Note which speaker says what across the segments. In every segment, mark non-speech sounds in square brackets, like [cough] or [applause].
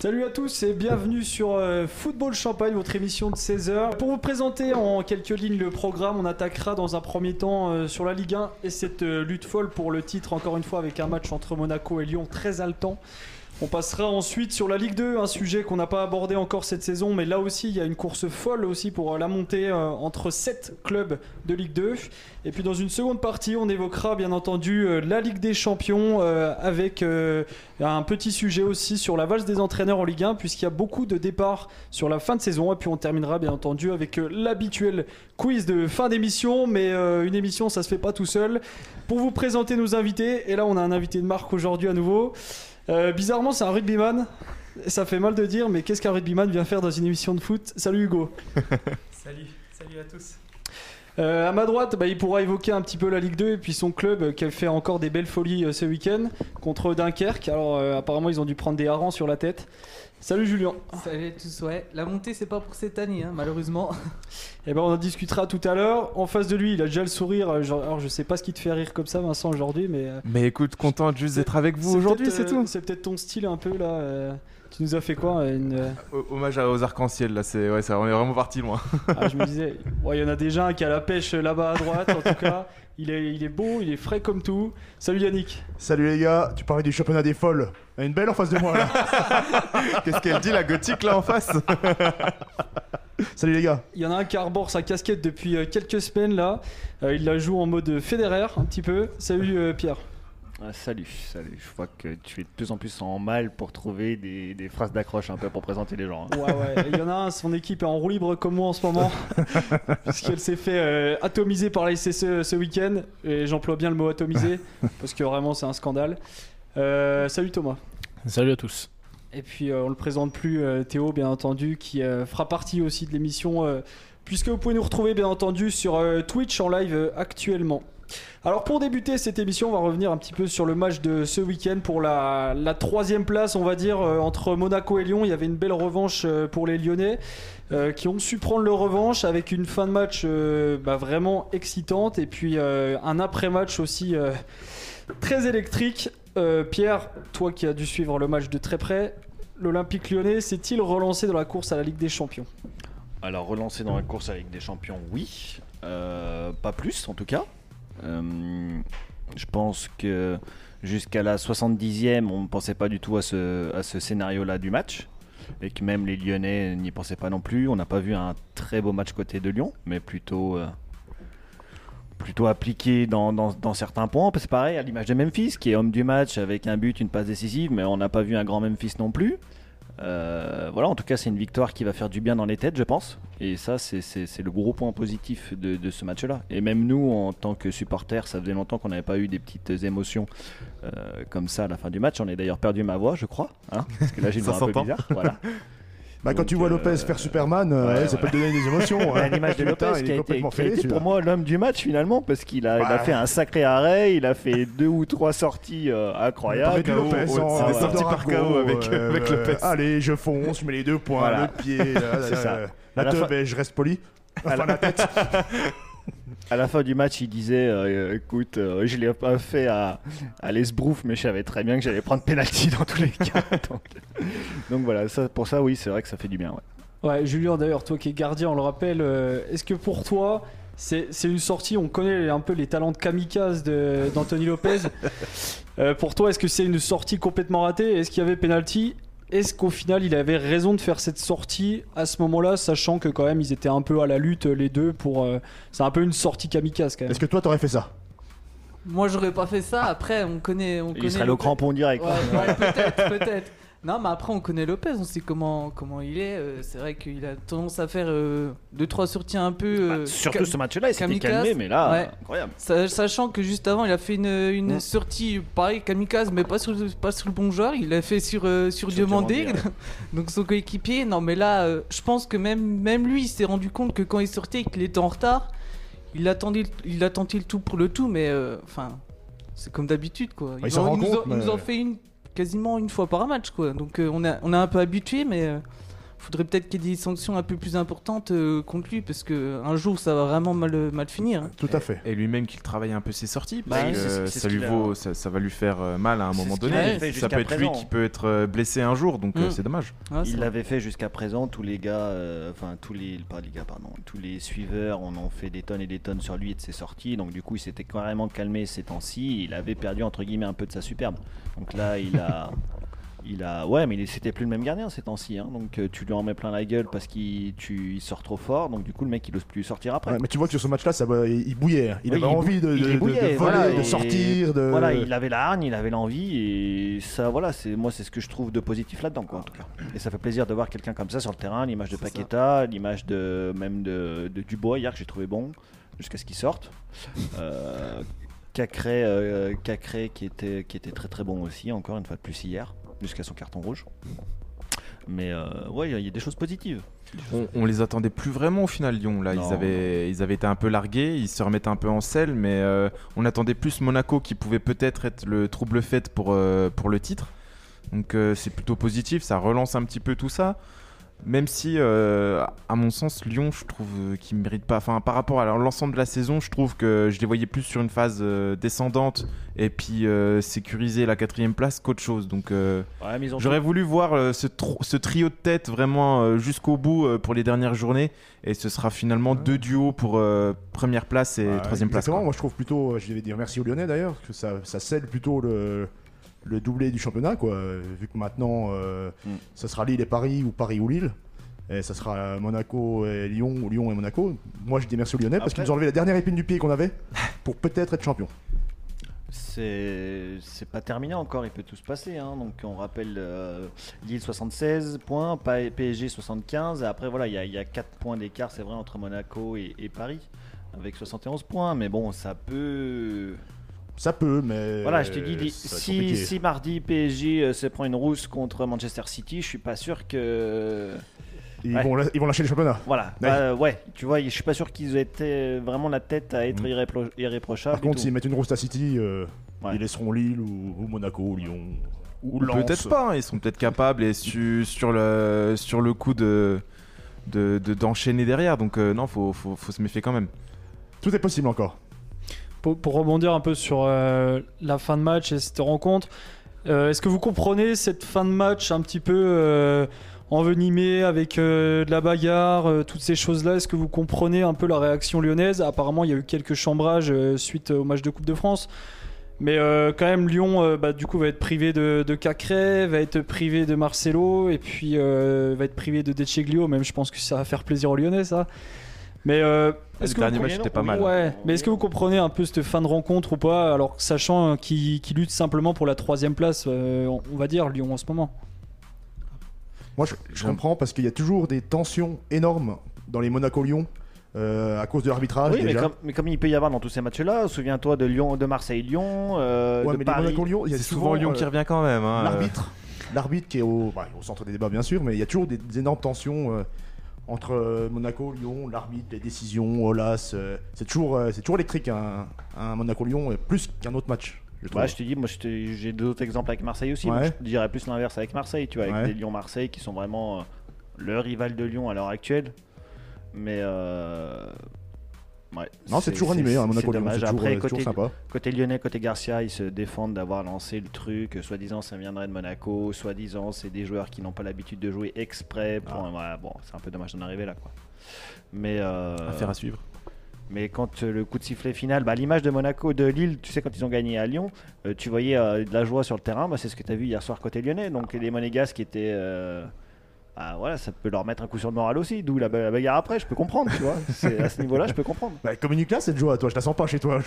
Speaker 1: Salut à tous et bienvenue sur euh, Football Champagne, votre émission de 16h. Pour vous présenter en quelques lignes le programme, on attaquera dans un premier temps euh, sur la Ligue 1 et cette euh, lutte folle pour le titre, encore une fois avec un match entre Monaco et Lyon très haletant. On passera ensuite sur la Ligue 2, un sujet qu'on n'a pas abordé encore cette saison, mais là aussi il y a une course folle aussi pour euh, la montée euh, entre 7 clubs de Ligue 2. Et puis dans une seconde partie, on évoquera bien entendu euh, la Ligue des Champions euh, avec euh, un petit sujet aussi sur la valse des entraîneurs en Ligue 1, puisqu'il y a beaucoup de départs sur la fin de saison. Et puis on terminera bien entendu avec euh, l'habituel quiz de fin d'émission, mais euh, une émission ça se fait pas tout seul. Pour vous présenter nos invités, et là on a un invité de marque aujourd'hui à nouveau. Euh, bizarrement, c'est un rugbyman. Ça fait mal de dire, mais qu'est-ce qu'un rugbyman vient faire dans une émission de foot Salut Hugo.
Speaker 2: [laughs] Salut, salut à tous.
Speaker 1: Euh, à ma droite, bah, il pourra évoquer un petit peu la Ligue 2 et puis son club euh, qui a fait encore des belles folies euh, ce week-end contre Dunkerque. Alors euh, apparemment, ils ont dû prendre des harengs sur la tête. Salut Julien.
Speaker 2: Oh. Salut à tous, ouais. La montée, c'est pas pour cette année, hein, malheureusement. [laughs]
Speaker 1: Et ben on en discutera tout à l'heure. En face de lui, il a déjà le sourire. euh, genre- alors je sais pas ce qui te fait rire comme ça, Vincent, aujourd'hui, mais euh,
Speaker 3: Mais écoute, content juste
Speaker 1: C'est-
Speaker 3: d'être avec vous
Speaker 1: c'est
Speaker 3: aujourd'hui,
Speaker 1: peut-être,
Speaker 3: c'est
Speaker 1: euh,
Speaker 3: tout.
Speaker 1: C'est peut-être ton style un peu là. euh, tu nous as fait quoi une, euh,
Speaker 3: Ho- Hommage à- aux arcs-en-ciel, là, c'est ouais, ça, on est vraiment parti loin.
Speaker 1: [laughs] Ah, je me disais, ouais, il y en a déjà un qui a la pêche euh, là-bas à droite, en tout cas. Il est, il est beau, il est frais comme tout. Salut Yannick.
Speaker 4: Salut les gars, tu parlais du championnat des folles. Elle a une belle en face de moi
Speaker 5: [laughs]
Speaker 4: là.
Speaker 3: Qu'est-ce [laughs] qu'elle dit, la gothique, là, en face
Speaker 4: Salut les gars.
Speaker 1: Il y en a un qui arbore sa casquette depuis euh, quelques semaines là. Euh, il la joue en mode Federer un petit peu. Salut euh, Pierre.
Speaker 5: Ah, salut, salut. Je vois que tu es de plus en plus en mal pour trouver des, des phrases d'accroche un peu pour présenter les gens. hein.
Speaker 1: Ouais, ouais. Il y en a un, son équipe est en roue libre comme moi en ce moment. Puisqu'elle s'est fait euh, atomiser par la SSE ce week-end. Et j'emploie bien le mot atomiser parce que vraiment c'est un scandale. Euh, salut Thomas.
Speaker 6: Salut à tous.
Speaker 1: Et puis euh, on le présente plus, euh, Théo, bien entendu, qui euh, fera partie aussi de l'émission, euh, puisque vous pouvez nous retrouver, bien entendu, sur euh, Twitch en live euh, actuellement. Alors pour débuter cette émission, on va revenir un petit peu sur le match de ce week-end pour la, la troisième place, on va dire, euh, entre Monaco et Lyon. Il y avait une belle revanche euh, pour les Lyonnais, euh, qui ont su prendre leur revanche avec une fin de match euh, bah, vraiment excitante, et puis euh, un après-match aussi euh, très électrique. Euh, Pierre, toi qui as dû suivre le match de très près, l'Olympique lyonnais s'est-il relancé dans la course à la Ligue des Champions
Speaker 5: Alors, relancer dans la course avec des champions, oui. Euh, pas plus, en tout cas. Euh, je pense que jusqu'à la 70e, on ne pensait pas du tout à ce, à ce scénario-là du match. Et que même les Lyonnais n'y pensaient pas non plus. On n'a pas vu un très beau match côté de Lyon, mais plutôt. euh, plutôt appliqué dans, dans- dans certains points. C'est pareil à l'image de Memphis, qui est homme du match avec un but, une passe décisive, mais on n'a pas vu un grand Memphis non plus. Euh, voilà, en tout cas, c'est une victoire qui va faire du bien dans les têtes, je pense. Et ça, c'est- c'est c'est le gros point positif de, de ce match-là. Et même nous, en tant que supporters, ça faisait longtemps qu'on n'avait pas eu des petites émotions euh, comme ça à la fin du match. On a d'ailleurs perdu ma voix, je crois. hein, parce que là, j'ai une
Speaker 3: [laughs] Ça
Speaker 5: voix un peu
Speaker 3: s'entend.
Speaker 5: bizarre. Voilà.
Speaker 4: Bah quand
Speaker 5: Donc,
Speaker 4: tu vois
Speaker 5: euh,
Speaker 4: Lopez faire Superman, euh,
Speaker 5: ouais,
Speaker 4: ouais, ça
Speaker 5: ouais.
Speaker 4: peut te donner des
Speaker 5: [laughs]
Speaker 4: émotions.
Speaker 5: à
Speaker 4: hein.
Speaker 5: l'image de
Speaker 4: [laughs] Putain,
Speaker 5: Lopez
Speaker 4: il
Speaker 5: qui
Speaker 4: est
Speaker 5: a été,
Speaker 4: complètement
Speaker 5: qui a
Speaker 4: fêlé,
Speaker 5: été
Speaker 4: celui-là. Bah.
Speaker 5: pour moi l'homme du match finalement parce qu'il a, il a
Speaker 4: Ouais.
Speaker 5: fait un sacré arrêt, il a fait deux ou trois sorties euh,
Speaker 4: Parler
Speaker 5: incroyables.
Speaker 4: de
Speaker 3: KO,
Speaker 4: Lopez hein,
Speaker 3: ouais,
Speaker 4: en-
Speaker 3: c'est
Speaker 5: des
Speaker 4: en
Speaker 3: sorties par
Speaker 4: Drago,
Speaker 3: KO avec- avec Lopez.
Speaker 4: Allez, je fonce, je mets les deux points,
Speaker 5: euh, Voilà.
Speaker 4: le pied. là,
Speaker 5: [laughs]
Speaker 4: là,
Speaker 5: C'est
Speaker 4: là,
Speaker 5: ça.
Speaker 4: là.
Speaker 5: À
Speaker 4: La
Speaker 5: la
Speaker 4: teub,
Speaker 5: fin-
Speaker 4: et je reste poli. Enfin, la tête.
Speaker 5: [laughs] À la fin du match, il disait euh, écoute, euh, je l'ai pas fait à, à l'esbrouf, mais je savais très bien que j'allais prendre penalty dans tous les cas. [laughs] Donc, donc voilà, ça, pour ça, oui, c'est vrai que ça fait du bien. ouais.
Speaker 1: Ouais, Julien, d'ailleurs, toi qui es gardien, on le rappelle, euh, est-ce que pour toi, c'est c'est une sortie, on connaît un peu les talents de kamikaze de- d'Anthony Lopez. Euh, pour toi, est-ce que c'est une sortie complètement ratée Est-ce qu'il y avait pénalty Est-ce qu'au final, il avait raison de faire cette sortie à ce moment-là, sachant que quand même, ils étaient un peu à la lutte euh, les deux pour. euh, c'est un peu une sortie kamikaze quand même.
Speaker 4: Est-ce que toi t'aurais fait ça
Speaker 2: Moi, j'aurais pas fait ça. Après, on connaît. On connaît
Speaker 5: Il serait
Speaker 2: Lopez.
Speaker 5: le crampon direct.
Speaker 2: Ouais,
Speaker 5: [laughs]
Speaker 2: ouais, peut-être, peut-être. Non, mais après, on connaît Lopez, on sait comment, comment il est. euh, c'est vrai qu'il a tendance à faire 2-3 sorties un peu. euh,
Speaker 5: Bah, surtout
Speaker 2: ca-
Speaker 5: ce match-là, il s'était
Speaker 2: Kamikaze.
Speaker 5: calmé, mais là,
Speaker 2: Ouais.
Speaker 5: incroyable.
Speaker 2: sa- Sachant que juste avant, il a fait une, une
Speaker 5: Mm.
Speaker 2: sortie, pareil, kamikaze, mais pas sur, le- pas sur le bon joueur. Il l'a fait sur, euh, sur,
Speaker 5: Sur
Speaker 2: Diomandé,
Speaker 5: Diomandé,
Speaker 2: [laughs] donc son coéquipier. Non, mais là, euh, je pense que même, même lui, il s'est rendu compte que quand il sortait et qu'il était en retard, il attendait, le- il attendait le tout pour le tout, mais euh, enfin, c'est comme d'habitude, quoi.
Speaker 4: Bah, il s'en
Speaker 2: en-
Speaker 4: rend
Speaker 2: nous en-
Speaker 4: compte,
Speaker 2: il nous en
Speaker 4: mais-
Speaker 2: fait une quasiment une fois par match, quoi. Donc euh, on, a, on a un peu habitué, mais euh, faudrait peut-être qu'il y ait des sanctions un peu plus importantes euh, contre lui parce que un jour ça va vraiment mal, mal finir. hein.
Speaker 4: Tout à fait.
Speaker 3: Et lui-même qu'il travaille un peu ses sorties, parce
Speaker 5: Bah,
Speaker 3: que
Speaker 5: c'est ce-
Speaker 3: euh,
Speaker 5: c'est ce
Speaker 3: ça, lui
Speaker 5: qu'il a-
Speaker 3: vaut, ça, ça va lui faire euh, mal à un
Speaker 2: C'est
Speaker 3: moment
Speaker 2: ce qu'il
Speaker 3: donné.
Speaker 2: a
Speaker 5: fait
Speaker 3: ça peut
Speaker 5: jusqu'à
Speaker 3: être lui
Speaker 5: présent.
Speaker 3: qui peut être euh, blessé un jour, donc euh,
Speaker 2: Mm.
Speaker 3: c'est dommage.
Speaker 2: Ouais, c'est
Speaker 5: Il
Speaker 2: vrai.
Speaker 5: l'avait fait jusqu'à présent, tous les gars, euh, enfin tous les, pas les gars, pardon, tous les suiveurs, on en fait des tonnes et des tonnes sur lui et de ses sorties, donc du coup il s'était carrément calmé ces temps-ci, il avait perdu entre guillemets un peu de sa superbe. Donc là il a, [laughs] il a, ouais mais il- c'était plus le même gardien ces temps-ci, hein. donc euh, tu lui en mets plein la gueule parce qu'il tu- il sort trop fort, donc du coup le mec il ose plus sortir après.
Speaker 4: Ouais, mais tu vois que sur ce match-là, ça, va- il il bouillait. hein. Il
Speaker 5: Oui,
Speaker 4: avait
Speaker 5: bou-
Speaker 4: envie de,
Speaker 5: il
Speaker 4: de- de- de
Speaker 5: bouillait,
Speaker 4: voler,
Speaker 5: voilà,
Speaker 4: de
Speaker 5: et-
Speaker 4: sortir, de.
Speaker 2: Euh,
Speaker 5: Voilà, il avait la hargne, il avait l'envie, et ça, voilà, c'est moi, c'est ce que je trouve de positif là-dedans, quoi, en tout cas. Et ça fait plaisir de voir quelqu'un comme ça sur le terrain, l'image de
Speaker 2: C'est ça.
Speaker 5: Paqueta, l'image de même de, de Dubois hier que j'ai trouvé bon, jusqu'à ce qu'il sorte. Euh, Cacré, euh, Cacré qui était qui était très très bon aussi, encore une fois de plus hier, jusqu'à son carton rouge. Mais euh, ouais, il y a- il y a des choses positives.
Speaker 3: On, on les attendait plus vraiment au final, Lyon. Là,
Speaker 5: Non.
Speaker 3: ils avaient, ils avaient été un peu largués, ils se remettaient un peu en selle, mais euh, on attendait plus Monaco qui pouvait peut-être être le trouble fait pour, euh, pour le titre. Donc euh, c'est plutôt positif, ça relance un petit peu tout ça. Même si, euh, à mon sens, Lyon, je trouve euh, qu'il ne mérite pas. Enfin, par rapport à l'ensemble de la saison, je trouve que je les voyais plus sur une phase euh, descendante et puis euh, sécuriser la quatrième place qu'autre chose. Donc. euh,
Speaker 5: Ouais, mais ils ont
Speaker 3: J'aurais voulu voir euh, ce, tro- ce trio de tête vraiment euh, jusqu'au bout euh, pour les dernières journées. Et ce sera finalement deux duos pour euh, première place et
Speaker 4: Ouais,
Speaker 3: troisième place.
Speaker 4: exactement.
Speaker 3: quoi.
Speaker 4: Moi, je trouve plutôt, euh, je devais dire merci aux Lyonnais d'ailleurs, parce que ça, ça scelle plutôt le, le doublé du championnat, quoi. euh, Vu que maintenant, euh,
Speaker 5: Mm.
Speaker 4: ça sera Lille et Paris ou Paris ou Lille. Et ça sera euh, Monaco et Lyon ou Lyon et Monaco. Moi, je dis merci aux Lyonnais parce qu'ils
Speaker 5: Après-
Speaker 4: nous ont enlevé la dernière épine du pied qu'on avait pour peut-être être champion.
Speaker 5: C'est c'est pas terminé encore, il peut tout se passer. hein. Donc on rappelle euh, Lille 76 points, Pa- PSG 75. Et après voilà, il y a- il y a 4 points d'écart, c'est vrai, entre Monaco et, et Paris avec 71 points. Mais bon, ça peut.
Speaker 4: Ça peut, mais
Speaker 5: Voilà, je te dis, dis-
Speaker 4: Euh, ça va être
Speaker 5: si,
Speaker 4: compliqué.
Speaker 5: si mardi PSG euh, se prend une rousse contre Manchester City, je suis pas sûr que.
Speaker 4: ils,
Speaker 5: ouais.
Speaker 4: vont, la- ils vont lâcher le championnat.
Speaker 5: Voilà,
Speaker 4: Ouais.
Speaker 5: Bah, euh, ouais, tu vois, je suis pas sûr qu'ils étaient vraiment la tête à être irrépro- irréprochables.
Speaker 4: Mm. Par
Speaker 5: et
Speaker 4: contre,
Speaker 5: tout.
Speaker 4: s'ils mettent une roast à City, euh,
Speaker 5: Ouais.
Speaker 4: ils laisseront Lille ou, ou Monaco ou Lyon ou
Speaker 3: Ou Peut-être pas, hein, ils sont peut-être capables et su- sur, le, sur le coup de de- de- d'enchaîner derrière donc euh, non faut, faut, faut se méfier quand même
Speaker 4: Tout est possible encore.
Speaker 7: Pour, pour rebondir un peu sur euh, la fin de match et cette rencontre, euh, est-ce que vous comprenez cette fin de match un petit peu euh, envenimée avec euh, de la bagarre, euh, toutes ces choses-là Est-ce que vous comprenez un peu la réaction lyonnaise Apparemment, il y a eu quelques chambrages euh, suite au match de Coupe de France. Mais euh, quand même, Lyon, euh, bah, du coup, va être privé de, de Cacré, va être privé de Marcelo, et puis euh, va être privé de Decheglio. Même, je pense que ça va faire plaisir aux Lyonnais, ça. Mais euh,
Speaker 3: le
Speaker 7: est-ce que vous
Speaker 3: dernier match
Speaker 5: comprenez,
Speaker 3: était
Speaker 5: non
Speaker 3: pas mal
Speaker 7: Ouais, mais est-ce que vous comprenez un peu cette fin de rencontre ou pas, alors que sachant euh, qu'ils qu'ils luttent simplement pour la troisième place, euh, on on va dire, Lyon en ce moment
Speaker 4: Moi, je, je comprends parce qu'il y a toujours des tensions énormes dans les Monaco-Lyon euh, à cause de l'arbitrage.
Speaker 5: Oui, mais
Speaker 4: déjà.
Speaker 5: comme, mais comme il peut y avoir dans tous ces matchs-là, souviens-toi de Lyon, de Marseille-Lyon, euh,
Speaker 4: Ouais, mais
Speaker 5: de
Speaker 4: les
Speaker 5: Paris.
Speaker 4: Monaco-Lyon, il y a
Speaker 3: c'est souvent Lyon
Speaker 4: euh,
Speaker 3: qui revient quand même hein.
Speaker 4: l'arbitre, l'arbitre qui est au, bah, au centre des débats bien sûr, mais il y a toujours des, des énormes tensions euh, entre euh, Monaco, Lyon, l'arbitre, les décisions, Olas. euh, c'est toujours, euh, c'est toujours électrique un, un Monaco-Lyon euh, plus qu'un autre match. Je trouve.
Speaker 5: Ouais, Bah, je te dis, moi je te- j'ai d'autres exemples avec Marseille aussi.
Speaker 4: Ouais.
Speaker 5: donc je te dirais plus l'inverse avec Marseille, tu vois, avec
Speaker 4: Ouais.
Speaker 5: des Lyon-Marseille qui sont vraiment euh, le rival de Lyon à l'heure actuelle. Mais euh, ouais,
Speaker 4: non, c'est toujours animé,
Speaker 5: c'est-
Speaker 4: hein, Monaco-Lyon.
Speaker 5: dommage.
Speaker 4: C'est toujours,
Speaker 5: Après,
Speaker 4: euh,
Speaker 5: côté,
Speaker 4: toujours sympa.
Speaker 5: côté lyonnais, côté Garcia, ils se défendent d'avoir lancé le truc. euh, Soi-disant, ça viendrait de Monaco. Soi-disant, c'est des joueurs qui n'ont pas l'habitude de jouer exprès. Pour...
Speaker 4: Ah.
Speaker 5: ouais, bon, c'est un peu dommage d'en arriver là, quoi. Mais euh,
Speaker 4: Ah,
Speaker 3: affaire à suivre
Speaker 5: mais quand euh, le coup de sifflet final, bah, à l'image de Monaco, de Lille, tu sais, quand ils ont gagné à Lyon, euh, tu voyais euh, de la joie sur le terrain. Bah, c'est ce que tu as vu hier soir côté lyonnais. Donc les Monégas qui étaient. euh, ah, voilà, ça peut leur mettre un coup sur le moral aussi. D'où la, ba- la bagarre après, je peux comprendre, tu vois. C'est- à ce niveau-là, je peux comprendre.
Speaker 4: Bah, communique là cette joie, toi. Je la sens pas chez toi.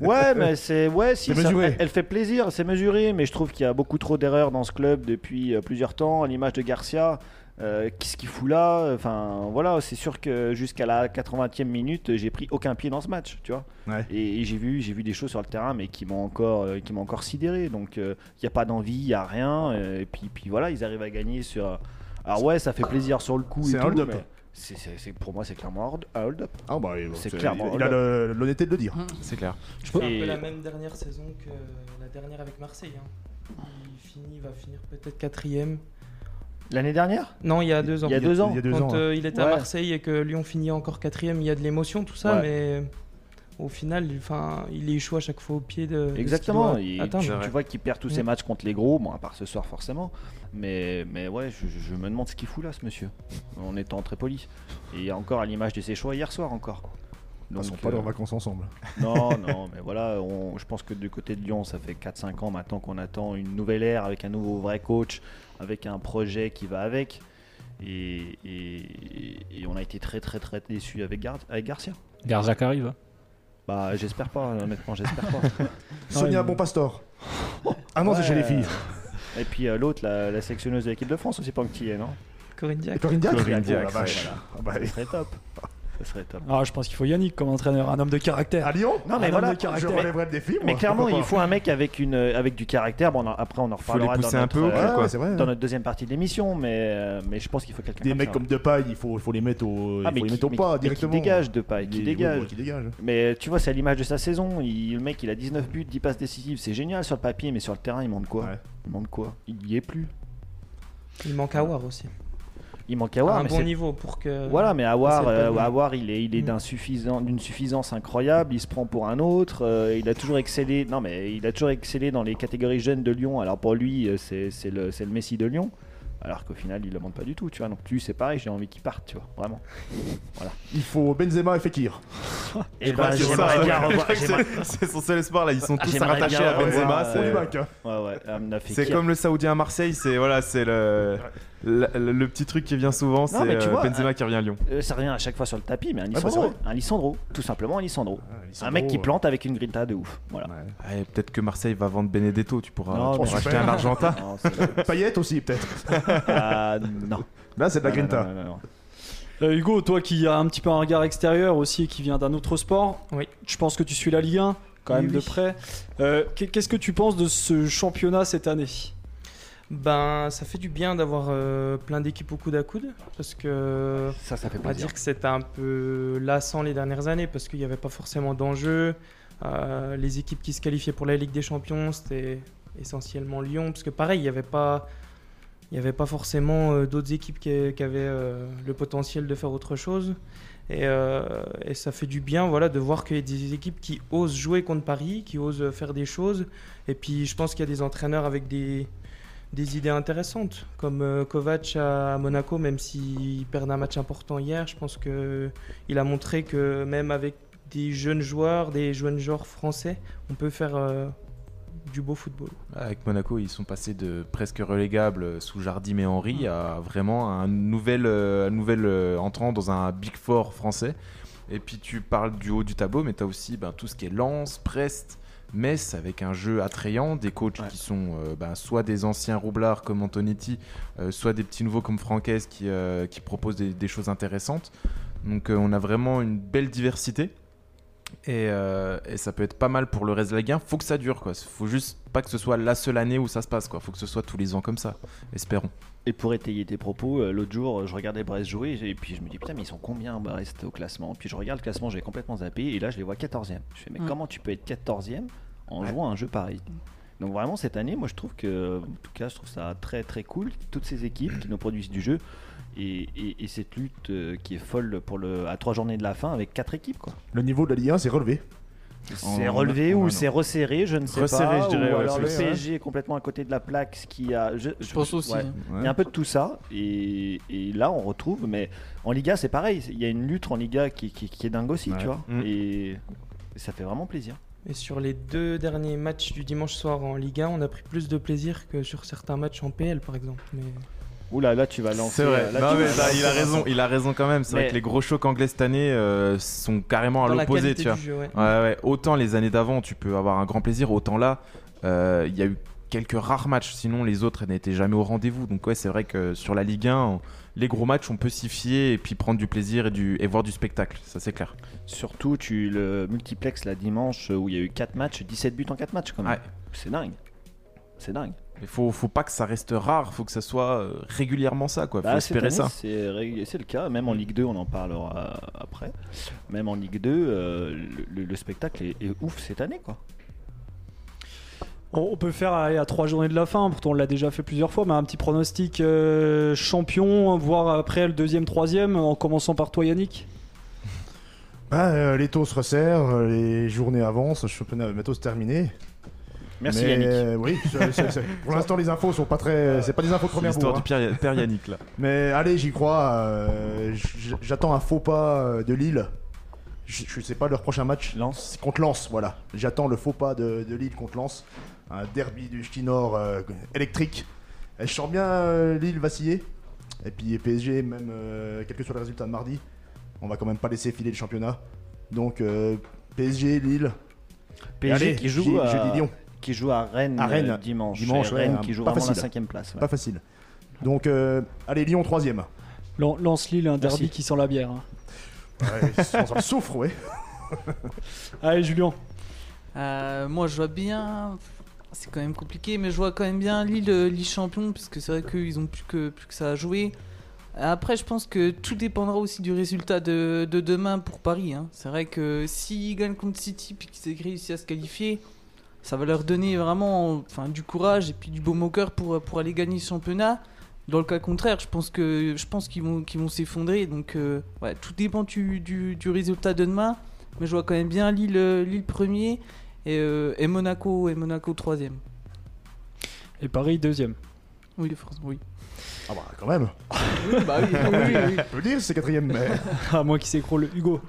Speaker 5: Ouais, mais c'est. Ouais,
Speaker 4: C'est
Speaker 5: si, ça-
Speaker 4: mesuré.
Speaker 5: elle, elle fait plaisir, c'est mesuré, mais je trouve qu'il y a beaucoup trop d'erreurs dans ce club depuis euh, plusieurs temps, à l'image de Garcia. euh, Qu'est-ce qu'il fout là Enfin, voilà, c'est sûr que jusqu'à la 80e minute, j'ai pris aucun pied dans ce match, tu vois.
Speaker 4: Ouais.
Speaker 5: Et, et j'ai vu, j'ai vu des choses sur le terrain, mais qui m'ont encore, euh, qui m'ont encore sidéré. Donc, euh, il n'y a pas d'envie, il n'y a rien. euh, et puis, puis voilà, ils arrivent à gagner sur. Alors ouais, ça fait plaisir sur le coup. et
Speaker 4: C'est un
Speaker 5: tout,
Speaker 4: hold-up.
Speaker 5: mais c'est- c'est- c'est- pour moi, c'est clairement un hold-up.
Speaker 4: Ah bah, il-
Speaker 5: C'est
Speaker 4: il-
Speaker 5: clairement-
Speaker 4: Il a le- l'honnêteté de le dire.
Speaker 3: c'est clair
Speaker 8: C'est un
Speaker 5: Et-
Speaker 8: peu la même dernière saison que la dernière avec Marseille. hein. Il finit, va finir peut-être quatrième.
Speaker 5: L'année dernière
Speaker 8: Non, il y a deux ans.
Speaker 5: Il y a deux ans.
Speaker 4: Il y a deux
Speaker 8: Quand
Speaker 4: ans. hein.
Speaker 8: euh, il était
Speaker 5: Ouais.
Speaker 8: à Marseille et que Lyon finit encore quatrième, il y a de l'émotion, tout
Speaker 5: Ouais.
Speaker 8: ça, mais au final, il, enfin, il échoue à chaque fois au pied de. de ce qu'il
Speaker 5: Exactement.
Speaker 8: doit
Speaker 5: il-
Speaker 8: atteindre. Mm.
Speaker 5: tu,
Speaker 3: ouais.
Speaker 5: tu vois qu'il perd tous ses
Speaker 8: Ouais.
Speaker 5: matchs contre les gros, bon, à part ce soir forcément. Mais, mais ouais, je, je- je me demande ce qu'il fout là, ce monsieur, en étant très poli. Et encore à l'image de ses choix hier soir encore.
Speaker 4: Ils
Speaker 5: Donc,
Speaker 4: sont pas
Speaker 5: euh,
Speaker 4: en vacances ensemble.
Speaker 5: Non, non, mais voilà, on- je pense que du côté de Lyon, ça fait 4-5 ans maintenant qu'on attend une nouvelle ère avec un nouveau vrai coach, avec un projet qui va avec. Et, et- et on a été très très très déçus avec, Gar- avec Garcia.
Speaker 9: Garzac arrive.
Speaker 5: Bah j'espère pas, honnêtement j'espère pas.
Speaker 4: Sonia
Speaker 9: Ouais, mais-
Speaker 4: Bonpastor. [laughs] Ah non, c'est
Speaker 5: Ouais.
Speaker 4: chez les filles.
Speaker 5: Et puis euh, l'autre, la, la sélectionneuse de l'équipe de France aussi, Panctier, non
Speaker 8: Corinne Diacre.
Speaker 4: Et Corinne Diacre
Speaker 3: Corinne
Speaker 4: Oh,
Speaker 3: Diacre,
Speaker 4: la vache.
Speaker 5: ouais,
Speaker 4: Ah bah,
Speaker 5: Ça serait top. Ça serait top.
Speaker 7: Ah, je pense qu'il faut Yannick comme entraîneur, un homme de caractère.
Speaker 4: À Lyon
Speaker 5: Non, mais
Speaker 4: Un homme
Speaker 5: voilà,
Speaker 4: de caractère.
Speaker 5: mais-
Speaker 4: Je relèverai le défi.
Speaker 5: Mais
Speaker 4: moi.
Speaker 5: clairement,
Speaker 4: Pourquoi
Speaker 5: il
Speaker 4: pas
Speaker 5: faut un mec avec, une, euh, avec du caractère. Bon, on en- après on en
Speaker 3: Faut les
Speaker 5: reparlera
Speaker 3: pousser
Speaker 5: dans,
Speaker 3: un
Speaker 5: notre,
Speaker 3: peu au
Speaker 5: euh,
Speaker 3: clair,
Speaker 4: Ouais,
Speaker 3: quoi.
Speaker 4: ouais, c'est vrai.
Speaker 5: dans notre deuxième partie de l'émission, mais, euh, mais je pense qu'il faut quelqu'un
Speaker 4: Des
Speaker 5: comme
Speaker 4: mecs
Speaker 5: ça.
Speaker 4: comme Depay, il faut, il faut les mettre au, il
Speaker 5: Ah,
Speaker 4: faut les
Speaker 5: qui-
Speaker 4: mettre au
Speaker 5: mais-
Speaker 4: pas
Speaker 5: mais
Speaker 4: directement.
Speaker 5: Qui dégage de paille,
Speaker 4: Il-
Speaker 5: qui
Speaker 4: ouais,
Speaker 5: dégage.
Speaker 4: ouais, qui dégage.
Speaker 5: Mais tu vois, c'est à l'image de sa saison. Il- le mec, il a 19 buts, 10 passes décisives. C'est génial sur le papier, mais sur le terrain, il manque quoi
Speaker 4: Ouais.
Speaker 5: Il manque quoi Il y est plus.
Speaker 8: Il manque Awar aussi.
Speaker 5: Il manque
Speaker 8: À
Speaker 5: Awar.
Speaker 8: un
Speaker 5: mais
Speaker 8: bon
Speaker 5: c'est-
Speaker 8: niveau pour que.
Speaker 5: Voilà, mais
Speaker 8: c'est
Speaker 5: Awar,
Speaker 8: pas
Speaker 5: euh,
Speaker 8: bon.
Speaker 5: Awar, il est, il est
Speaker 8: Mm.
Speaker 5: d'insuffisant- d'une suffisance incroyable. Il se prend pour un autre. euh, il a toujours excellé. Non, mais il a toujours excellé dans les catégories jeunes de Lyon. Alors pour lui, euh, c'est c'est le, c'est le Messi de Lyon. Alors qu'au final, il le montre pas du tout, tu vois. Donc lui, c'est pareil. J'ai envie qu'il parte, tu vois, vraiment.
Speaker 4: Il faut Benzema et Fekir.
Speaker 5: Et
Speaker 3: Bah, c'est
Speaker 5: j'aimerais
Speaker 3: ça,
Speaker 5: bien
Speaker 3: ouais.
Speaker 5: revoir. j'aimerais-
Speaker 3: C'est- [laughs] C'est son seul espoir là, ils sont
Speaker 5: Ah,
Speaker 3: tous
Speaker 5: j'aimerais
Speaker 3: rattachés
Speaker 5: bien
Speaker 3: à Benzema.
Speaker 5: revoir,
Speaker 3: c'est-
Speaker 4: On les bacs. hein.
Speaker 5: Ouais, ouais. Amna
Speaker 3: C'est
Speaker 5: Fekir.
Speaker 3: comme le Saoudien à Marseille, c'est voilà, c'est le, la- le, le petit truc qui vient souvent, c'est
Speaker 5: mais tu
Speaker 3: euh,
Speaker 5: vois,
Speaker 3: Benzema qui revient à Lyon.
Speaker 5: Euh, ça revient à chaque fois sur le tapis, mais un
Speaker 4: bah,
Speaker 5: Lissandro.
Speaker 4: c'est
Speaker 5: un Lissandro, tout simplement un Lissandro.
Speaker 4: Ah, ils sont
Speaker 5: un mec
Speaker 4: gros,
Speaker 5: qui
Speaker 4: ouais.
Speaker 5: plante avec une grinta de ouf. Voilà.
Speaker 4: Ouais.
Speaker 3: Ah, et peut-être que Marseille va vendre Benedetto, tu pourras,
Speaker 5: Non,
Speaker 3: tu pourras
Speaker 4: mais-
Speaker 3: acheter un Argentin.
Speaker 5: Non, c'est-
Speaker 4: Payette Oh, aussi, peut-être.
Speaker 5: Ah, non.
Speaker 4: [laughs] Là, c'est de la
Speaker 5: Non,
Speaker 4: Grinta.
Speaker 5: non, non, non, non.
Speaker 7: Euh, Hugo, toi qui as un petit peu un regard extérieur aussi et qui vient d'un autre sport,
Speaker 8: Oui.
Speaker 7: je pense que tu suis la Ligue 1 quand
Speaker 8: Oui,
Speaker 7: même de
Speaker 8: oui.
Speaker 7: près. Euh, qu'est- Qu'est-ce que tu penses de ce championnat cette année
Speaker 8: Ben, ça fait du bien d'avoir euh, plein d'équipes au coude à coude parce que.
Speaker 5: Ça, ça fait
Speaker 8: On va
Speaker 5: plaisir.
Speaker 8: dire que c'était un peu lassant les dernières années parce qu'il n'y avait pas forcément d'enjeu. Euh, les équipes qui se qualifiaient pour la Ligue des Champions, c'était essentiellement Lyon, parce que pareil, il n'y avait pas, il y avait pas forcément euh, d'autres équipes qui, qui avaient euh, le potentiel de faire autre chose. Et, euh, et ça fait du bien voilà, de voir qu'il y a des équipes qui osent jouer contre Paris, qui osent faire des choses. Et puis je pense qu'il y a des entraîneurs avec des, des idées intéressantes, comme euh, Kovac à à Monaco, même s'il perd un match important hier, je pense qu'il a montré que même avec des jeunes joueurs, des jeunes joueurs français, on peut faire euh, du beau football.
Speaker 3: Avec Monaco, ils sont passés de presque relégables euh, sous Jardim et Henry à vraiment un nouvel, euh, un nouvel euh, entrant dans un Big Four français. Et puis tu parles du haut du tableau, mais tu as aussi ben, tout ce qui est Lens, Brest, Metz, avec un jeu attrayant, des coachs qui sont euh, ben, soit des anciens roublards comme Antonetti, euh, soit des petits nouveaux comme Franquès qui, euh, qui proposent des, des choses intéressantes. Donc euh, on a vraiment une belle diversité. Et, euh, et ça peut être pas mal pour le reste de la guerre. Faut que ça dure, quoi. Faut juste pas que ce soit la seule année où ça se passe, quoi. Faut que ce soit tous les ans comme ça. Espérons.
Speaker 5: Et pour étayer tes propos, euh, l'autre jour, euh, je regardais Brest jouer et puis je me dis putain, mais ils sont combien Brest au classement Puis je regarde le classement, j'ai complètement zappé et là, je les vois 14e. Je fais, mais
Speaker 2: Mm.
Speaker 5: comment tu peux être 14e en jouant à un jeu pareil donc vraiment cette année, moi je trouve que, en tout cas, je trouve ça très très cool. Toutes ces équipes qui nous produisent du jeu et, et- et cette lutte euh, qui est folle pour le à trois journées de la fin avec quatre équipes quoi.
Speaker 4: Le niveau de la Ligue 1 s'est relevé.
Speaker 5: C'est
Speaker 3: En-
Speaker 5: relevé
Speaker 3: en- en-
Speaker 5: ou c'est resserré, je ne sais
Speaker 3: Resserré,
Speaker 5: pas.
Speaker 3: je dirais,
Speaker 5: ou
Speaker 3: ouais,
Speaker 5: alors
Speaker 3: c'est
Speaker 5: le
Speaker 4: ça.
Speaker 5: PSG est complètement à côté de la plaque, ce qui a. Je,
Speaker 2: Je pense aussi.
Speaker 5: ouais. Il y a un peu de tout ça, et, et là on retrouve, mais en Liga c'est pareil, il y a une lutte en Liga qui, qui- qui est dingue aussi,
Speaker 4: Ouais.
Speaker 5: tu vois,
Speaker 3: Mm.
Speaker 5: et ça fait vraiment plaisir.
Speaker 8: Et sur les deux derniers matchs du dimanche soir en Ligue 1, on a pris plus de plaisir que sur certains matchs en PL par exemple. Mais
Speaker 5: Oula, là tu vas lancer.
Speaker 3: C'est vrai.
Speaker 5: euh, là,
Speaker 3: Non,
Speaker 5: tu
Speaker 3: mais
Speaker 5: vas
Speaker 3: là,
Speaker 5: lancer-
Speaker 3: il a raison. Il a raison quand même. C'est
Speaker 5: Mais-
Speaker 3: vrai que les gros chocs anglais cette année euh, sont carrément à
Speaker 8: dans la
Speaker 3: l'opposé,
Speaker 8: qualité
Speaker 3: tu vois.
Speaker 8: du jeu, ouais.
Speaker 3: Ouais, ouais. Autant les années d'avant, tu peux avoir un grand plaisir, autant là, euh, il y a eu quelques rares matchs, sinon les autres n'étaient jamais au rendez-vous. Donc ouais, c'est vrai que sur la Ligue 1, on- les gros matchs, on peut s'y fier et puis prendre du plaisir et, du, et voir du spectacle, ça c'est clair.
Speaker 5: Surtout tu le multiplex la dimanche où il y a eu 4 matchs, 17 buts en 4 matchs quand même.
Speaker 3: Ouais.
Speaker 5: C'est dingue. C'est dingue.
Speaker 3: Il faut, faut pas que ça reste rare, faut que ça soit euh, régulièrement ça, quoi. Faut
Speaker 5: Bah, cette
Speaker 3: espérer
Speaker 5: année,
Speaker 3: ça.
Speaker 5: C'est ré- c'est le cas, même en Ligue 2, on en parlera euh, après. Même en Ligue 2, euh, le, le- le spectacle est, est ouf cette année, quoi.
Speaker 7: On on peut faire aller à trois journées de la fin, pourtant on l'a déjà fait plusieurs fois, mais un petit pronostic euh, champion, voire après le deuxième, troisième, en commençant par toi Yannick.
Speaker 4: Bah, euh, les taux se resserrent, euh, les journées avancent, le championnat va bientôt se terminer.
Speaker 5: Merci
Speaker 4: Mais,
Speaker 5: Yannick.
Speaker 4: euh, oui, c'est- c'est- c'est- pour l'instant les infos sont pas très, c'est pas des infos de première
Speaker 3: L'histoire
Speaker 4: bourre,
Speaker 3: du Pierre- père Yannick
Speaker 4: [laughs]
Speaker 3: là.
Speaker 4: hein. Mais allez, j'y crois. euh, j- J'attends un faux pas euh, de Lille. Je je sais pas leur prochain match.
Speaker 5: Lance.
Speaker 4: C'est contre Lens, voilà. J'attends le faux pas de, de Lille contre Lens. Un derby du Ch'ti Nord euh, électrique. Et je sens bien euh, Lille vaciller. Et puis PSG, même euh, quel que soit le résultat de mardi, on va quand même pas laisser filer le championnat. Donc euh, PSG, Lille,
Speaker 5: PSG
Speaker 4: allez,
Speaker 5: qui
Speaker 4: je dis-
Speaker 5: joue,
Speaker 4: je
Speaker 5: à,
Speaker 4: dis Lyon.
Speaker 5: qui joue à Rennes,
Speaker 4: À Rennes.
Speaker 5: euh, dimanche.
Speaker 4: Dimanche,
Speaker 5: Et
Speaker 4: ouais,
Speaker 5: Rennes
Speaker 4: hein,
Speaker 5: qui joue
Speaker 4: pas
Speaker 5: vraiment la
Speaker 4: facile.
Speaker 5: cinquième place. ouais.
Speaker 4: pas facile. Donc euh, allez, Lyon troisième.
Speaker 7: Lan- Lance Lille, un derby
Speaker 5: Merci.
Speaker 7: qui sent la bière. hein.
Speaker 4: Ouais, on s'en souffre, ouais.
Speaker 7: Allez Julien,
Speaker 2: Euh, moi, je vois bien. C'est quand même compliqué, mais je vois quand même bien Lille, euh, Lille champion, puisque c'est vrai qu'ils ont plus que, plus que ça à jouer. Après, je pense que tout dépendra aussi du résultat de, de demain pour Paris. hein. C'est vrai que s'ils gagnent contre City puis qu'ils aient réussi à se qualifier, ça va leur donner vraiment enfin, du courage et puis du baume au cœur pour, pour aller gagner ce championnat. Dans le cas contraire, je pense que je pense qu'ils vont qu'ils vont s'effondrer. Donc, euh, ouais, tout dépend du, du, du résultat de demain. Mais je vois quand même bien Lille, euh, Lille premier et, euh, et Monaco et Monaco troisième.
Speaker 7: et Paris [laughs] deuxième.
Speaker 2: Oui, France, oui.
Speaker 4: Ah bah quand même.
Speaker 2: bah oui, oui, oui.
Speaker 4: On peut le dire, c'est quatrième. Mais...
Speaker 7: À moins qu'il Ah, s'écroule Hugo.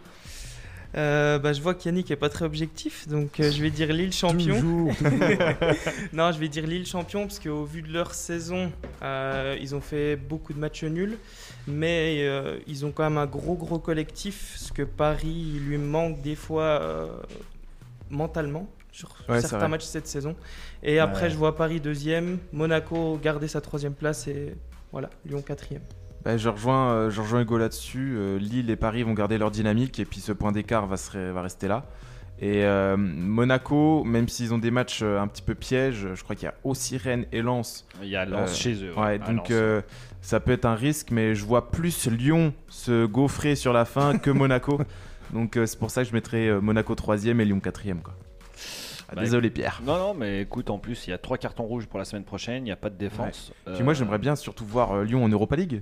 Speaker 8: Euh, bah, je vois qu'Yannick est pas très objectif, donc euh, je vais dire Lille champion.
Speaker 4: Toujours.
Speaker 8: Non, je vais dire Lille champion parce qu'au vu de leur saison, euh, ils ont fait beaucoup de matchs nuls, mais euh, ils ont quand même un gros gros collectif, ce que Paris il lui manque des fois euh, mentalement sur
Speaker 3: Ouais, c'est
Speaker 8: certains
Speaker 3: vrai.
Speaker 8: matchs cette saison. Et après, je vois Paris deuxième, Monaco garder sa troisième place et voilà, Lyon quatrième.
Speaker 3: Bah, je, rejoins, euh, je rejoins Hugo là-dessus. Euh, Lille et Paris vont garder leur dynamique et puis ce point d'écart va, se ré- va rester là. Et euh, Monaco, même s'ils ont des matchs euh, un petit peu pièges, je crois qu'il y a aussi Rennes et Lens.
Speaker 5: Il y a Lens
Speaker 3: Euh,
Speaker 5: chez eux. hein.
Speaker 3: Ouais,
Speaker 5: à
Speaker 3: donc
Speaker 5: Lens.
Speaker 3: euh, ça peut être un risque, mais je vois plus Lyon se gaufrer sur la fin que
Speaker 5: [laughs]
Speaker 3: Monaco. Donc euh, c'est pour ça que je mettrai euh, Monaco 3 et Lyon 4 quoi. Ah,
Speaker 5: Bah,
Speaker 3: désolé Pierre.
Speaker 5: Non, non, mais écoute, en plus, il y a trois cartons rouges pour la semaine prochaine, il n'y a pas de défense.
Speaker 3: Puis moi
Speaker 5: Euh,
Speaker 3: j'aimerais bien surtout voir euh, Lyon en Europa League.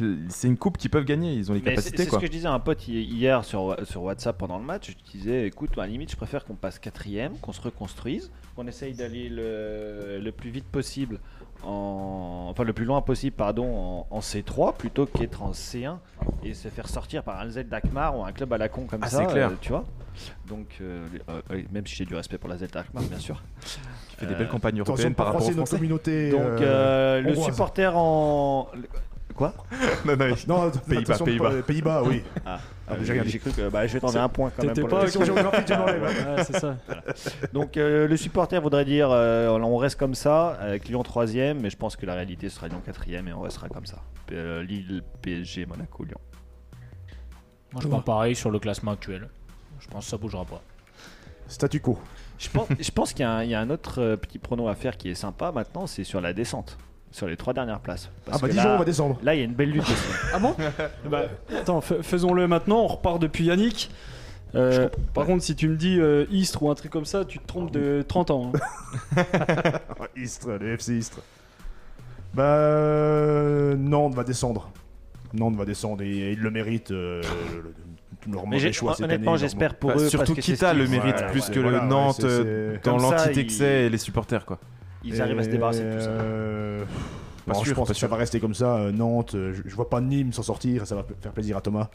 Speaker 3: Euh, c'est une coupe qu'ils peuvent gagner, ils ont les
Speaker 5: Mais C'est
Speaker 3: capacités
Speaker 5: c'est ce
Speaker 3: quoi.
Speaker 5: que je disais à un pote hi- hier sur, Wa- sur WhatsApp pendant le match. Je disais, écoute, à la limite, je préfère qu'on passe quatrième, qu'on se reconstruise, qu'on essaye d'aller le, le plus vite possible, en, enfin le plus loin possible, pardon, en, en C3 plutôt qu'être en C1 et se faire sortir par un Z Dakmar ou un club à la con comme
Speaker 3: Ah,
Speaker 5: ça.
Speaker 3: c'est clair.
Speaker 5: euh, tu vois Donc, euh, euh, euh, même si j'ai du respect pour la Z Dakmar, bien sûr.
Speaker 3: Tu fais des
Speaker 5: Euh,
Speaker 3: belles campagnes
Speaker 4: Attention
Speaker 3: européennes
Speaker 4: de pas
Speaker 3: par rapport aux
Speaker 4: froisser notre
Speaker 3: Français.
Speaker 4: communauté.
Speaker 5: Donc, euh, le
Speaker 4: hongroise.
Speaker 5: supporter en. le- Quoi
Speaker 3: Non, non,
Speaker 4: Non,
Speaker 3: Pays-Bas,
Speaker 4: attention de
Speaker 3: Pays-Bas.
Speaker 4: pas- Pays-Bas, oui.
Speaker 5: Ah,
Speaker 4: j'ai regardé.
Speaker 5: J'ai cru que bah, je vais t'enlever un point quand même.
Speaker 7: T'étais
Speaker 5: pour
Speaker 7: pas
Speaker 5: le-
Speaker 7: avec-
Speaker 4: Question géographique, je m'enlève.
Speaker 7: Ouais, c'est ça.
Speaker 5: Donc euh, le supporter voudrait dire euh, on reste comme ça, avec Lyon 3 mais je pense que la réalité sera Lyon 4 et on restera comme ça. P- euh, Lille, PSG, Monaco, Lyon.
Speaker 9: Moi, je vois pareil sur le classement actuel. Je pense que ça bougera pas.
Speaker 4: Statu quo.
Speaker 5: Je pense, je pense qu'il y, a un- il y a un autre euh, petit prono à faire qui est sympa maintenant, c'est sur la descente, sur les trois dernières places. Parce
Speaker 4: Ah bah
Speaker 5: que
Speaker 4: Dijon,
Speaker 5: là,
Speaker 4: on va descendre.
Speaker 5: là, il y a une belle lutte aussi.
Speaker 2: Ah bon
Speaker 7: Bah, attends, fais- faisons-le maintenant, on repart depuis Yannick.
Speaker 5: Euh,
Speaker 7: Par contre, si tu me dis euh, Istres ou un truc comme ça, tu te trompes de 30 ans. hein.
Speaker 4: Ah, Istres, le FC Istres. Bah, euh, Nantes va descendre. Nantes va descendre et, et ils le méritent. Euh, le- le- tout leur
Speaker 5: mais
Speaker 4: mauvais
Speaker 5: j'ai-
Speaker 4: choix cette année,
Speaker 5: honnêtement,
Speaker 4: leur-
Speaker 5: j'espère pour
Speaker 3: Bah,
Speaker 5: eux.
Speaker 3: surtout
Speaker 5: parce que c'est
Speaker 3: Kita
Speaker 5: ce
Speaker 3: le
Speaker 5: qu'ils-
Speaker 3: mérite
Speaker 5: ouais,
Speaker 3: plus
Speaker 5: ouais,
Speaker 3: que
Speaker 5: ouais.
Speaker 3: le
Speaker 4: ouais,
Speaker 3: Nantes
Speaker 4: c'est-
Speaker 3: euh,
Speaker 4: c'est-
Speaker 3: dans
Speaker 5: comme ça,
Speaker 3: l'entité
Speaker 5: ils-
Speaker 3: que c'est et les supporters quoi.
Speaker 5: Ils arrivent à se
Speaker 4: Et,
Speaker 5: débarrasser de tout ça.
Speaker 4: euh,
Speaker 3: Pas
Speaker 4: non, je
Speaker 3: sûr,
Speaker 4: pense
Speaker 3: pas
Speaker 4: que ça
Speaker 3: sûr.
Speaker 4: va rester comme ça. euh, Nantes, euh, je, je vois pas Nîmes s'en sortir, ça va p- faire plaisir à Thomas.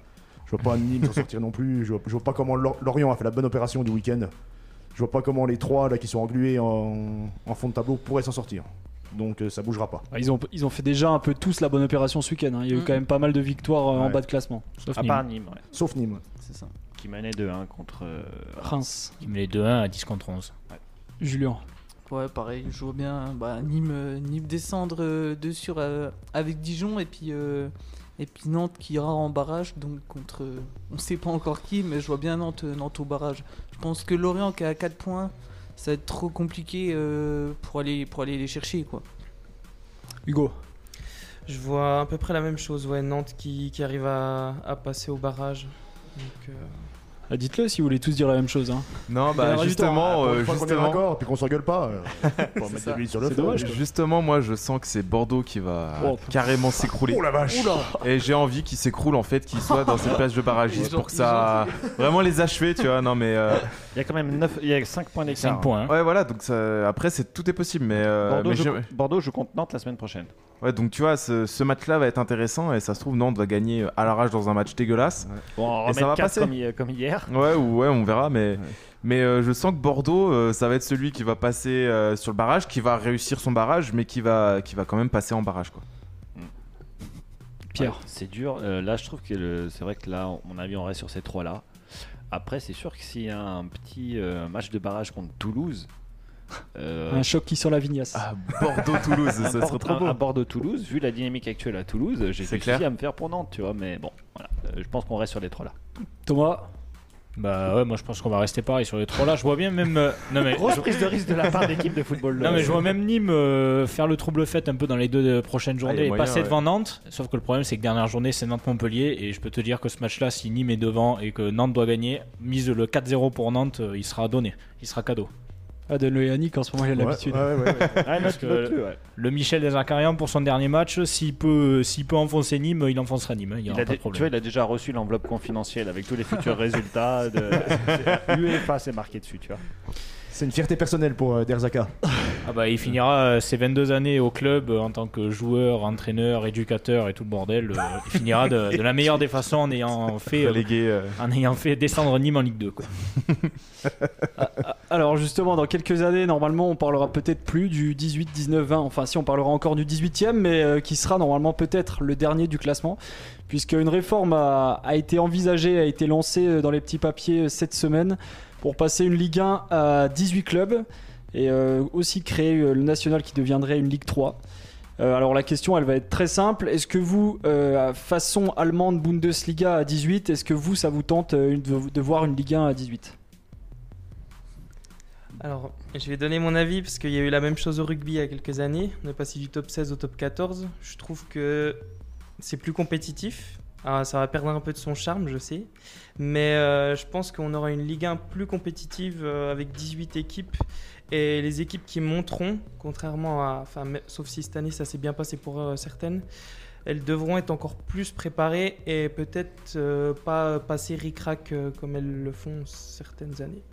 Speaker 4: Je vois pas Nîmes s'en sortir non plus. Je vois, je vois pas comment Lor- Lorient a fait la bonne opération du week-end. Je vois pas comment les trois là qui sont englués en, en fond de tableau pourraient s'en sortir. Donc euh, ça bougera pas.
Speaker 7: Ah, Ils ont, ils ont fait déjà un peu tous la bonne opération ce week-end. hein. Il y a eu
Speaker 2: Mm.
Speaker 7: quand même pas mal de victoires euh, en
Speaker 4: Ouais.
Speaker 7: bas de classement.
Speaker 9: Sauf
Speaker 5: À
Speaker 9: Nîmes,
Speaker 5: part Nîmes, ouais,
Speaker 4: Sauf Nîmes.
Speaker 2: [laughs] C'est ça.
Speaker 5: qui menait 2-1 contre. euh,
Speaker 7: Reims,
Speaker 9: qui met les 2-1 à 10 contre 11.
Speaker 7: Julien.
Speaker 2: Ouais, pareil, je vois bien bah, Nîmes, euh, Nîmes descendre euh, deux sur euh, avec Dijon et puis, euh, et puis Nantes qui ira en barrage, donc contre euh, on sait pas encore qui, mais je vois bien Nantes, euh, Nantes au barrage. Je pense que Lorient qui est à 4 points, ça va être trop compliqué euh, pour, aller, pour aller les chercher quoi.
Speaker 7: Hugo.
Speaker 8: Je vois à peu près la même chose, ouais, Nantes qui, qui arrive à, à passer au barrage. Donc, euh,
Speaker 7: Bah,
Speaker 1: Ah, Dites-le si vous voulez tous dire la même chose. hein.
Speaker 3: Non,
Speaker 7: Il y
Speaker 3: bah
Speaker 7: aura du temps,
Speaker 3: justement, euh,
Speaker 4: Ah, Une hein, fois qu'on est
Speaker 3: justement,
Speaker 4: d'accord, puis qu'on s'engueule pas, euh, on va mettre de
Speaker 3: ça.
Speaker 4: l'huile sur le
Speaker 1: C'est
Speaker 4: feu.
Speaker 1: dommage.
Speaker 3: justement, moi je sens que c'est Bordeaux qui va
Speaker 1: Oh,
Speaker 3: carrément s'écrouler.
Speaker 4: Oh la vache
Speaker 3: Et j'ai envie qu'il s'écroule en fait, qu'il soit dans cette place de barragiste
Speaker 2: Ils ont-
Speaker 3: pour que ça vraiment les achever, tu vois. Non mais euh,
Speaker 5: Il y a quand même 9, il y a 5 points d'écart.
Speaker 9: 5 points. hein.
Speaker 3: ouais, voilà. Donc ça- après, c'est tout est possible, mais, euh,
Speaker 5: Bordeaux,
Speaker 3: mais
Speaker 5: je...
Speaker 3: j'ai-
Speaker 5: Bordeaux joue contre Nantes la semaine prochaine.
Speaker 3: ouais. Donc tu vois, ce, ce match-là va être intéressant et ça se trouve Nantes va gagner euh, à l'arrache dans un match dégueulasse.
Speaker 5: Bon, on
Speaker 3: Et ça va
Speaker 5: remet 4
Speaker 3: passer.
Speaker 5: comme, hi- comme hier.
Speaker 3: Ouais, ou ouais, on verra, mais mais euh, je sens que Bordeaux, euh, ça va être celui qui va passer euh, sur le barrage, qui va réussir son barrage, mais qui va qui va quand même passer en barrage quoi.
Speaker 1: Pierre.
Speaker 5: Ouais, c'est dur. Euh, là, je trouve que le- c'est vrai que là, à mon avis, on reste sur ces trois-là. Après, c'est sûr que s'il y a un petit euh, match de barrage contre Toulouse,
Speaker 9: [laughs]
Speaker 5: euh,
Speaker 1: Un choc qui sort la vignasse.
Speaker 3: Ah. Bordeaux Toulouse, ça
Speaker 5: un
Speaker 3: serait trop beau.
Speaker 5: Bordeaux- un Bordeaux-Toulouse, vu la dynamique actuelle à Toulouse, j'ai
Speaker 3: C'est
Speaker 5: du
Speaker 3: clair.
Speaker 5: souci à me faire pour Nantes, tu vois. Mais bon, voilà. Euh, je pense qu'on reste sur les trois-là.
Speaker 1: Thomas,
Speaker 9: Bah ouais, moi je pense qu'on va rester pareil sur les trois là. Je vois bien même.
Speaker 3: [laughs]
Speaker 9: euh, Non mais.
Speaker 5: Grosse prise de risque de la part d'équipe de football.
Speaker 9: Non mais je vois même Nîmes euh, faire le trouble fête un peu dans les deux euh, prochaines
Speaker 3: Ah,
Speaker 9: journées
Speaker 3: il y a
Speaker 9: et
Speaker 3: moyen,
Speaker 9: passer
Speaker 3: ouais.
Speaker 9: devant Nantes. Sauf que le problème c'est que dernière journée c'est Nantes-Montpellier et je peux te dire que ce match-là si Nîmes est devant et que Nantes doit gagner, mise le 4-0 pour Nantes, euh, il sera donné, il sera cadeau.
Speaker 1: ah, donne-le à Yannick en ce moment, il a
Speaker 4: Ouais,
Speaker 1: l'habitude.
Speaker 4: ouais, ouais, ouais.
Speaker 5: Ah, note-
Speaker 9: que-
Speaker 5: note-le, ouais.
Speaker 9: Le Michel Desarcarian pour son dernier match, s'il peut, s'il peut enfoncer Nîmes, il enfoncera Nîmes. hein, Il n'y
Speaker 5: Il
Speaker 9: aura
Speaker 5: a
Speaker 9: pas
Speaker 5: dé-
Speaker 9: de
Speaker 5: tu
Speaker 9: problème.
Speaker 5: vois, il a déjà reçu l'enveloppe confidentielle avec tous les
Speaker 9: [laughs]
Speaker 5: futurs résultats. De... c'est- UEFA, c'est marqué dessus, tu vois.
Speaker 4: C'est une fierté personnelle pour euh, Derzaka.
Speaker 9: Ah bah, il finira euh, ses 22 années au club euh, en tant que joueur, entraîneur, éducateur et tout le bordel. euh, il finira de, de la meilleure des façons en ayant fait, euh,
Speaker 3: Relégué, euh,
Speaker 9: en ayant fait descendre Nîmes en Ligue 2. Quoi.
Speaker 7: Alors justement, dans quelques années, normalement, on parlera peut-être plus du 18, 19, 20. Enfin, si on parlera encore du 18e, mais euh, qui sera normalement peut-être le dernier du classement, puisque une réforme a, a été envisagée, a été lancée euh, dans les petits papiers euh, cette semaine pour passer une Ligue 1 à 18 clubs et euh, aussi créer euh, le national qui deviendrait une Ligue 3. Euh, alors la question, elle va être très simple. Est-ce que vous, euh, façon allemande Bundesliga à 18, est-ce que vous, ça vous tente euh, de, de voir une Ligue 1 à 18
Speaker 8: Alors, je vais donner mon avis parce qu'il y a eu la même chose au rugby il y a quelques années. On est passé du top 16 au top 14. Je trouve que c'est plus compétitif. Ah, ça va perdre un peu de son charme, je sais. Mais euh, je pense qu'on aura une Ligue 1 plus compétitive euh, avec 18 équipes. Et les équipes qui monteront, contrairement à. Enfin, mais- sauf si cette année ça s'est bien passé pour euh, certaines, elles devront être encore plus préparées et peut-être euh, pas passer ric-rac euh, comme elles le font certaines années.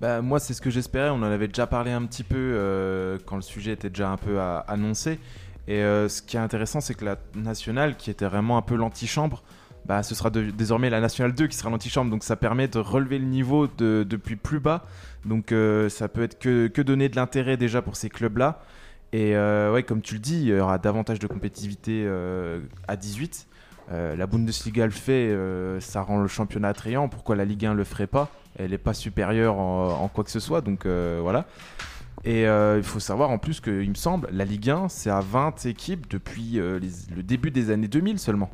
Speaker 3: Bah, moi, c'est ce que j'espérais. On en avait déjà parlé un petit peu euh, quand le sujet était déjà un peu à- annoncé. Et euh, ce qui est intéressant, c'est que la nationale, qui était vraiment un peu l'antichambre, bah, ce sera de- désormais la nationale 2 qui sera l'antichambre. Donc ça permet de relever le niveau de- depuis plus bas. Donc euh, ça peut être que, que donner de l'intérêt déjà pour ces clubs-là. Et euh, ouais, comme tu le dis, il y aura davantage de compétitivité euh, à 18. Euh, la Bundesliga le fait, euh, ça rend le championnat attrayant. Pourquoi la Ligue 1 le ferait pas elle n'est pas supérieure en, en quoi que ce soit, donc euh, voilà. Et euh, il faut savoir en plus que, il me semble, la Ligue 1, c'est à 20 équipes depuis euh, les- le début des années 2000 seulement.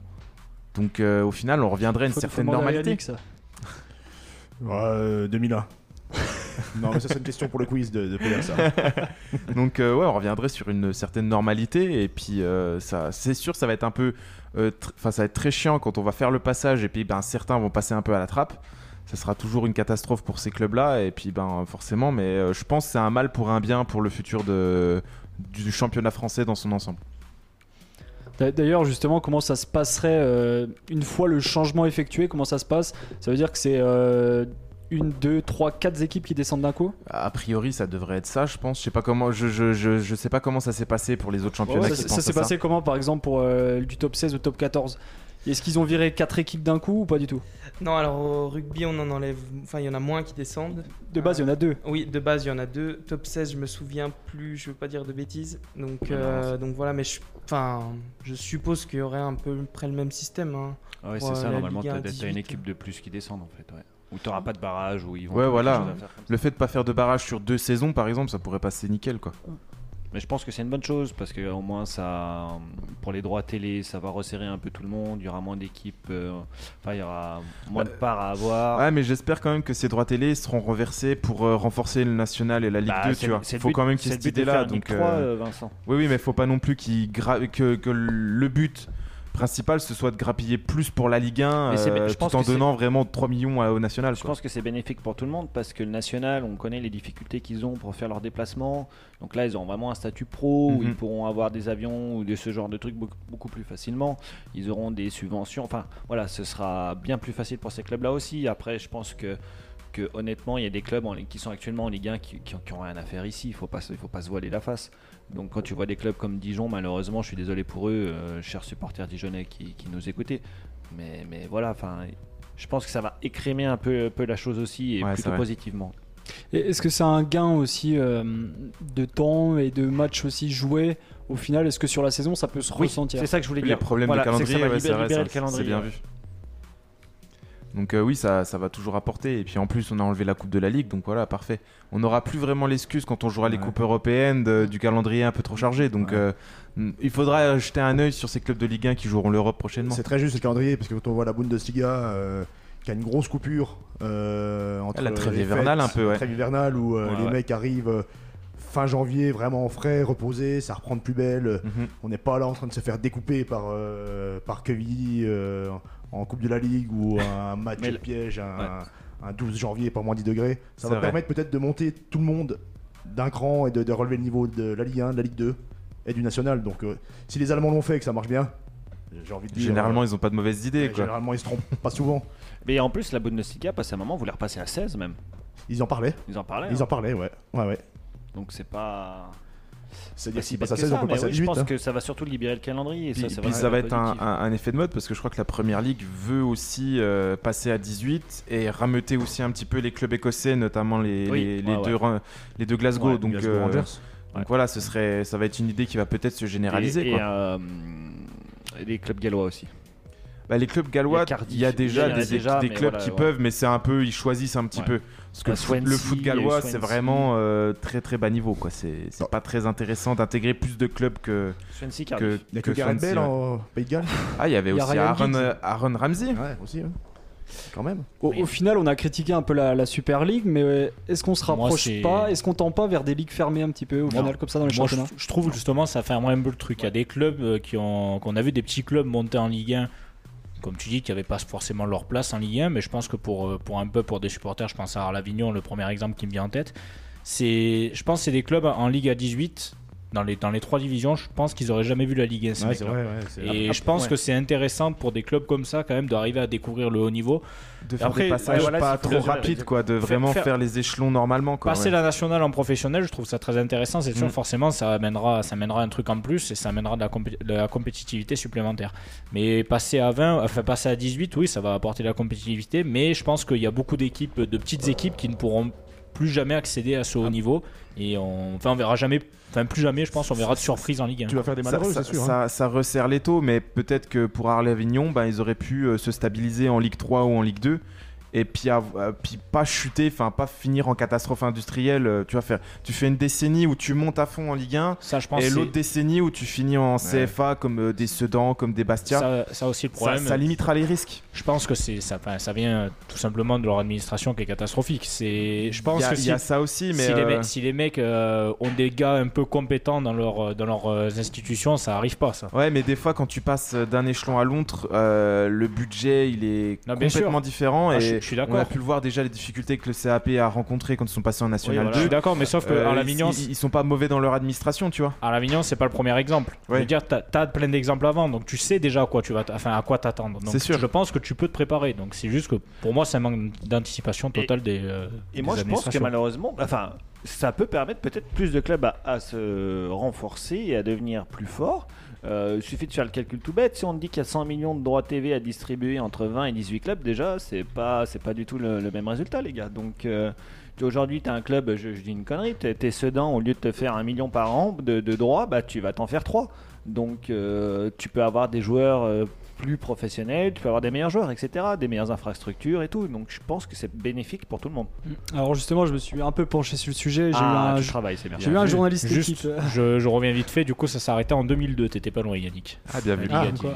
Speaker 3: Donc euh, au final, on reviendrait à une
Speaker 7: Faut- faut
Speaker 3: certaine
Speaker 7: demander à
Speaker 3: normalité.
Speaker 7: Yannick, ça.
Speaker 4: Ouais, euh, 2001. non, mais ça, c'est une question pour le quiz de, de Pierre, ça.
Speaker 3: Donc euh, ouais, on reviendrait sur une certaine normalité et puis euh, ça, c'est sûr, ça va être un peu, euh, tr- enfin ça va être très chiant quand on va faire le passage et puis ben certains vont passer un peu à la trappe. Ça sera toujours une catastrophe pour ces clubs-là et puis ben forcément, mais euh, je pense que c'est un mal pour un bien pour le futur de, du championnat français dans son ensemble.
Speaker 7: D'a- D'ailleurs, justement, comment ça se passerait euh, une fois le changement effectué Comment ça se passe Ça veut dire que c'est euh, une, deux, trois, quatre équipes qui descendent d'un coup
Speaker 3: A priori, ça devrait être ça, je pense. Je sais pas comment, je, je, je, je sais pas comment ça s'est passé pour les autres
Speaker 7: Ça,
Speaker 3: championnats. qui
Speaker 7: ça
Speaker 3: pensent
Speaker 7: s'est
Speaker 3: à ça.
Speaker 7: passé comment, par exemple, pour euh, du top 16 au top 14 Est-ce qu'ils ont viré quatre équipes d'un coup ou pas du tout
Speaker 8: Non, alors au rugby, on en enlève. Enfin, il y en a moins qui descendent.
Speaker 7: De base, il y en a deux.
Speaker 8: Oui, de base, il y en a deux. Top 16, je me souviens plus, je veux pas dire de bêtises. Donc, euh, donc voilà, mais je, enfin, je suppose qu'il y aurait un peu près le même système. hein.
Speaker 5: Ah ouais,
Speaker 8: Pour,
Speaker 5: c'est
Speaker 8: euh,
Speaker 5: ça,
Speaker 8: la
Speaker 5: normalement,
Speaker 8: Ligue 1
Speaker 5: t'as
Speaker 8: à
Speaker 5: t'as une
Speaker 8: 18,
Speaker 5: équipe
Speaker 8: ouais.
Speaker 5: de plus qui descendent en fait. Ouais. Ou t'auras pas de barrage, ou ils vont.
Speaker 3: Ouais,
Speaker 5: avoir
Speaker 3: voilà.
Speaker 5: quelque chose à faire comme ça.
Speaker 3: Le fait de pas faire de barrage sur deux saisons, par exemple, ça pourrait passer nickel, quoi.
Speaker 5: Mais je pense que c'est une bonne chose parce que au moins ça, pour les droits télé, ça va resserrer un peu tout le monde. Il y aura moins d'équipes, euh, enfin il y aura moins de parts à avoir.
Speaker 3: Bah, Ouais, mais j'espère quand même que ces droits télé seront renversés pour euh, renforcer le national et la Ligue
Speaker 5: Bah,
Speaker 3: 2,
Speaker 5: c'est-
Speaker 3: tu vois.
Speaker 5: c'est le
Speaker 3: Faut
Speaker 5: but-
Speaker 3: quand même qu'il y
Speaker 5: c'est
Speaker 3: ait cette euh,
Speaker 5: le but de
Speaker 3: idée-là.
Speaker 5: faire une Ligue
Speaker 3: Donc,
Speaker 5: 3,
Speaker 3: euh,
Speaker 5: euh, Vincent.
Speaker 3: oui, oui, mais faut pas non plus qu'il gra- que, que le but principal, ce soit de grappiller plus pour la Ligue 1,
Speaker 5: Mais c'est-
Speaker 3: euh,
Speaker 5: je pense
Speaker 3: tout en
Speaker 5: que c'est-
Speaker 3: donnant vraiment 3 millions à- au national.
Speaker 5: Je
Speaker 3: quoi.
Speaker 5: pense que c'est bénéfique pour tout le monde parce que le national, on connaît les difficultés qu'ils ont pour faire leurs déplacements. Donc là, ils auront vraiment un statut pro où
Speaker 3: Mhm.
Speaker 5: ils pourront avoir des avions ou de ce genre de trucs beaucoup, beaucoup plus facilement. Ils auront des subventions. Enfin, voilà, ce sera bien plus facile pour ces clubs-là aussi. Après, je pense que, que honnêtement, il y a des clubs en- qui sont actuellement en Ligue 1 qui, qui, ont- qui ont rien à faire ici. Il faut pas, se- il faut pas se voiler la face. Donc quand tu vois des clubs comme Dijon, malheureusement, je suis désolé pour eux, euh, chers supporters dijonnais qui, qui nous écoutez. Mais, mais voilà, enfin, je pense que ça va écrémer un peu, un peu la chose aussi et
Speaker 3: Ouais, c'est
Speaker 5: plutôt
Speaker 3: vrai.
Speaker 5: positivement.
Speaker 1: Et Est-ce que c'est un gain aussi euh, de temps et de matchs aussi joués au final Est-ce que sur la saison ça peut se ressentir
Speaker 5: c'est ça que je voulais
Speaker 3: Les
Speaker 5: dire.
Speaker 3: problèmes
Speaker 5: Voilà,
Speaker 3: de
Speaker 5: c'est que
Speaker 3: calendrier, ouais,
Speaker 5: ça va libérer-
Speaker 3: c'est vrai, ça,
Speaker 5: libérer le calendrier.
Speaker 3: c'est bien vu. Donc euh, oui, ça, ça va toujours apporter. Et puis en plus, on a enlevé la Coupe de la Ligue, donc voilà, parfait. On n'aura plus vraiment l'excuse quand on jouera les
Speaker 4: Ouais.
Speaker 3: Coupes européennes de- du calendrier un peu trop chargé. Donc
Speaker 4: Ouais.
Speaker 3: euh, mm, il faudra jeter un œil sur ces clubs de Ligue 1 qui joueront l'Europe prochainement.
Speaker 4: C'est très juste le calendrier, parce que quand on voit la Bundesliga euh, qui a une grosse coupure euh, entre
Speaker 3: la trêve
Speaker 4: les fêtes,
Speaker 3: hivernale un peu, ouais.
Speaker 4: la trêve hivernale où euh,
Speaker 3: Ouais,
Speaker 4: les
Speaker 3: ouais.
Speaker 4: mecs arrivent euh, fin janvier vraiment frais, reposés, ça reprend de plus belle. euh,
Speaker 3: Mhm.
Speaker 4: On n'est pas là en train de se faire découper par, euh, par Quevilly euh, en Coupe de la Ligue ou un match
Speaker 5: Mais
Speaker 4: au
Speaker 5: le-
Speaker 4: piège, un, un 12 janvier par moins 10 degrés. Ça
Speaker 3: C'est
Speaker 4: va
Speaker 3: vrai.
Speaker 4: permettre peut-être de monter tout le monde d'un cran et de, de relever le niveau de la Ligue 1, de la Ligue 2 et du National. Donc euh, si les Allemands l'ont fait et que ça marche bien, j'ai envie de dire... euh,
Speaker 3: Généralement, ils n'ont pas de mauvaises idées.
Speaker 4: Ouais,
Speaker 3: Quoi.
Speaker 4: Généralement, ils se trompent pas souvent.
Speaker 5: Mais en plus, la Bundesliga, passé un moment, voulait repasser à 16 même.
Speaker 4: Ils en parlaient.
Speaker 5: Ils en parlaient.
Speaker 4: Ils
Speaker 5: hein.
Speaker 4: en parlaient, ouais. Ouais, ouais.
Speaker 5: Donc c'est pas.
Speaker 4: C'est-à-dire
Speaker 5: Bah, si
Speaker 4: s'ils
Speaker 5: bête
Speaker 4: passent à
Speaker 5: que
Speaker 4: 16,
Speaker 5: ça,
Speaker 4: on peut
Speaker 5: mais
Speaker 4: passer à
Speaker 5: oui, Je
Speaker 4: 18.
Speaker 5: pense
Speaker 4: hein.
Speaker 5: que ça va surtout libérer le calendrier. Et
Speaker 3: Puis,
Speaker 5: ça,
Speaker 3: puis
Speaker 5: c'est
Speaker 3: ça,
Speaker 5: vraiment
Speaker 3: va être un,
Speaker 5: positif.
Speaker 3: un- un effet de mode parce que je crois que la première ligue veut aussi euh, passer à 18 et rameuter aussi un petit peu les clubs écossais, notamment les,
Speaker 5: Oui,
Speaker 3: les, les
Speaker 5: ouais,
Speaker 3: deux, Ra- les deux Glasgow.
Speaker 5: Ouais,
Speaker 3: donc,
Speaker 4: Glasgow
Speaker 3: euh,
Speaker 4: Rangers.
Speaker 3: donc voilà, ce serait, ça va être une idée qui va peut-être se généraliser.
Speaker 5: Et, et,
Speaker 3: quoi.
Speaker 5: euh, et des clubs gallois aussi.
Speaker 3: Bah, les clubs gallois,
Speaker 5: il y a Cardiff,
Speaker 3: il y a déjà
Speaker 5: il y en a
Speaker 3: des,
Speaker 5: déjà,
Speaker 3: des
Speaker 5: mais
Speaker 3: clubs
Speaker 5: voilà,
Speaker 3: qui
Speaker 5: ouais.
Speaker 3: peuvent, mais c'est un peu, ils choisissent un petit
Speaker 5: Ouais.
Speaker 3: peu. Parce que
Speaker 5: Bah,
Speaker 3: le foot- le
Speaker 5: Swansea,
Speaker 3: foot
Speaker 5: il y a eu
Speaker 3: gallois, c'est
Speaker 5: Swansea.
Speaker 3: vraiment euh, très très bas niveau. quoi. C'est c'est
Speaker 4: Non.
Speaker 3: pas très intéressant d'intégrer plus de clubs que.
Speaker 5: Swansea,
Speaker 3: que,
Speaker 5: Cardiff.
Speaker 4: Il y a
Speaker 3: que
Speaker 4: que hein. Gareth
Speaker 3: Swansea,
Speaker 4: Bale
Speaker 3: ouais.
Speaker 4: en Pays de Galles.
Speaker 3: Ah, il y avait
Speaker 1: Il y a
Speaker 3: aussi
Speaker 1: Ryan
Speaker 3: Aaron,
Speaker 1: Giggs.
Speaker 3: euh, Aaron Ramsey.
Speaker 4: Ouais, aussi. hein. Quand même.
Speaker 1: Au,
Speaker 5: Oui.
Speaker 1: au final, on a critiqué un peu la, la Super League, mais euh, est-ce qu'on se
Speaker 9: Moi,
Speaker 1: rapproche
Speaker 9: c'est-
Speaker 1: pas Est-ce qu'on tend pas vers des ligues fermées un petit peu au final, comme ça dans les
Speaker 9: Moi, je,
Speaker 1: championnats
Speaker 9: je trouve justement ça fait un moins un peu le truc. Il y a des clubs euh, qui ont, qu'on a vu des petits clubs monter en Ligue 1, comme tu dis, qui n'avaient pas forcément leur place en Ligue 1, mais je pense que pour, euh, pour un peu pour des supporters, je pense à l'Avignon, le premier exemple qui me vient en tête. C'est, je pense, que c'est des clubs en Ligue à 18 dans les dans les trois divisions. Je pense qu'ils auraient jamais vu la Ligue 1. ces
Speaker 4: Ouais,
Speaker 9: mecs-là.
Speaker 4: c'est vrai. Ouais, c'est-
Speaker 9: Et je pense que c'est intéressant pour des clubs comme ça quand même d'arriver à découvrir le haut niveau.
Speaker 3: De faire
Speaker 9: Après,
Speaker 3: des passages
Speaker 9: ouais, voilà,
Speaker 3: pas
Speaker 9: c'est-
Speaker 3: trop
Speaker 9: c'est-
Speaker 3: rapides, quoi, de
Speaker 9: Faire-
Speaker 3: vraiment
Speaker 9: faire-
Speaker 3: faire, les échelons normalement. Quoi,
Speaker 9: Passer
Speaker 3: ouais.
Speaker 9: la nationale en professionnel, je trouve ça très intéressant. C'est sûr,
Speaker 3: Mm.
Speaker 9: forcément, ça amènera, ça amènera un truc en plus et ça amènera de la, compé- de la compétitivité supplémentaire. Mais passer à 20, enfin passer à 18, oui, ça va apporter de la compétitivité. Mais je pense qu'il y a beaucoup d'équipes, de petites équipes qui ne pourront plus jamais accéder à
Speaker 3: Ah.
Speaker 9: ce haut niveau. Et on, enfin, on verra jamais, enfin plus jamais, je pense, on verra de surprises en Ligue 1.
Speaker 4: Tu vas faire des
Speaker 3: Ça,
Speaker 4: malheureux,
Speaker 3: ça-
Speaker 4: c'est sûr. hein.
Speaker 3: ça- ça resserre les taux, mais peut-être que pour Arles Avignon, ben, ils auraient pu euh, se stabiliser en Ligue 3 ou en Ligue 2. Et puis, av- euh, puis pas chuter, enfin pas finir en catastrophe industrielle. euh, Tu vas faire, tu fais une décennie où tu montes à fond en Ligue 1
Speaker 9: Ça, je pense.
Speaker 3: et
Speaker 9: c'est-
Speaker 3: l'autre décennie où tu finis en CFA comme euh, des Sedan, comme des Bastia. Ça,
Speaker 9: ça, ça aussi le problème.
Speaker 3: ça limitera les risques.
Speaker 9: Je pense que c'est ça, enfin, ça vient euh, tout simplement de leur administration qui est catastrophique. C'est, je pense
Speaker 3: il y a,
Speaker 9: que
Speaker 3: il
Speaker 9: si,
Speaker 3: y a ça aussi, mais
Speaker 9: si les
Speaker 3: euh,
Speaker 9: mecs, si les mecs, euh, ont des gars un peu compétents dans leur, euh, dans leurs euh, institutions, ça arrive pas ça.
Speaker 3: Ouais, mais des fois, quand tu passes d'un échelon à l'autre, euh, le budget il est
Speaker 9: Non, bien sûr.
Speaker 3: complètement différent.
Speaker 9: Ah,
Speaker 3: et
Speaker 9: je- je suis d'accord.
Speaker 3: on a pu le voir déjà les difficultés que le CAP a rencontrées quand ils sont passés en National
Speaker 9: Je
Speaker 3: 2.
Speaker 9: suis d'accord, mais sauf que
Speaker 3: Euh,
Speaker 9: à
Speaker 3: ils,
Speaker 9: l'Avignon,
Speaker 3: ils- ils sont pas mauvais dans leur administration, tu vois.
Speaker 9: à l'Avignon, c'est pas le premier exemple. Je
Speaker 3: Ouais.
Speaker 9: veux dire, t'as, t'as plein d'exemples avant, donc tu sais déjà à quoi tu vas, t- enfin à quoi t'attendre. Donc,
Speaker 3: C'est sûr.
Speaker 9: Je pense que tu peux te préparer. Donc c'est juste que pour moi, c'est un manque d'anticipation totale des. euh,
Speaker 5: Et moi,
Speaker 9: des
Speaker 5: je pense que
Speaker 9: administrations.
Speaker 5: malheureusement, enfin, ça peut permettre peut-être plus de clubs à, à se renforcer et à devenir plus forts. Euh, il suffit de faire le calcul tout bête. Si on te dit qu'il y a 100 millions de droits TV à distribuer entre 20 et 18 clubs, déjà, c'est pas, c'est pas du tout le, le même résultat, les gars. Donc, euh, tu- aujourd'hui, tu as un club, je, je dis une connerie, tu es Sedan, au lieu de te faire un million par an de, de droits, bah, tu vas t'en faire trois. Donc, euh, tu peux avoir des joueurs euh, plus professionnels, tu peux avoir des meilleurs joueurs, etc., des meilleures infrastructures et tout. Donc, je pense que c'est bénéfique pour tout le monde.
Speaker 1: Alors justement, je me suis un peu penché sur le sujet. J'ai
Speaker 5: Ah,
Speaker 1: eu un,
Speaker 5: tu travailles, c'est bien.
Speaker 1: j'ai eu un journaliste
Speaker 9: Juste,
Speaker 5: euh,
Speaker 1: équipe.
Speaker 9: je, je reviens vite fait. Du coup, ça s'est arrêté en 2002. T'étais pas loin, Yannick.
Speaker 3: Ah, bien vu.
Speaker 9: Ah,
Speaker 1: Ah, quoi.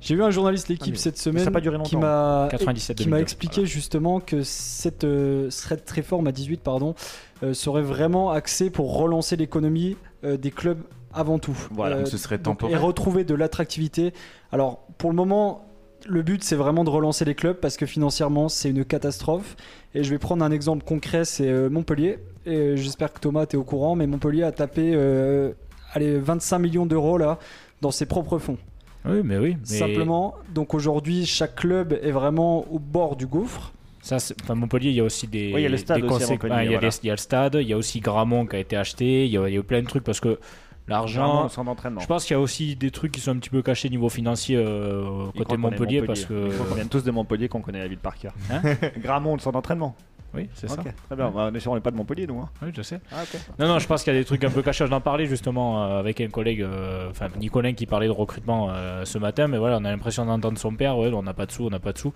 Speaker 1: J'ai vu un journaliste l'équipe
Speaker 5: Ah, mais-
Speaker 1: cette
Speaker 5: mais
Speaker 1: semaine
Speaker 5: ça a pas duré
Speaker 1: qui
Speaker 5: longtemps.
Speaker 1: m'a
Speaker 9: 97
Speaker 1: qui m'a
Speaker 9: 2002.
Speaker 1: expliqué justement que cette, euh, cette réforme à 18 pardon euh, serait vraiment axée pour relancer l'économie euh, des clubs avant tout.
Speaker 5: Voilà,
Speaker 1: Euh,
Speaker 3: Donc ce serait
Speaker 1: donc,
Speaker 3: temporaire.
Speaker 1: et retrouver de l'attractivité. Alors, pour le moment, le but, c'est vraiment de relancer les clubs parce que financièrement, c'est une catastrophe. Et je vais prendre un exemple concret, c'est euh, Montpellier. Et euh, j'espère que Thomas, tu es au courant, mais Montpellier a tapé euh, allez, 25 millions d'euros là dans ses propres fonds.
Speaker 9: Oui, mais oui. mais
Speaker 1: Simplement, donc aujourd'hui, chaque club est vraiment au bord du gouffre.
Speaker 9: Ça, c'est- enfin, Montpellier, il y a aussi des.
Speaker 5: Oui, il y a le stade
Speaker 9: des
Speaker 5: aussi à
Speaker 9: conséqu-
Speaker 5: Montpellier,
Speaker 9: Ah, il, y a
Speaker 5: voilà.
Speaker 9: des- il y a le stade, il y a aussi Gramont qui a été acheté, il y a, il y a eu plein de trucs parce que l'argent.
Speaker 5: sans entraînement.
Speaker 9: Je pense qu'il y a aussi des trucs qui sont un petit peu cachés niveau financier euh,
Speaker 5: Ils
Speaker 9: côté
Speaker 5: croient qu'on est
Speaker 9: Montpellier, parce que.
Speaker 5: Ils croient qu'on vient tous de Montpellier qu'on connaît la ville par cœur.
Speaker 9: Hein
Speaker 5: [laughs] Gramont, le centre d'entraînement.
Speaker 9: Oui, c'est
Speaker 5: Ok,
Speaker 9: ça.
Speaker 5: Très bien, bah, on est sûr, on n'est pas de Montpellier, nous. hein.
Speaker 9: Oui, je sais.
Speaker 5: Ah, ok.
Speaker 9: Non, non, je pense qu'il y a des trucs un peu cachés. Je d'en parlais justement euh, avec un collègue, euh, enfin Nicolin, qui parlait de recrutement euh, ce matin. Mais voilà, on a l'impression d'entendre son père. Ouais, on n'a pas de sous, on n'a pas de sous.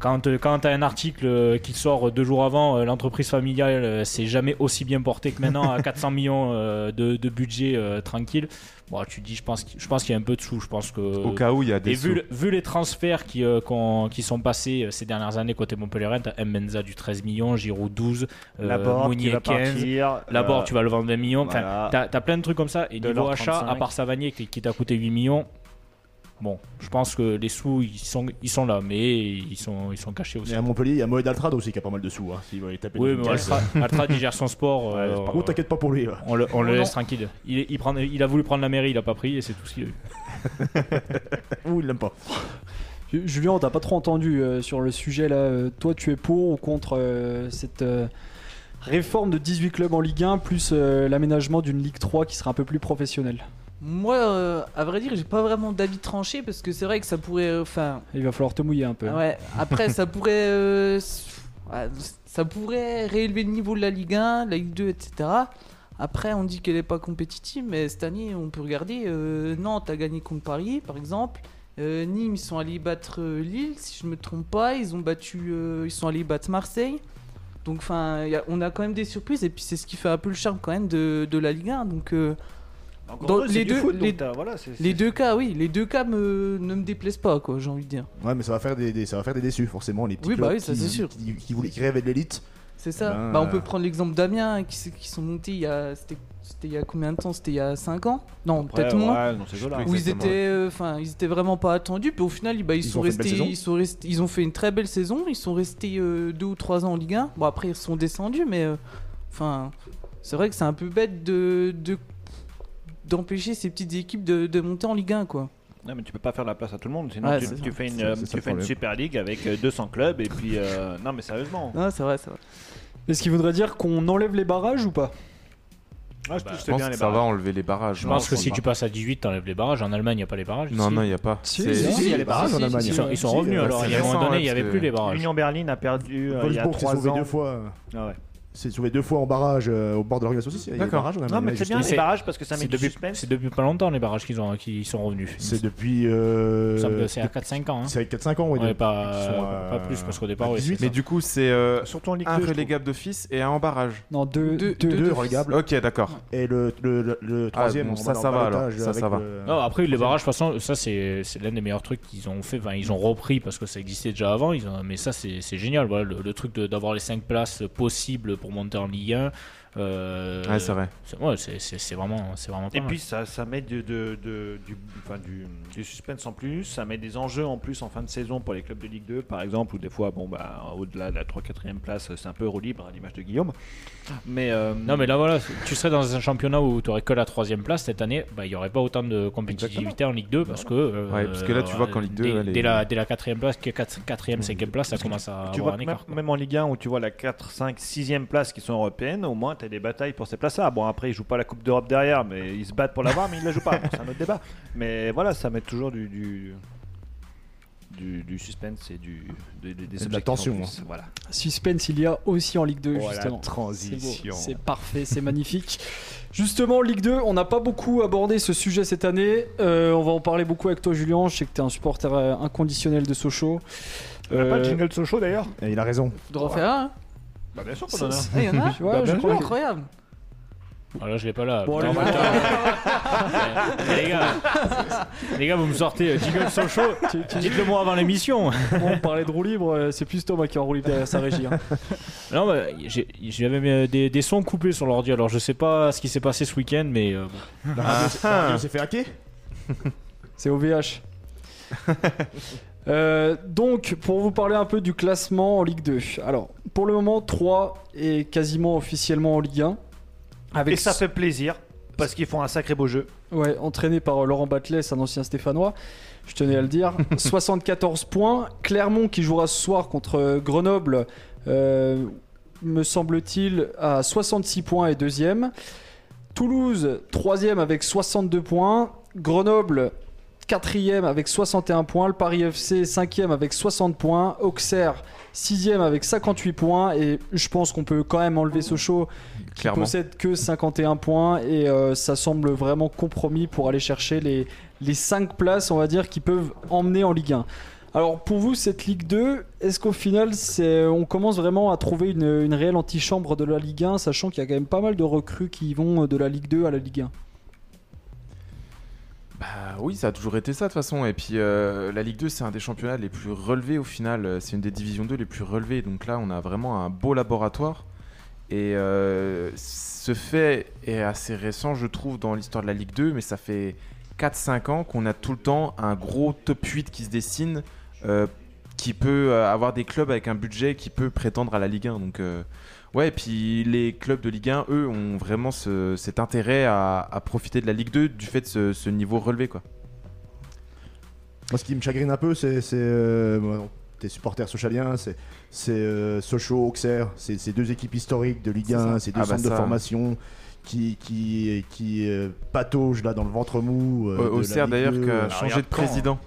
Speaker 9: Quand, euh, quand tu as un article euh, qui sort deux jours avant, euh, l'entreprise familiale euh, s'est jamais aussi bien portée que maintenant
Speaker 5: [laughs]
Speaker 9: à 400 millions euh, de, de budget euh, tranquille. Bon, tu te dis, je pense, qu'il- je pense qu'il y a un peu de sous. Je pense que
Speaker 3: Au cas où il y a des
Speaker 9: et vu,
Speaker 3: sous.
Speaker 9: le- vu les transferts qui, euh, qu'on- qui sont passés euh, ces dernières années côté Montpellier, t'as M. Menza du 13 millions, Giroud 12,
Speaker 4: hein.
Speaker 9: euh,
Speaker 5: Laborde qui
Speaker 9: Mounier
Speaker 5: va
Speaker 9: 15.
Speaker 5: partir.
Speaker 9: Laborde,
Speaker 5: euh,
Speaker 9: tu vas le vendre 20 millions. Enfin,
Speaker 5: voilà.
Speaker 9: t'as, t'as plein de trucs comme ça. Et niveau
Speaker 5: Delors,
Speaker 9: achat,
Speaker 5: 35.
Speaker 9: à part Savanier qui, qui t'a coûté 8 millions, bon, je pense que les sous, ils sont, ils sont là, mais ils sont, ils sont cachés aussi.
Speaker 4: Et à Montpellier, il y a Moed Altrad aussi qui a pas mal de sous. Hein, s'il veut aller taper
Speaker 9: oui,
Speaker 4: des
Speaker 9: mais
Speaker 4: caisses.
Speaker 9: Altra, Altra digère son sport.
Speaker 4: Ouais,
Speaker 9: euh,
Speaker 4: Par contre, t'inquiète pas pour lui. ouais. [laughs]
Speaker 9: on le, on le
Speaker 2: Oh non.
Speaker 9: laisse tranquille. Il, il, prend- il a voulu prendre la mairie, il a pas pris et c'est tout ce qu'il a eu.
Speaker 4: Ou il l'aime pas.
Speaker 1: Ju- Julien, on t'a pas trop entendu euh, sur le sujet là. Euh, toi, tu es pour ou contre euh, cette euh, réforme de 18 clubs en Ligue 1 plus euh, l'aménagement d'une Ligue 3 qui sera un peu plus professionnelle
Speaker 2: Moi, euh, à vrai dire, j'ai pas vraiment d'avis tranché parce que c'est vrai que ça pourrait. Enfin,
Speaker 1: Il va falloir te mouiller un peu.
Speaker 2: Ah ouais. Après, ça pourrait. euh, s- ouais, ça pourrait réélever le niveau de la Ligue 1, la Ligue 2, etc. Après, on dit qu'elle est pas compétitive, mais cette année, on peut regarder. euh, Nantes a gagné contre Paris, par exemple. Euh, Nîmes, ils sont allés battre euh, Lille, si je me trompe pas. Ils ont battu. euh, ils sont allés battre Marseille. Donc, enfin, y a- on a quand même des surprises. Et puis, c'est ce qui fait un peu le charme quand même de, de la Ligue 1. Donc. euh,
Speaker 5: Encore
Speaker 2: dans
Speaker 5: heureux, c'est
Speaker 2: les
Speaker 5: du
Speaker 2: deux-
Speaker 5: foot, donc
Speaker 2: les-
Speaker 5: t'as- voilà, c'est-
Speaker 2: Les
Speaker 5: c'est-
Speaker 2: deux cas, oui, les deux cas me, ne me déplaisent pas, quoi, j'ai envie de dire.
Speaker 4: Ouais, mais ça va faire des, des- ça va faire des déçus, forcément. Les petits
Speaker 2: Oui, bah
Speaker 4: clubs
Speaker 2: oui, ça,
Speaker 4: qui-
Speaker 2: c'est sûr.
Speaker 4: Qui, qui voulaient- qui rêvaient de l'élite.
Speaker 2: C'est ça.
Speaker 4: Ben,
Speaker 2: bah,
Speaker 4: euh,
Speaker 2: on peut prendre l'exemple d'Amiens, qui, s- qui sont montés il y a. C'était c'était il y a combien de temps C'était il y a 5 ans Non,
Speaker 5: Après,
Speaker 2: peut-être moins.
Speaker 5: ouais, dans ces jeux-là.
Speaker 3: Oui.
Speaker 2: Où ils
Speaker 3: Exactement,
Speaker 2: étaient, euh, enfin, ils étaient vraiment pas attendus. Puis au final, bah, ils,
Speaker 4: Ils
Speaker 2: sont
Speaker 4: ont fait une belle
Speaker 2: restés,
Speaker 4: saison.
Speaker 2: ils sont restés, ils ont fait une très belle saison. Ils sont restés euh, deux ou trois ans en Ligue 1. Bon après, ils sont descendus, mais euh, enfin, c'est vrai que c'est un peu bête de de- d'empêcher ces petites équipes de, de monter en Ligue 1, quoi.
Speaker 5: Non, mais tu peux pas faire la place à tout le monde, sinon
Speaker 2: Ouais,
Speaker 5: tu,
Speaker 2: c'est
Speaker 5: tu fais une,
Speaker 4: C'est-
Speaker 5: euh,
Speaker 4: c'est ça
Speaker 5: tu
Speaker 4: le
Speaker 5: fais une
Speaker 4: problème.
Speaker 5: super ligue avec euh, 200 clubs et puis euh, non mais sérieusement.
Speaker 2: Ah, c'est vrai, c'est vrai.
Speaker 1: Est-ce qu'il voudrait dire qu'on enlève les barrages ou pas
Speaker 5: Moi Ah, je
Speaker 9: Bah,
Speaker 5: touche
Speaker 3: Je pense
Speaker 5: bien
Speaker 3: que
Speaker 5: les
Speaker 3: ça va
Speaker 5: barrages.
Speaker 3: enlever les barrages.
Speaker 9: Je pense que
Speaker 3: Non,
Speaker 9: si tu passes à 18, t'enlèves les barrages. En Allemagne, il n'y a pas les barrages.
Speaker 3: Non,
Speaker 9: ici.
Speaker 3: non, il n'y a pas.
Speaker 1: Si,
Speaker 3: C'est-
Speaker 1: si,
Speaker 4: Bah, Si, il y a les barrages en Allemagne.
Speaker 9: Ils sont, Ah, ils sont
Speaker 4: Si,
Speaker 9: revenus
Speaker 4: euh,
Speaker 9: alors.
Speaker 3: c'est
Speaker 9: Il y a un moment
Speaker 3: récent,
Speaker 9: donné,
Speaker 3: ouais,
Speaker 9: il n'y avait
Speaker 3: parce
Speaker 9: plus
Speaker 3: que
Speaker 9: les barrages.
Speaker 5: L'Union Berlin a perdu euh, il y a
Speaker 4: Wolfsburg s'est sauvé
Speaker 5: 3 ans.
Speaker 4: deux fois. euh,
Speaker 5: Ah ouais.
Speaker 4: s'est sauvé deux fois en barrage euh, au bord de l'organisation aussi.
Speaker 9: D'accord.
Speaker 5: Non mais c'est bien les
Speaker 9: c'est-
Speaker 5: barrages parce que ça met
Speaker 9: C'est
Speaker 5: du
Speaker 9: depuis,
Speaker 5: suspense.
Speaker 9: c'est depuis pas longtemps les barrages qu'ils ont, qu'ils sont revenus.
Speaker 4: C'est depuis. euh,
Speaker 9: Il me semble que c'est à 4-5 ans. hein.
Speaker 4: C'est avec 4-5 ans, ouais.
Speaker 9: Ouais,
Speaker 4: de-
Speaker 9: pas,
Speaker 4: qui sont,
Speaker 9: euh,
Speaker 4: euh,
Speaker 9: pas plus parce qu'au
Speaker 4: à
Speaker 9: départ, oui.
Speaker 4: 18,
Speaker 3: Mais du coup, c'est euh,
Speaker 5: Surtout en Ligue
Speaker 3: un
Speaker 5: 2. je trouve.
Speaker 3: relégable d'office et un en barrage.
Speaker 1: Non, deux,
Speaker 2: Deux-
Speaker 1: deux,
Speaker 2: deux-
Speaker 4: deux relégables.
Speaker 3: Ok, d'accord.
Speaker 4: Et le, le, le, le troisième,
Speaker 3: bon,
Speaker 4: on
Speaker 3: ça,
Speaker 4: dans
Speaker 3: ça
Speaker 4: le
Speaker 3: va,
Speaker 4: balotage
Speaker 3: alors. Ça,
Speaker 4: avec
Speaker 3: ça va.
Speaker 4: le-
Speaker 9: Non, après, les barrages, de toute façon, ça, c'est c'est l'un des meilleurs trucs qu'ils ont fait. Enfin, ils ont repris parce que ça existait déjà avant. Ils ont- mais ça, c'est c'est génial. Voilà, le, le truc de- d'avoir les 5 places possibles pour monter en Ligue 1. euh,
Speaker 3: Ouais, c'est vrai.
Speaker 9: c'est- ouais, c'est- c'est c'est vraiment, c'est vraiment pas
Speaker 5: Et
Speaker 9: mal.
Speaker 5: puis ça, ça met de- de- de- du, enfin, du, du suspense en plus, ça met des enjeux en plus en fin de saison pour les clubs de Ligue 2 par exemple, ou des fois, bon, bah, au-delà de la 3-4e place, c'est un peu euro libre à l'image de Guillaume. Mais, euh,
Speaker 9: Non mais là voilà, tu serais dans un championnat où tu aurais que la troisième place cette année, bah, il n'y aurait pas autant de compétitivité en Ligue 2 parce que... euh,
Speaker 3: Ouais, parce que là, tu vois qu'en Ligue 2,
Speaker 9: dès,
Speaker 3: là, les-
Speaker 9: dès la, dès la quatrième place, que- quatre- quatrième, cinquième place, ça commence à
Speaker 5: tu vois,
Speaker 9: avoir un
Speaker 5: que
Speaker 9: écart.
Speaker 5: même, même en Ligue 1 où tu vois la 4, 5, 6e place qui sont européennes, au moins tu as des batailles pour ces places-là. Bon, après, ils jouent pas la Coupe d'Europe derrière, mais ils se battent pour l'avoir, mais ils la jouent pas. Bon, c'est un autre débat. Mais voilà, ça met toujours du. du... Du, du suspense et du, de, de, des
Speaker 4: Et de la
Speaker 5: objectifs en
Speaker 4: tension, hein.
Speaker 5: plus. Voilà.
Speaker 1: Suspense, il y a aussi en Ligue 2,
Speaker 5: Oh, la
Speaker 1: justement. C'est beau,
Speaker 5: transition.
Speaker 1: C'est parfait, c'est magnifique. Justement, Ligue 2, on n'a pas beaucoup abordé ce sujet cette année. Euh, on va en parler beaucoup avec toi, Julien. Je sais que tu es un supporter euh, inconditionnel de Sochaux.
Speaker 5: On a pas
Speaker 1: Euh,
Speaker 5: le jingle de Sochaux d'ailleurs
Speaker 4: Et il a raison.
Speaker 2: Faudra en faire un. hein.
Speaker 5: Bah bien
Speaker 1: [laughs]
Speaker 5: sûr
Speaker 1: qu'on en a un.
Speaker 2: Ah, Il y en a un
Speaker 1: Ouais, je crois que-
Speaker 2: Incroyable.
Speaker 9: Ah là, je l'ai pas là.
Speaker 1: Bon,
Speaker 9: Putain,
Speaker 1: allez,
Speaker 9: putain. [laughs] Mais- mais les gars, les gars, vous me sortez euh, Jingle
Speaker 1: [laughs]
Speaker 9: Socho. Dites-le moi avant l'émission.
Speaker 1: Bon, on parlait de roue libre, euh, c'est plus Thomas qui est en roue libre derrière sa régie. hein.
Speaker 9: [laughs] Non, bah, j'ai- j'avais mis, euh, des, des sons coupés sur l'ordi. Alors, je sais pas ce qui s'est passé ce week-end, mais euh, bon.
Speaker 4: La radio s'est-
Speaker 3: Ah.
Speaker 4: la radio s'est fait hacker
Speaker 1: C'est
Speaker 5: [laughs]
Speaker 1: OVH. Euh, donc, pour vous parler un peu du classement en Ligue 2. Alors, pour le moment, 3 est quasiment officiellement en Ligue 1. Avec
Speaker 5: Et ça fait plaisir, parce qu'ils font un sacré beau jeu.
Speaker 1: Ouais, entraîné par euh, Laurent Batelès, un ancien Stéphanois, je tenais à le
Speaker 5: [laughs]
Speaker 1: dire. 74 points. Clermont qui jouera ce soir contre euh, Grenoble, euh, me semble-t-il, à 66 points et deuxième. Toulouse, troisième avec 62 points. Grenoble, quatrième avec 61 points. Le Paris FC, cinquième avec 60 points. Auxerre, sixième avec 58 points. Et je pense qu'on peut quand même enlever Sochaux qui
Speaker 3: clairement.
Speaker 1: possède que 51 points et euh, ça semble vraiment compromis pour aller chercher les, les 5 places, on va dire, qui peuvent emmener en Ligue 1. Alors pour vous, cette Ligue 2, est-ce qu'au final, c'est, on commence vraiment à trouver une, une réelle antichambre de la Ligue 1, sachant qu'il y a quand même pas mal de recrues qui vont de la Ligue 2 à la Ligue 1
Speaker 3: Bah oui, ça a toujours été ça de toute façon. Et puis euh, la Ligue 2, c'est un des championnats les plus relevés au final. Euh, C'est une des divisions 2 les plus relevées. Donc là, on a vraiment un beau laboratoire. Et euh, ce fait est assez récent, je trouve, dans l'histoire de la Ligue 2. Mais ça fait 4-5 ans qu'on a tout le temps un gros top 8 qui se dessine, euh, qui peut euh, avoir des clubs avec un budget qui peut prétendre à la Ligue 1. Donc. euh, Ouais, et puis les clubs de Ligue 1, eux, ont vraiment ce- cet intérêt à, à profiter de la Ligue 2 du fait de ce, ce niveau relevé, quoi.
Speaker 4: Moi, ce qui me chagrine un peu, c'est c'est, euh, bon, tes supporters sochaliens, c'est c'est, euh, Sochaux, Auxerre, c'est c'est deux équipes historiques de Ligue
Speaker 3: C'est
Speaker 4: 1,
Speaker 3: ça.
Speaker 4: c'est deux
Speaker 3: Ah bah
Speaker 4: centres de
Speaker 3: ça.
Speaker 4: formation qui qui qui euh, pataugent là dans le ventre mou. euh, de la
Speaker 3: Auxerre,
Speaker 4: Ligue
Speaker 3: d'ailleurs,
Speaker 4: 2,
Speaker 3: qui a
Speaker 4: euh,
Speaker 3: changé de
Speaker 5: regarde quand,
Speaker 3: président.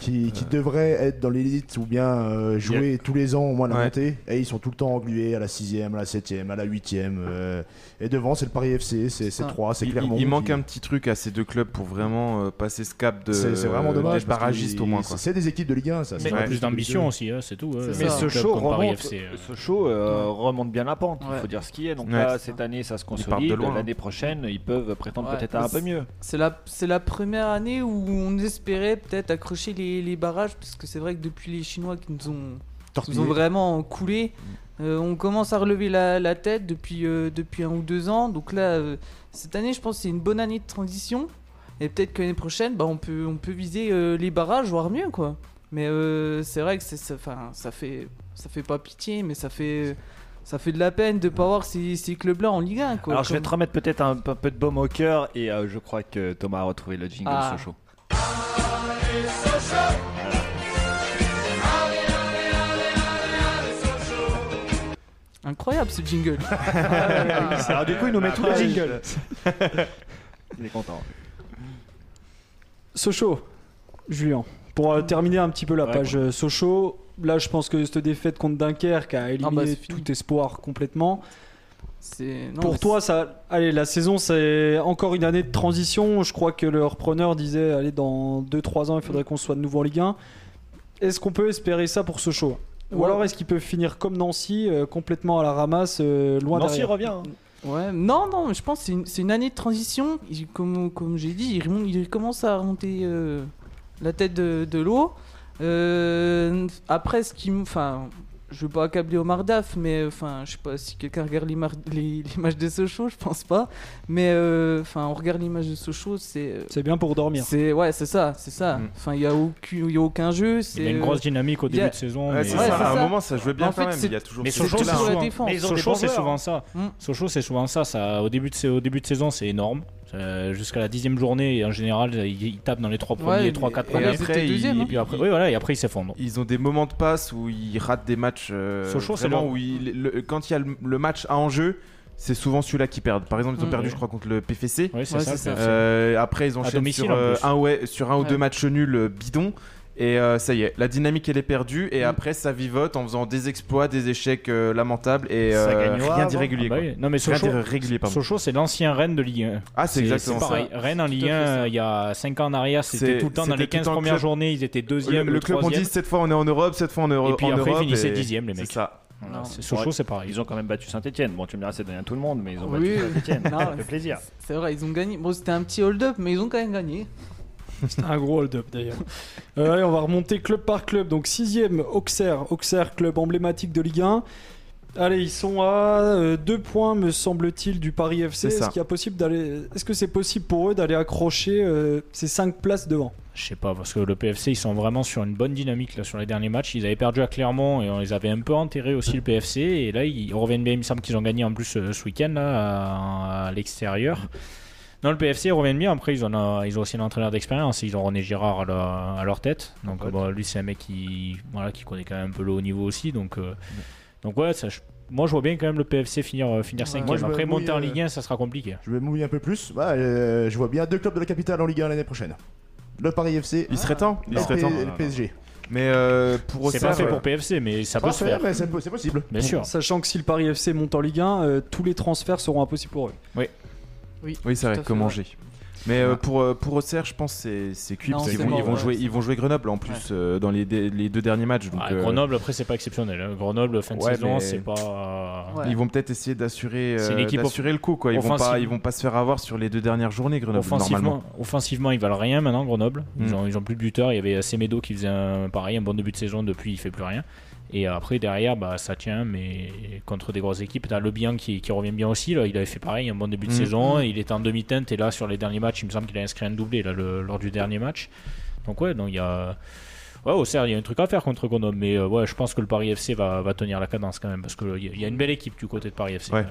Speaker 4: qui, qui devraient être dans l'élite ou bien euh, jouer tous les ans au moins la
Speaker 3: Ouais.
Speaker 4: montée et ils sont tout le temps englués à la 6ème, à la 7ème, à la 8ème euh, et devant c'est le Paris FC, c'est
Speaker 2: ça.
Speaker 4: 3, c'est
Speaker 3: Il,
Speaker 4: Clermont.
Speaker 3: il- il manque
Speaker 4: qui-
Speaker 3: un petit truc à ces deux clubs pour vraiment euh, passer ce cap de
Speaker 4: c'est c'est vraiment dommage
Speaker 3: des
Speaker 4: parce que
Speaker 3: barragistes au moins, quoi.
Speaker 4: C'est des équipes de Ligue 1 ça,
Speaker 9: Ils
Speaker 4: c'est
Speaker 9: ont
Speaker 4: pas
Speaker 9: plus
Speaker 4: juste
Speaker 9: d'ambition
Speaker 4: de-
Speaker 9: aussi, hein, c'est tout. hein.
Speaker 2: C'est
Speaker 9: Un
Speaker 5: Mais
Speaker 2: ça.
Speaker 9: club
Speaker 5: ce show
Speaker 9: comme Paris
Speaker 5: remonte,
Speaker 9: FC, euh.
Speaker 5: ce show euh, remonte bien la pente, il
Speaker 2: Ouais.
Speaker 5: faut dire ce qui est. Donc
Speaker 3: Ouais,
Speaker 4: Ah,
Speaker 5: là,
Speaker 2: c'est
Speaker 5: cette année, ça se
Speaker 3: partent de
Speaker 5: consolide.
Speaker 3: loin, hein.
Speaker 5: L'année prochaine, ils peuvent prétendre
Speaker 2: Ouais.
Speaker 5: peut-être à un peu mieux.
Speaker 2: C'est la, c'est la première année où on espérait peut-être accrocher les, les barrages, parce que c'est vrai que depuis les Chinois qui nous ont,
Speaker 9: hein.
Speaker 2: qui nous ont
Speaker 4: Torpillé.
Speaker 2: vraiment coulé, euh, on commence à relever la, la tête depuis, euh, depuis un ou deux ans. Donc là, euh, cette année, je pense que c'est une bonne année de transition. Et peut-être que l'année prochaine, bah, on, peut, on peut viser euh, les barrages, voire mieux, quoi. Mais euh, c'est vrai que c'est, ça, 'fin, ça, fait, ça fait pas pitié, mais ça fait, ça fait de la peine de pas voir ces, ces clubs-là en Ligue 1, quoi.
Speaker 5: Alors je vais
Speaker 2: Comme-
Speaker 5: te remettre peut-être un, peu- un peu de baume au cœur et euh, je crois que Thomas a retrouvé le jingle
Speaker 2: Ah.
Speaker 5: Sochaux.
Speaker 2: Incroyable ce
Speaker 5: [laughs]
Speaker 2: jingle.
Speaker 5: Alors du coup, il nous met tous les jingles. il est content.
Speaker 1: Sochaux, Julien. Pour euh, terminer un petit peu la
Speaker 5: Ouais,
Speaker 1: page euh, Sochaux, là je pense que cette défaite contre Dunkerque a éliminé
Speaker 2: bah, c'est fini.
Speaker 1: tout espoir complètement.
Speaker 2: C'est- non, mais
Speaker 1: Pour toi, ça, allez, la saison, c'est encore une année de transition. Je crois que le repreneur disait, allez, dans 2-3 ans, il
Speaker 2: Mm.
Speaker 1: faudrait qu'on soit de nouveau en Ligue 1. Est-ce qu'on peut espérer ça pour ce show Ou
Speaker 2: Ouais.
Speaker 1: alors est-ce qu'il peut finir comme Nancy, euh, complètement à la ramasse, euh, loin
Speaker 5: Nancy
Speaker 1: derrière
Speaker 5: revient. hein.
Speaker 2: Ouais, non, non, mais je pense que c'est une, c'est une année de transition. Il- comme comme j'ai dit, il, remonte- il commence à remonter euh, la tête de, de l'eau. Euh, après, ce qui. m- Enfin, je veux pas accabler Omar Daf, mais enfin, je sais pas si quelqu'un regarde les, mar- les, les matchs de Sochaux, je pense pas. Mais euh, enfin, on regarde les matchs de Sochaux, c'est.
Speaker 1: C'est bien pour dormir.
Speaker 2: C'est ouais, c'est ça, c'est ça.
Speaker 3: Mm.
Speaker 2: Enfin, il y a aucun, il y a aucun jeu. c'est- euh,
Speaker 9: Il y a une grosse dynamique au
Speaker 2: il y a-
Speaker 9: début de saison.
Speaker 3: Ouais,
Speaker 9: mais-
Speaker 3: c'est
Speaker 2: Ouais,
Speaker 3: ça.
Speaker 2: c'est
Speaker 3: À un
Speaker 2: ça.
Speaker 3: moment, ça jouait bien
Speaker 2: En fait,
Speaker 3: quand même.
Speaker 2: c'est-
Speaker 3: Il y a toujours
Speaker 9: Mais
Speaker 3: ce
Speaker 9: Sochaux,
Speaker 2: surtout
Speaker 9: c'est
Speaker 3: truc-là. hein.
Speaker 2: sur la
Speaker 9: souvent,
Speaker 2: défense.
Speaker 5: Mais ils ont des
Speaker 9: Sochaux,
Speaker 5: bons
Speaker 9: c'est
Speaker 5: joueurs. hein.
Speaker 9: souvent ça.
Speaker 2: Mm.
Speaker 9: Sochaux, c'est souvent ça. ça au, début de, sa- au début de saison, c'est énorme. Euh, Jusqu'à la dixième journée, et en général, ils ils tapent dans les trois premiers,
Speaker 2: Ouais,
Speaker 9: les trois,
Speaker 2: mais-
Speaker 9: quatre
Speaker 2: et
Speaker 9: premiers.
Speaker 2: après,
Speaker 3: ils-
Speaker 2: deuxième, hein.
Speaker 9: Et puis après, oui, voilà, et après, ils s'effondrent.
Speaker 3: Ils ont des moments de passe où ils ratent des matchs. euh,
Speaker 9: Sochaux, c'est
Speaker 3: vraiment
Speaker 9: leur-
Speaker 3: où ils- le- quand il y a le, le match à enjeu, c'est souvent celui-là qui perd. Par exemple, ils ont
Speaker 2: Mm.
Speaker 3: perdu,
Speaker 9: Ouais.
Speaker 3: je crois, contre le PFC.
Speaker 9: Oui, c'est
Speaker 2: Ouais,
Speaker 9: ça.
Speaker 2: c'est
Speaker 9: le
Speaker 2: ça.
Speaker 9: fait.
Speaker 3: Euh, après, ils enchaînent
Speaker 9: domicile,
Speaker 3: sur,
Speaker 9: en
Speaker 3: euh,
Speaker 9: plus.
Speaker 3: un, ouais, sur un ou
Speaker 2: Ouais.
Speaker 3: deux matchs nuls euh, bidons. Et euh, ça y est, la dynamique elle est perdue. Et
Speaker 2: Mm.
Speaker 3: après, ça vivote en faisant des exploits, des échecs euh, lamentables et
Speaker 5: Ça
Speaker 3: euh,
Speaker 5: gagnera
Speaker 3: rien
Speaker 5: avant.
Speaker 3: d'irrégulier.
Speaker 9: Ah bah
Speaker 3: quoi.
Speaker 9: oui. Non, mais
Speaker 3: Rien
Speaker 9: Sochaux,
Speaker 3: d'irrégulier, pardon.
Speaker 9: Sochaux, c'est l'ancien Rennes de Ligue 1.
Speaker 3: Ah, c'est exactement
Speaker 9: c'est
Speaker 3: ça.
Speaker 9: pareil. Rennes en
Speaker 2: C'est
Speaker 9: Ligue
Speaker 2: tout à
Speaker 9: 1,
Speaker 2: fait ça.
Speaker 9: euh, il y a 5 ans en arrière, c'était
Speaker 3: C'est-
Speaker 9: tout le temps dans
Speaker 3: c'était
Speaker 9: les
Speaker 3: tout le
Speaker 9: 15
Speaker 3: temps le
Speaker 9: premières
Speaker 3: club.
Speaker 9: journées, ils étaient
Speaker 3: Le,
Speaker 9: deuxième,
Speaker 3: le club, on dit cette fois on est en Europe, cette fois on est
Speaker 9: Et
Speaker 3: Euro-
Speaker 9: puis
Speaker 3: en
Speaker 9: après, ils
Speaker 3: Europe.
Speaker 9: finissaient
Speaker 3: et-
Speaker 9: dixième, les mecs.
Speaker 3: C'est ça.
Speaker 9: Voilà,
Speaker 2: Non.
Speaker 9: c'est- Sochaux,
Speaker 5: Ouais.
Speaker 9: c'est pareil.
Speaker 5: Ils ont quand même battu Saint-Etienne. Bon, tu me diras, c'est donné à tout le monde, mais ils ont
Speaker 2: Oui.
Speaker 5: battu Saint-Etienne. [laughs]
Speaker 2: Non,
Speaker 5: Ça fait
Speaker 2: c'est-
Speaker 5: plaisir.
Speaker 2: C'est vrai, ils ont gagné. Bon, c'était un petit hold-up, mais ils ont quand même gagné.
Speaker 10: C'était un gros hold-up d'ailleurs. Euh, allez, on va remonter club par club. Donc sixième, Auxerre. Auxerre, club emblématique de Ligue 1. Allez, ils sont à euh, deux points, me semble-t-il, du Paris FC.
Speaker 3: C'est
Speaker 10: Est-ce
Speaker 3: ça.
Speaker 10: qu'il y a possible d'aller Est-ce que c'est possible pour eux d'aller accrocher euh, ces cinq places devant
Speaker 9: Je sais pas, parce que le PFC, ils sont vraiment sur une bonne dynamique là, sur les derniers matchs. Ils avaient perdu à Clermont et on les avait un peu enterrés aussi, le PFC. Et là, ils reviennent bien. Il me semble qu'ils ont gagné en plus euh, ce week-end là, à, à l'extérieur. Non, le PFC, ils reviennent bien. Après, ils ont, un- ils ont aussi un entraîneur d'expérience. Ils ont René Girard à, leur- à leur tête. Donc, euh, bah, lui, c'est un mec qui, voilà, qui connaît quand même un peu le haut niveau aussi. Donc, euh, donc ouais, ça, je- moi, je vois bien quand même le PFC finir, euh, finir
Speaker 4: Moi,
Speaker 9: 5ème.
Speaker 4: je me
Speaker 9: Après,
Speaker 4: mouille,
Speaker 9: monter en
Speaker 4: euh,
Speaker 9: Ligue 1, ça sera compliqué.
Speaker 4: Je vais mouiller un peu plus. Bah, euh, je vois bien deux clubs de la capitale en Ligue 1 l'année prochaine. Le Paris FC
Speaker 3: Il
Speaker 9: Ah.
Speaker 3: serait temps.
Speaker 4: et
Speaker 3: Il serait temps.
Speaker 4: le PSG.
Speaker 3: Mais euh, pour
Speaker 9: euh, C'est pas
Speaker 3: Auxerre,
Speaker 9: fait
Speaker 3: euh,
Speaker 9: pour PFC, mais ça peut se
Speaker 4: Parfait,
Speaker 9: faire.
Speaker 4: mais c'est po- c'est possible.
Speaker 9: Bien sûr.
Speaker 10: Sachant que si le Paris FC monte en Ligue 1, euh, tous les transferts seront impossibles pour eux.
Speaker 3: Oui, c'est
Speaker 2: Tout
Speaker 3: vrai,
Speaker 2: à fait,
Speaker 3: comment
Speaker 2: ouais.
Speaker 3: j'ai. Mais
Speaker 9: Ah.
Speaker 3: euh, pour, euh, pour Auxerre, je pense que c'est- c'est cuit
Speaker 2: Non,
Speaker 3: parce
Speaker 2: c'est
Speaker 3: qu'ils vont,
Speaker 2: mort,
Speaker 3: ils vont
Speaker 2: ouais,
Speaker 3: jouer,
Speaker 2: c'est
Speaker 3: ils vont jouer Grenoble en plus euh, dans les, dé- les deux derniers matchs. Donc,
Speaker 9: Ah,
Speaker 3: euh,
Speaker 9: Grenoble, après, c'est pas exceptionnel. hein. Grenoble, fin de
Speaker 3: Ouais,
Speaker 9: saison,
Speaker 3: mais-
Speaker 9: c'est pas.
Speaker 2: Ouais.
Speaker 3: Ils vont peut-être essayer d'assurer
Speaker 9: C'est
Speaker 3: euh,
Speaker 9: une équipe
Speaker 3: d'assurer le coup. Quoi. Ils, vont pas,
Speaker 9: offensive.
Speaker 3: ils vont pas se faire avoir sur les deux dernières journées, Grenoble, normalement.
Speaker 9: Offensivement, offensivement, ils valent rien maintenant, Grenoble. Ils,
Speaker 3: Mm.
Speaker 9: ont, ils ont plus de buteur. Il y avait euh, Semedo qui faisait un, pareil, un bon début de saison. Depuis, il fait plus rien. Et après, derrière, bah, ça tient, mais contre des grosses équipes. T'as Le Bihan qui, qui revient bien aussi. Là. Il avait fait pareil, un bon début de
Speaker 3: Mm.
Speaker 9: saison. Il est en demi-teinte. Et là, sur les derniers matchs, il me semble qu'il a inscrit un doublé là, le- lors du dernier match. Donc, ouais, donc il y a. Ouais, au il y a un truc à faire contre Grenoble. Mais euh, ouais, je pense que le Paris FC va, va tenir la cadence quand même. Parce qu'il y, a- il y a une belle équipe du côté de Paris FC.
Speaker 3: Ouais.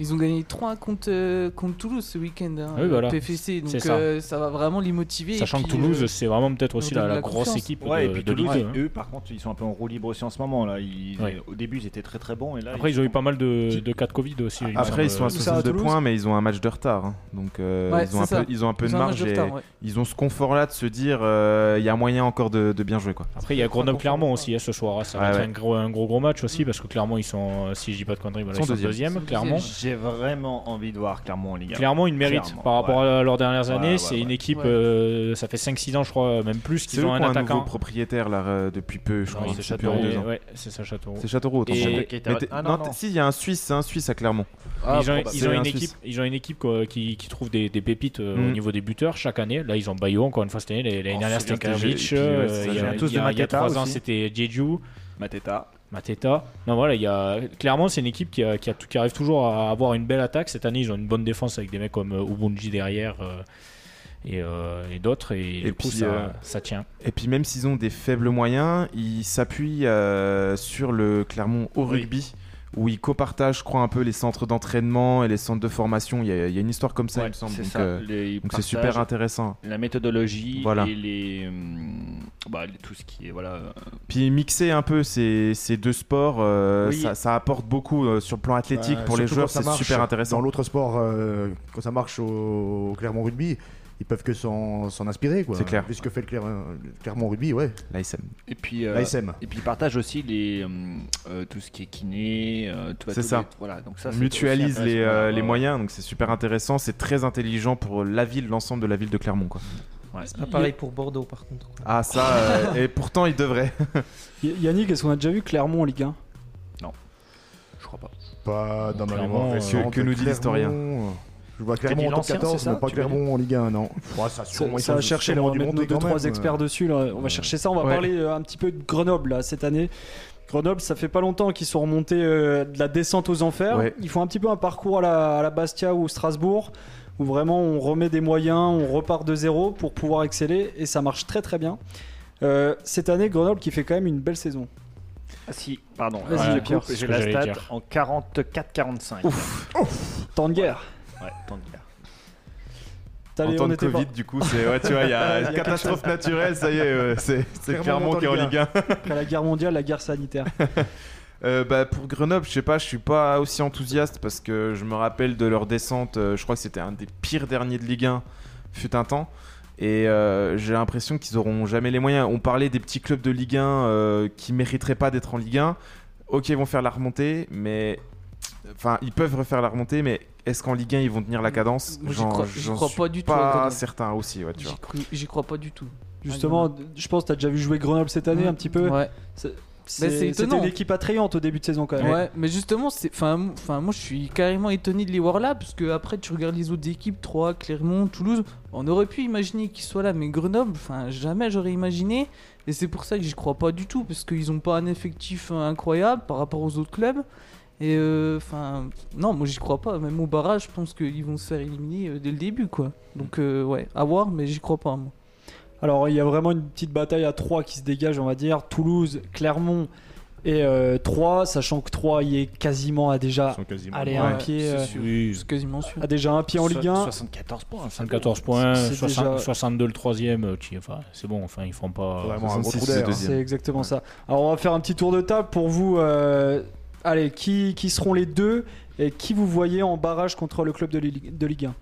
Speaker 2: Ils ont gagné 3 contre, euh, contre Toulouse ce week-end. hein,
Speaker 9: Oui, voilà.
Speaker 2: le PFC, donc
Speaker 9: C'est
Speaker 2: euh,
Speaker 9: ça.
Speaker 2: ça. va vraiment les motiver. et
Speaker 9: Sachant que
Speaker 2: puis,
Speaker 9: Toulouse,
Speaker 2: euh,
Speaker 9: c'est vraiment peut-être aussi
Speaker 2: leur
Speaker 9: la,
Speaker 2: donne
Speaker 9: la
Speaker 2: la
Speaker 9: grosse
Speaker 2: confiance.
Speaker 9: équipe
Speaker 5: Ouais,
Speaker 9: de,
Speaker 5: et puis
Speaker 9: de Ligue hein.
Speaker 5: Toulouse,
Speaker 9: 1.
Speaker 5: eux, par contre, ils sont un peu en roue libre aussi en ce moment. Là. Ils-
Speaker 9: Ouais.
Speaker 5: Au début, ils étaient très très bons. Et là,
Speaker 9: Après, ils ont eu pas mal de, de cas de Covid aussi. il me
Speaker 3: Après, ils sont
Speaker 9: semble.
Speaker 3: à
Speaker 10: Tout ça à
Speaker 3: 62
Speaker 10: Toulouse.
Speaker 3: points, mais ils ont un match de retard. hein. Donc, euh,
Speaker 2: Ouais,
Speaker 3: ils, ont un
Speaker 2: c'est
Speaker 3: peu,
Speaker 2: ça.
Speaker 3: ils ont un peu
Speaker 2: ils
Speaker 3: de
Speaker 2: ont un match
Speaker 3: marge.
Speaker 2: de
Speaker 3: et
Speaker 2: retard, ouais.
Speaker 3: Ils ont ce confort-là de se dire euh, il y a moyen encore de, de bien jouer. Quoi.
Speaker 9: Après, il y a Grenoble Clermont aussi hein, ce soir. hein. Ça
Speaker 3: Ouais,
Speaker 9: va être
Speaker 3: ouais.
Speaker 9: un gros, un gros gros match aussi parce que Clermont, ils sont, euh, si je dis pas de conneries, voilà,
Speaker 3: Ils
Speaker 9: ils
Speaker 3: sont
Speaker 9: sont
Speaker 3: deuxième.
Speaker 9: deuxième.
Speaker 2: Ils sont
Speaker 9: Clermont,
Speaker 2: deuxième.
Speaker 5: J'ai vraiment envie de voir Clermont en Ligue 1.
Speaker 9: Clermont, ils le méritent
Speaker 5: Clairement,
Speaker 9: par rapport à leurs dernières
Speaker 5: Ouais,
Speaker 9: années.
Speaker 5: ouais,
Speaker 9: c'est
Speaker 5: ouais.
Speaker 9: une équipe,
Speaker 2: Ouais.
Speaker 9: euh, ça fait 5-6 ans, je crois, euh, même plus,
Speaker 3: C'est
Speaker 9: qu'ils
Speaker 3: eux qui
Speaker 9: ont
Speaker 3: ont
Speaker 9: un
Speaker 3: un nouveau
Speaker 9: attaquant.
Speaker 3: propriétaire là, euh, depuis peu, je
Speaker 9: Non,
Speaker 3: crois.
Speaker 9: c'est
Speaker 3: depuis un ou deux
Speaker 9: Châteauroux.
Speaker 3: ans.
Speaker 9: Ouais, c'est ça, Châteauroux.
Speaker 3: C'est Châteauroux, autant
Speaker 9: Et-
Speaker 3: pour moi.
Speaker 5: qui était-
Speaker 3: Mais t'es-
Speaker 5: Ah, non,
Speaker 3: non,
Speaker 5: non.
Speaker 3: t'es- Si, il y a un Suisse, c'est un Suisse à Clermont.
Speaker 5: Ah,
Speaker 9: ils, ont,
Speaker 2: bah,
Speaker 5: probable.
Speaker 9: ils ont
Speaker 3: C'est un
Speaker 9: une
Speaker 3: Suisse.
Speaker 9: équipe, ils ont une équipe quoi, qui, qui trouve des, des pépites euh,
Speaker 3: Mm.
Speaker 9: au niveau des buteurs chaque année. Là, ils ont Bayo encore une fois cette année. L'année l'année
Speaker 3: Oh,
Speaker 9: dernière,
Speaker 3: c'est
Speaker 9: c'était
Speaker 3: bien,
Speaker 9: Kavic.
Speaker 3: j'ai- j'ai-
Speaker 9: euh,
Speaker 3: ouais, c'est ça,
Speaker 9: Il y
Speaker 3: j'ai
Speaker 9: a-
Speaker 3: un
Speaker 9: il
Speaker 3: tous
Speaker 9: y
Speaker 3: de
Speaker 9: a- il y a
Speaker 3: Mateta
Speaker 9: 3 ans,
Speaker 3: aussi.
Speaker 9: c'était Jeju.
Speaker 5: Mateta.
Speaker 9: Mateta. Non, voilà, il y a... clairement, c'est une équipe qui, a- qui, a- qui arrive toujours à avoir une belle attaque. Cette année, ils ont une bonne défense avec des mecs comme euh, Ubunji derrière euh, et, euh, et d'autres. Et,
Speaker 3: Et
Speaker 9: du coup,
Speaker 3: puis,
Speaker 9: ça,
Speaker 3: euh,
Speaker 9: ça tient.
Speaker 3: Et puis même s'ils ont des faibles moyens, ils s'appuient euh, sur le Clermont au
Speaker 5: Oui.
Speaker 3: rugby, où ils copartagent, je crois, un peu les centres d'entraînement et les centres de formation. Il y a, il y a une histoire comme ça, il
Speaker 5: Ouais,
Speaker 3: me semble.
Speaker 5: c'est
Speaker 3: Donc
Speaker 5: ça.
Speaker 3: euh,
Speaker 5: Les- ils
Speaker 3: donc c'est super
Speaker 5: partagent
Speaker 3: intéressant.
Speaker 5: La méthodologie
Speaker 3: Voilà.
Speaker 5: et les, hum, bah, les- tout ce qui est. Voilà, euh,
Speaker 3: Puis mixer un peu ces, ces deux sports, euh,
Speaker 5: Oui.
Speaker 3: ça, ça apporte beaucoup euh, sur le plan athlétique
Speaker 4: Bah,
Speaker 3: pour les
Speaker 4: surtout
Speaker 3: joueurs,
Speaker 4: quand ça
Speaker 3: c'est
Speaker 4: marche
Speaker 3: super intéressant.
Speaker 4: Dans l'autre sport, euh, quand ça marche au, au Clermont Rugby, ils peuvent que s'en s'en inspirer. quoi.
Speaker 3: C'est clair.
Speaker 4: Vu ce que fait le, Cler- le Clermont Rugby, ouais.
Speaker 3: L'ASM.
Speaker 5: et puis. euh,
Speaker 4: L'ASM.
Speaker 5: et puis ils partagent aussi les, hum, euh, tout ce qui est kiné, euh, tout,
Speaker 3: C'est
Speaker 5: tout
Speaker 3: ça.
Speaker 5: les- voilà, donc ça, c'est
Speaker 3: Mutualise
Speaker 5: aussi
Speaker 3: les,
Speaker 5: intéressant.
Speaker 3: euh,
Speaker 5: Ouais,
Speaker 3: les
Speaker 5: ouais.
Speaker 3: moyens, donc c'est super intéressant, c'est très intelligent pour la ville, l'ensemble de la ville de Clermont. Quoi.
Speaker 9: Ouais.
Speaker 8: C'est pas pareil pour Bordeaux par contre.
Speaker 3: Ah ça, euh,
Speaker 5: [laughs]
Speaker 3: et pourtant il devrait.
Speaker 10: Y- Yannick, est-ce qu'on a déjà vu Clermont en Ligue 1
Speaker 5: Je crois pas.
Speaker 4: Pas dans ma
Speaker 9: Clermont,
Speaker 4: mémoire
Speaker 9: euh,
Speaker 4: récente.
Speaker 3: que nous dit
Speaker 4: Clermont,
Speaker 3: l'historien
Speaker 4: euh, Je vois
Speaker 5: dit
Speaker 4: Clermont en top
Speaker 5: l'ancien,
Speaker 4: 14,
Speaker 5: c'est
Speaker 4: mais
Speaker 5: ça,
Speaker 4: pas
Speaker 5: tu veux
Speaker 4: Clermont en Ligue 1, non. Ouais, ça,
Speaker 10: Ça,
Speaker 4: sûrement, ils
Speaker 10: ça
Speaker 4: ont
Speaker 10: va chercher, là,
Speaker 4: sûrement
Speaker 10: on va
Speaker 4: dû
Speaker 10: mettre nos
Speaker 4: monter
Speaker 10: deux,
Speaker 4: quand
Speaker 10: trois
Speaker 4: même,
Speaker 10: experts
Speaker 4: euh.
Speaker 10: dessus. là. On va chercher ça. On va
Speaker 3: Ouais.
Speaker 10: parler euh, un petit peu de Grenoble là, cette année. Grenoble, ça fait pas longtemps qu'ils sont remontés euh, de la descente aux enfers.
Speaker 3: Ouais.
Speaker 10: Ils font un petit peu un parcours à la, à la Bastia ou Strasbourg, où vraiment on remet des moyens, on repart de zéro pour pouvoir exceller, et ça marche très très bien. Euh, cette année, Grenoble qui fait quand même une belle saison.
Speaker 5: Ah si, pardon.
Speaker 10: Vas-y,
Speaker 5: Voilà,
Speaker 10: Pierre.
Speaker 5: coupe,
Speaker 9: C'est ce
Speaker 5: J'ai
Speaker 9: que
Speaker 5: la
Speaker 9: j'allais
Speaker 5: stat
Speaker 9: dire.
Speaker 5: en 44-45.
Speaker 10: Temps de guerre.
Speaker 5: Ouais, tant de guerre.
Speaker 10: T'as
Speaker 3: en
Speaker 10: les-
Speaker 3: temps
Speaker 10: on
Speaker 3: de
Speaker 10: était pas-
Speaker 3: Covid, du coup, c'est ouais, tu vois, [laughs] il y a catastrophe naturelle, ça y est, euh, [laughs] c'est c'est
Speaker 4: Clermont
Speaker 3: Clermont qui est en Ligue 1.
Speaker 10: Après la guerre mondiale, la guerre
Speaker 3: [laughs]
Speaker 10: sanitaire.
Speaker 3: Euh, bah, pour Grenoble, je sais pas, je suis pas aussi enthousiaste parce que je me rappelle de leur descente. euh, je crois que c'était un des pires derniers de Ligue 1, fut un temps. Et euh, j'ai l'impression qu'ils auront jamais les moyens. On parlait des petits clubs de Ligue 1 euh, qui mériteraient pas d'être en Ligue 1. Ok, ils vont faire la remontée, mais enfin, ils peuvent refaire la remontée, mais est-ce qu'en Ligue 1 ils vont tenir la cadence
Speaker 2: Moi, j'y
Speaker 3: J'en-
Speaker 2: crois- j'y
Speaker 3: j'en
Speaker 2: crois
Speaker 3: suis
Speaker 2: pas du tout à
Speaker 3: Pas
Speaker 2: Grenoble.
Speaker 3: certain aussi, ouais, tu vois.
Speaker 2: J'y crois- J'y crois pas du tout.
Speaker 10: Justement, je pense que t'as déjà vu jouer Grenoble cette année un petit peu.
Speaker 2: Ah, Ouais.
Speaker 10: C'est-
Speaker 2: Bah, c'est
Speaker 7: C'est- C'était
Speaker 2: étonnant.
Speaker 7: une équipe attrayante au début de saison quand même.
Speaker 2: Ouais, mais justement, c'est, enfin, m- enfin, moi je suis carrément étonné de les voir là, parce que après tu regardes les autres équipes, Troyes, Clermont, Toulouse, on aurait pu imaginer qu'ils soient là, mais Grenoble, enfin, jamais j'aurais imaginé, et c'est pour ça que j'y crois pas du tout, parce qu'ils ont pas un effectif euh, incroyable par rapport aux autres clubs, et euh, enfin, non, moi j'y crois pas, même au barrage, je pense qu'ils vont se faire éliminer euh, dès le début, quoi. Donc euh, ouais, à voir, mais j'y crois pas. Moi.
Speaker 1: Alors, il y a vraiment une petite bataille à 3 qui se dégage, on va dire. Toulouse, Clermont et 3, sachant que 3 y est quasiment à déjà,
Speaker 4: sont quasiment.
Speaker 1: allez,
Speaker 2: Ouais,
Speaker 1: un pied, euh,
Speaker 9: Oui,
Speaker 2: Je suis quasiment sûr.
Speaker 1: à déjà un pied en Ligue 1.
Speaker 5: 74 points.
Speaker 9: 74 points,
Speaker 1: C'est
Speaker 9: 60
Speaker 1: déjà-
Speaker 9: 62 le troisième, euh, qui- enfin, c'est bon, enfin ils feront pas.
Speaker 4: Vraiment un gros
Speaker 3: 66,
Speaker 4: trou d'air.
Speaker 3: c'est
Speaker 4: hein.
Speaker 3: deuxième.
Speaker 1: C'est exactement ça. Alors, on va faire un petit tour de table pour vous. euh, allez, qui, qui seront les deux et qui vous voyez en barrage contre le club de, Ligue- de Ligue 1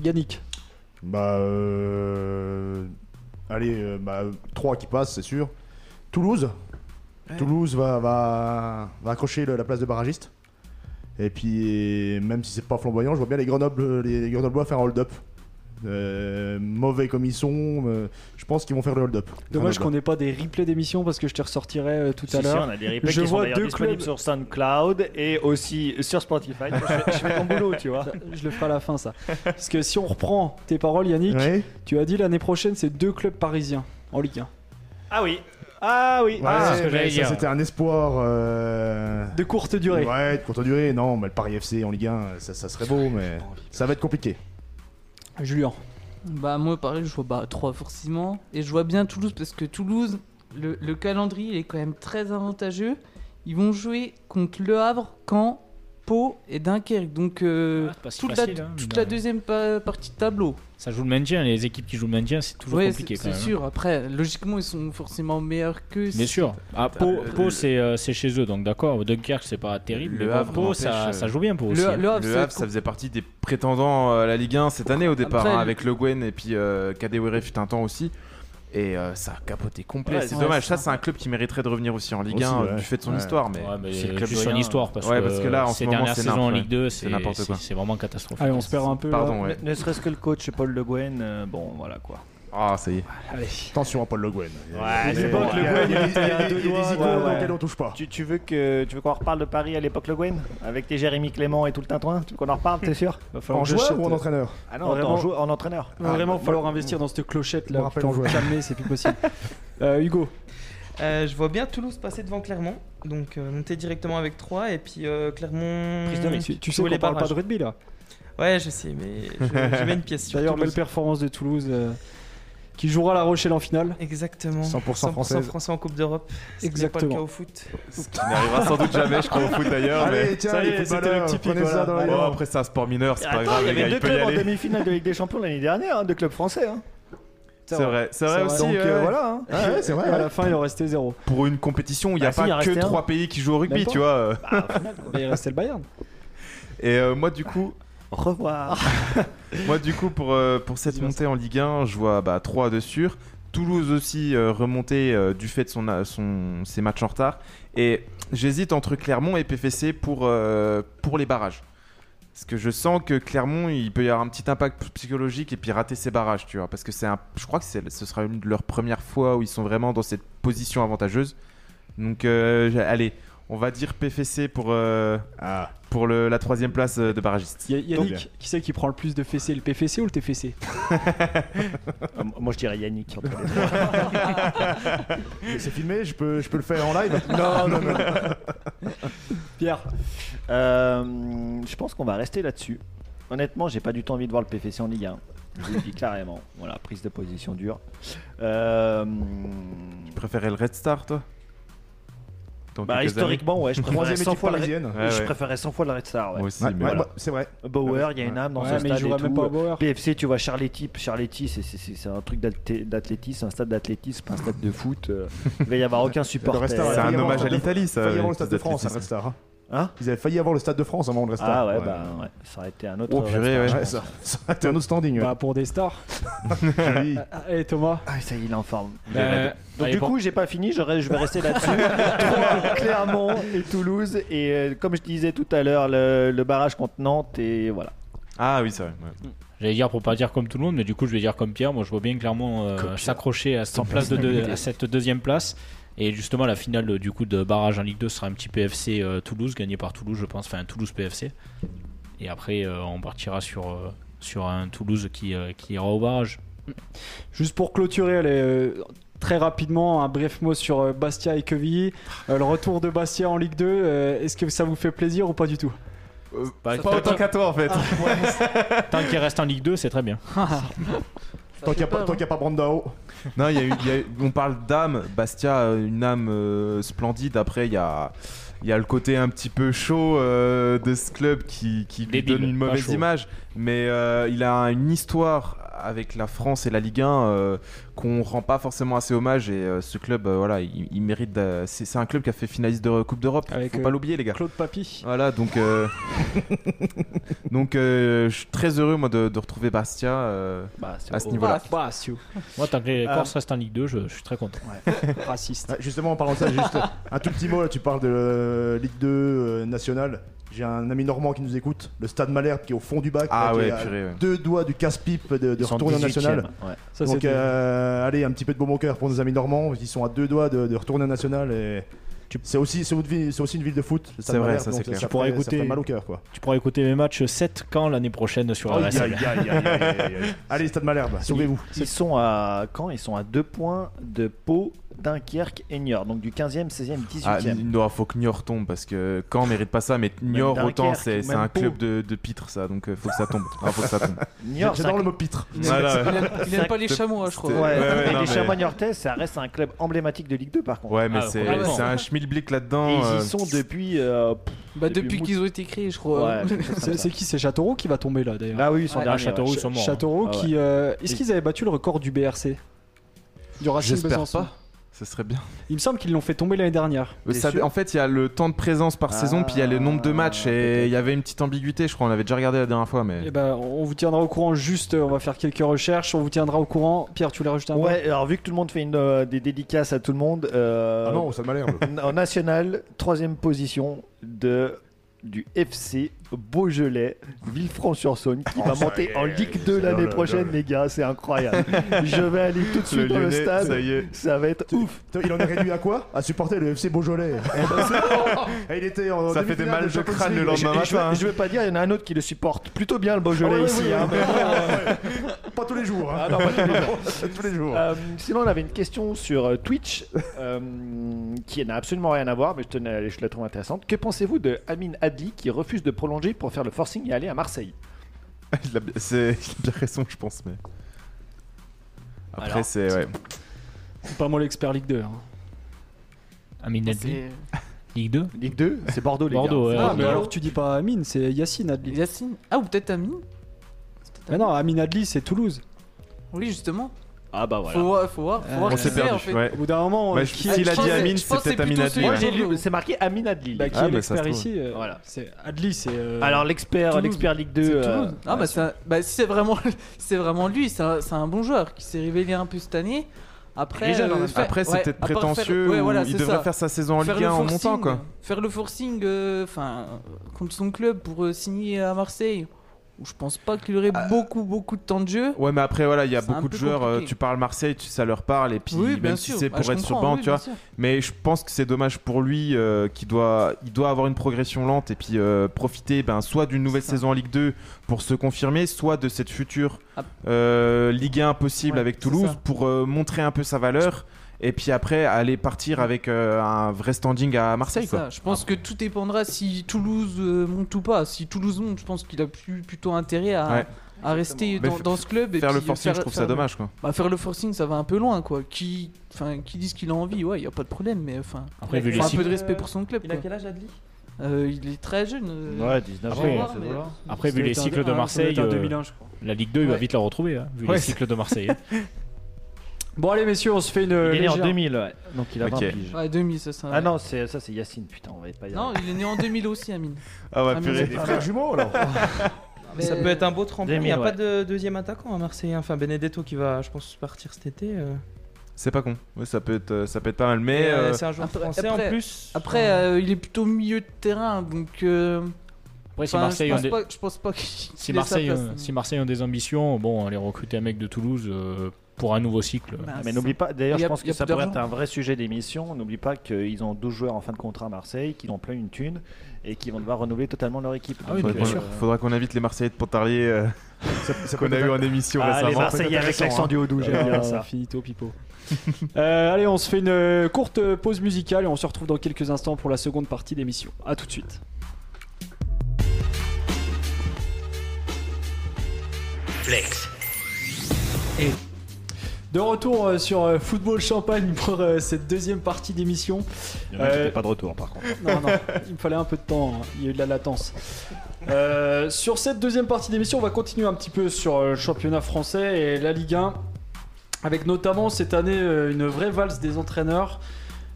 Speaker 1: Yannick.
Speaker 4: Bah. euh, Allez, euh, bah, 3 qui passent, c'est sûr. Toulouse. Toulouse va, va, va accrocher le- la place de barragiste. Et puis, même si c'est pas flamboyant, je vois bien les, Grenoble, les, les Grenoblois faire un hold-up. Euh, mauvais comme ils sont, euh, je pense qu'ils vont faire le hold-up.
Speaker 1: Dommage
Speaker 4: Grenoble.
Speaker 1: qu'on n'ait pas des replays d'émissions parce que je te ressortirai euh, tout
Speaker 5: Si,
Speaker 1: à
Speaker 5: si,
Speaker 1: l'heure.
Speaker 5: on a des replays
Speaker 1: Je
Speaker 5: qui sont
Speaker 1: vois
Speaker 5: d'ailleurs
Speaker 1: deux
Speaker 5: disponibles
Speaker 1: clubs.
Speaker 5: sur SoundCloud et aussi sur [laughs] Spotify. je, fais- je fais ton boulot,
Speaker 1: [laughs]
Speaker 5: tu vois.
Speaker 1: Je le ferai à la fin, ça. Parce que si on reprend tes paroles, Yannick,
Speaker 4: Ouais.
Speaker 1: tu as dit l'année prochaine, c'est deux clubs parisiens en Ligue 1.
Speaker 5: Ah oui. Ah oui.
Speaker 4: Ouais,
Speaker 9: c'est ce que
Speaker 4: mais
Speaker 9: j'allais
Speaker 4: ça,
Speaker 9: dire.
Speaker 4: C'était un espoir. euh,
Speaker 1: De courte durée.
Speaker 4: Ouais, de courte durée. Non, mais le Paris FC en Ligue 1, ça, ça serait beau, mais ça va être compliqué.
Speaker 1: Julien.
Speaker 2: Bah moi pareil, je vois bah, 3 forcément. Et je vois bien Toulouse parce que Toulouse, le, le calendrier il est quand même très avantageux. Ils vont jouer contre Le Havre, Caen, Pau et Dunkerque. Donc euh,
Speaker 9: Ah, c'est pas si
Speaker 2: toute,
Speaker 9: facile,
Speaker 2: la,
Speaker 9: hein,
Speaker 2: toute
Speaker 9: mine
Speaker 2: la
Speaker 9: de rien.
Speaker 2: deuxième pa- partie de tableau.
Speaker 9: Ça joue le maintien, les équipes qui jouent le maintien, c'est toujours
Speaker 2: Ouais,
Speaker 9: compliqué
Speaker 2: c'est-
Speaker 9: quand même. hein.
Speaker 2: C'est sûr. Après, logiquement, ils sont forcément meilleurs que.
Speaker 9: Bien sûr. Ah, Pau,
Speaker 3: le-
Speaker 9: Pau,
Speaker 3: le-
Speaker 9: c'est euh, c'est chez eux, donc d'accord. Dunkerque, c'est pas terrible.
Speaker 3: Le
Speaker 9: mais
Speaker 3: Havre
Speaker 9: Pau, ça,
Speaker 3: n'empêche,
Speaker 9: ça
Speaker 3: euh,
Speaker 9: joue bien pour aussi. hein.
Speaker 2: Le, le Havre, ça
Speaker 3: Le
Speaker 2: va
Speaker 3: Havre,
Speaker 2: être
Speaker 3: ça faisait partie des prétendants euh, à la Ligue 1 cette année au départ,
Speaker 2: Après,
Speaker 3: hein,
Speaker 2: le-
Speaker 3: avec Le Guen et puis euh, Kadewere fut un temps aussi. Et euh, ça a capoté complet.
Speaker 5: Ouais,
Speaker 3: c'est
Speaker 2: ouais,
Speaker 3: dommage.
Speaker 2: c'est
Speaker 3: Ça,
Speaker 2: ça.
Speaker 3: c'est un club qui mériterait de revenir aussi en Ligue
Speaker 4: Aussi,
Speaker 3: 1
Speaker 4: ouais.
Speaker 3: du fait de son
Speaker 4: Ouais.
Speaker 3: histoire. Mais,
Speaker 9: Ouais, mais
Speaker 3: c'est le
Speaker 9: euh,
Speaker 3: club
Speaker 9: juste
Speaker 3: de
Speaker 9: son
Speaker 3: rien.
Speaker 9: histoire parce,
Speaker 3: Ouais,
Speaker 9: que,
Speaker 3: parce que là, en
Speaker 9: ces
Speaker 3: ce moment,
Speaker 9: dernières
Speaker 3: c'est
Speaker 9: saisons en
Speaker 3: n'importe
Speaker 9: Ligue 2, c'est
Speaker 3: n'importe quoi.
Speaker 9: c'est- c'est vraiment catastrophique.
Speaker 1: Allez, on se perd un peu. là.
Speaker 3: Pardon, ouais.
Speaker 5: Ne serait-ce que le coach Paul Le Guen, euh, bon voilà quoi.
Speaker 3: Ah, ça y est.
Speaker 4: Attention à Paul Le Guen.
Speaker 5: Ouais,
Speaker 4: Il y a-
Speaker 5: c'est bon,
Speaker 4: il y a-
Speaker 5: Le
Speaker 4: il y a-
Speaker 5: Guen,
Speaker 4: il y a- il y a des icônes
Speaker 5: ouais, ouais.
Speaker 4: auxquelles on touche pas.
Speaker 5: Tu, tu veux que tu veux qu'on reparle de Paris à l'époque Le Guen avec tes Jérémy Clément et tout le tintouin Tu veux qu'on en reparle, t'es sûr
Speaker 4: En joueur ou en entraîneur
Speaker 5: Ah non, en, jou- en entraîneur.
Speaker 1: Il va vraiment falloir investir dans cette clochette
Speaker 4: On
Speaker 1: là.
Speaker 4: rappelle
Speaker 1: Putain,
Speaker 4: en joueur.
Speaker 1: Calmer, c'est plus possible. [laughs] Euh, Hugo.
Speaker 8: Euh, je vois bien Toulouse passer devant Clermont, donc euh, monter directement avec 3 et puis euh, Clermont.
Speaker 5: Prise de risque.
Speaker 1: Tu, tu sais
Speaker 8: Jouer
Speaker 1: qu'on
Speaker 8: les
Speaker 1: parle pas de
Speaker 8: barrages.
Speaker 1: rugby là.
Speaker 8: Ouais, je sais, mais je, je mets une pièce. sur
Speaker 1: D'ailleurs, belle
Speaker 8: Toulouse.
Speaker 1: performance de Toulouse euh, qui jouera la Rochelle en finale.
Speaker 8: Exactement.
Speaker 4: 100%
Speaker 8: 100%
Speaker 4: française.
Speaker 8: français en Coupe d'europe. Ce n'est pas le
Speaker 1: Exactement.
Speaker 8: cas au foot.
Speaker 3: Ce qui n'arrivera sans doute jamais, je crois, au foot d'ailleurs.
Speaker 4: Allez,
Speaker 3: Mais...
Speaker 4: tiens, les footballeurs, prenez ça dans la
Speaker 3: Bon,
Speaker 4: gueule.
Speaker 3: après, c'est un sport mineur, c'est pas
Speaker 5: Attends,
Speaker 3: grave,
Speaker 5: il y
Speaker 3: les gars,
Speaker 5: avait deux
Speaker 3: il peut y
Speaker 5: clubs en
Speaker 3: aller.
Speaker 5: demi-finale de Ligue des Champions l'année dernière, hein, deux clubs français. hein.
Speaker 3: C'est vrai, c'est vrai aussi.
Speaker 4: Donc,
Speaker 3: ouais.
Speaker 4: euh, voilà. hein. Ouais, ouais, c'est vrai.
Speaker 1: à
Speaker 4: ouais.
Speaker 1: la fin, il en restait zéro.
Speaker 3: Pour une compétition où il n'y a
Speaker 5: Bah, si, il y a
Speaker 3: pas que
Speaker 5: resté un.
Speaker 3: trois pays qui jouent au
Speaker 1: Même
Speaker 3: rugby,
Speaker 1: pas.
Speaker 3: tu vois. euh.
Speaker 1: Mais il restait le Bayern.
Speaker 3: Et euh, moi, du coup,
Speaker 5: Au revoir.
Speaker 3: Moi, du coup, pour, euh, pour cette
Speaker 1: Dis-moi
Speaker 3: montée en Ligue 1, je vois bah, 3 de sûr. Toulouse aussi euh, remontée euh, du fait de son, euh, son- ses matchs en retard. Et j'hésite entre Clermont et PFC pour, euh, pour les barrages. Parce que je sens que Clermont, il peut y avoir un petit impact psychologique et puis rater ses barrages, tu vois. Parce que c'est un, je crois que c'est- ce sera une de leurs premières fois où ils sont vraiment dans cette position avantageuse. Donc, euh, j'ai- allez, on va dire PFC pour, euh,
Speaker 4: Ah,
Speaker 3: pour le- la troisième place euh, de barragiste.
Speaker 1: Y a- Yannick,
Speaker 4: bien.
Speaker 1: qui c'est qui prend le plus de fessées Le PFC ou le TFC
Speaker 5: Euh, Moi je dirais Yannick. entre les deux.
Speaker 4: mais c'est filmé, je peux, je peux le faire en live Non, non, non.
Speaker 1: Pierre.
Speaker 5: Euh, je pense qu'on va rester là-dessus. Honnêtement, j'ai pas du tout envie de voir le PFC en Ligue 1. Je vous le dis carrément. Voilà, prise de position dure. Euh,
Speaker 3: Tu préférais le Red Star, toi Dans
Speaker 5: bah,
Speaker 3: quelques
Speaker 5: historiquement, ouais, je préférais,
Speaker 4: Troisième
Speaker 5: 100
Speaker 4: équipe
Speaker 5: fois, le Red...
Speaker 4: parisienne.
Speaker 3: années. Ouais,
Speaker 5: je
Speaker 3: ouais.
Speaker 5: préférais 100 fois le Red Star. ouais. bah,
Speaker 3: Moi aussi,
Speaker 4: Ouais,
Speaker 3: mais
Speaker 4: ouais,
Speaker 3: voilà.
Speaker 4: ouais, c'est vrai.
Speaker 5: Bauer, il y a une âme dans
Speaker 1: Ouais, mais
Speaker 5: ce
Speaker 1: il
Speaker 5: stade. et
Speaker 1: jouera même
Speaker 5: tout.
Speaker 1: pas à Bauer.
Speaker 5: PFC, tu vois Charletti, Charletti c'est- c'est c'est- c'est un truc d'athléti- d'athlétisme, un stade d'athlétisme, un stade de foot. euh, il va y avoir aucun supporter.
Speaker 4: Star,
Speaker 3: C'est un
Speaker 4: Failli
Speaker 3: hommage
Speaker 4: avoir
Speaker 3: à
Speaker 4: le-
Speaker 3: l'Italie,
Speaker 4: Ils
Speaker 3: ça.
Speaker 4: avaient failli
Speaker 3: euh,
Speaker 4: avoir le Stade de France,
Speaker 3: l'athlétisme.
Speaker 4: un Red Star. hein.
Speaker 5: Hein
Speaker 4: Ils avaient failli avoir le Stade de France avant le Red Star.
Speaker 5: Ah ouais, bah ouais, ça aurait été un autre.
Speaker 3: Oh,
Speaker 5: Red
Speaker 3: purée,
Speaker 5: Star,
Speaker 3: ouais.
Speaker 5: je
Speaker 4: Ouais,
Speaker 5: pense.
Speaker 4: ça, ça a été un autre standing. ouais.
Speaker 1: Bah, pour des stars.
Speaker 4: Joli.
Speaker 1: Et Thomas
Speaker 5: Ah, ça y est, il est en forme.
Speaker 9: Euh,
Speaker 5: Donc
Speaker 9: allez,
Speaker 5: du
Speaker 9: pour-
Speaker 5: coup, j'ai pas fini, je, re- je vais rester là-dessus. Trois, Clermont et Toulouse et euh, comme je disais tout à l'heure, le, le barrage contre Nantes et voilà.
Speaker 3: Ah oui, c'est vrai.
Speaker 9: J'allais dire pour pas dire comme tout le monde, mais du coup je vais dire comme Pierre. Moi je vois bien clairement euh, s'accrocher à cette place de deux- à cette deuxième place Et justement, la finale euh, du coup de barrage en Ligue 2 sera un petit PFC euh, Toulouse, gagné par Toulouse, je pense, enfin un Toulouse PFC. Et après, euh, on partira sur, euh, sur un Toulouse qui, euh, qui ira au barrage.
Speaker 1: Juste pour clôturer, allez, euh, très rapidement, un bref mot sur euh, Bastia et Quevilly. Euh, le retour de Bastia en Ligue 2, euh, est-ce que ça vous fait plaisir ou pas du tout
Speaker 9: Bah,
Speaker 3: Euh, Pas autant qu'à toi en fait.
Speaker 9: Tant qu'il reste en Ligue 2, c'est très bien.
Speaker 4: Tant qu'il n'y a,
Speaker 2: hein.
Speaker 4: pas- tant qu'il y a pas Brandao.
Speaker 3: Non, il y a eu- il y a eu- on parle d'âme. Bastia, euh, une âme euh, splendide. Après, il y a, il y a le côté un petit peu chaud euh, de ce club qui, qui lui
Speaker 9: Débile,
Speaker 3: donne une
Speaker 9: pas
Speaker 3: mauvaise
Speaker 9: chaud.
Speaker 3: image. Mais euh, il a une histoire avec la France et la Ligue 1 euh, qu'on rend pas forcément assez hommage. Et euh, ce club, euh, voilà, il, il mérite. d'a- C'est c'est un club qui a fait finaliste de Coupe d'Europe.
Speaker 1: Avec,
Speaker 3: Faut
Speaker 1: euh,
Speaker 3: pas l'oublier, les gars.
Speaker 1: Claude Papy
Speaker 3: Voilà, donc, euh, [laughs] donc euh, je suis très heureux moi de, de retrouver Bastia euh,
Speaker 5: Bah, c'est
Speaker 3: à ce
Speaker 5: beau.
Speaker 3: niveau-là.
Speaker 1: Ah, Bastia,
Speaker 9: Moi, tant que les
Speaker 3: Euh,
Speaker 9: Corses restent en Ligue 2, je, je suis très content.
Speaker 1: raciste.
Speaker 4: Ah, Justement, en parlant de ça, juste un tout petit mot. Là, tu parles de euh, Ligue 2 euh, nationale. J'ai un ami normand qui nous écoute, le Stade Malherbe qui est au fond du bac.
Speaker 3: Ah
Speaker 4: là, qui
Speaker 3: ouais,
Speaker 4: est à
Speaker 3: purée, ouais.
Speaker 4: Deux doigts du casse-pipe de, de
Speaker 5: Ils sont
Speaker 4: retourner en
Speaker 5: 18e,
Speaker 4: national.
Speaker 5: ouais.
Speaker 1: Ça,
Speaker 4: Donc
Speaker 1: c'était-
Speaker 4: euh, allez, un petit peu de baume au cœur pour nos amis normands, ils sont à deux doigts de, de retourner en national. Et... C'est aussi, c'est une ville- c'est aussi une ville de foot. le Stade
Speaker 3: C'est vrai,
Speaker 4: Malherbe,
Speaker 3: ça, c'est
Speaker 4: donc
Speaker 3: clair.
Speaker 4: Ça
Speaker 9: Tu pourras
Speaker 4: ferait- ça
Speaker 9: écouter-
Speaker 4: ferait mal au
Speaker 3: [laughs]
Speaker 4: cœur, quoi.
Speaker 9: Tu pourras écouter mes matchs 7 quand l'année prochaine
Speaker 5: Oh,
Speaker 9: sur
Speaker 4: Aïe,
Speaker 9: la
Speaker 4: aïe, aïe, aïe, aïe, aïe, aïe. Allez, Stade Malherbe, sauvez-vous.
Speaker 5: Ils sont à quand Ils sont à deux points de Pau, Dunkerque et Niort, donc du 15e, 16e, 18e.
Speaker 3: Ah, il doit- faut que Niort tombe parce que Caen mérite pas ça, mais Niort
Speaker 5: Dunkerque,
Speaker 3: autant c'est
Speaker 5: même
Speaker 3: c'est un
Speaker 5: Pau.
Speaker 3: club de, de pitre ça, donc euh, faut que ça tombe. Ah, faut que ça tombe.
Speaker 5: Niort, c'est un
Speaker 4: J'adore le mot pitre.
Speaker 3: Voilà,
Speaker 2: Il
Speaker 3: ouais.
Speaker 2: aime, il aime pas les chameaux, hein, je crois.
Speaker 5: Ouais,
Speaker 3: Ouais, ouais,
Speaker 5: mais
Speaker 3: non,
Speaker 5: les
Speaker 3: mais-
Speaker 5: Chamois Niortais, ça reste un club emblématique de Ligue 2 par contre.
Speaker 3: Ouais, mais
Speaker 9: Ah,
Speaker 3: c'est
Speaker 9: complètement.
Speaker 3: c'est un schmilblick
Speaker 5: Et
Speaker 3: là-dedans.
Speaker 5: ils
Speaker 3: euh,
Speaker 5: y sont depuis. euh, pff,
Speaker 2: Bah,
Speaker 5: Depuis
Speaker 2: depuis
Speaker 5: Mout-
Speaker 2: qu'ils ont été créés, je crois.
Speaker 5: ouais, quelque chose comme
Speaker 1: C'est
Speaker 5: ça.
Speaker 1: c'est qui C'est Châteauroux qui va tomber là d'ailleurs.
Speaker 5: Là, oui, ils sont
Speaker 2: Ouais.
Speaker 5: derniers,
Speaker 9: Châteauroux,
Speaker 5: ouais.
Speaker 9: ils sont morts.
Speaker 1: Châteauroux
Speaker 5: Ah ouais.
Speaker 1: qui. euh, Est-ce qu'ils avaient battu le record du BRC Du Racing
Speaker 3: J'espère
Speaker 1: Besançon
Speaker 3: pas. Ce serait bien.
Speaker 1: Il me semble qu'ils l'ont fait tomber l'année dernière.
Speaker 3: Euh, ça-
Speaker 5: sûr
Speaker 3: en fait, il y a le temps de présence par
Speaker 5: Ah,
Speaker 3: saison, puis il y a le nombre de matchs, et
Speaker 5: peut-être.
Speaker 3: il y avait une petite ambiguïté, je crois. On avait déjà regardé la dernière fois,
Speaker 1: Eh
Speaker 3: mais.
Speaker 1: ben, on vous tiendra au courant juste, euh, on va faire quelques recherches, on vous tiendra au courant. Pierre, tu l'as rajouté un mot
Speaker 5: Ouais, alors vu que tout le monde fait une, euh, des dédicaces à tout le monde, euh,
Speaker 4: Ah non, au Stade Malherbe.
Speaker 5: [laughs] en national, troisième position de du FC Beaujolais Villefranche-sur-Saône qui
Speaker 4: Oh,
Speaker 5: va
Speaker 4: ça
Speaker 5: monter
Speaker 4: y est,
Speaker 5: en Ligue 2
Speaker 4: ça,
Speaker 5: l'année
Speaker 4: là,
Speaker 5: prochaine
Speaker 4: là.
Speaker 5: les gars c'est incroyable je vais aller tout de suite dans le stade ça,
Speaker 3: y est.
Speaker 5: va être ouf
Speaker 4: Putain, Il en est réduit à quoi À supporter le FC
Speaker 3: [laughs]
Speaker 4: Beaujolais. Eh ben, c'est- Eh, il était en
Speaker 3: Ça fait des
Speaker 4: demi-finale
Speaker 3: mal de
Speaker 4: Champions
Speaker 3: crâne le
Speaker 4: League.
Speaker 3: lendemain
Speaker 5: je,
Speaker 3: matin. hein.
Speaker 5: veux, je veux pas dire il y en a un autre qui le supporte plutôt bien le
Speaker 4: Ah ouais,
Speaker 5: Beaujolais
Speaker 4: ouais,
Speaker 5: ici
Speaker 4: ouais,
Speaker 5: hein,
Speaker 4: ouais, ouais, ouais. Pas tous les jours. hein.
Speaker 5: Ah non, pas [laughs] tous les jours.
Speaker 4: tous les jours.
Speaker 5: Euh, sinon, on avait une question sur
Speaker 4: [laughs]
Speaker 5: euh, Twitch euh, qui n'a absolument rien à voir, mais je, tenais, à- je la trouve intéressante. Que pensez-vous de Amin Adli qui refuse de prolonger pour faire le forcing et aller à Marseille
Speaker 3: Ah, Il a bien- c'est- il a bien raison, je pense, mais. Après,
Speaker 9: Alors,
Speaker 3: c'est. Ouais.
Speaker 1: C'est pas moi l'expert Ligue 2. hein.
Speaker 9: Amine Adli,
Speaker 2: C'est-
Speaker 9: Ah, Ligue 2
Speaker 5: Ligue 2, c'est Bordeaux, les gars.
Speaker 9: Bordeaux, ouais.
Speaker 1: Ah, mais
Speaker 9: Bordeaux.
Speaker 1: alors tu dis pas Amine, c'est Yacine Adli.
Speaker 2: Yacine Ah, ou peut-être Amine C'est peut-être
Speaker 1: Mais non, Amine Adli, c'est Toulouse.
Speaker 2: Amine. Oui, justement.
Speaker 5: Ah bah voilà.
Speaker 2: Faut voir, faut voir, faut
Speaker 1: Euh,
Speaker 2: voir
Speaker 3: On
Speaker 2: qui
Speaker 3: s'est
Speaker 2: c'est en
Speaker 3: perdu.
Speaker 2: fait.
Speaker 3: ouais.
Speaker 1: Au bout d'un moment,
Speaker 3: Bah,
Speaker 1: euh,
Speaker 3: je-
Speaker 1: qui,
Speaker 3: S'il a
Speaker 2: Je
Speaker 3: dit
Speaker 2: pense-
Speaker 3: Amine,
Speaker 2: je
Speaker 3: c'est
Speaker 2: pense que c'est
Speaker 3: peut-être Amine
Speaker 2: plutôt
Speaker 3: Adli.
Speaker 2: celui-là.
Speaker 5: Moi,
Speaker 3: ouais.
Speaker 5: j'ai lu, c'est marqué Amin Adli.
Speaker 1: bah, qui
Speaker 3: Ah,
Speaker 1: est
Speaker 3: bah, ça
Speaker 1: l'expert
Speaker 3: se trouve.
Speaker 1: ici euh,
Speaker 5: Voilà.
Speaker 1: C'est Adli, c'est. euh,
Speaker 5: Alors, l'expert
Speaker 2: Toulouse.
Speaker 5: l'expert Ligue 2.
Speaker 2: C'est
Speaker 5: euh,
Speaker 2: Toulouse. Ah
Speaker 5: ouais,
Speaker 2: bah, c'est un- bah, si c'est vraiment, [laughs] c'est vraiment lui, c'est un, c'est un bon joueur qui s'est révélé un peu cette année. Après,
Speaker 9: Il est jeune, en même temps.
Speaker 2: faire-
Speaker 3: hein, Après, c'est
Speaker 2: ouais,
Speaker 3: peut-être
Speaker 2: à part faire-
Speaker 3: prétentieux.
Speaker 2: ouais,
Speaker 3: ou
Speaker 2: voilà,
Speaker 3: il
Speaker 2: c'est
Speaker 3: devrait
Speaker 2: ça.
Speaker 3: faire sa saison en
Speaker 2: Faire
Speaker 3: Ligue
Speaker 2: le
Speaker 3: 1 en
Speaker 2: forcing,
Speaker 3: montant, quoi.
Speaker 2: Faire le forcing euh, enfin, contre son club pour euh, signer à Marseille, où je pense pas qu'il
Speaker 3: Ah.
Speaker 2: aurait beaucoup, beaucoup de temps de jeu.
Speaker 3: Ouais, mais après, voilà, il y a
Speaker 2: C'est un
Speaker 3: beaucoup de
Speaker 2: peu
Speaker 3: joueurs. euh,
Speaker 2: compliqué.
Speaker 3: tu parles Marseille, tu, ça leur parle, et puis même si c'est
Speaker 2: Ah,
Speaker 3: pour
Speaker 2: je
Speaker 3: être sur
Speaker 2: comprends,
Speaker 3: banc,
Speaker 2: oui,
Speaker 3: tu vois.
Speaker 2: bien sûr.
Speaker 3: Mais je pense que c'est dommage pour lui, euh, qu'il doit, il doit avoir une progression lente et puis euh, profiter ben, soit d'une nouvelle
Speaker 2: C'est ça.
Speaker 3: saison en Ligue 2 pour se confirmer, soit de cette future
Speaker 2: Ah.
Speaker 3: euh, Ligue 1 possible
Speaker 2: Ouais,
Speaker 3: avec
Speaker 2: c'est
Speaker 3: Toulouse
Speaker 2: ça.
Speaker 3: pour euh, montrer un peu sa valeur. Et puis après, aller partir avec euh, un vrai standing à Marseille.
Speaker 2: C'est
Speaker 3: Quoi.
Speaker 2: ça, Je pense que tout dépendra si Toulouse euh, monte ou pas. Si Toulouse monte, je pense qu'il a plus, plutôt intérêt à,
Speaker 3: Ouais.
Speaker 2: à rester
Speaker 3: Mais
Speaker 2: dans,
Speaker 3: f-
Speaker 2: dans ce club. et
Speaker 3: Faire le
Speaker 2: puis
Speaker 3: forcing, je trouve ça
Speaker 2: faire le-
Speaker 3: dommage. Quoi.
Speaker 2: Bah, faire le forcing, ça va un peu loin, quoi. Qui, enfin, qui disent qu'il a envie, ouais, y a pas de problème, mais enfin,
Speaker 9: Après,
Speaker 8: Il a
Speaker 9: vu
Speaker 8: fait
Speaker 9: les
Speaker 2: faut un
Speaker 8: si-
Speaker 2: peu de respect pour son club.
Speaker 8: Il a
Speaker 2: quoi.
Speaker 8: quel âge Adli
Speaker 2: Euh, il est très jeune. euh,
Speaker 5: Ah, Ouais, 19
Speaker 9: Après,
Speaker 2: ça
Speaker 5: ans, c'est
Speaker 2: doit
Speaker 5: voilà.
Speaker 2: voir.
Speaker 9: Après, vu
Speaker 1: ça
Speaker 9: les
Speaker 1: doit être
Speaker 9: cycles
Speaker 1: un-
Speaker 9: de
Speaker 1: ça doit
Speaker 9: Marseille,
Speaker 1: être un
Speaker 9: euh,
Speaker 1: 2001, je crois.
Speaker 9: la Ligue 2, il va
Speaker 2: Ouais.
Speaker 9: vite la retrouver, hein, vu
Speaker 1: Ouais,
Speaker 9: les cycles de Marseille.
Speaker 1: Bon, allez, messieurs, on se fait une.
Speaker 5: Il est né en
Speaker 1: légère-
Speaker 5: 2000, ouais. donc il a 20
Speaker 3: Ok.
Speaker 5: piges.
Speaker 2: Ouais, 2000, ça, c'est un-
Speaker 5: Ah non, c'est- ça c'est Yacine, putain, on va être pas y
Speaker 2: Non,
Speaker 5: arriver.
Speaker 2: il est né en 2000 aussi, Amine.
Speaker 3: Ah ouais,
Speaker 2: Ah, mais
Speaker 3: purée.
Speaker 2: c'est
Speaker 4: Des
Speaker 5: bah.
Speaker 4: frères jumeaux alors.
Speaker 8: Ça peut être un beau tremplin. Il n'y a
Speaker 5: 2000,
Speaker 8: pas
Speaker 5: ouais.
Speaker 8: de deuxième attaquant à Marseille. hein. Enfin, Benedetto qui va, je pense, partir cet été. euh.
Speaker 3: C'est pas con. Ouais, ça, peut être, euh, ça peut être pas mal. Mais
Speaker 8: Et,
Speaker 3: euh,
Speaker 8: euh, c'est un joueur
Speaker 2: après-
Speaker 8: français
Speaker 2: après-
Speaker 8: en plus.
Speaker 2: Après, euh, il est plutôt milieu de terrain, donc. euh,
Speaker 9: Après, si
Speaker 2: enfin,
Speaker 9: Marseille
Speaker 2: je,
Speaker 9: ont
Speaker 2: pense
Speaker 9: des-
Speaker 2: pas, je pense pas qu'il. qu'il
Speaker 9: si
Speaker 2: ait sa
Speaker 9: Marseille,
Speaker 2: place.
Speaker 9: ont- si Marseille ont des ambitions, bon, aller recruter un mec de Toulouse, euh, pour un nouveau cycle.
Speaker 2: Bah,
Speaker 5: Mais
Speaker 2: c'est-
Speaker 5: n'oublie pas, d'ailleurs,
Speaker 2: Il y
Speaker 5: je
Speaker 2: a-
Speaker 5: pense
Speaker 2: il y
Speaker 5: que
Speaker 2: a
Speaker 5: ça
Speaker 2: plus
Speaker 5: pourrait être
Speaker 2: d'argent.
Speaker 5: un vrai sujet d'émission. N'oublie pas qu'ils ont 12 joueurs en fin de contrat à Marseille, qu'ils ont plein une thune et qu'ils vont devoir renouveler totalement leur équipe.
Speaker 9: Ah oui,
Speaker 5: Donc,
Speaker 9: bien
Speaker 5: euh,
Speaker 9: sûr.
Speaker 3: Faudra qu'on invite les Marseillais de Pontarlier euh, [laughs] qu'on a eu en émission
Speaker 5: Ah, les
Speaker 3: récemment.
Speaker 5: Marseillais avec l'accent du haut
Speaker 3: Euh,
Speaker 5: doux, j'aime bien
Speaker 11: Ah,
Speaker 5: ça.
Speaker 11: finito pipo. [laughs] Euh, allez, on se fait une euh, courte euh, pause musicale et on se retrouve dans quelques instants pour la seconde partie d'émission. A tout de suite.
Speaker 1: De retour euh, sur euh, Football Champagne pour euh, cette deuxième partie d'émission.
Speaker 5: hein. Il y en a qui
Speaker 1: Euh,
Speaker 5: étaient pas de retour, par contre.
Speaker 1: Non, non, il me fallait un peu de temps, hein. il y a eu de la latence. Euh, sur cette deuxième partie d'émission, on va continuer un petit peu sur euh, le championnat français et la Ligue 1, avec notamment cette année euh, une vraie valse des entraîneurs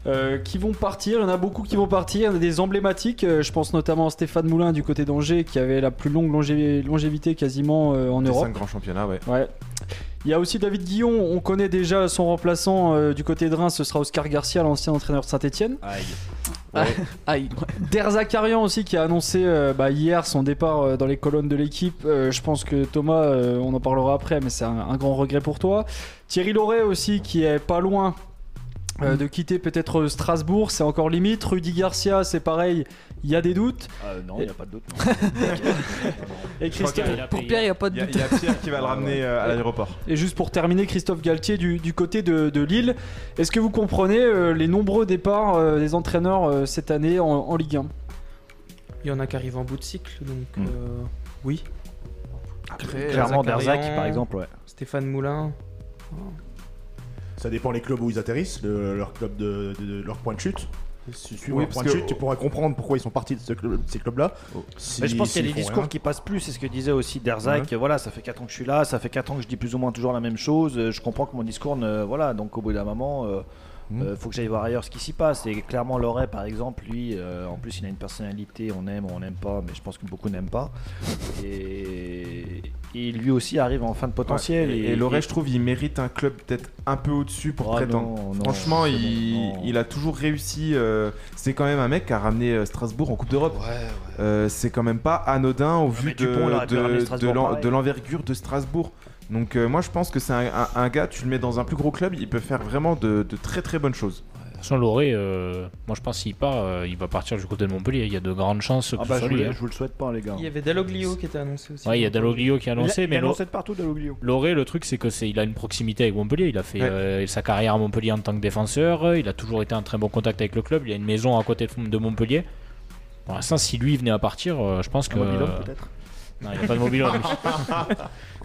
Speaker 1: euh, qui vont partir. Il y en a beaucoup qui vont partir, il y en a des emblématiques. Euh, je pense notamment à Stéphane Moulin du côté d'Angers qui avait la plus longue longé- longévité quasiment euh, en
Speaker 3: Les
Speaker 1: Europe.
Speaker 3: cinq grands championnats, ouais.
Speaker 1: Ouais. Il y a aussi David Guillon, on connaît déjà son remplaçant euh, du côté de Reims, ce sera Oscar Garcia, l'ancien entraîneur de Saint-Etienne.
Speaker 2: Aïe, ouais.
Speaker 1: Derzakarian aussi qui a annoncé euh, bah, hier son départ euh, dans les colonnes de l'équipe. Euh, je pense que Thomas, euh, on en parlera après, mais c'est un, un grand regret pour toi. Thierry Loret aussi qui est pas loin. euh, de quitter peut-être Strasbourg, c'est encore limite. Rudy Garcia, c'est pareil, il y a des doutes.
Speaker 5: Ah, non, il n'y a pas de doute. non.
Speaker 3: [laughs]
Speaker 1: Et, Christophe-
Speaker 2: Pour Pierre, il n'y a pas de
Speaker 3: Il y, a-
Speaker 2: doute.
Speaker 3: il y a Pierre qui va le ramener euh, à l'aéroport.
Speaker 1: et juste pour terminer, Christophe Galtier du, du côté de, de Lille. Est-ce que vous comprenez euh, les nombreux départs euh, des entraîneurs euh, cette année en, en Ligue 1
Speaker 2: euh,
Speaker 8: Il y en a qui arrivent en bout de cycle, donc
Speaker 3: Mm.
Speaker 8: euh, oui.
Speaker 5: Clairement,
Speaker 8: Derzakarian.
Speaker 5: Derzak, par exemple, ouais.
Speaker 8: Stéphane Moulin,
Speaker 4: Ça dépend les clubs où ils atterrissent, le- leur club de, de- de- leur point de chute. Si tu suis
Speaker 3: Oui,
Speaker 4: leur
Speaker 3: parce
Speaker 4: point de
Speaker 3: que- Oh.
Speaker 4: chute, tu pourras comprendre pourquoi ils sont partis de ce club- ces clubs-là. Si-
Speaker 5: Mais je pense qu'il
Speaker 4: s'ils
Speaker 5: y a des
Speaker 4: font
Speaker 5: discours
Speaker 4: rien.
Speaker 5: qui passent plus, c'est ce que disait aussi Derzak. Voilà, ça fait 4 ans que je suis là, ça fait 4 ans que je dis plus ou moins toujours la même chose. euh, Je comprends que mon discours ne. Voilà, donc au bout d'un moment, euh,
Speaker 3: Mhm.
Speaker 5: euh, faut que j'aille voir ailleurs ce qui s'y passe. Et clairement, Loret, par exemple, lui, euh, en plus, il a une personnalité, on aime ou on n'aime pas, mais je pense que beaucoup n'aiment pas. Et, et lui aussi arrive en fin de potentiel.
Speaker 3: Ouais, Et, et Loret, je trouve, il mérite un club peut-être un peu au-dessus pour
Speaker 5: Ah
Speaker 3: prétendre.
Speaker 5: non, non,
Speaker 3: Franchement,
Speaker 5: c'est bon,
Speaker 3: il,
Speaker 5: non.
Speaker 3: il a toujours réussi. euh, c'est quand même un mec qui a ramené euh, Strasbourg en Coupe d'Europe. Euh, c'est quand même pas anodin au vu
Speaker 5: Ah, mais
Speaker 3: de,
Speaker 5: Dupont, il aurait pu
Speaker 3: de-
Speaker 5: ramener
Speaker 3: de
Speaker 5: Strasbourg
Speaker 3: l'en-
Speaker 5: pareil.
Speaker 3: de l'envergure de Strasbourg. Donc euh, moi, je pense que c'est un, un- un gars, tu le mets dans un plus gros club, il peut faire vraiment de, de très très bonnes choses.
Speaker 9: De toute façon, Loré, euh, moi je pense s'il part, euh, il va partir du côté de Montpellier. Il y a de grandes chances que
Speaker 5: Ah
Speaker 9: ce
Speaker 5: bah, je,
Speaker 9: soit
Speaker 5: vous,
Speaker 9: lui.
Speaker 5: le-
Speaker 9: hein.
Speaker 5: je vous le souhaite pas, les gars.
Speaker 8: il y avait Dalloglio qui était annoncé aussi.
Speaker 9: Ouais, il y a Dalloglio qui a lancé,
Speaker 5: Il
Speaker 9: mais
Speaker 5: a
Speaker 9: Lo-
Speaker 5: lancé de partout, Daloglio.
Speaker 9: Loré, le truc, c'est que c'est, il a une proximité avec Montpellier. Il a fait
Speaker 3: Ouais.
Speaker 9: euh, sa carrière à Montpellier en tant que défenseur. euh, Il a toujours été en très bon contact avec le club. Il a une maison à côté de de Montpellier. Pour l'instant, si lui venait à partir, euh, je pense que.
Speaker 5: Mobilhome, peut-être
Speaker 9: non, il n'y a pas de mobilhome.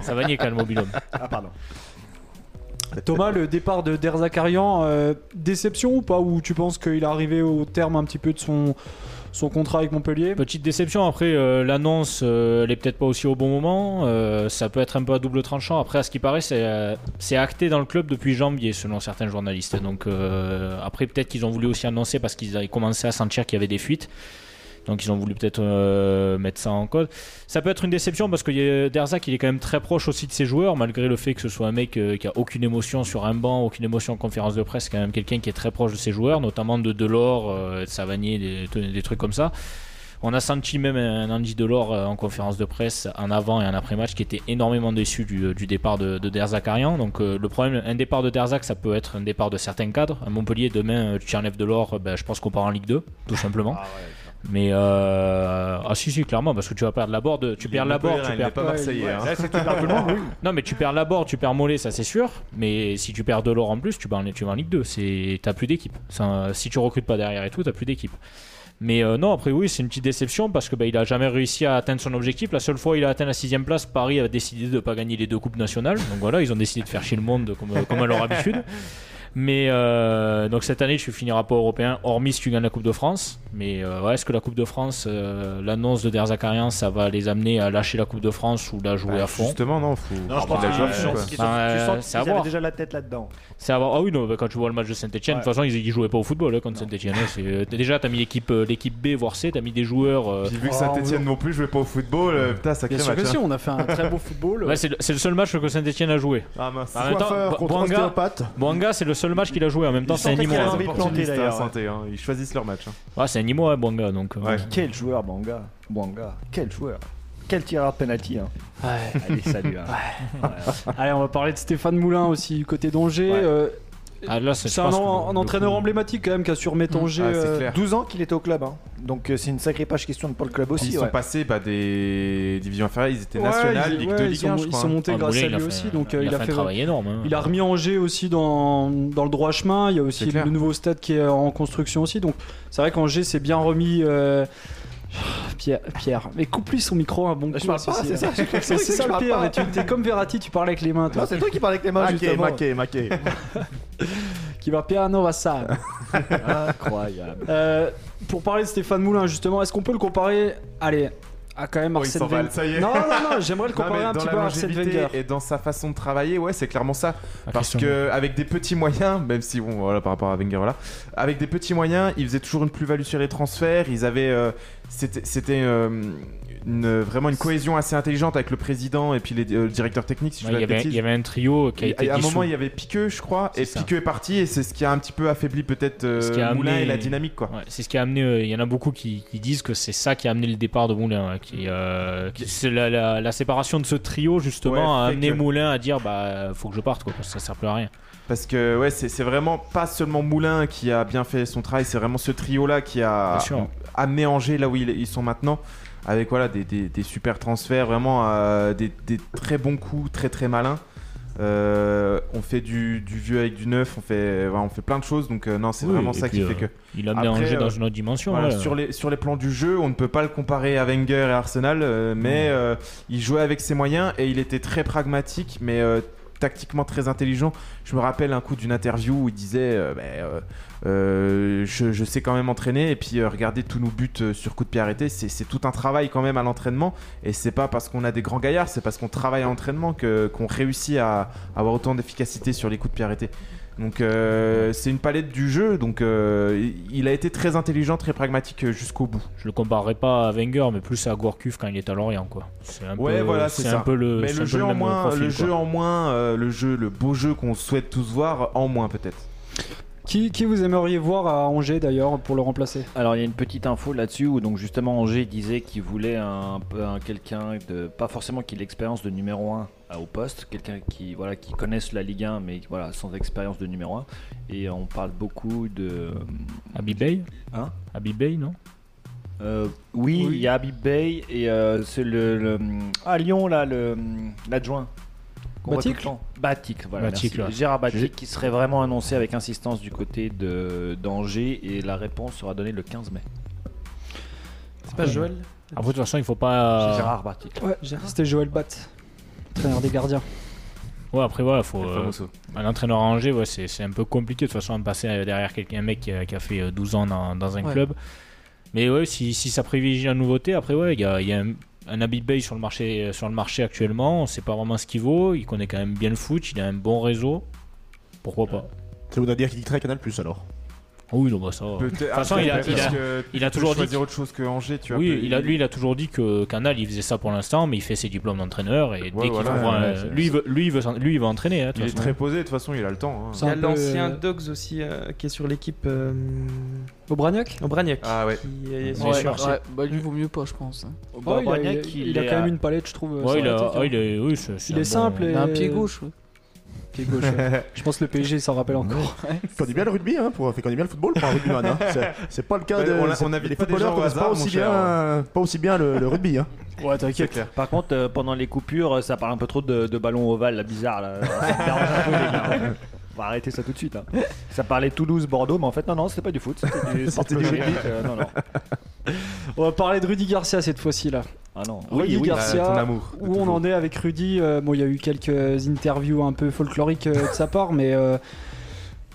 Speaker 9: Ça va nier quand même, mobilhome.
Speaker 5: Ah, pardon.
Speaker 1: Thomas, le départ de Derzakarian, euh, déception ou pas Ou tu penses qu'il est arrivé au terme un petit peu de son, son contrat avec Montpellier
Speaker 9: Petite déception, après euh, l'annonce, euh, elle est peut-être pas aussi au bon moment. euh, ça peut être un peu à double tranchant. Après, à ce qui paraît, c'est euh, c'est acté dans le club depuis janvier, selon certains journalistes. Donc, euh, après, peut-être qu'ils ont voulu aussi annoncer parce qu'ils avaient commencé à sentir qu'il y avait des fuites. Donc, ils ont voulu peut-être euh, mettre ça en cause. Ça peut être une déception parce que euh, Derzak, il est quand même très proche aussi de ses joueurs, malgré le fait que ce soit un mec euh, qui a aucune émotion sur un banc, aucune émotion en conférence de presse. C'est quand même quelqu'un qui est très proche de ses joueurs, notamment de Delors, euh, de Savanier, des- des trucs comme ça. On a senti même un Andy Delors euh, en conférence de presse en avant et en après-match qui était énormément déçu du, du départ de, de Derzakarian. Donc euh, le problème, un départ de Derzak, ça peut être un départ de certains cadres. À Montpellier, demain, euh, tu enlèves Delors, euh, ben, je pense qu'on part en Ligue 2, tout simplement.
Speaker 5: Ah ouais.
Speaker 9: Mais euh, ah si si clairement parce que tu vas perdre la borde, tu perds la borde, tu
Speaker 3: Il n'est
Speaker 9: perds
Speaker 3: pas marseillais. hein.
Speaker 9: non mais tu perds la borde, tu perds Mollet, ça c'est sûr. Mais si tu perds Delors en plus, tu vas en, tu vas en Ligue 2. C'est t'as plus d'équipe. C'est un- Si tu recrutes pas derrière et tout, t'as plus d'équipe. Mais euh, non, après oui, c'est une petite déception parce que bah, il a jamais réussi à atteindre son objectif. La seule fois il a atteint la sixième place, Paris a décidé de pas gagner les deux coupes nationales. Donc voilà, ils ont décidé de faire chier le monde comme, euh, comme à leur habitude. Mais euh, donc cette année, tu finiras pas européen, hormis si tu gagnes la Coupe de France. Mais euh, ouais, est-ce que la Coupe de France, euh, l'annonce de Derzakarian, ça va les amener à lâcher la Coupe de France ou la jouer
Speaker 3: Bah,
Speaker 9: à fond
Speaker 3: Justement, non, faut.
Speaker 5: euh, Non, je
Speaker 3: faut
Speaker 5: pense
Speaker 3: la
Speaker 5: qu'ils
Speaker 3: jouer,
Speaker 5: ils sont-
Speaker 3: quoi.
Speaker 5: qu'ils
Speaker 9: Bah,
Speaker 5: sont- tu
Speaker 9: c'est à
Speaker 5: sens qu'ils avaient
Speaker 9: voir.
Speaker 5: déjà la tête là-dedans.
Speaker 9: C'est avoir... Ah oui, non, bah, quand tu vois le match de Saint-Etienne, de toute façon, ils, ils jouaient pas au football hein, contre Saint-Etienne. déjà, t'as mis l'équipe, euh, l'équipe B, voire C, t'as mis des joueurs. euh,
Speaker 3: Puis
Speaker 5: Ah,
Speaker 3: vu que Saint-Etienne non plus jouait pas au football, euh, putain, sacré
Speaker 11: Bien
Speaker 3: match.
Speaker 11: sûr que
Speaker 3: hein.
Speaker 11: si, on a fait un très beau football.
Speaker 9: ouais, c'est le, c'est le seul match que Saint-Etienne a joué.
Speaker 3: Ah mince.
Speaker 9: En même temps,
Speaker 4: Coiffeur
Speaker 9: Bo-
Speaker 4: contre
Speaker 9: Boanga-
Speaker 4: ostéopathe.
Speaker 9: Boanga, c'est le seul match qu'il a joué. En même temps, c'est un
Speaker 5: sentait qu'il
Speaker 9: Nîmois.
Speaker 5: avait
Speaker 9: hein. Ah,
Speaker 5: envie de planter,
Speaker 3: Opportuniste,
Speaker 5: d'ailleurs,
Speaker 3: hein, santé, hein. Ils choisissent leur match. hein.
Speaker 9: Ouais, c'est un Nîmois, hein, Boanga. Donc, euh,
Speaker 3: Ouais.
Speaker 5: Quel joueur, Banga Banga, quel joueur quel tireur de penalty. hein. Allez, salut. hein.
Speaker 1: Allez, on va parler de Stéphane Moulin aussi, du côté d'Angers.
Speaker 5: Ouais.
Speaker 1: Euh,
Speaker 9: Ah, là, je
Speaker 1: c'est un,
Speaker 9: pense
Speaker 1: en-
Speaker 9: que
Speaker 1: un
Speaker 9: le
Speaker 1: entraîneur
Speaker 9: coup-
Speaker 1: emblématique quand même qui a surmet Angers.
Speaker 3: Ah, c'est
Speaker 1: euh,
Speaker 3: clair.
Speaker 12: 12 ans qu'il était au club, hein. donc euh, c'est une sacrée page question pour le club
Speaker 3: Puis
Speaker 12: aussi.
Speaker 3: ils sont
Speaker 12: ouais.
Speaker 3: passés bah, des divisions inférieures, ils étaient
Speaker 1: ouais,
Speaker 3: nationales,
Speaker 1: ils-
Speaker 3: Ligue
Speaker 1: ouais,
Speaker 3: 2,
Speaker 1: ils
Speaker 3: Ligue
Speaker 1: sont-
Speaker 3: 1, je
Speaker 1: ils
Speaker 3: crois. hein.
Speaker 1: sont montés
Speaker 9: Ah,
Speaker 1: grâce
Speaker 9: Moulin,
Speaker 1: à
Speaker 9: il a
Speaker 1: lui
Speaker 9: fait-
Speaker 1: aussi, donc euh, il, a
Speaker 9: fait un
Speaker 1: fait.
Speaker 9: travail énorme. hein.
Speaker 1: Il a remis Angers aussi dans, dans le droit chemin. Il y a aussi
Speaker 3: C'est clair.
Speaker 1: le nouveau stade qui est euh, en construction aussi. Donc c'est vrai qu'Angers s'est bien remis. euh, Pierre, Pierre, mais coupe lui son micro un bon coup.
Speaker 12: Je parle pas,
Speaker 1: ceci,
Speaker 12: c'est
Speaker 1: là.
Speaker 12: ça.
Speaker 1: [laughs] C'est c'est ça le pire. mais Tu es comme Verratti, tu parles avec les mains. Toi.
Speaker 12: Non, c'est toi qui parles avec les
Speaker 9: Ah,
Speaker 12: mains
Speaker 4: Maqué,
Speaker 12: justement.
Speaker 4: maqué, maqué.
Speaker 9: [laughs]
Speaker 1: Qui va piano va ça.
Speaker 5: Incroyable.
Speaker 1: Euh, pour parler de Stéphane Moulin justement, est-ce qu'on peut le comparer Allez, à quand même
Speaker 3: Oh, il s'en
Speaker 1: Arsène
Speaker 3: va,
Speaker 1: Wenger.
Speaker 3: ça y est.
Speaker 1: Non, non, non, j'aimerais le
Speaker 3: Non,
Speaker 1: comparer
Speaker 3: mais
Speaker 1: un
Speaker 3: dans
Speaker 1: petit
Speaker 3: la
Speaker 1: peu à Arsène
Speaker 3: longévité
Speaker 1: Wenger.
Speaker 3: et dans sa façon de travailler, ouais, c'est clairement ça.
Speaker 9: Ah,
Speaker 3: Parce
Speaker 1: euh,
Speaker 9: question.
Speaker 3: que avec des petits moyens, même si bon, voilà, par rapport à Wenger, voilà, avec des petits moyens, ils faisaient toujours une plus-value sur les transferts. Ils avaient, euh, c'était, c'était, euh, une- vraiment une cohésion assez intelligente avec le président et puis les euh, le directeur technique. Si je
Speaker 9: Ouais,
Speaker 3: dis
Speaker 9: il, y
Speaker 3: pas de
Speaker 9: avait, il
Speaker 3: bêtises.
Speaker 9: y avait un trio qui a
Speaker 3: Et
Speaker 9: été
Speaker 3: à un
Speaker 9: dissous.
Speaker 3: moment, il y avait Piqueux, je crois,
Speaker 9: C'est
Speaker 3: et
Speaker 9: ça.
Speaker 3: Piqueux est parti, et c'est ce qui a un petit peu affaibli peut-être euh,
Speaker 9: Ce qui a
Speaker 3: Moulin
Speaker 9: amené-
Speaker 3: et la dynamique, quoi.
Speaker 9: Ouais, c'est ce qui a amené. euh, Il y en a beaucoup qui, qui disent que c'est ça qui a amené le départ de Moulin. ouais, qui, euh, qui- c'est la, la- la séparation de ce trio justement
Speaker 3: Ouais,
Speaker 9: a
Speaker 3: fait
Speaker 9: amené
Speaker 3: que-
Speaker 9: Moulin à dire bah faut que je parte quoi, parce que ça sert plus à rien.
Speaker 3: Parce que ouais, c'est c'est vraiment pas seulement Moulin qui a bien fait son travail, c'est vraiment ce trio-là qui a
Speaker 9: Bien sûr.
Speaker 3: amené Angers là où ils ils sont maintenant, avec voilà des, des- des super transferts, vraiment euh, des, des très bons coups, très très malins. Euh, on fait du, du vieux avec du neuf, on fait, voilà, on fait plein de choses, donc euh, non, c'est
Speaker 9: Oui,
Speaker 3: vraiment
Speaker 9: et
Speaker 3: ça
Speaker 9: puis,
Speaker 3: qui
Speaker 9: euh,
Speaker 3: fait que.
Speaker 9: Il a amené
Speaker 3: Après,
Speaker 9: Angers
Speaker 3: euh,
Speaker 9: dans une autre dimension.
Speaker 3: Voilà,
Speaker 9: ouais.
Speaker 3: sur, les, sur les plans du jeu, on ne peut pas le comparer à Wenger et Arsenal, euh, mais euh, il jouait avec ses moyens et il était très pragmatique, mais euh, tactiquement très intelligent. Je me rappelle un coup d'une interview où il disait euh, Bah, euh, euh, je, je sais quand même entraîner, et puis euh, regardez tous nos buts euh, sur coup de pied arrêté, c'est c'est tout un travail quand même à l'entraînement, et c'est pas parce qu'on a des grands gaillards, c'est parce qu'on travaille à l'entraînement que- qu'on réussit à avoir autant d'efficacité sur les coups de pied arrêtés. Donc euh, c'est une palette du jeu, donc euh, il a été très intelligent, très pragmatique euh, jusqu'au bout.
Speaker 9: Je le comparerais pas à Wenger, mais plus à Gourcuff quand il est à Lorient quoi. C'est un
Speaker 3: Ouais,
Speaker 9: peu,
Speaker 3: voilà, c'est
Speaker 9: un
Speaker 3: ça.
Speaker 9: peu Euh, le.
Speaker 3: Mais
Speaker 9: c'est un
Speaker 3: le
Speaker 9: peu
Speaker 3: jeu, en
Speaker 9: même
Speaker 3: moins, euh,
Speaker 9: profil,
Speaker 3: le
Speaker 9: quoi.
Speaker 3: jeu en moins, euh, le jeu, le beau jeu qu'on souhaite tous voir en moins peut-être.
Speaker 1: Qui, qui vous aimeriez voir à Angers d'ailleurs pour le remplacer
Speaker 5: Alors il y a une petite info là-dessus où donc justement Angers disait qu'il voulait un, un quelqu'un de pas forcément qui ait l'expérience de numéro 1 à- au poste, quelqu'un qui voilà qui connaisse la Ligue 1 mais voilà sans expérience de numéro 1 et euh, on parle beaucoup de
Speaker 9: Abi Bay
Speaker 5: Hein
Speaker 9: Abi Bay, non
Speaker 5: euh, oui, il y a Habib Bey et euh, c'est le, le- à Lyon là le l'adjoint qu'on voit
Speaker 1: Batik
Speaker 5: tout le temps. Batik, voilà.
Speaker 9: Batik,
Speaker 5: merci.
Speaker 9: ouais.
Speaker 5: Gérard Batik qui serait vraiment annoncé avec insistance du côté de d'Angers et la réponse sera donnée le 15 mai.
Speaker 8: C'est pas Joël
Speaker 9: Après de toute façon il faut pas.
Speaker 5: C'est Gérard Batik.
Speaker 1: Ouais, c'était Joël Bat, traîneur des gardiens.
Speaker 9: Ouais après voilà faut.
Speaker 3: Le
Speaker 9: euh,
Speaker 3: Famoso.
Speaker 9: Un entraîneur à Angers, ouais, c'est c'est un peu compliqué de toute façon de passer euh, derrière quelqu'un, un mec qui a, qui a fait euh, 12 ans dans, dans un
Speaker 2: Ouais.
Speaker 9: club. Mais ouais, si, si ça privilégie la nouveauté, après, ouais, il y a, il y a un, un Habib Bey sur le marché, euh, sur le marché actuellement, on sait pas vraiment ce qu'il vaut, il connaît quand même bien le foot, il a un bon réseau. Pourquoi pas
Speaker 4: Ça veut dire qu'il quitterait Canal Plus
Speaker 12: [laughs]
Speaker 4: alors.
Speaker 9: Oui, non, bah ça.
Speaker 3: Peut-être. De toute
Speaker 9: façon, il a- il a- il a toujours dit
Speaker 3: choisir
Speaker 9: qu'il-
Speaker 3: autre chose que Angers, tu vois.
Speaker 9: Oui,
Speaker 3: peut-
Speaker 9: il a, lui, il a toujours dit que Canal, il faisait ça pour l'instant, mais il fait ses diplômes d'entraîneur et dès
Speaker 3: Ouais,
Speaker 9: qu'il
Speaker 3: voilà,
Speaker 9: trouvera
Speaker 3: ouais,
Speaker 9: un-
Speaker 3: c'est-
Speaker 9: lui, il veut, lui, il veut, s'en- lui, il veut entraîner. hein, de
Speaker 3: Il
Speaker 9: toute
Speaker 3: est
Speaker 9: façon.
Speaker 3: très posé, de toute façon, il a le temps. hein.
Speaker 1: C'est
Speaker 8: Il y a
Speaker 1: un peu,
Speaker 8: l'ancien
Speaker 1: euh,
Speaker 8: Dogs aussi euh, qui est sur l'équipe euh,
Speaker 1: Aubragnac
Speaker 8: Aubragnac.
Speaker 3: Ah ouais.
Speaker 8: Qui est sur
Speaker 9: Ouais,
Speaker 8: le
Speaker 9: sûr,
Speaker 8: marché.
Speaker 2: ouais, bah, lui vaut mieux pas, je pense.
Speaker 1: Oh, il, a,
Speaker 5: Aubragnac,
Speaker 1: il
Speaker 5: il
Speaker 1: a
Speaker 5: Bah, est euh,
Speaker 1: quand
Speaker 5: à-
Speaker 1: même une palette, je trouve.
Speaker 9: Ouais,
Speaker 1: sur
Speaker 9: il,
Speaker 1: la
Speaker 9: a-
Speaker 1: tête,
Speaker 9: ah,
Speaker 1: hein.
Speaker 9: il est, oui, c'est- c'est
Speaker 1: Il est
Speaker 9: un bon-
Speaker 1: simple et-
Speaker 2: Il a un pied gauche. ouais.
Speaker 1: Pied gauche, ouais. Je pense que le PSG s'en rappelle encore.
Speaker 4: Quand on dit bien le rugby, hein, pour, fait qu'on dit bien le football pour un rugbyman. Hein. C'est- C'est pas le cas
Speaker 3: Ouais,
Speaker 4: de.
Speaker 3: on la-
Speaker 4: c'est-
Speaker 3: on invite
Speaker 4: les
Speaker 3: pas des
Speaker 4: footballeurs
Speaker 3: gens au
Speaker 4: connaissent pas
Speaker 3: hasard, mon
Speaker 4: aussi
Speaker 3: cher.
Speaker 4: bien, euh, pas aussi bien le, le rugby. Hein.
Speaker 1: Ouais, t'inquiète.
Speaker 5: Par contre, euh, pendant les coupures, euh, ça parle un peu trop de, de ballon ovale, là, bizarre. [laughs] Là. Ça me dérange un peu, les gars. On va arrêter ça tout de suite. hein. Ça parlait Toulouse-Bordeaux, mais en fait, non, non, c'était pas du foot. C'était du, c'était du rugby. euh, non, non.
Speaker 1: On va parler de Rudy Garcia cette fois-ci là.
Speaker 5: Ah non.
Speaker 1: Rudy Garcia,
Speaker 3: Euh, ton amour.
Speaker 1: où on en est avec Rudy euh, Bon, il y a eu quelques interviews un peu folkloriques euh, de sa part, mais euh,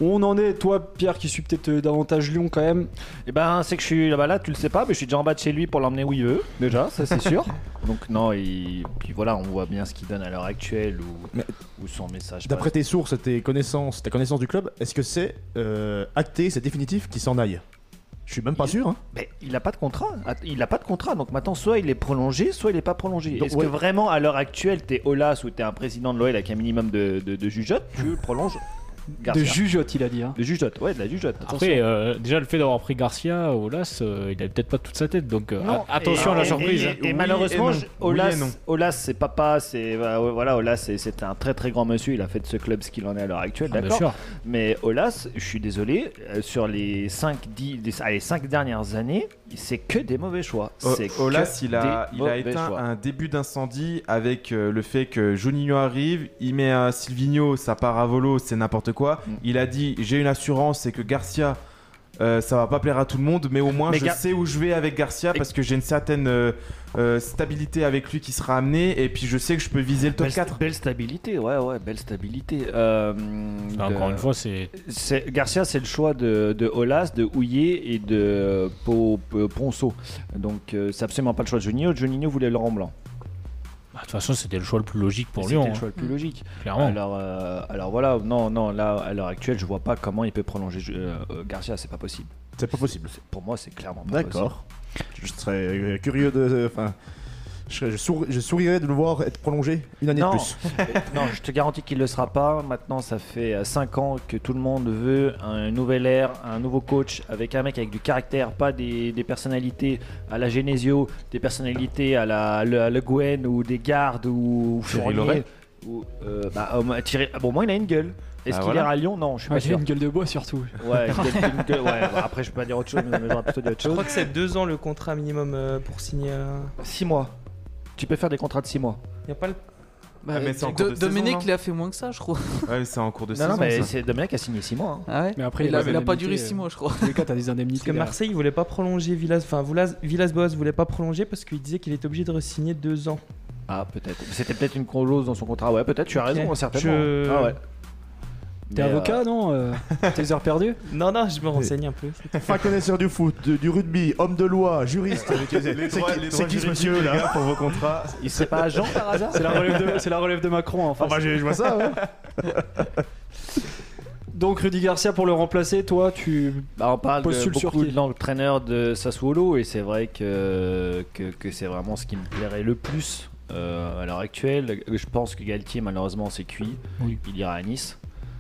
Speaker 1: où on en est Toi, Pierre, qui suis peut-être euh, davantage Lyon quand même.
Speaker 5: Et ben, c'est que je suis là-bas, là, tu le sais pas, mais je suis déjà en bas de chez lui pour l'emmener où il veut. Déjà,
Speaker 4: [laughs]
Speaker 5: ça c'est sûr. Donc, non, il... puis voilà, on voit bien ce qu'il donne à l'heure actuelle ou,
Speaker 4: Mais-
Speaker 5: ou son message.
Speaker 4: D'après tes sources, tes connaissances, ta connaissance du club, est-ce que c'est euh, acté, c'est définitif qu'il s'en aille Je suis même pas sûr. Hein.
Speaker 5: Mais il n'a pas de contrat. Att- Il n'a pas de contrat. Donc maintenant, soit il est prolongé, soit il n'est pas prolongé.
Speaker 4: Donc,
Speaker 5: Est-ce
Speaker 4: ouais.
Speaker 5: que vraiment, à l'heure actuelle, t'es Olas ou t'es un président de l'OL avec un minimum de, de, de jugeote, tu le prolonges Garcia.
Speaker 1: De Jugeote, il a dit. hein.
Speaker 5: De jugeote, ouais, de la jugeote.
Speaker 9: Après, euh, déjà le fait d'avoir pris Garcia, Olas, euh, il avait peut-être pas toute sa tête, donc euh,
Speaker 5: Non,
Speaker 9: a- attention à la
Speaker 5: et-
Speaker 9: surprise.
Speaker 5: Et,
Speaker 9: hein.
Speaker 5: et malheureusement,
Speaker 3: Oui et
Speaker 5: je-
Speaker 3: non.
Speaker 5: Olas, Olas, c'est papa, c'est bah, ouais, voilà, Olas, c'est- c'est un très très grand monsieur. Il a fait de ce club ce qu'il en est à l'heure actuelle,
Speaker 9: Ah, bien
Speaker 5: d'accord.
Speaker 9: sûr.
Speaker 5: Mais Olas, je suis désolé, euh, sur les 5 dix, des- allez, cinq dernières années, c'est que des mauvais choix.
Speaker 3: O-
Speaker 5: C'est oh, que
Speaker 3: Olas, il a,
Speaker 5: des
Speaker 3: il a
Speaker 5: mauvais
Speaker 3: éteint
Speaker 5: choix.
Speaker 3: un début d'incendie avec euh, le fait que Juninho arrive, il met à Silvino, ça part à volo, c'est n'importe quoi.
Speaker 5: Mm.
Speaker 3: Il a dit j'ai une assurance, c'est que Garcia, euh, ça va pas plaire à tout le monde, mais au moins
Speaker 5: Mais
Speaker 3: je
Speaker 5: Gar-
Speaker 3: sais où je vais avec Garcia parce que j'ai une certaine euh, euh, stabilité avec lui qui sera amenée et puis je sais que je peux viser le top
Speaker 5: Belle,
Speaker 3: 4.
Speaker 5: belle stabilité, ouais, ouais, belle stabilité. Euh, de-
Speaker 9: Enfin, Encore une fois, c'est
Speaker 5: c'est- Garcia, c'est le choix de, de Olas, de Houillet et de Po- Po- Ponceau. Donc, euh, c'est absolument pas le choix de Juninho. Juninho voulait Laurent Blanc.
Speaker 9: bah, de toute façon c'était le choix le plus logique pour
Speaker 5: C'était
Speaker 9: Lyon,
Speaker 5: le
Speaker 9: hein,
Speaker 5: choix le plus logique.
Speaker 9: clairement.
Speaker 5: Alors, euh, alors voilà, non, non, là, à l'heure actuelle, je vois pas comment il peut prolonger euh, euh, Garcia, c'est pas possible.
Speaker 4: C'est pas possible.
Speaker 5: C'est- Pour moi, c'est clairement pas possible.
Speaker 4: D'accord. Je serais euh, curieux de. Enfin. je, serais- je souri- je sourirais de le voir être prolongé une année
Speaker 5: Non.
Speaker 4: de plus.
Speaker 5: [laughs] non, je te garantis qu'il le sera pas. Maintenant, ça fait 5 ans que tout le monde veut un nouvel air, un nouveau coach avec un mec avec du caractère, pas des, des personnalités à la Genesio, des personnalités à la à Le, à Le Guen ou des gardes ou
Speaker 3: Thierry
Speaker 5: Fournier,
Speaker 3: Loret.
Speaker 5: ou, euh, bah, au moins, Thierry- ah, bon, au moins, il a une gueule. Est-ce
Speaker 3: Ah,
Speaker 5: qu'il
Speaker 3: voilà.
Speaker 5: ira à Lyon Non, je suis pas
Speaker 1: Ouais, il a
Speaker 5: sûr.
Speaker 1: une gueule de bois surtout.
Speaker 5: [laughs] Ouais, une gueule- une gueule- ouais, bah, après, je peux pas dire autre chose, mais j'aurais plutôt dit autre
Speaker 8: Je
Speaker 5: chose.
Speaker 8: crois que c'est deux ans le contrat minimum euh, pour signer. Il
Speaker 5: 6 mois. Tu peux faire des contrats de 6 mois.
Speaker 8: n'y a pas le.
Speaker 3: Ah, mais c'est en
Speaker 2: Bah, Do-
Speaker 3: cours de saison,
Speaker 2: Dominique,
Speaker 3: non
Speaker 2: il a fait moins que ça, je crois. [laughs]
Speaker 3: Ouais, c'est en cours de
Speaker 5: Non,
Speaker 3: saison.
Speaker 5: non, mais
Speaker 3: ça.
Speaker 5: c'est Dominique a signé 6 mois. hein.
Speaker 2: Ah ouais
Speaker 1: Mais après,
Speaker 2: il,
Speaker 1: il
Speaker 2: a,
Speaker 1: a des
Speaker 2: il a pas
Speaker 1: indemnités,
Speaker 2: duré
Speaker 1: euh.
Speaker 2: 6 mois, je crois.
Speaker 1: Tous les cas, t'as des indemnités.
Speaker 8: Parce que
Speaker 1: derrière.
Speaker 8: Marseille voulait pas prolonger Villas. Enfin, Villas, Villas Boas voulait pas prolonger parce qu'il disait qu'il était obligé de re-signer deux ans.
Speaker 5: Ah, peut-être. C'était peut-être une clause dans son contrat. Ouais, peut-être, tu as
Speaker 8: Ok.
Speaker 5: raison, hein, certainement.
Speaker 8: Je-
Speaker 5: Ah ouais.
Speaker 1: T'es
Speaker 5: Mais,
Speaker 1: avocat, non euh, Tes heures perdues
Speaker 8: Non, non, je me renseigne un peu.
Speaker 4: Fin connaisseur du foot, de- du rugby, homme de loi, juriste.
Speaker 3: Les droits-
Speaker 4: C'est qui-
Speaker 3: les
Speaker 4: c'est
Speaker 3: droits
Speaker 4: qui ce
Speaker 3: juridiques,
Speaker 4: monsieur
Speaker 3: les
Speaker 4: là
Speaker 3: gars, pour vos contrats
Speaker 5: euh, Il serait pas agent par hasard
Speaker 1: C'est la, relève de- c'est la relève de Macron hein, en
Speaker 4: Ah
Speaker 1: face.
Speaker 4: bah je je vois ça. ouais.
Speaker 1: Donc Rudy Garcia pour le remplacer, toi tu.
Speaker 5: Bah, on parle de,
Speaker 1: Postule sur
Speaker 5: beaucoup
Speaker 1: qui
Speaker 5: de l'entraîneur de Sassuolo et c'est vrai que, que, que c'est vraiment ce qui me plairait le plus euh, à l'heure actuelle. Je pense que Galtier, malheureusement, c'est cuit.
Speaker 9: Oui.
Speaker 5: Il ira à Nice.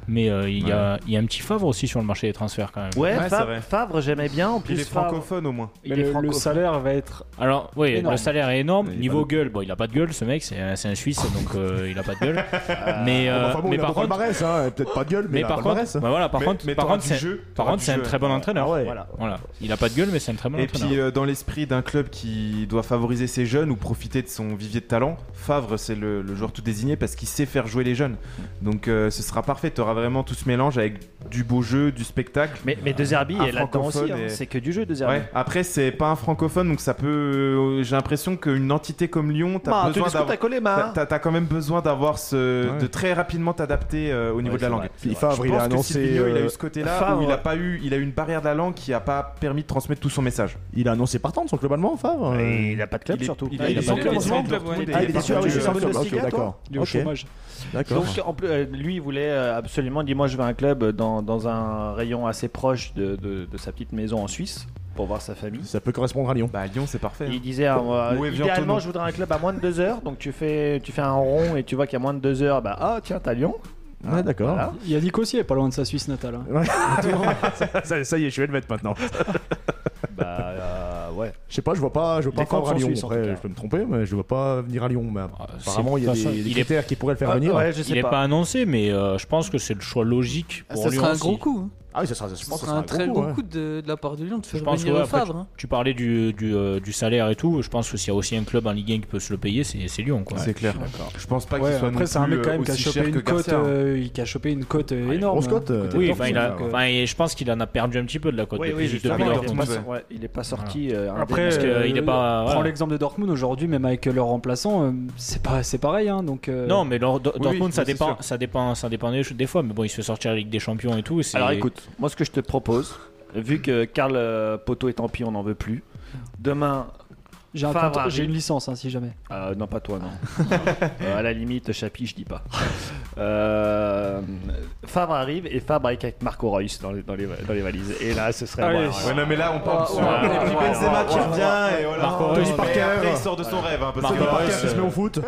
Speaker 9: Mais euh, il y, a, il y a un petit Favre aussi sur le marché des transferts quand même.
Speaker 5: Ouais,
Speaker 3: Ouais, c'est
Speaker 5: Favre,
Speaker 3: vrai.
Speaker 5: Favre, j'aimais bien. En plus,
Speaker 3: Il est
Speaker 5: Favre-
Speaker 3: francophone au moins.
Speaker 5: il
Speaker 1: Mais
Speaker 5: est
Speaker 1: le- le,
Speaker 5: francophone.
Speaker 1: salaire va être.
Speaker 9: Alors, oui,
Speaker 1: Énorme.
Speaker 9: le salaire est énorme.
Speaker 3: Il a
Speaker 9: Niveau
Speaker 3: pas
Speaker 9: gueule, bon, il a pas de gueule ce mec, c'est un, c'est un Suisse donc euh, il a pas de gueule.
Speaker 5: Euh,
Speaker 9: mais
Speaker 4: Bon,
Speaker 9: euh,
Speaker 4: enfin bon,
Speaker 9: mais
Speaker 4: il a
Speaker 9: par
Speaker 4: un bon
Speaker 9: contre,
Speaker 4: palmarès, hein, peut-être pas hein. de gueule, mais,
Speaker 9: mais
Speaker 4: il a un
Speaker 9: par contre,
Speaker 4: palmarès.
Speaker 9: bah voilà, par
Speaker 3: Mais-
Speaker 9: contre,
Speaker 3: mais
Speaker 9: par
Speaker 3: t'auras
Speaker 9: contre,
Speaker 3: du
Speaker 9: c'est-
Speaker 3: jeu,
Speaker 9: par
Speaker 3: t'auras
Speaker 9: contre,
Speaker 3: du
Speaker 9: c'est un
Speaker 3: jeu.
Speaker 9: très bon entraîneur.
Speaker 4: Ah ouais.
Speaker 5: Voilà.
Speaker 9: Voilà, il a pas de gueule, mais c'est un très bon
Speaker 3: Et
Speaker 9: entraîneur.
Speaker 3: puis euh, dans l'esprit d'un club qui doit favoriser ses jeunes ou profiter de son vivier de talent, Favre c'est le, le joueur tout désigné parce qu'il sait faire jouer les jeunes. Donc euh, ce sera parfait, tu auras vraiment tout ce mélange avec du beau jeu, du spectacle.
Speaker 5: Mais, mais De Zerbi
Speaker 3: Un
Speaker 5: est là-dedans aussi.
Speaker 3: francophone
Speaker 5: hein.
Speaker 3: et-
Speaker 5: C'est que du jeu, De Zerbi.
Speaker 3: Ouais. Après c'est pas un francophone donc ça peut... euh, J'ai l'impression qu'une entité comme Lyon, t'as
Speaker 12: Bah, tu
Speaker 3: besoin
Speaker 12: discutes
Speaker 3: d'avoir...
Speaker 12: à coller,
Speaker 3: t'as-
Speaker 5: hein.
Speaker 12: ma.
Speaker 3: T'as t'as quand même besoin d'avoir ce...
Speaker 4: Ouais.
Speaker 3: de très rapidement t'adapter euh, au niveau
Speaker 5: Ouais,
Speaker 3: de la
Speaker 5: c'est
Speaker 3: langue.
Speaker 5: vrai, c'est
Speaker 4: Puis
Speaker 5: vrai.
Speaker 4: Favre,
Speaker 3: Je
Speaker 4: il
Speaker 3: pense
Speaker 4: a
Speaker 3: que
Speaker 4: annoncé,
Speaker 3: Silvio, il a
Speaker 4: euh,
Speaker 3: eu ce côté-là
Speaker 5: Favre-
Speaker 3: où il a pas eu, il a eu une barrière de la langue qui a pas permis de transmettre tout son message.
Speaker 4: il a annoncé partant de son club allemand, Favre. euh.
Speaker 5: Et Ah, il a pas de club
Speaker 3: il est-
Speaker 5: surtout.
Speaker 3: il
Speaker 5: Ah,
Speaker 3: est-
Speaker 5: il a
Speaker 4: il
Speaker 5: pas de
Speaker 4: est-
Speaker 5: club.
Speaker 4: il est-
Speaker 5: Dortmund,
Speaker 4: Ah,
Speaker 5: Dortmund,
Speaker 4: il est
Speaker 5: parti
Speaker 4: déçu, ah
Speaker 5: en
Speaker 4: oui, c'est
Speaker 3: euh,
Speaker 5: Bundesliga,
Speaker 4: sur le ok,
Speaker 5: toi.
Speaker 4: d'accord.
Speaker 1: Il est au
Speaker 4: Ok,
Speaker 1: chômage.
Speaker 4: D'accord.
Speaker 5: Donc en plus, euh, lui il voulait euh, absolument, dis-moi je vais à un club dans, dans un rayon assez proche de, de- de sa petite maison en Suisse pour voir sa famille.
Speaker 4: Ça peut correspondre à Lyon.
Speaker 3: Bah Lyon c'est parfait.
Speaker 5: Il disait euh, euh,
Speaker 3: Où est Viantono
Speaker 5: idéalement je voudrais un club à moins de 2 heures, donc tu fais, tu fais un rond et tu vois qu'il y a moins de 2 heures, bah ah tiens t'as Lyon.
Speaker 4: Ah, d'accord.
Speaker 5: Voilà.
Speaker 1: Il y a Nico aussi, il est pas loin de sa Suisse natale. hein.
Speaker 4: ça, ça y est, je vais le mettre maintenant.
Speaker 5: Bah euh, ouais.
Speaker 4: Je sais pas, je vois pas, je vois pas
Speaker 1: Les
Speaker 4: Favre à
Speaker 1: formes sont
Speaker 4: Lyon.
Speaker 1: suisses, en
Speaker 4: Après,
Speaker 1: tout cas.
Speaker 4: je peux me tromper, mais je vois pas venir à Lyon. Mais
Speaker 9: Ah, c'est-
Speaker 4: apparemment, il y a
Speaker 9: de toute façon,
Speaker 4: des, des
Speaker 9: il est-
Speaker 4: critères qui pourraient le faire
Speaker 5: Ah,
Speaker 4: venir.
Speaker 5: ouais, je
Speaker 9: Il
Speaker 5: sais
Speaker 9: n'est
Speaker 5: pas.
Speaker 9: pas annoncé, mais euh, je pense que c'est le choix logique
Speaker 2: [laughs]
Speaker 9: pour
Speaker 2: ça
Speaker 9: Lyon
Speaker 2: sera un
Speaker 9: aussi.
Speaker 2: gros coup. hein.
Speaker 4: Ah oui, ça sera, je
Speaker 2: Ce
Speaker 4: pense que
Speaker 2: sera un très
Speaker 4: gros
Speaker 2: gros
Speaker 4: ouais.
Speaker 2: coup de, de la part de Lyon de faire
Speaker 9: Je pense
Speaker 2: venir
Speaker 9: que, ouais,
Speaker 2: le Favre. hein.
Speaker 9: Tu parlais du, du, euh, du salaire et tout. Je pense que s'il y a aussi un club en Ligue 1 qui peut se le payer, c'est c'est Lyon. Quoi.
Speaker 3: C'est clair. Je pense pas
Speaker 1: Ouais,
Speaker 3: qu'il soit
Speaker 1: après,
Speaker 3: non
Speaker 1: c'est un
Speaker 3: plus,
Speaker 1: mec quand
Speaker 3: euh,
Speaker 1: même qui a
Speaker 3: aussi
Speaker 1: chopé
Speaker 3: cher que
Speaker 1: une cote,
Speaker 3: Garcia. hein.
Speaker 1: euh, il- qui a chopé une cote euh,
Speaker 9: une
Speaker 1: énorme.
Speaker 4: grosse cote,
Speaker 1: hein,
Speaker 4: euh,
Speaker 1: côté
Speaker 9: Oui,
Speaker 4: Dortmund,
Speaker 9: enfin, il a-
Speaker 4: ouais.
Speaker 9: enfin, et je pense qu'il en a perdu un petit peu de la cote
Speaker 5: Oui,
Speaker 9: depuis,
Speaker 5: oui, justement,
Speaker 9: depuis
Speaker 5: il est
Speaker 9: Dortmund.
Speaker 5: pas sor- ouais, il est pas sorti. euh, un
Speaker 1: Après,
Speaker 5: des-
Speaker 9: parce que, euh, il est pas-
Speaker 1: prends
Speaker 9: voilà.
Speaker 1: l'exemple de Dortmund aujourd'hui, même avec leur remplaçant, euh, c'est pas, c'est pareil. hein, donc, euh,
Speaker 9: Non, mais Dor- Dor-
Speaker 3: oui,
Speaker 9: Dortmund, ça,
Speaker 3: oui, c'est
Speaker 9: dépend,
Speaker 3: sûr.
Speaker 9: ça dépend, ça dépend des, des fois. Mais bon, il se fait sortir la Ligue des Champions et tout. c'est-
Speaker 5: Alors écoute, moi ce que je [laughs] te propose, vu que Karl euh, Poteau est en pis, on n'en veut plus. Demain,
Speaker 1: J'ai un
Speaker 8: Favre
Speaker 1: compte- j'ai
Speaker 8: arrive.
Speaker 1: une licence, hein, si jamais.
Speaker 5: Euh, non, pas toi, non. Euh, à la limite, Chapi, je dis pas. Euh, Fabre arrive et Fabre avec, avec Marco Reus dans les, dans les, dans les valises. Et là, ce serait.
Speaker 10: Allez.
Speaker 5: voilà, voilà.
Speaker 3: Ouais, non, mais là, on parle sur.
Speaker 5: ouais,
Speaker 3: Et puis
Speaker 5: ouais,
Speaker 3: Benzema
Speaker 5: ouais,
Speaker 3: qui
Speaker 5: ouais,
Speaker 3: revient, et voilà.
Speaker 9: Marco
Speaker 3: Tony
Speaker 9: Reus, mais
Speaker 3: Parker.
Speaker 4: après,
Speaker 3: il sort de son rêve, hein, parce
Speaker 9: Marco
Speaker 3: que-
Speaker 9: Reus,
Speaker 4: Parker qui se met au foot.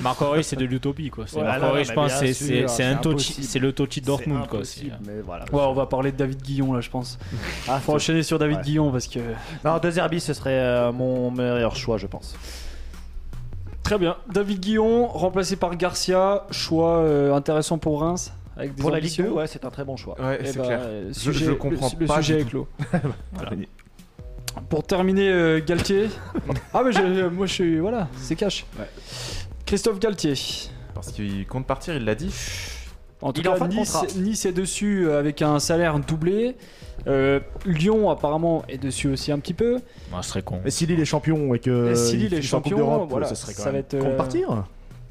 Speaker 9: Marco Reus, c'est de l'utopie, quoi. C'est
Speaker 5: Ouais,
Speaker 9: Marco
Speaker 5: non, non,
Speaker 9: Reus,
Speaker 5: mais
Speaker 9: je pense,
Speaker 5: bien
Speaker 9: c'est-
Speaker 5: sûr,
Speaker 9: c'est c'est un
Speaker 5: c'est
Speaker 9: Totti, c'est le Totti de Dortmund,
Speaker 5: C'est
Speaker 9: quoi. hein.
Speaker 5: impossible, Mais voilà.
Speaker 1: Ouais, on va parler de David Guillon là, je pense.
Speaker 5: Ah,
Speaker 1: Faut enchaîner sur David
Speaker 5: Ouais.
Speaker 1: Guillon parce que.
Speaker 5: Non, deux Herbie, ce serait euh, mon meilleur choix, je pense.
Speaker 1: Très bien. David Guillon remplacé par Garcia, choix euh, intéressant pour Reims avec des
Speaker 5: Pour la Ligue 2,
Speaker 1: ambitions.
Speaker 5: ouais, c'est un très bon choix.
Speaker 3: Ouais,
Speaker 1: Eh
Speaker 3: c'est
Speaker 1: ben,
Speaker 3: clair.
Speaker 1: euh,
Speaker 3: Je-
Speaker 1: sujet-
Speaker 3: je comprends
Speaker 1: le,
Speaker 3: pas
Speaker 1: Le sujet
Speaker 3: du
Speaker 1: est clos. Voilà. Pour terminer, euh,
Speaker 3: [laughs]
Speaker 1: Galtier. ah, mais je- moi je suis. Voilà, c'est cash. Christophe Galtier.
Speaker 3: Parce qu'il compte partir, il l'a dit.
Speaker 1: En tout
Speaker 5: Il est en
Speaker 1: cas,
Speaker 5: fin de
Speaker 1: nice,
Speaker 5: contrat.
Speaker 1: Nice est dessus euh, avec un salaire doublé. Euh, Lyon, apparemment, est dessus aussi un petit peu.
Speaker 9: Moi, je serais ah, con.
Speaker 4: Et si Lille est champion et que.
Speaker 1: Et si Lille
Speaker 4: il
Speaker 1: est
Speaker 4: finit en Coupe
Speaker 1: champion,
Speaker 4: d'Europe,
Speaker 1: voilà,
Speaker 4: ce serait quand
Speaker 1: ça
Speaker 4: même
Speaker 1: va être, euh,
Speaker 4: Compte partir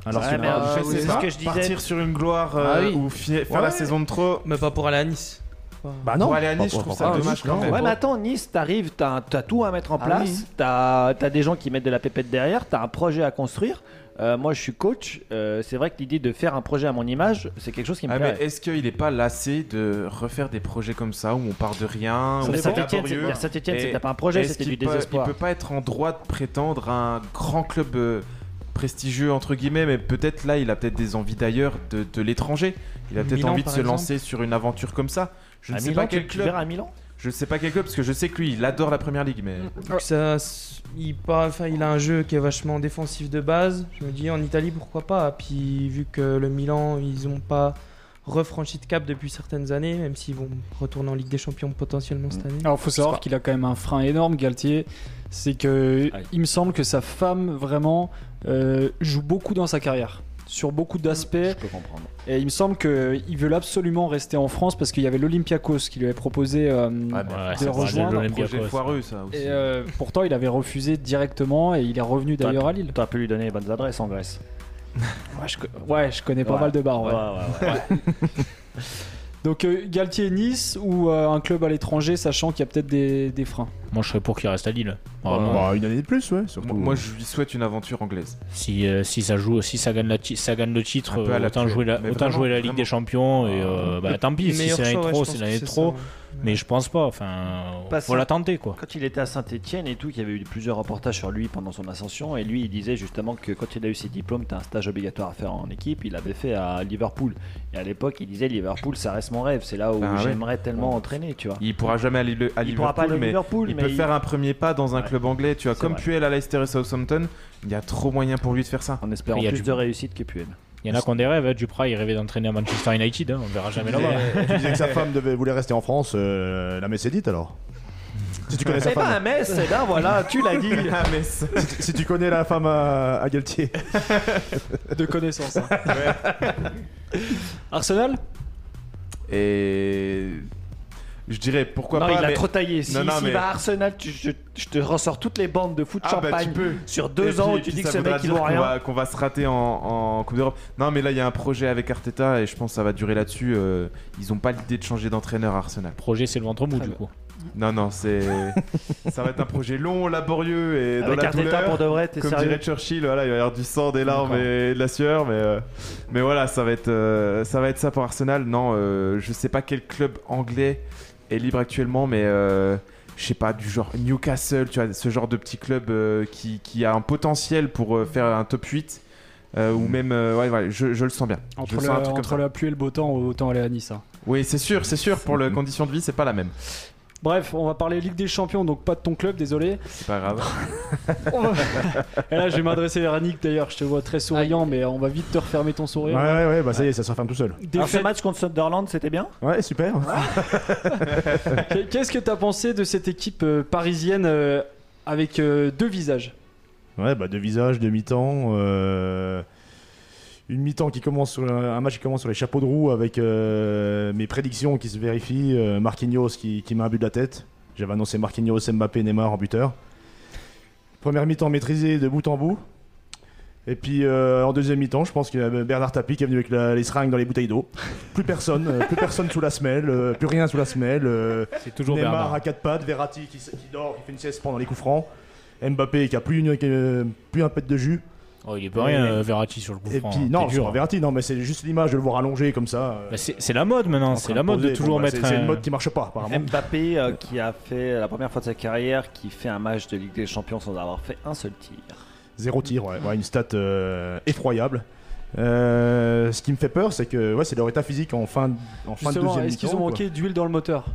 Speaker 4: Alors
Speaker 5: Ouais,
Speaker 4: qu'il
Speaker 5: mais,
Speaker 4: a-
Speaker 5: euh,
Speaker 3: sais
Speaker 5: c'est
Speaker 3: pas,
Speaker 5: ce que je disais.
Speaker 3: Partir sur une gloire euh,
Speaker 5: Ah oui.
Speaker 3: ou fi- faire
Speaker 4: Ouais.
Speaker 3: la saison de trop.
Speaker 8: Mais pas pour aller à Nice.
Speaker 4: Bah non.
Speaker 3: Pour aller à Nice, je
Speaker 4: Pas-
Speaker 3: trouve
Speaker 4: pas-
Speaker 3: ça
Speaker 4: pas-
Speaker 3: dommage
Speaker 4: non.
Speaker 3: quand même.
Speaker 5: Ouais, mais attends, Nice, t'arrives, t'as t'as tout à mettre en
Speaker 2: Ah
Speaker 5: place,
Speaker 2: oui.
Speaker 5: t'as t'as des gens qui mettent de la pépette derrière, t'as un projet à construire. Euh, moi, je suis coach. euh, c'est vrai que l'idée de faire un projet à mon image, c'est quelque chose qui me
Speaker 3: Ah, mais
Speaker 5: plaît.
Speaker 3: est-ce qu'il est pas lassé de refaire des projets comme ça où on part de rien, où
Speaker 5: Mais
Speaker 3: c'est
Speaker 5: Saint-Etienne,
Speaker 3: laborieux
Speaker 5: c'est- Saint-Etienne,
Speaker 3: Et
Speaker 5: c'était pas un projet,
Speaker 3: Est-ce
Speaker 5: c'était
Speaker 3: qu'il
Speaker 5: du
Speaker 3: peut-
Speaker 5: désespoir.
Speaker 3: Il peut pas être en droit de prétendre à un grand club euh, prestigieux entre guillemets, mais peut-être là il a peut-être des envies d'ailleurs de, de l'étranger. Il a peut-être
Speaker 8: Milan,
Speaker 3: envie de
Speaker 8: par
Speaker 3: se
Speaker 8: exemple.
Speaker 3: lancer sur une aventure comme ça. Je ne
Speaker 5: à
Speaker 3: sais
Speaker 5: Milan,
Speaker 3: pas quel
Speaker 5: tu- tu
Speaker 3: club.
Speaker 5: verras à Milan
Speaker 3: Je ne sais pas quel club parce que je sais que lui il adore la première ligue,
Speaker 5: Mm.
Speaker 3: mais
Speaker 8: Donc ça, s- il, part- enfin, il a un jeu qui est vachement défensif de base. Je me dis en Italie pourquoi pas. Puis vu que le Milan ils ont pas refranchi de cap depuis certaines années, même s'ils vont retourner en Ligue des Champions potentiellement
Speaker 9: Mm.
Speaker 8: cette
Speaker 9: Ah,
Speaker 8: année.
Speaker 1: Alors, faut savoir qu'il a quand même un frein énorme, Galtier. C'est que
Speaker 5: Aïe.
Speaker 1: il me semble que sa femme vraiment euh, joue beaucoup dans sa carrière, sur beaucoup d'aspects.
Speaker 5: Je peux comprendre.
Speaker 1: Et il me semble qu'il veut absolument rester en France parce qu'il y avait l'Olympiakos qui lui avait proposé. euh,
Speaker 9: Ouais,
Speaker 1: de
Speaker 9: ça pourrait
Speaker 1: rejoindre
Speaker 9: être
Speaker 3: un
Speaker 9: l'Olympiakos.
Speaker 3: projet foireux ça aussi.
Speaker 1: Et euh, pourtant, il avait refusé directement et il est revenu d'ailleurs à Lille.
Speaker 5: T'as pu lui donner les bonnes adresses en Grèce.
Speaker 1: Ouais, je, co- ouais, je connais pas
Speaker 5: Ouais.
Speaker 1: mal de bars. ouais.
Speaker 5: ouais, ouais.
Speaker 1: Donc euh, Galtier Nice ou euh, un club à l'étranger, sachant qu'il y a peut-être des, des freins.
Speaker 9: Moi, je serais pour qu'il reste à Lille. Vraiment.
Speaker 4: Bah, une année de plus, ouais, surtout.
Speaker 3: Moi, moi, je lui souhaite une aventure anglaise.
Speaker 9: Si, euh, si ça joue, si ça gagne, la ti- ça gagne le titre,
Speaker 3: Un peu à
Speaker 9: euh,
Speaker 3: la
Speaker 9: autant
Speaker 3: Pio.
Speaker 9: jouer la,
Speaker 3: Mais
Speaker 9: autant
Speaker 3: vraiment,
Speaker 9: jouer la Ligue
Speaker 3: vraiment.
Speaker 9: des Champions et euh, bah, tant pis. Si
Speaker 8: Meilleur
Speaker 9: c'est l'année
Speaker 8: choix, ouais,
Speaker 9: trop,
Speaker 8: je
Speaker 9: c'est
Speaker 8: pense
Speaker 9: l'année
Speaker 8: que c'est
Speaker 9: trop.
Speaker 8: ça, ouais.
Speaker 9: Mais je pense pas. Enfin,
Speaker 5: Pas
Speaker 9: faut
Speaker 5: ça.
Speaker 9: la tenter quoi.
Speaker 5: Quand il était à Saint-Etienne et tout, il y avait eu plusieurs reportages sur lui pendant son ascension. Et lui, il disait justement que quand il a eu ses diplômes, t'as un stage obligatoire à faire en équipe. Il avait fait à Liverpool. Et à l'époque, il disait Liverpool, ça reste mon rêve. C'est là où
Speaker 3: Ben ouais.
Speaker 5: j'aimerais tellement entraîner, tu vois.
Speaker 3: Il pourra jamais aller le- à
Speaker 5: il
Speaker 3: Liverpool,
Speaker 5: pourra pas aller à
Speaker 3: mais
Speaker 5: Liverpool,
Speaker 3: il
Speaker 5: mais
Speaker 3: peut faire un premier pas dans un
Speaker 5: Ouais.
Speaker 3: club anglais. Tu vois,
Speaker 5: C'est
Speaker 3: comme
Speaker 5: vrai.
Speaker 3: Puel à Leicester et Southampton, il y a trop moyen pour lui de faire ça.
Speaker 5: en espérant
Speaker 9: Il y a
Speaker 5: plus
Speaker 9: du-
Speaker 5: de réussite que Puel.
Speaker 9: Il y en a qui ont des rêves. hein. Duprat, il rêvait d'entraîner à Manchester United. hein. On le verra jamais là-bas.
Speaker 4: Tu disais que sa femme devait, voulait rester en France, euh, la messe est dite alors si tu, connais sa
Speaker 5: C'est pas
Speaker 4: femme,
Speaker 5: un mess, c'est là, eh ben, voilà, tu l'as
Speaker 3: [laughs]
Speaker 5: dit.
Speaker 3: Ah,
Speaker 4: si tu connais la femme à, à Galtier.
Speaker 1: De connaissance. hein. Arsenal
Speaker 3: Et je dirais pourquoi
Speaker 5: Non,
Speaker 3: pas.
Speaker 5: il a
Speaker 3: mais-
Speaker 5: trop taillé. Si,
Speaker 3: Non, non,
Speaker 5: s'il
Speaker 3: mais-
Speaker 5: va à Arsenal, tu- je, je te ressors toutes les bandes de foot
Speaker 3: Ah, bah, tu
Speaker 5: champagne
Speaker 3: peux.
Speaker 5: sur
Speaker 3: Et
Speaker 5: deux
Speaker 3: puis-
Speaker 5: ans
Speaker 3: et
Speaker 5: où tu
Speaker 3: puis
Speaker 5: dis que
Speaker 3: ça
Speaker 5: ce
Speaker 3: voudra
Speaker 5: mec il
Speaker 3: dire
Speaker 5: vaut
Speaker 3: qu'on
Speaker 5: rien.
Speaker 3: va- Qu'on va se rater en, en Coupe d'Europe. Non, mais là, il y a un projet avec Arteta et je pense que ça va durer là-dessus. euh, ils ont pas l'idée de changer d'entraîneur à Arsenal.
Speaker 9: Projet, c'est le ventre mou du
Speaker 1: bien.
Speaker 9: coup.
Speaker 3: Non, non, c'est. [laughs] ça va être un projet long, laborieux et dans
Speaker 5: Avec
Speaker 3: la
Speaker 5: Arteta
Speaker 3: douleur.
Speaker 5: pour de vrai, t'es
Speaker 3: Comme
Speaker 5: sérieux
Speaker 3: dirait Churchill, voilà, il va y avoir du sang, des larmes
Speaker 5: D'accord.
Speaker 3: et de la sueur, mais, euh, mais voilà, ça va, être, euh, ça va être ça pour Arsenal. Non, euh, je sais pas quel club anglais est libre actuellement, mais euh, je sais pas, du genre Newcastle, tu vois, ce genre de petit club euh, qui, qui a un potentiel pour euh, faire un top 8, euh,
Speaker 4: Mm.
Speaker 3: ou même, euh, ouais, ouais, je, je le sens bien. Je
Speaker 1: Entre,
Speaker 3: le
Speaker 1: le,
Speaker 3: sens un truc comme
Speaker 1: entre
Speaker 3: ça.
Speaker 1: la pluie et le beau temps, autant aller à Nice. hein.
Speaker 3: Oui, c'est sûr, c'est sûr, pour
Speaker 4: Mm.
Speaker 3: les conditions de vie, c'est pas la même.
Speaker 1: Bref, on va parler Ligue des Champions, donc pas de ton club, désolé.
Speaker 3: C'est pas grave.
Speaker 1: Et là, je vais m'adresser vers Nick d'ailleurs, je te vois très souriant, mais on va vite te refermer ton
Speaker 4: Ouais,
Speaker 1: sourire.
Speaker 4: ouais, ouais, bah ça y est, ça se referme tout seul.
Speaker 5: Alors ce
Speaker 1: Défaite-
Speaker 5: match contre Sunderland, c'était bien
Speaker 4: Ouais, super.
Speaker 1: Qu'est-ce que t'as pensé de cette équipe euh, parisienne euh, avec euh, deux visages
Speaker 4: Ouais, bah deux visages, deux mi-temps. euh, Une mi-temps qui commence sur un match qui commence sur les chapeaux de roue avec euh, mes prédictions qui se vérifient. euh, Marquinhos qui, qui met un but de la tête. J'avais annoncé Marquinhos, Mbappé, Neymar en buteur. Première mi-temps maîtrisée de bout en bout. Et puis euh, en deuxième mi-temps, je pense qu'il y a Bernard Tapie qui est venu avec la- les seringues dans les bouteilles d'eau. Plus personne, euh, plus personne sous la semelle, euh, plus rien sous la semelle. euh,
Speaker 9: C'est toujours
Speaker 4: Neymar
Speaker 9: Bernard.
Speaker 4: à quatre pattes, Verratti qui, s- qui dort, qui fait une sieste pendant les coups francs. Mbappé qui a plus, une, euh, plus un pet de jus.
Speaker 9: Oh, il est pas rien,
Speaker 4: Et-
Speaker 9: euh, Verratti sur le coup
Speaker 4: Et
Speaker 9: franc.
Speaker 4: puis,
Speaker 9: hein.
Speaker 4: non,
Speaker 9: T'es
Speaker 4: c'est
Speaker 9: dur.
Speaker 4: pas Verratti, non, mais c'est juste l'image de le voir allongé comme ça. euh,
Speaker 9: Bah, c'est c'est la mode maintenant,
Speaker 4: en
Speaker 9: c'est
Speaker 4: train
Speaker 9: la mode de
Speaker 4: poser.
Speaker 9: toujours
Speaker 4: Bon, bah, c'est-
Speaker 9: mettre
Speaker 4: C'est
Speaker 9: un.
Speaker 4: une mode qui marche pas, apparemment.
Speaker 5: Mbappé euh, qui a fait la première fois de sa carrière, qui fait un match de Ligue des Champions sans avoir fait un seul tir.
Speaker 4: Zéro tir, ouais, ouais, une stat euh, effroyable. Euh, ce qui me fait peur, c'est que ouais, c'est leur état physique en fin, en fin de
Speaker 7: Justement,
Speaker 4: deuxième
Speaker 7: est-ce qu'ils ont
Speaker 4: mi-temps, quoi. Bah,
Speaker 7: manqué d'huile dans le moteur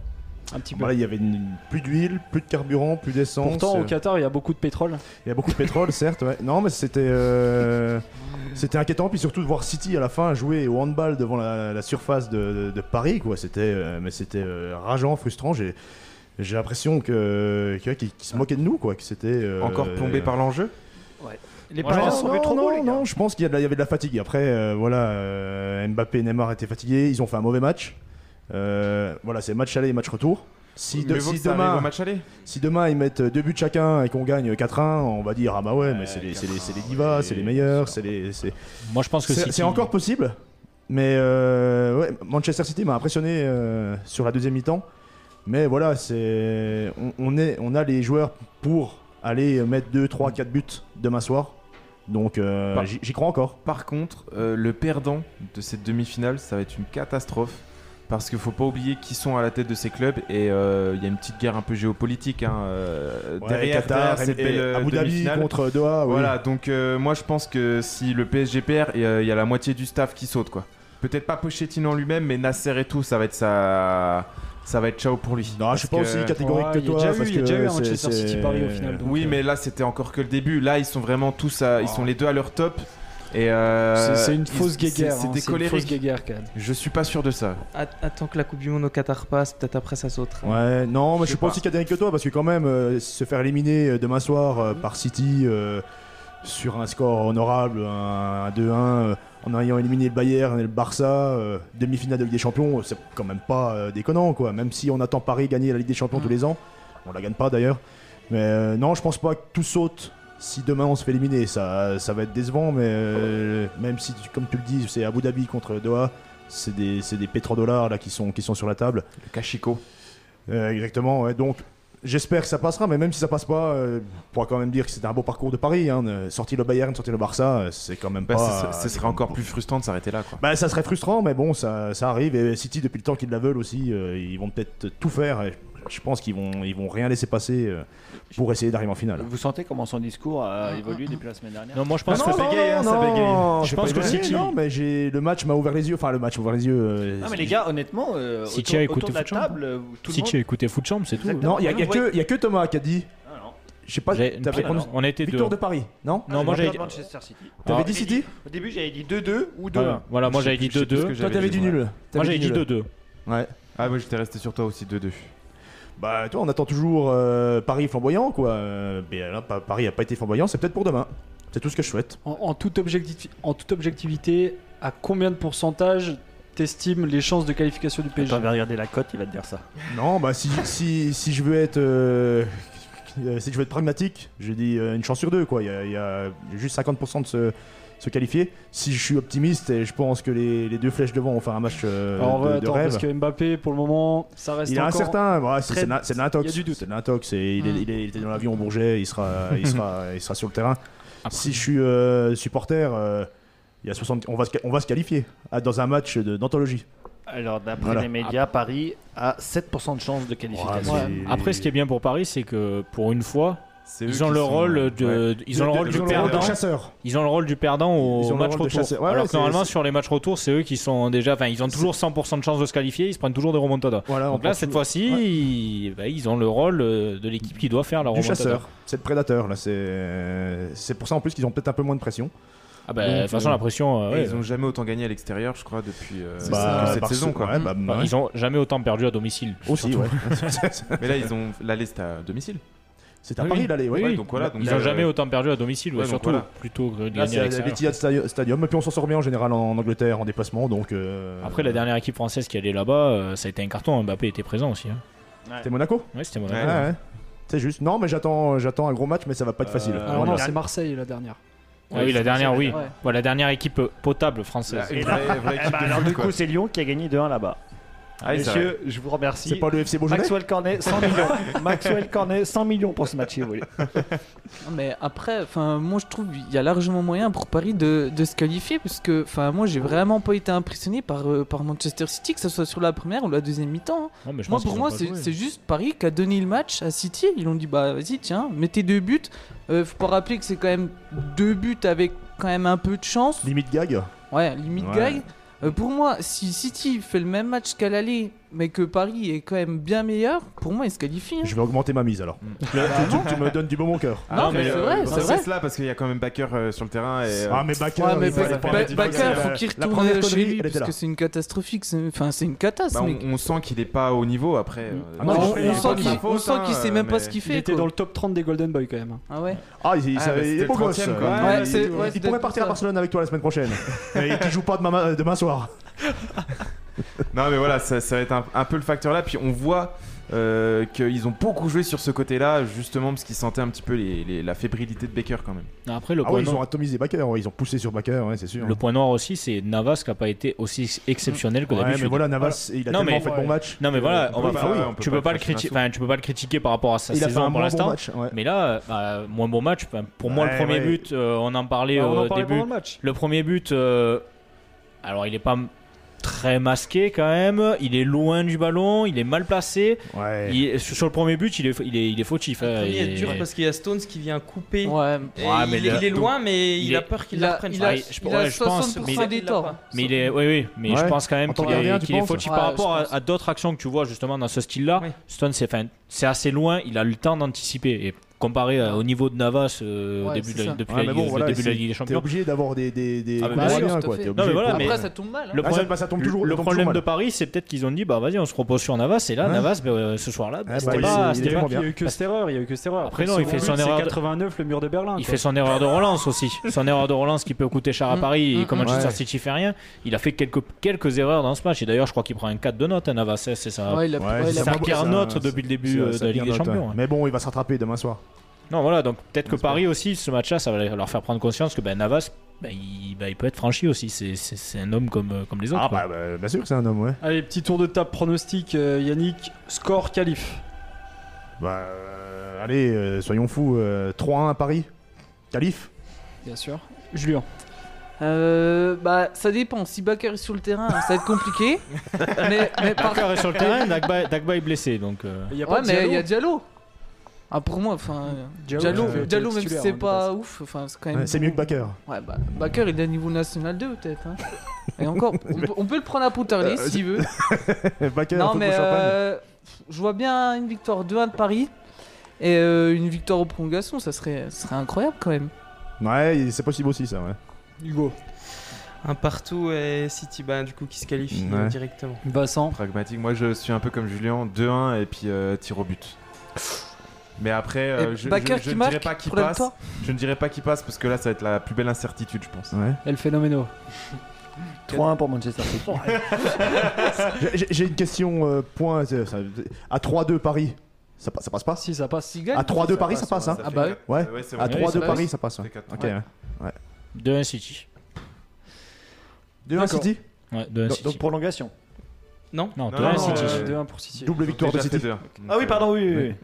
Speaker 7: Un petit peu.
Speaker 4: Voilà, il y avait une- plus d'huile, plus de carburant, plus d'essence.
Speaker 7: Pourtant,
Speaker 4: euh,
Speaker 7: au Qatar, il y a beaucoup de pétrole.
Speaker 4: Il y a beaucoup de pétrole, certes. ouais. Non, mais c'était euh, c'était inquiétant. Puis surtout de voir City à la fin jouer au handball devant la, la surface de, de- de Paris, quoi. C'était euh, mais c'était euh, rageant, frustrant. J'ai j'ai l'impression que que- qu'ils qu'ils se moquaient de nous, quoi. Que c'était euh,
Speaker 3: Encore plombé par l'enjeu
Speaker 12: Les
Speaker 4: non,
Speaker 12: parents sont
Speaker 4: non,
Speaker 12: trop
Speaker 4: non,
Speaker 12: beaux, les gars.
Speaker 4: non, je pense qu'il y, a de la- il y avait de la fatigue. Après, euh, voilà, euh, Mbappé et Neymar étaient fatigués. Ils ont fait un mauvais match. Euh, voilà, c'est match aller et match retour. Si, de-
Speaker 3: Mieux vaut
Speaker 4: si
Speaker 3: que ça arrive
Speaker 4: demain,
Speaker 3: au match aller.
Speaker 4: si demain ils mettent deux buts chacun et qu'on gagne 4-1, on va dire ah bah ouais, mais
Speaker 5: Ouais,
Speaker 4: c'est les, c'est les- c'est les
Speaker 5: 4-1,
Speaker 4: divas,
Speaker 5: ouais,
Speaker 4: c'est les meilleurs,
Speaker 5: c'est
Speaker 4: c'est les. C'est
Speaker 9: Moi je pense que
Speaker 4: c'est-
Speaker 9: City-
Speaker 4: c'est encore possible, mais euh, ouais, Manchester City m'a impressionné euh, sur la deuxième mi-temps. Mais voilà, c'est on, on est, on a les joueurs pour aller mettre 2, 3, 4 buts demain soir. Donc euh,
Speaker 3: Par-
Speaker 4: j'y j'y crois encore.
Speaker 3: Par contre, euh, le perdant de cette demi-finale, ça va être une catastrophe. Parce qu'il faut pas oublier qui sont à la tête de ces clubs et euh, il y a une petite guerre un peu géopolitique hein, euh,
Speaker 4: Ouais,
Speaker 3: derrière,
Speaker 4: Qatar,
Speaker 3: derrière cette
Speaker 4: et-
Speaker 3: belle euh,
Speaker 4: Abu Dhabi
Speaker 3: demi-finale.
Speaker 4: contre Doha. oui.
Speaker 3: Voilà, donc euh, moi je pense que si le PSG perd, et, euh, il y a la moitié du staff qui saute quoi. Peut-être pas Pochettino en lui-même, mais Nasser et tout, ça va être ça, ça va être ciao pour lui.
Speaker 4: Non, je
Speaker 3: Parce
Speaker 4: suis pas
Speaker 3: que-
Speaker 4: aussi catégorique
Speaker 7: Ouais,
Speaker 4: que
Speaker 7: il y a
Speaker 4: toi.
Speaker 7: déjà eu-
Speaker 4: parce
Speaker 7: il y a
Speaker 4: que
Speaker 7: déjà eu un
Speaker 4: c'est-
Speaker 7: Manchester
Speaker 4: c'est-
Speaker 7: City-Paris au final, donc.
Speaker 3: Oui,
Speaker 7: euh,
Speaker 3: mais là c'était encore que le début. Là ils sont vraiment tous, à- ils sont les deux à leur top. Et euh,
Speaker 1: C'est- c'est une
Speaker 3: ils-
Speaker 1: fausse guéguerre.
Speaker 3: c'est- C'est
Speaker 1: hein,
Speaker 3: des
Speaker 1: C'est une fausse
Speaker 3: colériques.
Speaker 1: guéguerre, quand même.
Speaker 3: Je suis pas sûr de ça.
Speaker 8: At- Attends que la Coupe du Monde au Qatar passe, peut-être après ça sautera.
Speaker 4: Ouais, non,
Speaker 3: Je
Speaker 4: mais je
Speaker 3: sais
Speaker 4: suis pas
Speaker 3: pas.
Speaker 4: aussi catégorique que toi parce que quand même euh, se faire éliminer euh, demain soir euh, par City euh, sur un score honorable, un, un 2-1, euh, en ayant éliminé le Bayern et le Barça, euh, demi-finale de Ligue des Champions, euh, c'est quand même pas euh, déconnant quoi. Même si on attend Paris gagner la Ligue des Champions
Speaker 3: Mm.
Speaker 4: tous les ans, on la gagne pas d'ailleurs. Mais euh, non, je pense pas que tout saute. Si demain on se fait éliminer, ça, ça va être décevant, mais euh, même si, tu- comme tu le dis, c'est Abu Dhabi contre Doha, c'est des, c'est des pétrodollars là qui sont, qui sont sur la table.
Speaker 3: Le Kachiko.
Speaker 4: Euh, exactement, ouais. Donc, j'espère que ça passera, mais même si ça passe pas, euh, on pourra quand même dire que c'était un beau parcours de Paris. Hein. Euh, Sortir le Bayern, sortir le Barça, euh, c'est quand même
Speaker 3: Bah,
Speaker 4: pas.
Speaker 3: ce- ce serait encore plus frustrant de s'arrêter là quoi.
Speaker 4: Bah, ça serait frustrant, mais bon, ça, ça arrive. Et City, depuis le temps qu'ils la veulent aussi, euh, ils vont peut-être tout faire. Et je pense qu'ils vont, ils vont rien laisser passer euh, pour essayer d'arriver en finale.
Speaker 5: Vous sentez comment son discours a évolué depuis la semaine dernière
Speaker 9: Non, moi je pense
Speaker 3: Ah, non,
Speaker 9: que.
Speaker 3: ça bégaye, hein, ça bégaye.
Speaker 4: non,
Speaker 9: Je
Speaker 4: j'ai
Speaker 9: pense
Speaker 4: pas
Speaker 9: que
Speaker 4: aimé,
Speaker 9: City-
Speaker 4: Non, mais j'ai le match m'a ouvert les yeux. Enfin, le match m'a ouvert les yeux. euh,
Speaker 5: Non mais les gars, honnêtement, euh,
Speaker 9: Si
Speaker 5: autour,
Speaker 9: tu as
Speaker 5: autour
Speaker 9: écouté
Speaker 5: de la
Speaker 9: Foot Champ.
Speaker 5: table, euh, tout le
Speaker 9: Si tu
Speaker 5: monde...
Speaker 9: as écouté Foot Champ, c'est tout.
Speaker 4: Non, il y, a- il y a
Speaker 5: Ouais.
Speaker 4: que- il y a que Thomas qui a dit.
Speaker 5: Ah, non.
Speaker 4: Je sais pas.
Speaker 9: J'ai-
Speaker 4: T'avais
Speaker 5: Ah, non, non.
Speaker 9: On était deux.
Speaker 4: victoire de Paris, non
Speaker 9: Non, moi
Speaker 5: J'ai
Speaker 9: j'avais
Speaker 5: dit Manchester City.
Speaker 4: T'avais
Speaker 9: Alors,
Speaker 4: dit City
Speaker 5: Au début, j'avais dit 2-2 ou 2-1.
Speaker 9: Voilà, voilà, moi
Speaker 3: Je sais
Speaker 9: j'avais dit
Speaker 3: plus- je sais plus ce que
Speaker 9: 2-2.
Speaker 3: j'avais
Speaker 4: Toi, t'avais dit
Speaker 3: moi.
Speaker 4: nul.
Speaker 9: Moi
Speaker 4: T'avais
Speaker 9: j'avais dit
Speaker 4: nul.
Speaker 9: 2-2.
Speaker 4: Ouais.
Speaker 3: Ah moi j'étais resté sur toi aussi 2-2.
Speaker 4: Bah, toi, on attend toujours euh, Paris flamboyant, quoi. Euh, mais là, pa- Paris a pas été flamboyant, c'est peut-être pour demain. C'est tout ce que je
Speaker 7: [laughs]
Speaker 4: souhaite.
Speaker 7: En, en toute objectif- en toute objectivité, à combien de pourcentage t'estimes les chances de qualification du PSG
Speaker 5: regarder la cote, il va te dire ça.
Speaker 4: Non, bah, si, si, si je veux être. euh, euh, si je veux être pragmatique, je dis euh, une chance sur deux, quoi. Il y a, il y a juste 50% de se, se qualifier. Si je suis optimiste, et je pense que les, les deux flèches devant vont faire un match euh,
Speaker 7: Alors,
Speaker 4: de,
Speaker 7: ouais,
Speaker 4: de
Speaker 7: attends,
Speaker 4: rêve.
Speaker 7: parce que Mbappé, pour le moment, ça reste
Speaker 4: Il est
Speaker 7: encore...
Speaker 4: incertain, voilà, c'est
Speaker 7: très-
Speaker 4: c'est de la- c'est de l'intox.
Speaker 7: il y a du doute.
Speaker 4: C'est de l'intox. et Il, est-
Speaker 9: Hmm.
Speaker 2: Mm.
Speaker 4: il est- il était dans l'avion au Bourget, il sera,
Speaker 9: [laughs]
Speaker 4: il, sera, il sera sur le terrain.
Speaker 9: Après-
Speaker 4: Si je suis euh, supporter, euh, il y a 60, on, va se, on va se qualifier ah, dans un match de- d'anthologie.
Speaker 5: Alors, d'après
Speaker 4: Voilà.
Speaker 5: les médias, Paris a 7% de chance de qualification.
Speaker 4: Ouais, mais-
Speaker 9: Après, ce qui est bien pour Paris, c'est que pour une fois,
Speaker 3: C'est eux
Speaker 9: ils ont
Speaker 3: qui
Speaker 9: le
Speaker 3: sont-
Speaker 4: euh,
Speaker 3: euh,
Speaker 9: rôle
Speaker 3: Ouais.
Speaker 9: de, ils ont le rôle du
Speaker 4: le rôle de
Speaker 9: perdant.
Speaker 4: chasseur.
Speaker 9: Ils ont le rôle du perdant
Speaker 4: Ils
Speaker 9: au
Speaker 4: ont le
Speaker 9: match
Speaker 4: rôle de
Speaker 9: retour.
Speaker 4: chasseur. Ouais,
Speaker 9: Alors
Speaker 4: ouais,
Speaker 9: que
Speaker 4: c'est-
Speaker 9: normalement,
Speaker 4: c'est-
Speaker 9: sur les matchs retour, c'est eux qui sont déjà, enfin, ils ont toujours 100% de chance de se qualifier. Ils se prennent toujours des remontadas.
Speaker 4: Voilà, on
Speaker 9: Donc là,
Speaker 4: pense
Speaker 9: cette
Speaker 4: du-
Speaker 9: fois-ci,
Speaker 4: ouais.
Speaker 9: ils, bah, ils ont le rôle euh, de l'équipe qui doit faire la
Speaker 4: du
Speaker 9: remontada.
Speaker 4: chasseur, c'est le prédateur. Là, c'est c'est pour ça en plus qu'ils ont peut-être un peu moins de pression.
Speaker 9: Ah bah, de toute
Speaker 4: Donc,
Speaker 9: façon,
Speaker 4: euh,
Speaker 9: la pression. euh,
Speaker 3: Et
Speaker 9: ouais.
Speaker 3: Ils ont jamais autant gagné à l'extérieur, je crois, depuis euh,
Speaker 4: Bah,
Speaker 3: que cette
Speaker 4: parce-
Speaker 3: saison quoi.
Speaker 4: ouais, bah,
Speaker 9: Enfin,
Speaker 4: ouais.
Speaker 9: Hmm. Ils ont jamais autant perdu à domicile.
Speaker 4: aussi, ouais.
Speaker 3: Mais là ils ont la liste à domicile.
Speaker 4: C'est à
Speaker 9: Oui,
Speaker 4: Paris
Speaker 9: oui.
Speaker 4: l'aller. ouais.
Speaker 9: Oui,
Speaker 3: Ouais, donc voilà, donc
Speaker 9: Ils
Speaker 3: là,
Speaker 9: ont jamais
Speaker 3: euh,
Speaker 9: autant perdu à domicile, ouais,
Speaker 3: ouais, donc
Speaker 9: surtout
Speaker 3: voilà.
Speaker 9: plutôt que de
Speaker 4: Là,
Speaker 9: gagner à
Speaker 4: c'est à
Speaker 9: l'extérieur.
Speaker 4: l'Etihad Sta- Stadium. Et puis on s'en sort bien en général en Angleterre, en déplacement. Donc euh,
Speaker 9: Après, la dernière équipe française qui allait là-bas, euh, ça a été un carton. Mbappé était présent aussi. hein.
Speaker 4: C'était Monaco.
Speaker 9: Ouais, c'était mon
Speaker 3: Ouais.
Speaker 4: Ouais, ouais. C'est juste. Non, mais j'attends, j'attends un gros match, mais ça va pas être facile.
Speaker 1: Ah
Speaker 5: Euh,
Speaker 7: Alors
Speaker 4: Voilà.
Speaker 7: non, c'est Marseille, la dernière.
Speaker 9: Ah oui, la dernière, oui.
Speaker 7: Ouais.
Speaker 9: Ouais, la dernière équipe euh, potable
Speaker 3: la-
Speaker 9: française.
Speaker 3: une vraie- vraie
Speaker 5: Eh
Speaker 3: [laughs] équipe
Speaker 5: ben,
Speaker 3: de
Speaker 5: alors,
Speaker 3: foot,
Speaker 5: du
Speaker 3: quoi.
Speaker 5: coup, c'est Lyon qui a gagné 2-1 là-bas.
Speaker 3: Ah, ils
Speaker 5: Messieurs, je vous remercie.
Speaker 4: C'est pas le FC Beaujolais
Speaker 5: Maxwell Cornet, 100 millions. Maxwell Cornet, 100 millions pour ce match, si vous voulez.
Speaker 2: Non, mais après, enfin, moi je trouve il y a largement moyen pour Paris de, de se qualifier parce que, enfin, moi j'ai vraiment pas été impressionné par, euh, par Manchester City, que ce soit sur la première ou la deuxième mi-temps. hein.
Speaker 9: Non, mais je
Speaker 2: Moi
Speaker 9: pense
Speaker 2: pour
Speaker 9: qu'ils
Speaker 2: moi
Speaker 9: ont pas
Speaker 2: c'est
Speaker 9: joué. hein.
Speaker 2: c'est juste Paris qui a donné le match à City. Ils ont dit bah vas-y tiens, mettez deux buts. Euh, faut pas rappeler que c'est quand même deux buts avec quand même un peu de chance.
Speaker 4: Limite gag.
Speaker 2: Ouais, limite
Speaker 3: Ouais.
Speaker 2: gag. Euh, pour moi, si City fait le même match qu'à l'aller, mais que Paris est quand même bien meilleur, pour moi, il se qualifie. hein.
Speaker 4: Je vais augmenter ma mise alors.
Speaker 9: Mm.
Speaker 4: Là,
Speaker 9: Ah.
Speaker 4: tu, tu- tu me donnes du bon au cœur.
Speaker 2: Non, mais
Speaker 3: euh,
Speaker 2: c'est vrai, c'est vrai.
Speaker 3: là parce qu'il y a quand même backer euh, sur le terrain et. euh,
Speaker 4: Ah, mais Bakker,
Speaker 2: Ouais, mais
Speaker 4: il fallait
Speaker 2: Ba-
Speaker 4: pas
Speaker 2: Ba-
Speaker 4: mettre une
Speaker 2: Bakker,
Speaker 4: connerie.
Speaker 2: faut qu'il
Speaker 4: La
Speaker 2: retourne
Speaker 4: première
Speaker 2: chez
Speaker 4: connerie,
Speaker 2: lui
Speaker 4: elle était
Speaker 2: parce
Speaker 4: là.
Speaker 2: que c'est une catastrophique. c'est- Enfin, c'est une catastrophe.
Speaker 3: bah, on, on sent qu'il est pas au niveau après. euh,
Speaker 4: Ah
Speaker 2: on,
Speaker 4: non,
Speaker 2: on
Speaker 4: il fait
Speaker 2: sent
Speaker 4: pas de
Speaker 2: qu'il
Speaker 3: sa faute,
Speaker 2: on sent qu'il
Speaker 3: hein,
Speaker 2: sait même pas
Speaker 3: mais
Speaker 2: ce qu'il
Speaker 1: Il
Speaker 2: fait.
Speaker 1: était
Speaker 2: quoi.
Speaker 1: dans le top 30 des Golden Boys quand même.
Speaker 2: Ah ouais.
Speaker 4: Ah, il, il-
Speaker 3: Ah,
Speaker 4: ça-
Speaker 3: bah,
Speaker 4: il
Speaker 3: c'était
Speaker 4: est beau
Speaker 3: le
Speaker 4: gosse.
Speaker 3: 30e, quoi.
Speaker 4: Il-
Speaker 2: Ouais,
Speaker 4: il-
Speaker 2: c'est-
Speaker 4: il-
Speaker 2: ouais,
Speaker 4: il
Speaker 2: c'est
Speaker 4: pourrait
Speaker 2: peut-être
Speaker 4: partir à
Speaker 2: ça.
Speaker 4: Barcelone avec toi la
Speaker 2: [laughs]
Speaker 4: semaine prochaine. Et qui joue pas demain, euh, demain soir. Ah
Speaker 3: Non mais voilà, ça, ça va être un, un peu le facteur là. Puis on voit euh, qu'ils ont beaucoup joué sur ce côté-là, justement parce qu'ils sentaient un petit peu les- les- la fébrilité de Baker quand même.
Speaker 9: Non, Après, le
Speaker 4: Ah
Speaker 9: point
Speaker 4: oui, ils
Speaker 9: noir-
Speaker 4: ont hein. atomisé Bakker, ouais, ils ont poussé sur Bakker, ouais, c'est sûr.
Speaker 9: Le point noir aussi, c'est Navas qui n'a pas été aussi exceptionnel que
Speaker 4: Ouais,
Speaker 9: d'habitude.
Speaker 4: mais voilà, Euh, Navas, il a
Speaker 9: Non,
Speaker 4: tellement
Speaker 9: mais-
Speaker 4: fait de bon match.
Speaker 9: Non mais voilà, on va
Speaker 3: oui,
Speaker 9: pas-
Speaker 3: bah ouais, on peut
Speaker 9: tu
Speaker 3: pas
Speaker 9: peux pas
Speaker 3: le
Speaker 9: le
Speaker 3: clasher
Speaker 9: critiquer,
Speaker 3: d'un
Speaker 9: enfin tu peux pas le critiquer par rapport à sa
Speaker 4: Il a fait
Speaker 9: saison
Speaker 4: un
Speaker 9: pour
Speaker 4: moins bon
Speaker 9: l'instant.
Speaker 4: match. ouais.
Speaker 9: Mais là, euh, bah, moins bon match. enfin, Pour moi,
Speaker 4: Ouais,
Speaker 9: le premier
Speaker 4: ouais.
Speaker 9: but, euh, on en parlait
Speaker 1: Ah, Bah, on
Speaker 9: au
Speaker 1: en parlait
Speaker 9: début.
Speaker 1: pendant le match.
Speaker 9: Le premier but, euh, alors il est pas m- très masqué quand même. Il est loin du ballon, il est mal placé.
Speaker 4: Ouais.
Speaker 9: Il est- sur sur le premier but, il est, il est, il est fautif.
Speaker 8: Le
Speaker 9: hein,
Speaker 8: premier
Speaker 9: il
Speaker 8: est dur
Speaker 9: est-
Speaker 8: parce qu'il y a Stones qui vient couper.
Speaker 2: Ouais.
Speaker 8: Et
Speaker 9: Ouais, mais
Speaker 8: il,
Speaker 9: le-
Speaker 8: il est loin, mais il,
Speaker 9: il
Speaker 8: a
Speaker 9: est-
Speaker 8: peur qu'il
Speaker 2: Il
Speaker 8: la
Speaker 2: a,
Speaker 8: reprenne.
Speaker 2: il a,
Speaker 9: Ouais, je-
Speaker 2: il a
Speaker 9: ouais, je pense,
Speaker 2: 60%
Speaker 9: mais il est-
Speaker 2: des
Speaker 8: il l'a
Speaker 2: torts.
Speaker 8: pas.
Speaker 9: Mais il est,
Speaker 4: Bah,
Speaker 9: oui, oui, mais je
Speaker 4: Ouais.
Speaker 9: pense quand même
Speaker 4: En tant
Speaker 9: qu'il
Speaker 4: que gardien,
Speaker 9: est,
Speaker 4: tu
Speaker 9: qu'il est
Speaker 4: penses
Speaker 9: fautif
Speaker 2: Ouais,
Speaker 9: par
Speaker 2: je
Speaker 9: rapport à,
Speaker 2: pense.
Speaker 9: à d'autres actions que tu vois justement dans ce style-là.
Speaker 8: Oui.
Speaker 9: Stone, c'est enfin, c'est assez loin, il a le temps d'anticiper. Et comparé à- au niveau de Navas euh, au
Speaker 2: Ouais,
Speaker 9: début
Speaker 2: c'est
Speaker 9: de la-
Speaker 2: ça.
Speaker 9: depuis
Speaker 4: Ouais,
Speaker 9: la-
Speaker 4: mais bon,
Speaker 9: le
Speaker 4: voilà,
Speaker 9: début de la
Speaker 4: c'est-
Speaker 9: Ligue des
Speaker 4: T'es
Speaker 9: Champions,
Speaker 4: obligé d'avoir des, des, des
Speaker 9: Ah, mais
Speaker 4: bons
Speaker 9: bien sûr,
Speaker 4: moyens,
Speaker 2: tout à
Speaker 4: quoi.
Speaker 2: fait.
Speaker 4: T'es
Speaker 2: Non,
Speaker 4: obligé.
Speaker 9: mais voilà,
Speaker 4: quoi.
Speaker 9: mais-
Speaker 2: Après, ça tombe mal. hein.
Speaker 4: Ah,
Speaker 9: le
Speaker 4: ça,
Speaker 9: problème,
Speaker 4: bah, ça tombe toujours.
Speaker 9: le
Speaker 4: ça tombe
Speaker 9: problème
Speaker 4: toujours
Speaker 9: de
Speaker 4: mal.
Speaker 9: Paris, c'est peut-être qu'ils ont dit bah vas-y, on se repose sur Navas. Et là,
Speaker 4: Hein
Speaker 9: Navas, ben, euh, ce soir-là, ben,
Speaker 4: Ah,
Speaker 9: c'était
Speaker 4: bah,
Speaker 9: pas,
Speaker 4: il-
Speaker 9: c'était
Speaker 4: il est
Speaker 9: pas-
Speaker 4: vraiment
Speaker 1: Il
Speaker 4: bien.
Speaker 1: y a eu que cette erreur, il y a eu que cette erreur.
Speaker 9: Après, non,
Speaker 1: le
Speaker 9: il fait
Speaker 1: second
Speaker 9: son
Speaker 1: but, c'est
Speaker 9: erreur de-
Speaker 1: 89, le mur de Berlin.
Speaker 9: il
Speaker 1: quoi.
Speaker 9: fait son erreur de
Speaker 4: [laughs]
Speaker 9: relance aussi. Son erreur de relance qui peut coûter cher à
Speaker 2: Mm.
Speaker 9: Paris
Speaker 2: Mm,
Speaker 9: et comme
Speaker 4: mm.
Speaker 9: Manchester
Speaker 4: Ouais.
Speaker 9: City fait rien. Il a fait quelques, quelques erreurs dans ce match. Et d'ailleurs, je crois qu'il prend un 4 de note à Navas. hein, C'est ça.
Speaker 2: Ah Ouais, il a
Speaker 4: Ouais,
Speaker 2: ouais, il a-
Speaker 9: sa
Speaker 4: ça.
Speaker 9: pire
Speaker 4: Ça-
Speaker 9: note
Speaker 4: ça-
Speaker 9: depuis le début
Speaker 4: Ça-
Speaker 9: euh, de
Speaker 4: ça
Speaker 9: la Ligue
Speaker 4: vient
Speaker 9: des
Speaker 4: notre-
Speaker 9: Champions. ouais.
Speaker 4: Mais bon, il va se rattraper demain soir.
Speaker 9: Non, voilà, donc peut-être que
Speaker 4: J'espère.
Speaker 9: Paris aussi, ce match-là, ça va leur faire prendre conscience que ben, Navas, ben, il, ben, il peut être franchi aussi. C'est- C'est c'est un homme comme, euh, comme les autres.
Speaker 4: Ah,
Speaker 9: quoi.
Speaker 4: bah, bah, bien sûr que c'est un homme, ouais.
Speaker 1: Allez, petit tour de table pronostic, euh, Yannick, score qualif.
Speaker 4: Bah, euh, allez, euh, soyons fous. euh, 3-1 à Paris. Calife
Speaker 1: Bien sûr. Julien.
Speaker 2: Euh, bah, ça dépend. Si Bakker est sur le terrain, ça va être compliqué. mais, mais par
Speaker 9: Parker est sur le terrain, Dagba, Dagba est blessé. Donc, euh,
Speaker 1: Il y a
Speaker 2: ouais,
Speaker 1: pas de
Speaker 2: mais
Speaker 1: Diallo.
Speaker 2: il y a Diallo. Ah, pour moi, enfin, Diallo,
Speaker 4: euh,
Speaker 2: Diallo, même si
Speaker 1: titulaire,
Speaker 2: c'est
Speaker 1: hein,
Speaker 2: pas ouf, enfin, c'est quand même.
Speaker 4: Ouais, C'est mieux que Bakker.
Speaker 2: Ouais, bah, Bakker, il est à niveau national 2, peut-être. hein. Et encore, on, peut- on peut le prendre à Pontarlier
Speaker 4: Euh, [laughs]
Speaker 2: s'il veut.
Speaker 4: Bakker,
Speaker 2: Non,
Speaker 4: faut
Speaker 2: mais
Speaker 4: qu'on champagne.
Speaker 2: euh, je vois bien une victoire 2-1 de Paris et euh, une victoire aux prolongations, ça serait, ça serait incroyable quand même.
Speaker 4: Ouais, c'est possible aussi, ça, ouais.
Speaker 1: Hugo.
Speaker 8: Un partout et City, ben, du coup, qui se qualifie
Speaker 4: Ouais.
Speaker 8: euh, directement.
Speaker 1: Vincent.
Speaker 3: Pragmatique, moi je suis un peu comme Julien, 2-1 et puis euh, tir au but. Mais après, euh,
Speaker 2: Et
Speaker 3: je,
Speaker 2: Bakker
Speaker 3: je- je
Speaker 2: qui
Speaker 3: ne
Speaker 2: marque
Speaker 3: dirais pas qui
Speaker 2: pour la
Speaker 3: passe.
Speaker 2: victoire
Speaker 3: Je ne dirais pas qui passe parce que là ça va être la plus belle incertitude, je pense.
Speaker 4: Ouais.
Speaker 1: El Phénoméno.
Speaker 5: 3-1 pour Manchester City.
Speaker 4: J'ai- j'ai- J'ai une question euh, point. c'est- ça- À 3-2 Paris, ça, pa- ça passe pas
Speaker 1: Si ça passe.
Speaker 2: S'il gagne,
Speaker 4: À 3-2 Paris, ça passe, hein
Speaker 2: Ah
Speaker 3: fait
Speaker 2: bah
Speaker 3: quatre-
Speaker 4: ouais.
Speaker 3: c'est
Speaker 4: À
Speaker 3: vrai.
Speaker 9: trois,
Speaker 4: 3-2
Speaker 2: ça
Speaker 4: Paris, ça passe.
Speaker 3: C'est
Speaker 4: ouais.
Speaker 3: quatre-
Speaker 4: Ok.
Speaker 3: ouais.
Speaker 4: ouais.
Speaker 9: 2-1 City.
Speaker 4: 2-1 City
Speaker 9: Ouais,
Speaker 5: Donc,
Speaker 9: 2-1 Ben City.
Speaker 5: donc prolongation.
Speaker 9: Non,
Speaker 1: Ah,
Speaker 3: Non,
Speaker 9: 2-1
Speaker 3: non,
Speaker 9: City.
Speaker 3: euh,
Speaker 1: 2-1 pour City.
Speaker 4: Double
Speaker 3: Ils ont
Speaker 4: victoire de
Speaker 3: déjà fait
Speaker 4: City.
Speaker 3: deux, donc,
Speaker 5: Ah oui,
Speaker 3: euh,
Speaker 5: pardon, oui. Oui, oui.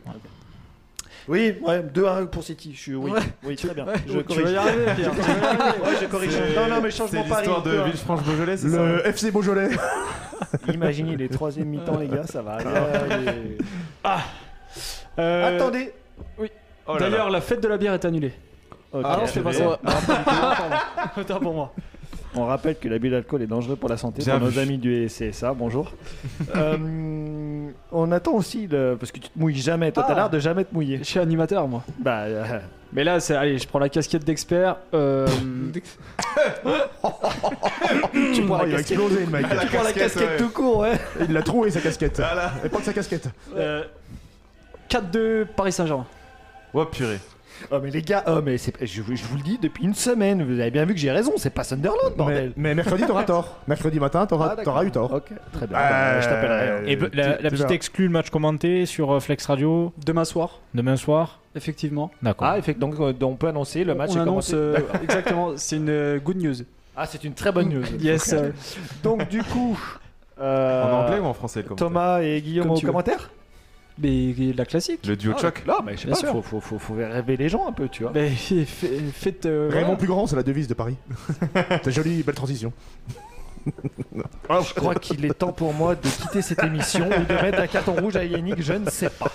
Speaker 5: Oui, ouais, 2-1 pour City. Je suis, oui, oui, très bien. je corrige. [laughs]
Speaker 1: [laughs]
Speaker 5: Ouais, je corrige. Non, non, mais
Speaker 3: C'est
Speaker 5: changement Paris.
Speaker 3: l'histoire de
Speaker 5: 2-1.
Speaker 3: Villefranche-Beaujolais, c'est ça
Speaker 4: Le FC Beaujolais.
Speaker 5: Imaginez les troisième mi-temps, les gars, ça va. aller.
Speaker 1: Euh,
Speaker 5: Attendez.
Speaker 3: Oh là là.
Speaker 1: D'ailleurs, la fête de la bière est annulée.
Speaker 5: Ok.
Speaker 1: Ah non, c'est pas ça. [laughs] Attends pour moi.
Speaker 5: On rappelle que l'abus d'alcool est dangereux pour la santé
Speaker 3: Bien
Speaker 5: pour
Speaker 3: vu.
Speaker 5: nos amis du CSA. Bonjour. Euh, on attend aussi le... parce que tu te mouilles jamais. Toi, t'as
Speaker 1: Ah.
Speaker 5: l'air de jamais te mouiller.
Speaker 1: Je suis animateur, moi.
Speaker 5: Bah, euh,
Speaker 1: Mais là, c'est allez, je prends la casquette d'expert. euh,
Speaker 4: Tu vois, il va exploser le mec.
Speaker 5: tu prends la casquette
Speaker 3: ouais.
Speaker 5: tout court, ouais.
Speaker 4: Il l'a troué sa casquette. Et porte sa casquette.
Speaker 1: euh, 4-2 Paris Saint-Germain.
Speaker 3: Oh purée.
Speaker 5: Oh mais les gars, oh mais c'est, je, vous- je vous le dis depuis une semaine. Vous avez bien vu que j'ai raison. C'est pas Sunderland,
Speaker 4: Mais,
Speaker 5: bordel.
Speaker 4: mais mercredi, t'auras tort. Mercredi matin, t'auras
Speaker 5: Ah,
Speaker 4: t'auras eu tort.
Speaker 5: Ok, très bien.
Speaker 4: Euh,
Speaker 5: Bah, je t'appellerai.
Speaker 9: Et be- la,
Speaker 4: tu-
Speaker 9: la
Speaker 4: tu
Speaker 9: petite
Speaker 4: verras.
Speaker 9: exclue, le match commenté sur euh, Flex Radio
Speaker 1: Demain soir,
Speaker 9: demain soir.
Speaker 1: effectivement.
Speaker 9: D'accord.
Speaker 5: Ah, effectivement, donc euh, on peut annoncer le match.
Speaker 1: On
Speaker 5: est
Speaker 1: annonce
Speaker 5: commenté.
Speaker 1: euh, exactement. C'est une euh, good news. [laughs]
Speaker 5: Ah, c'est une très bonne news.
Speaker 1: Yes. euh,
Speaker 5: Donc du coup,
Speaker 12: Euh,
Speaker 3: En anglais ou en français comme
Speaker 12: Thomas et Guillaume
Speaker 1: Comme
Speaker 12: au
Speaker 1: tu veux.
Speaker 12: commentaire
Speaker 1: Mais la classique.
Speaker 3: Le duo
Speaker 12: Ah,
Speaker 3: Chuck.
Speaker 12: Là, mais je sais
Speaker 1: Bien
Speaker 12: pas,
Speaker 1: sûr.
Speaker 12: faut, faut, faut, faut rêver les gens un peu, tu vois.
Speaker 1: Mais [laughs] fais- faites. euh,
Speaker 4: Raymond plus grand, c'est la devise de Paris. C'est jolie, belle transition.
Speaker 12: je crois qu'il est temps pour moi de quitter cette émission ou de mettre un carton rouge à Yannick, je ne sais pas.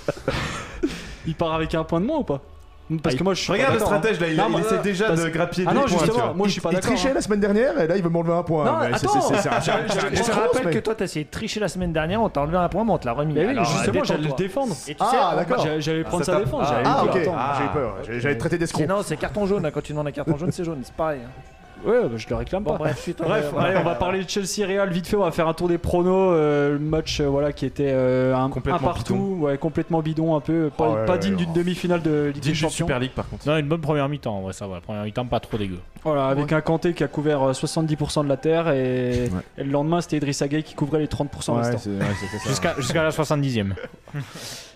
Speaker 1: Il part avec un point de moins ou pas Parce
Speaker 3: Ah,
Speaker 1: que moi je suis.
Speaker 3: Regarde
Speaker 1: pas
Speaker 3: le
Speaker 1: d'accord,
Speaker 3: stratège là, il,
Speaker 1: Non,
Speaker 3: il
Speaker 1: moi-
Speaker 3: essaie déjà
Speaker 1: parce-
Speaker 3: de grappiller
Speaker 1: Ah
Speaker 3: des
Speaker 1: non,
Speaker 3: points. tu
Speaker 1: justement,
Speaker 3: vois.
Speaker 1: moi je suis pas
Speaker 4: il
Speaker 1: d'accord.
Speaker 4: trichait
Speaker 1: hein.
Speaker 4: la semaine dernière et là il veut m'enlever un point.
Speaker 1: Non,
Speaker 4: Mais c'est-
Speaker 1: attends.
Speaker 4: c'est- c'est un- c'est un-
Speaker 12: Je te rappelle que toi, t'as essayé de tricher la semaine dernière, on t'a enlevé un point, mais on te l'a remis.
Speaker 1: Mais oui,
Speaker 12: Alors, euh,
Speaker 1: justement, j'allais le
Speaker 12: détends-toi.
Speaker 1: défendre.
Speaker 12: Et tu sais,
Speaker 4: Ah, d'accord.
Speaker 1: J'allais- J'allais prendre
Speaker 3: ça
Speaker 1: sa
Speaker 3: t'a-
Speaker 1: défense.
Speaker 12: Ah,
Speaker 1: j'allais
Speaker 4: Ah,
Speaker 1: le
Speaker 4: ok.
Speaker 1: dire. Attends.
Speaker 3: Ah.
Speaker 4: J'ai eu peur. J'ai- J'allais traité d'escroc.
Speaker 12: Sinon, c'est carton jaune. hein. Quand tu demandes un carton jaune, c'est jaune. C'est pareil. hein.
Speaker 1: Ouais, bah, je le réclame
Speaker 12: Bon,
Speaker 1: pas.
Speaker 12: bref, suite.
Speaker 1: Bref,
Speaker 12: euh,
Speaker 1: allez, on va parler de Chelsea Real vite fait. On va faire un tour des pronos. euh, le match, euh, voilà, qui était euh, un, un
Speaker 3: Complètement
Speaker 1: partout, ouais, complètement bidon, un peu euh, pas,
Speaker 4: Ah ouais,
Speaker 1: pas
Speaker 4: ouais,
Speaker 1: digne
Speaker 4: ouais.
Speaker 1: d'une demi-finale de Ligue
Speaker 3: Dis
Speaker 1: des
Speaker 3: du
Speaker 1: Champions.
Speaker 3: Super League par contre.
Speaker 9: Non, une bonne première mi-temps, en vrai, ça va. La première mi-temps, pas trop dégueu.
Speaker 1: Voilà, avec un Kanté qui a couvert euh, 70% de la terre et,
Speaker 3: Ouais.
Speaker 1: et le lendemain, c'était Idrissa Gueye qui couvrait les 30%
Speaker 4: Ouais,
Speaker 1: restants.
Speaker 4: c'est- ouais, c'est- c'est ça.
Speaker 9: Jusqu'à jusqu'à la 70ème.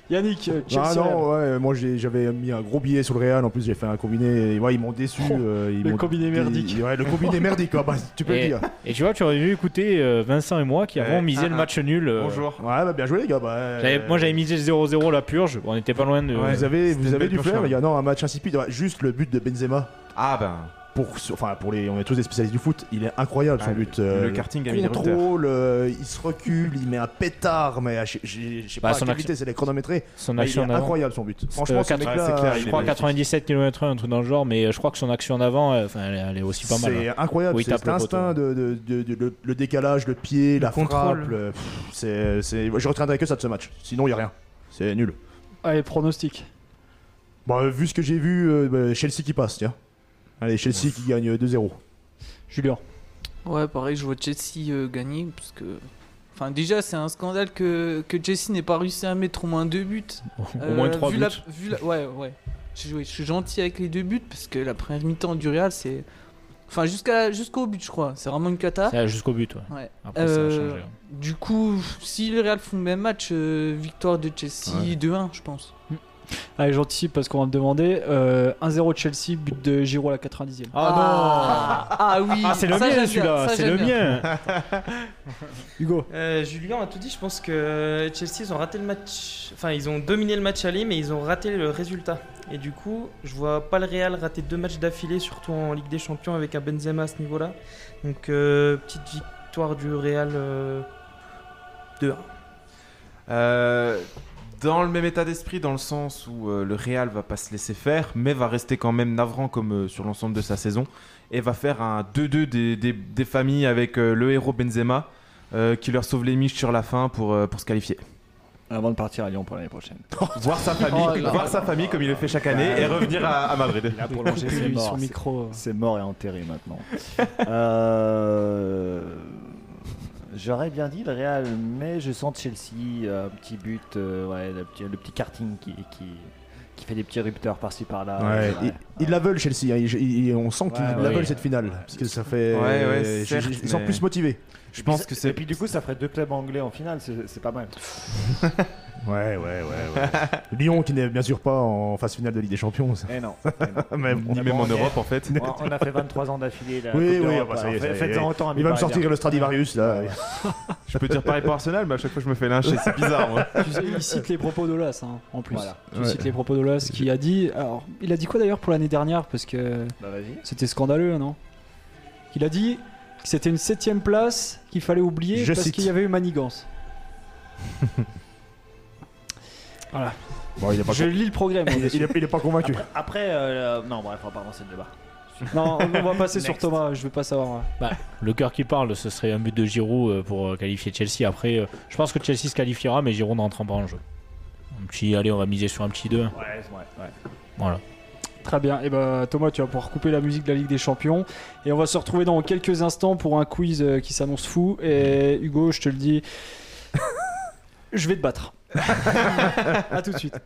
Speaker 1: Yannick, euh, Chelsea
Speaker 4: Ah
Speaker 1: Real.
Speaker 4: non, ouais, moi j'ai- j'avais mis un gros billet sur le Real. En plus, j'ai fait un combiné. et ouais, ils m'ont déçu. euh, ils
Speaker 1: Oh, le
Speaker 4: m'ont-
Speaker 1: combiné
Speaker 4: ils-
Speaker 1: merdique.
Speaker 4: Ouais,
Speaker 1: [laughs]
Speaker 4: le combiné merdique, quoi, bah, tu peux le
Speaker 9: Et,
Speaker 4: dire.
Speaker 9: et tu vois, tu aurais dû écouter euh, Vincent et moi qui avons
Speaker 3: Ouais.
Speaker 9: misé
Speaker 3: Ah,
Speaker 9: le
Speaker 3: ah.
Speaker 9: match nul. euh,
Speaker 3: Bonjour.
Speaker 4: Ouais, bah, bien joué, les gars. bah, euh,
Speaker 9: j'avais- Moi, j'avais misé 0-0 la purge. On était pas loin de.
Speaker 4: Vous avez,
Speaker 3: C'était
Speaker 4: vous
Speaker 3: une
Speaker 4: avez
Speaker 3: belle
Speaker 4: dû
Speaker 3: pioche,
Speaker 4: faire,
Speaker 3: quand
Speaker 4: les gars. Non, un match insipide. Ouais, Juste le but de Benzema.
Speaker 3: Ah ben.
Speaker 4: Pour, enfin, pour les, on est tous des spécialistes du foot. Il est incroyable son
Speaker 3: ah,
Speaker 4: but.
Speaker 3: le-
Speaker 4: euh,
Speaker 3: le karting a mis le
Speaker 4: contrôle, euh, il se recule, il met un pétard, mais ah, à- je je- je sais pas
Speaker 9: Bah,
Speaker 4: à
Speaker 9: son
Speaker 4: quelle
Speaker 9: action-
Speaker 4: vitesse elle est chronométrée.
Speaker 9: Son
Speaker 4: mais il est
Speaker 9: action en avant.
Speaker 4: incroyable son but.
Speaker 9: euh,
Speaker 4: Franchement, ce
Speaker 9: quatre-
Speaker 4: mec-là,
Speaker 3: Ouais, c'est clair,
Speaker 4: euh,
Speaker 3: il
Speaker 9: Je crois 97 km/h, un truc dans le genre, mais euh, je crois que son action en avant, euh, enfin, elle est- elle est aussi pas mal. hein.
Speaker 4: C'est incroyable,
Speaker 9: Oui,
Speaker 4: c'est
Speaker 9: tape
Speaker 4: cet
Speaker 9: le poteau.
Speaker 4: instinct de, de- de- de- le, le décalage, le pied, la
Speaker 8: contrôle.
Speaker 4: frappe. le- pff, c'est- c'est- je retiendrai que ça de ce match. Sinon, il y a rien. C'est nul.
Speaker 1: Allez, pronostic.
Speaker 4: Bon, euh, vu ce que j'ai vu, euh, bah, Chelsea qui passe, tiens. Allez, Chelsea qui gagne euh, 2-0.
Speaker 1: Julien.
Speaker 2: Ouais, pareil, je vois Chelsea euh, gagner parce que. Enfin, déjà, c'est un scandale que, que Chelsea n'ait pas réussi à mettre au moins deux buts.
Speaker 9: hein. Au moins
Speaker 2: Euh,
Speaker 9: trois
Speaker 2: vu
Speaker 9: buts.
Speaker 2: la- vu la- Ouais, ouais. Je, ouais, je suis gentil avec les deux buts parce que la première mi-temps du Real, c'est. Enfin, jusqu'à, jusqu'au but, je crois. C'est vraiment une cata.
Speaker 9: C'est Jusqu'au but, ouais.
Speaker 2: Ah. Ouais.
Speaker 9: Après, ça a
Speaker 2: Euh,
Speaker 9: changé. hein.
Speaker 2: Du coup, si le Real font le même match, euh, victoire de Chelsea 2-1, je pense.
Speaker 1: Allez, j'anticipe parce qu'on va me demander euh, 1-0 Chelsea, but de Giroud à la 90e.
Speaker 2: Ah, ah oui
Speaker 9: Ah, c'est le
Speaker 2: ça, j'aime
Speaker 9: mien
Speaker 2: bien,
Speaker 9: celui-là,
Speaker 2: ça,
Speaker 9: c'est
Speaker 2: j'aime
Speaker 9: le
Speaker 2: bien.
Speaker 9: mien.
Speaker 1: Hugo.
Speaker 8: Euh, Julien a tout dit, je pense que euh, Chelsea, ils ont raté le match. Enfin, ils ont dominé le match aller, mais ils ont raté le résultat. Et du coup, je vois pas le Real rater deux matchs d'affilée, surtout en Ligue des Champions avec un Benzema à ce niveau-là. Donc, euh, petite victoire du Real euh, 2-1.
Speaker 3: Euh, dans le même état d'esprit, dans le sens où euh, le Real va pas se laisser faire, mais va rester quand même navrant comme euh, sur l'ensemble de sa saison, et va faire un 2-2 des, des- des familles avec euh, le héros Benzema, euh, qui leur sauve les miches sur la fin pour, euh, pour se qualifier.
Speaker 5: Avant de partir à Lyon pour l'année prochaine.
Speaker 3: Voir sa famille, voir sa famille comme il le fait chaque année, et revenir à, à Madrid.
Speaker 4: Ah,
Speaker 5: Il a prolongé [laughs]
Speaker 1: Lui,
Speaker 5: ses morts.
Speaker 1: son
Speaker 4: [laughs]
Speaker 1: micro.
Speaker 5: C'est mort et enterré maintenant. Euh, J'aurais bien dit le Real, mais je sens Chelsea, un petit but, euh, ouais, le, petit, le petit karting qui, qui, qui fait des petits rupteurs par-ci
Speaker 9: Ah
Speaker 5: par-là.
Speaker 4: Ouais,
Speaker 5: Ouais.
Speaker 4: ils, ils la veulent, Chelsea. hein. Ils- ils- on sent qu'ils
Speaker 5: Ouais,
Speaker 4: la
Speaker 5: ouais.
Speaker 4: veulent cette finale. Parce que ça fait.
Speaker 3: Ouais, ouais,
Speaker 4: je- je-
Speaker 3: certes,
Speaker 4: ils sont
Speaker 3: mais-
Speaker 4: plus motivés.
Speaker 3: Je
Speaker 5: Et
Speaker 3: pense
Speaker 5: puis-
Speaker 3: que c'est.
Speaker 5: Et puis du coup, ça ferait deux clubs anglais en finale, c'est c'est pas mal.
Speaker 4: Ouais, ouais, ouais.
Speaker 3: [laughs]
Speaker 4: ouais. Lyon qui n'est bien sûr pas en phase finale de Ligue des Champions. ça.
Speaker 5: Eh non. eh non.
Speaker 4: Mais bon.
Speaker 3: Ni même en Europe en fait.
Speaker 5: On on a fait 23 ans d'affilée. la
Speaker 4: Oui,
Speaker 5: Coupe
Speaker 4: oui,
Speaker 5: d'Europe,
Speaker 4: ah bah, ça y est,
Speaker 5: alors
Speaker 4: ça y est.
Speaker 5: Faites-en autant.
Speaker 4: Il va me
Speaker 5: amis
Speaker 4: sortir
Speaker 5: parisiens.
Speaker 4: le Stradivarius là.
Speaker 3: Je peux dire pareil pour Arsenal, mais à chaque fois je me fais lyncher, c'est bizarre. moi.
Speaker 1: Tu sais, il cite les propos d'Olas hein, en plus.
Speaker 5: Voilà.
Speaker 1: Tu cites les propos d'Olas qui a dit. Alors, il a dit quoi d'ailleurs pour l'année dernière Parce que
Speaker 5: Bah vas-y.
Speaker 1: c'était scandaleux, non Il a dit que c'était une 7 place qu'il fallait oublier
Speaker 4: Je
Speaker 1: parce
Speaker 4: cite.
Speaker 1: qu'il y avait eu manigance. voilà.
Speaker 4: Bon, il est pas,
Speaker 1: Je
Speaker 4: con-
Speaker 1: lis le programme. [laughs]
Speaker 4: il est- il est- il est pas convaincu.
Speaker 5: Après, euh, non, bref, on va pas avancer le débat.
Speaker 1: non, on va passer sur
Speaker 5: Next.
Speaker 1: Thomas, je veux pas savoir.
Speaker 9: Le cœur qui parle, ce serait un but de Giroud euh, pour euh, qualifier Chelsea. Après, euh, je pense que Chelsea se qualifiera, mais Giroud n'entre pas en jeu. Un petit, allez, on va miser sur un petit 2.
Speaker 5: Ouais, ouais, ouais.
Speaker 9: Voilà.
Speaker 1: Très bien. Et ben Thomas, tu vas pouvoir couper la musique de la Ligue des Champions et on va se retrouver dans quelques instants pour un quiz euh, qui s'annonce fou. Et Hugo, je te le dis, je vais te battre. à tout de suite.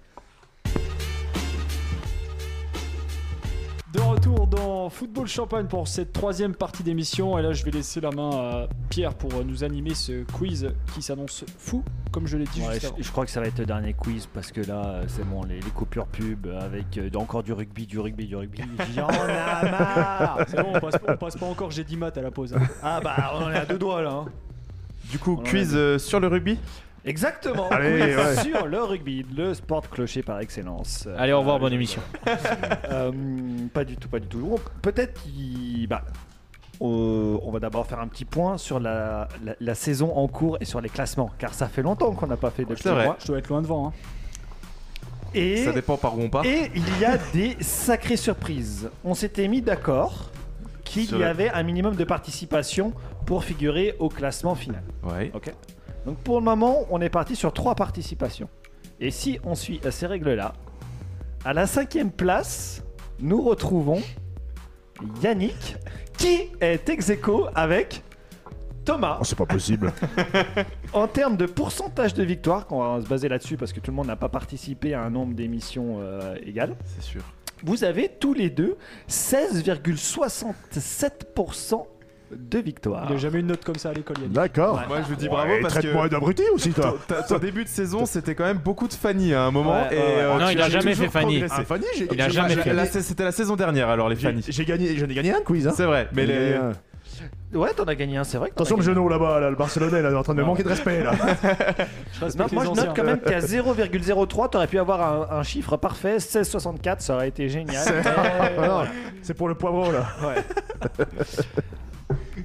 Speaker 1: De retour dans Football Champagne pour cette troisième partie d'émission. Et là, je vais laisser la main à Pierre pour euh, nous animer ce quiz qui s'annonce fou, comme je l'ai dit
Speaker 5: Ouais,
Speaker 1: juste
Speaker 5: je,
Speaker 1: avant.
Speaker 5: je crois que ça va être le dernier quiz parce que là, euh, c'est bon, les, les coupures pub avec euh, encore du rugby, du rugby, du rugby. J'en ai marre
Speaker 1: C'est bon, on passe, on passe pas encore, j'ai 10 maths à la pause. hein.
Speaker 5: Ah bah, on en est à deux doigts là. hein.
Speaker 3: Du coup,
Speaker 5: On en a
Speaker 3: quiz
Speaker 5: deux.
Speaker 3: euh, sur le rugby
Speaker 5: Exactement.
Speaker 4: Allez,
Speaker 5: Oui,
Speaker 4: ouais.
Speaker 5: Sur le rugby, le sport clocher par excellence.
Speaker 9: Allez, au revoir,
Speaker 5: Euh,
Speaker 9: bonne
Speaker 5: je-
Speaker 9: émission.
Speaker 5: Euh, pas du tout, pas du tout. On- Peut-être qu'il- bah, euh, on va d'abord faire un petit point sur la, la- la saison en cours et sur les classements, car ça fait longtemps qu'on n'a pas fait de
Speaker 3: C'est vrai.
Speaker 5: classements.
Speaker 1: Je dois être loin devant. hein.
Speaker 5: Et,
Speaker 3: Ça dépend par où on part.
Speaker 5: et il y a des sacrées surprises. On s'était mis d'accord qu'il
Speaker 3: Sur
Speaker 5: y
Speaker 3: la-
Speaker 5: avait un minimum de participation pour figurer au classement final.
Speaker 3: Ouais.
Speaker 5: Ok. Donc pour le moment, on est parti sur trois participations. Et si on suit à ces règles-là, à la cinquième place, nous retrouvons Yannick, qui est ex aequo avec Thomas.
Speaker 4: Oh, c'est
Speaker 3: [laughs]
Speaker 4: pas possible.
Speaker 5: En termes de pourcentage de victoire, qu'on va se baser là-dessus parce que tout le monde n'a pas participé à un nombre d'émissions euh, égal,
Speaker 3: C'est sûr.
Speaker 5: vous avez tous les deux 16,67% de victoire.
Speaker 1: Il n'y a jamais une note comme ça à l'école. Yannick.
Speaker 4: D'accord.
Speaker 3: Moi, je vous dis
Speaker 4: Ouais,
Speaker 3: bravo parce que
Speaker 4: Traite-moi d'abruti
Speaker 3: [laughs]
Speaker 4: aussi, toi.
Speaker 1: [laughs]
Speaker 3: ta- ton début de saison, c'était quand même beaucoup de Fanny à un moment.
Speaker 5: Ouais,
Speaker 3: et,
Speaker 5: ouais, ouais.
Speaker 3: euh,
Speaker 9: Non,
Speaker 3: tu
Speaker 9: il a
Speaker 3: as
Speaker 9: jamais
Speaker 3: toujours
Speaker 9: fait Fanny.
Speaker 3: progressé.
Speaker 4: Ah, Fanny, j'ai
Speaker 9: Il a
Speaker 4: j'ai-
Speaker 9: jamais
Speaker 4: j'ai-
Speaker 9: fait.
Speaker 3: La- C'était la saison dernière alors les Fanny.
Speaker 4: J'ai gagné, j'en ai gagné un quiz. Hein.
Speaker 3: C'est vrai, mais
Speaker 4: J'en ai
Speaker 3: les-
Speaker 4: gagné un.
Speaker 12: hein.
Speaker 5: Ouais, t'en as gagné un, c'est vrai. que t'en as
Speaker 4: Attention, le
Speaker 5: gagné un.
Speaker 4: genou là-bas, là, le Barcelonais, là, il est en train de me manquer de respect. Là.
Speaker 3: [laughs]
Speaker 5: Non, moi je
Speaker 1: anciens.
Speaker 5: note quand même qu'à 0,03, t'aurais pu avoir un, un chiffre parfait, 16,64, ça aurait été génial. Mais
Speaker 4: Ah, non,
Speaker 5: voilà.
Speaker 4: c'est pour le poivreau là.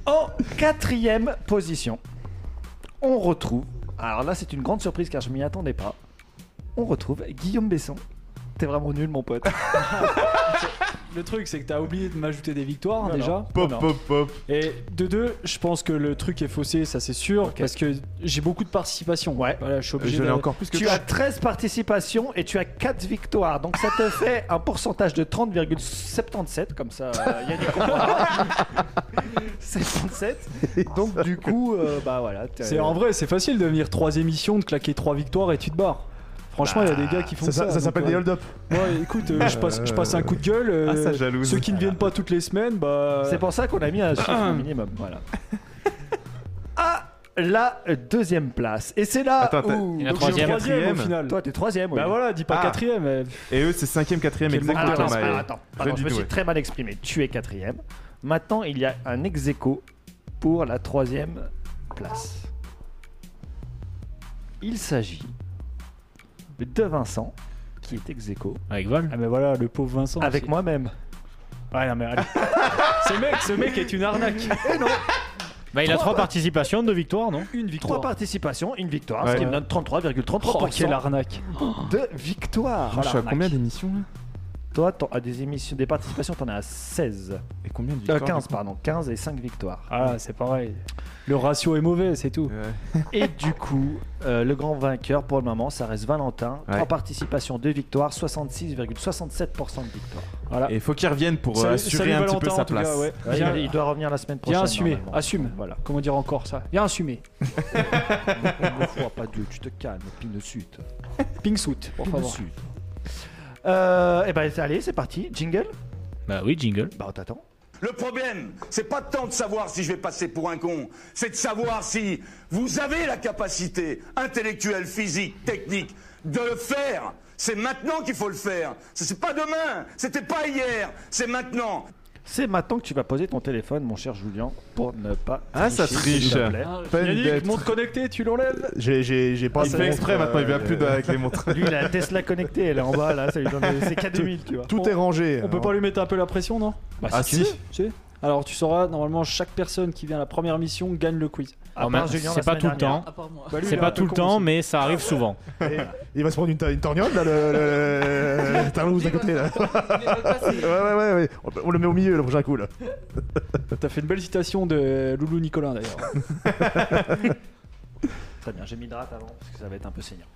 Speaker 5: En quatrième position, on retrouve, alors là c'est une grande surprise car je m'y attendais pas, on retrouve Guillaume Besson. T'es vraiment nul mon pote.
Speaker 1: Le truc, c'est que t'as oublié de m'ajouter des victoires hein,
Speaker 5: Non,
Speaker 1: déjà.
Speaker 5: non.
Speaker 3: Pop,
Speaker 5: Non, non.
Speaker 3: pop, pop.
Speaker 1: Et de deux, je pense que le truc est faussé, ça c'est sûr, parce que j'ai beaucoup de participation.
Speaker 5: Ouais.
Speaker 1: Voilà, je suis obligé
Speaker 3: Je l'ai
Speaker 1: de-
Speaker 3: encore plus que
Speaker 5: Tu as 13 participations et tu as 4 victoires, donc ça te fait un pourcentage de 30,77, comme ça euh, Yannick hein. comprendra. 77, donc du coup, euh, bah voilà. t'es-
Speaker 1: C'est en vrai, c'est facile de venir trois émissions, de claquer trois victoires et tu te barres. Franchement, il y a des gars qui font
Speaker 4: Ça,
Speaker 1: ça.
Speaker 4: ça, ça
Speaker 1: donc,
Speaker 4: s'appelle
Speaker 1: euh,
Speaker 4: des hold-up.
Speaker 1: Moi, écoute, euh, je passe, je passe un coup de gueule. euh,
Speaker 3: Ah, ça jalouse.
Speaker 1: Ceux qui ne viennent pas toutes les semaines, bah.
Speaker 5: C'est pour ça qu'on a mis un
Speaker 1: Ah.
Speaker 5: chiffre minimum. Voilà. À la deuxième place. Et c'est là
Speaker 3: Attends,
Speaker 1: Ah,
Speaker 3: t'as-
Speaker 5: où.
Speaker 9: Et la
Speaker 1: Donc, j'ai
Speaker 9: troisième.
Speaker 1: au
Speaker 3: Quatrième.
Speaker 1: final.
Speaker 5: Toi, t'es troisième. oui.
Speaker 1: Bah voilà, dis pas
Speaker 3: Ah.
Speaker 1: quatrième. euh,
Speaker 3: Et eux, c'est 5ème, 4ème,
Speaker 1: Quel
Speaker 5: Ah,
Speaker 3: exactement.
Speaker 5: attends,
Speaker 3: Thomas,
Speaker 5: ah,
Speaker 3: et-
Speaker 5: attends,
Speaker 3: Je
Speaker 5: pardon,
Speaker 3: dis
Speaker 5: je me
Speaker 3: doué.
Speaker 5: suis très mal exprimé. Tu es quatrième. Maintenant, il y a un ex aequo pour la troisième place. Il s'agit de Vincent, qui est ex aequo,
Speaker 9: Avec Val
Speaker 1: Ah, mais voilà, le pauvre Vincent.
Speaker 5: avec moi-même.
Speaker 9: Ouais, non, mais allez.
Speaker 1: Ce mec, ce mec est une arnaque.
Speaker 9: Bah, il a trois participations, deux victoires, non
Speaker 1: Une
Speaker 5: Trois
Speaker 1: victoire.
Speaker 5: participations, une victoire,
Speaker 3: Ouais.
Speaker 5: ce qui me donne
Speaker 1: Oh, quelle
Speaker 5: 33,33%
Speaker 1: arnaque.
Speaker 5: de victoire.
Speaker 3: Ah, Je suis à combien d'émissions là
Speaker 5: Toi, t'en- à des émissions, des participations, t'en as à 16.
Speaker 3: Et combien de
Speaker 5: Euh,
Speaker 3: victoires
Speaker 5: 15, pardon. 15 et 5 victoires.
Speaker 1: Ah, c'est pareil. Le ratio est mauvais, c'est tout.
Speaker 3: Ouais.
Speaker 5: Et du coup, euh, le grand vainqueur pour le moment, ça reste Valentin.
Speaker 3: Ouais.
Speaker 5: 3 participations, 2 victoires, 66,67% de victoire.
Speaker 1: Voilà.
Speaker 3: Et faut qu'ils reviennent pour euh,
Speaker 1: Salut-
Speaker 3: assurer
Speaker 1: salut
Speaker 3: un
Speaker 1: Valentin,
Speaker 3: petit peu
Speaker 1: en
Speaker 3: sa
Speaker 1: tout cas,
Speaker 3: place.
Speaker 1: ouais.
Speaker 5: Ouais,
Speaker 1: Viens-
Speaker 5: il, il doit revenir la semaine prochaine.
Speaker 1: Viens assumer,
Speaker 5: normalement.
Speaker 1: assume.
Speaker 5: Voilà.
Speaker 1: Comment dire encore ça Viens [laughs] assumer.
Speaker 5: Ne me foire pas Dieu, tu te calmes, pine sud.
Speaker 1: Pink suit, pour favor.
Speaker 5: Sud. Euh, et ben allez, c'est parti. Jingle
Speaker 9: Bah oui, jingle.
Speaker 5: Bah on t'attend.
Speaker 13: Le problème, c'est pas tant de savoir si je vais passer pour un con, c'est de savoir si vous avez la capacité intellectuelle, physique, technique de le faire. C'est maintenant qu'il faut le faire. C'est- C'est pas demain, c'était pas hier, c'est maintenant.
Speaker 5: C'est maintenant que tu vas poser ton téléphone, mon cher Julien, pour ne pas.
Speaker 3: Ah, ça
Speaker 5: tricher, s'il te
Speaker 3: triche.
Speaker 5: plaît.
Speaker 3: Peine
Speaker 1: Yannick,
Speaker 3: d'être.
Speaker 1: montre connectée, tu l'enlèves
Speaker 4: J'ai- J'ai j'ai pas
Speaker 3: Il
Speaker 4: de
Speaker 3: fait
Speaker 4: montre,
Speaker 3: exprès maintenant, il vient
Speaker 4: euh,
Speaker 3: plus de- avec les montres.
Speaker 5: Lui, la Tesla connectée, elle est en bas là, ça lui donne des- [laughs] c'est 4000, tu vois.
Speaker 4: [laughs] Tout est rangé.
Speaker 1: On peut pas lui mettre un peu la pression, non
Speaker 9: Bah,
Speaker 3: Ah si,
Speaker 1: Tu sais Alors tu sauras, normalement, chaque personne qui vient à la première mission gagne le quiz.
Speaker 12: Ah,
Speaker 5: À
Speaker 9: Oh, mais
Speaker 5: part Julien, la
Speaker 9: C'est pas
Speaker 5: semaine
Speaker 9: tout le
Speaker 5: dernière.
Speaker 9: temps.
Speaker 2: À part moi.
Speaker 1: Bah, lui,
Speaker 9: C'est
Speaker 1: il a
Speaker 9: pas
Speaker 1: un peu
Speaker 9: tout le
Speaker 1: con
Speaker 9: temps,
Speaker 1: aussi.
Speaker 9: mais ça arrive souvent.
Speaker 4: Il va se prendre une, ta- une torgnole là, le, le, le Tarlouse d'à côté là. Ouais, [laughs] ouais, ouais, ouais. On, on le met au milieu le prochain coup là.
Speaker 1: T'as fait une belle citation de Loulou Nicolin d'ailleurs.
Speaker 5: Très bien, j'ai mis Drat avant parce que ça va être un peu saignant.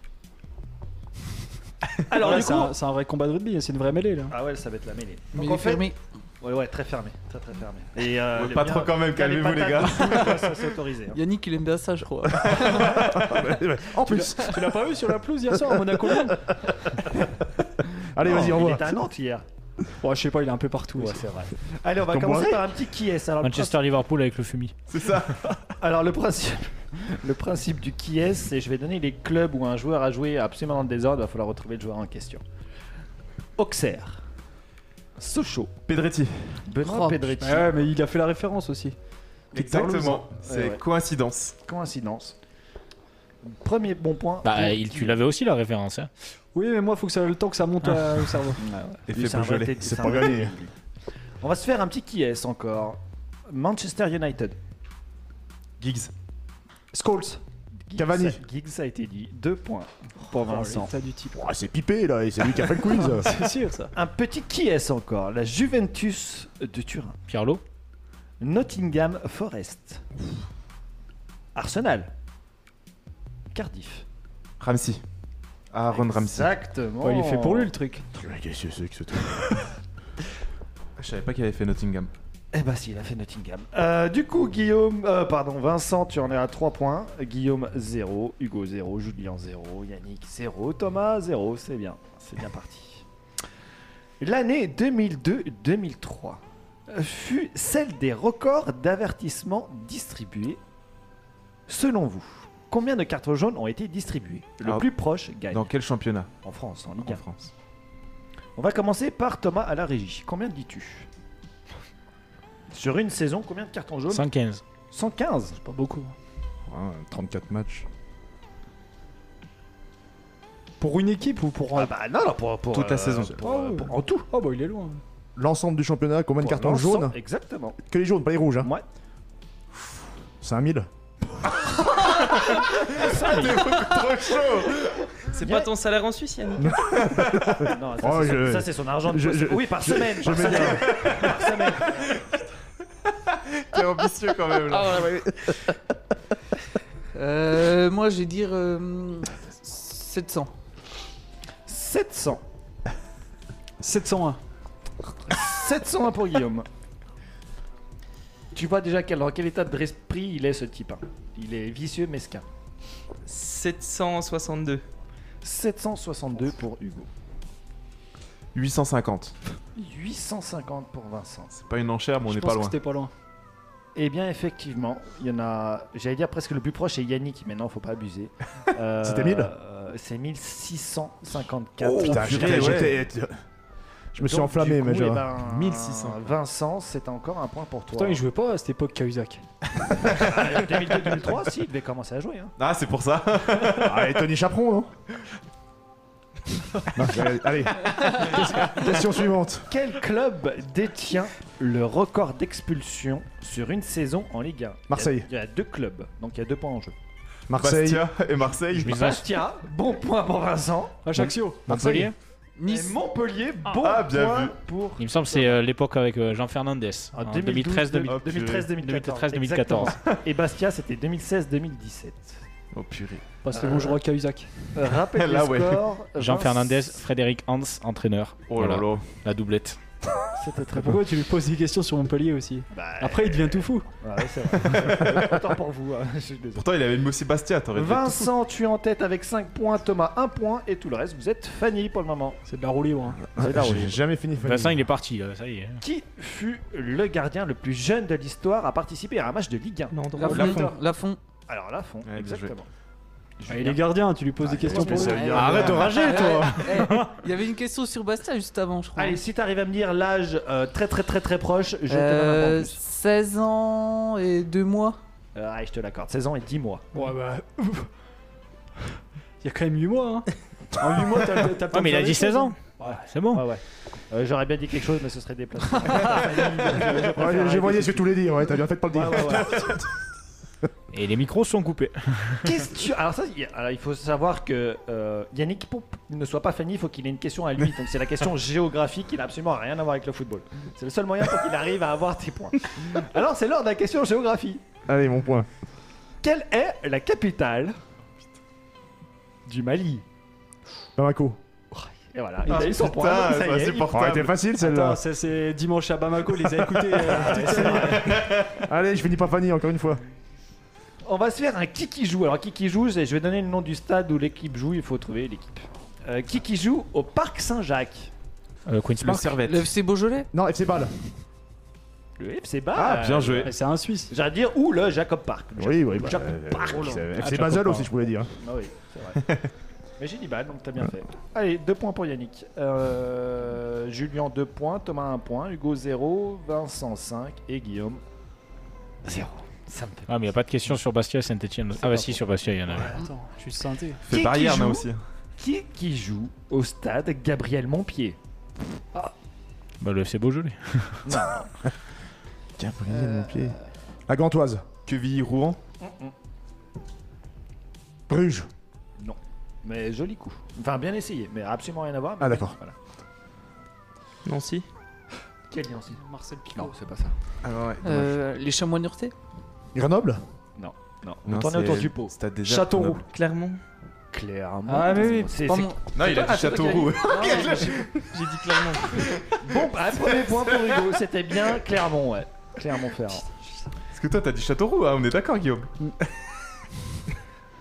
Speaker 1: [laughs] Alors du coup, c'est un vrai combat de rugby, c'est une vraie mêlée là.
Speaker 5: Ah ouais, ça va être la mêlée.
Speaker 2: Mais
Speaker 5: Donc
Speaker 2: il est
Speaker 5: en fait,
Speaker 2: fermé.
Speaker 5: ouais, ouais, très fermé, très très fermé. Et euh,
Speaker 3: pas trop quand même, calmez-vous les gars.
Speaker 5: ça c'est autorisé. hein.
Speaker 2: Yannick, il aime bien ça, je crois.
Speaker 4: En plus.
Speaker 1: Tu l'as pas vu sur la pelouse hier soir à Monaco Lyon
Speaker 4: Allez, vas-y,
Speaker 5: Non, Il
Speaker 4: envoie.
Speaker 5: était à Nantes hier.
Speaker 1: Ouais, je sais pas, il est un peu partout.
Speaker 5: Ouais, c'est vrai. Allez, on va
Speaker 4: Comme
Speaker 5: commencer
Speaker 4: moi.
Speaker 5: par un petit qui est. Alors, le
Speaker 9: Manchester-Liverpool avec le Fumi.
Speaker 3: c'est ça.
Speaker 5: principe- alors le principe, le principe du qui est, c'est je vais donner les clubs où un joueur a joué absolument dans le désordre. Il va falloir retrouver le joueur en question. Auxerre, Sochaux,
Speaker 3: Pedretti.
Speaker 5: Benoît
Speaker 2: Oh,
Speaker 5: Pedretti,
Speaker 1: Ouais, mais il a fait la référence aussi.
Speaker 12: Qui te parle,
Speaker 3: Exactement.
Speaker 12: ça.
Speaker 3: C'est
Speaker 12: Ouais, ouais.
Speaker 3: coïncidence.
Speaker 12: Coïncidence. Premier bon point.
Speaker 9: Bah,
Speaker 12: pour-
Speaker 9: euh, il- tu l'avais aussi la référence. hein.
Speaker 1: Oui, mais moi, il faut que ça le temps que ça monte à- au cerveau.
Speaker 12: Ouais, ouais.
Speaker 3: Effet
Speaker 12: Lui, c'est un vrai
Speaker 3: Beaujolais.
Speaker 12: tête-
Speaker 4: C'est
Speaker 12: c'est
Speaker 4: pas
Speaker 12: un vrai
Speaker 4: gagné.
Speaker 12: tête- On va se faire un petit qui est encore. Manchester United.
Speaker 3: Giggs.
Speaker 1: Scholes.
Speaker 12: Giggs-
Speaker 4: Cavani.
Speaker 12: Giggs a été dit. Deux points pour
Speaker 1: Ah,
Speaker 12: Vincent.
Speaker 1: Oh, T'as du type.
Speaker 4: Ouah, Oh, c'est pipé là, et c'est lui qui a fait le
Speaker 12: [laughs]
Speaker 4: quiz.
Speaker 1: C'est sûr, ça.
Speaker 12: Un petit qui est encore. La Juventus de Turin.
Speaker 9: Pirlo
Speaker 12: Nottingham Forest. Arsenal. Cardiff.
Speaker 3: Ramsey. Aaron Ramsey.
Speaker 12: Exactement.
Speaker 1: Ouais, il est fait pour lui, le truc.
Speaker 4: Putain, Qu'est-ce que c'est que ce truc
Speaker 3: Je savais pas qu'il avait fait Nottingham.
Speaker 12: Eh bah si, il a fait Nottingham. Euh, du coup, Guillaume, euh, pardon, Vincent, tu en es à 3 points. Guillaume 0, Hugo 0, Julien 0, Yannick 0, Thomas 0, c'est bien, c'est bien parti. L'année 2002-2003 fut celle des records d'avertissements distribués. Selon vous, combien de cartes jaunes ont été distribuées Le
Speaker 3: Alors,
Speaker 12: plus proche gagne
Speaker 3: Dans quel championnat
Speaker 12: en France, en Ligue
Speaker 3: en
Speaker 12: 1.
Speaker 3: France
Speaker 12: On va commencer par Thomas à la régie. Combien dis-tu Sur une saison, combien de cartons jaunes
Speaker 9: 115.
Speaker 12: 115
Speaker 9: Pas beaucoup.
Speaker 4: Ouais, 34 matchs.
Speaker 1: Pour une équipe ou pour.
Speaker 12: Ah bah non, non, pour, pour,
Speaker 3: Toute la saison.
Speaker 12: pour, euh, pour- en tout.
Speaker 1: tout Oh, bah, il est loin.
Speaker 4: L'ensemble du championnat, combien de
Speaker 12: Pour
Speaker 4: cartons
Speaker 12: l'ensemble,
Speaker 4: jaunes
Speaker 12: Exactement.
Speaker 4: Que les jaunes, pas les rouges. Hein.
Speaker 12: Ouais. [laughs]
Speaker 4: 5000
Speaker 8: C'est
Speaker 12: pas
Speaker 8: pas ton salaire en
Speaker 4: [laughs]
Speaker 8: Suisse, Yannick
Speaker 12: Non, ça,
Speaker 4: Oh,
Speaker 12: c'est son-
Speaker 4: je-
Speaker 12: ça, c'est son argent. de
Speaker 4: je-
Speaker 12: poste.
Speaker 4: je-
Speaker 12: oui, par semaine. par
Speaker 4: mets
Speaker 12: semaine. Par semaine.
Speaker 3: T'es ambitieux quand même là.
Speaker 2: Euh, moi, je vais dire euh, 700.
Speaker 12: 700.
Speaker 1: 701.
Speaker 12: 701 pour Guillaume. Tu vois déjà quel, dans quel état d'esprit il est ce type. hein. Il est vicieux, mesquin.
Speaker 8: 762.
Speaker 12: 762 pour Hugo.
Speaker 3: 850.
Speaker 12: 850 pour Vincent.
Speaker 3: C'est pas une enchère, mais on
Speaker 1: Je
Speaker 3: n'est
Speaker 1: pense
Speaker 3: pas
Speaker 1: que
Speaker 3: loin.
Speaker 1: c'était pas loin.
Speaker 12: Eh bien, effectivement, il y en a. J'allais dire presque le plus proche, c'est Yannick, mais non, faut pas abuser. Euh,
Speaker 4: C'était 1000
Speaker 12: euh, C'est 1654.
Speaker 4: Putain, j'étais- j'étais- Je me suis
Speaker 12: Donc,
Speaker 4: enflammé,
Speaker 12: du coup,
Speaker 4: mais
Speaker 12: eh
Speaker 4: genre.
Speaker 12: ben,
Speaker 3: 1600.
Speaker 12: Vincent, c'est encore un point pour toi. Ah,
Speaker 1: Putain, il jouait pas à cette époque, Cahuzac.
Speaker 12: 2002-2003, si, il devait commencer à jouer. hein.
Speaker 3: Ah, c'est pour ça
Speaker 4: Ah, et Tony Chaperon, non Non, Allez,
Speaker 12: [laughs]
Speaker 4: allez. Question- question suivante.
Speaker 12: Quel club détient le record d'expulsion sur une saison en Ligue 1
Speaker 4: Marseille.
Speaker 12: Il y a deux clubs, donc il y a deux points en jeu.
Speaker 4: Marseille.
Speaker 3: Bastia et Marseille.
Speaker 12: Bastia, bon point pour Vincent.
Speaker 1: Ajaccio.
Speaker 9: Montpellier
Speaker 12: Et
Speaker 2: Nice.
Speaker 12: Montpellier, bon
Speaker 3: Ah, bien
Speaker 12: point
Speaker 3: vu.
Speaker 12: pour Ah,
Speaker 9: Il me semble que c'est euh, l'époque avec euh, Jean Fernandez.
Speaker 12: En
Speaker 9: en
Speaker 12: 2012,
Speaker 9: 2013-2014.
Speaker 12: 2013, 2014.
Speaker 9: 2013-2014.
Speaker 12: Exactement. Et Bastia, c'était 2016-2017.
Speaker 3: Oh purée.
Speaker 1: Parce que bon, je vois Cahuzac.
Speaker 12: Euh, Rappelez le
Speaker 3: Là, ouais.
Speaker 12: score.
Speaker 9: Jean
Speaker 12: Vince-
Speaker 9: Fernandez, Frédéric Hans, entraîneur.
Speaker 3: Oh là
Speaker 9: Voilà,
Speaker 3: là.
Speaker 9: La doublette.
Speaker 12: C'était très beau.
Speaker 1: Pourquoi tu lui poses des questions sur Montpellier aussi
Speaker 12: Bah,
Speaker 1: Après, il devient tout fou.
Speaker 12: Ah, ouais, c'est vrai. [laughs] Autant pour vous. hein, je suis désolé.
Speaker 3: Pourtant, il avait le mot Sébastien, t'aurais été-
Speaker 12: Vincent, tu es en tête avec 5 points, Thomas 1 point et tout le reste, vous êtes Fanny pour le moment.
Speaker 1: C'est de la roue libre. hein.
Speaker 12: C'est là, oui.
Speaker 4: Ah, J'ai jamais fini. Fanny.
Speaker 9: Vincent, il est parti, là, ça y est. hein.
Speaker 12: Qui fut le gardien le plus jeune de l'histoire à participer à un match de Ligue 1
Speaker 8: Non,
Speaker 2: Lafond. Lafond.
Speaker 12: Alors là, fond,
Speaker 3: bien
Speaker 12: exactement.
Speaker 1: Ah, il est gardien, tu lui poses des questions pour lui.
Speaker 4: Arrête de rager, toi
Speaker 2: Il y avait une question sur Bastia juste avant, je crois.
Speaker 12: Allez, si t'arrives à me dire l'âge euh, très très très très proche, je te donne un point
Speaker 2: Euh,
Speaker 12: en plus.
Speaker 2: 16 ans et 2 mois.
Speaker 12: Euh, allez, je te l'accorde, 16 ans et 10 mois.
Speaker 1: Ouais, bah. [laughs] Il y a quand même 8 mois. Hein. En 8 mois, t'as t'as pas.
Speaker 9: Ah, mais il a dit 16 ans. C'est bon.
Speaker 12: Ouais, ouais. Euh, J'aurais bien dit quelque chose, mais ce
Speaker 1: [laughs]
Speaker 12: serait déplacé.
Speaker 4: Ouais, Ah, J'ai voyé ce que tu voulais dire, ouais, t'as bien fait de pas le dire.
Speaker 9: Et les micros sont coupés.
Speaker 12: Question. Alors, ça, il- alors, il faut savoir que euh, Yannick, pour ne soit pas Fanny, il faut qu'il ait une question à lui. Donc, c'est la
Speaker 1: [laughs]
Speaker 12: question géographique qui n'a absolument rien à voir avec le football. C'est le seul moyen pour qu'il arrive à avoir tes points. Alors, c'est l'heure de la question géographie.
Speaker 4: Allez, mon point.
Speaker 12: Quelle est la capitale du Mali
Speaker 4: Bamako.
Speaker 12: Et
Speaker 5: Ah,
Speaker 12: voilà, il a eu son
Speaker 3: putain,
Speaker 12: point.
Speaker 3: c'est
Speaker 12: Ça y est, il-
Speaker 4: Ouais,
Speaker 3: insupportable.
Speaker 4: t'es facile
Speaker 1: Attends,
Speaker 4: celle-là.
Speaker 1: ça c'est dimanche à Bamako, il les a écoutés. euh, toute sa vie.
Speaker 4: Allez, je finis pas Fanny encore une fois.
Speaker 12: On va se faire un qui qui joue. Alors, qui qui joue, c'est- je vais donner le nom du stade où l'équipe joue. Il faut trouver l'équipe. Euh, qui qui joue au Parc Saint-Jacques
Speaker 9: Euh, Queen's
Speaker 3: Le
Speaker 9: Park.
Speaker 3: servette.
Speaker 2: Le FC Beaujolais
Speaker 4: Non, FC Ball.
Speaker 12: Le FC Bâle.
Speaker 9: Euh,
Speaker 3: Ah, bien joué.
Speaker 1: Mais c'est un Suisse.
Speaker 12: J'allais dire, ou le Jacob Park. Le
Speaker 4: Oui, oui, bah,
Speaker 12: Jacob
Speaker 4: euh,
Speaker 12: Park.
Speaker 4: c'est-
Speaker 9: Ah,
Speaker 4: FC
Speaker 9: Jacob
Speaker 4: Basel
Speaker 9: Park.
Speaker 4: aussi, je pouvais dire.
Speaker 12: Ah oui, c'est vrai. Mais j'ai dit balle, donc t'as bien fait. Allez, deux points pour Yannick. Euh, Julien, deux points. Thomas, un point. Hugo, zéro. Vincent, 5. Et Guillaume, zéro.
Speaker 2: Ça me fait.
Speaker 9: Ah, mais il n'y a pas de question sur Bastia et Saint-Etienne. Ah, bah si, sur Bastia, il y en a.
Speaker 1: Attends, je suis synthé.
Speaker 3: Fait
Speaker 5: Qui-
Speaker 3: barrière,
Speaker 5: qui
Speaker 3: là
Speaker 5: joue
Speaker 3: aussi. hein.
Speaker 5: Qui est qui joue au stade Gabriel Montpied
Speaker 9: Bah, le FC Beaujolais.
Speaker 4: Gabriel,
Speaker 5: Euh,
Speaker 4: mon pied. La Gantoise.
Speaker 3: Quevilly, Rouen.
Speaker 4: Bruges.
Speaker 5: Mais joli coup. Enfin, bien essayé, mais absolument rien à voir. mais
Speaker 4: Ah, d'accord.
Speaker 5: voilà.
Speaker 8: Nancy
Speaker 5: Quel lien aussi
Speaker 1: Marcel Picot.
Speaker 5: Non, c'est pas ça.
Speaker 3: Ah ouais,
Speaker 2: Euh, les chamois nurtais
Speaker 4: Grenoble
Speaker 5: Non,
Speaker 3: Non,
Speaker 5: on tournait
Speaker 3: c'est-
Speaker 5: autour du pot.
Speaker 3: Stade des
Speaker 1: Châteauroux.
Speaker 3: Grenoble.
Speaker 8: Clermont
Speaker 5: Clairement.
Speaker 2: Ah, mais oui,
Speaker 5: C'est-
Speaker 2: pas
Speaker 5: c'est-
Speaker 2: mon-
Speaker 3: Non, il a dit Châteauroux.
Speaker 8: J'ai dit Clermont.
Speaker 5: Bon, bah, premier point pour
Speaker 9: [laughs]
Speaker 5: Hugo, c'était bien Clermont, ouais. Clermont-Ferrand.
Speaker 3: Parce que toi, t'as dit Châteauroux, hein, on est d'accord, Guillaume.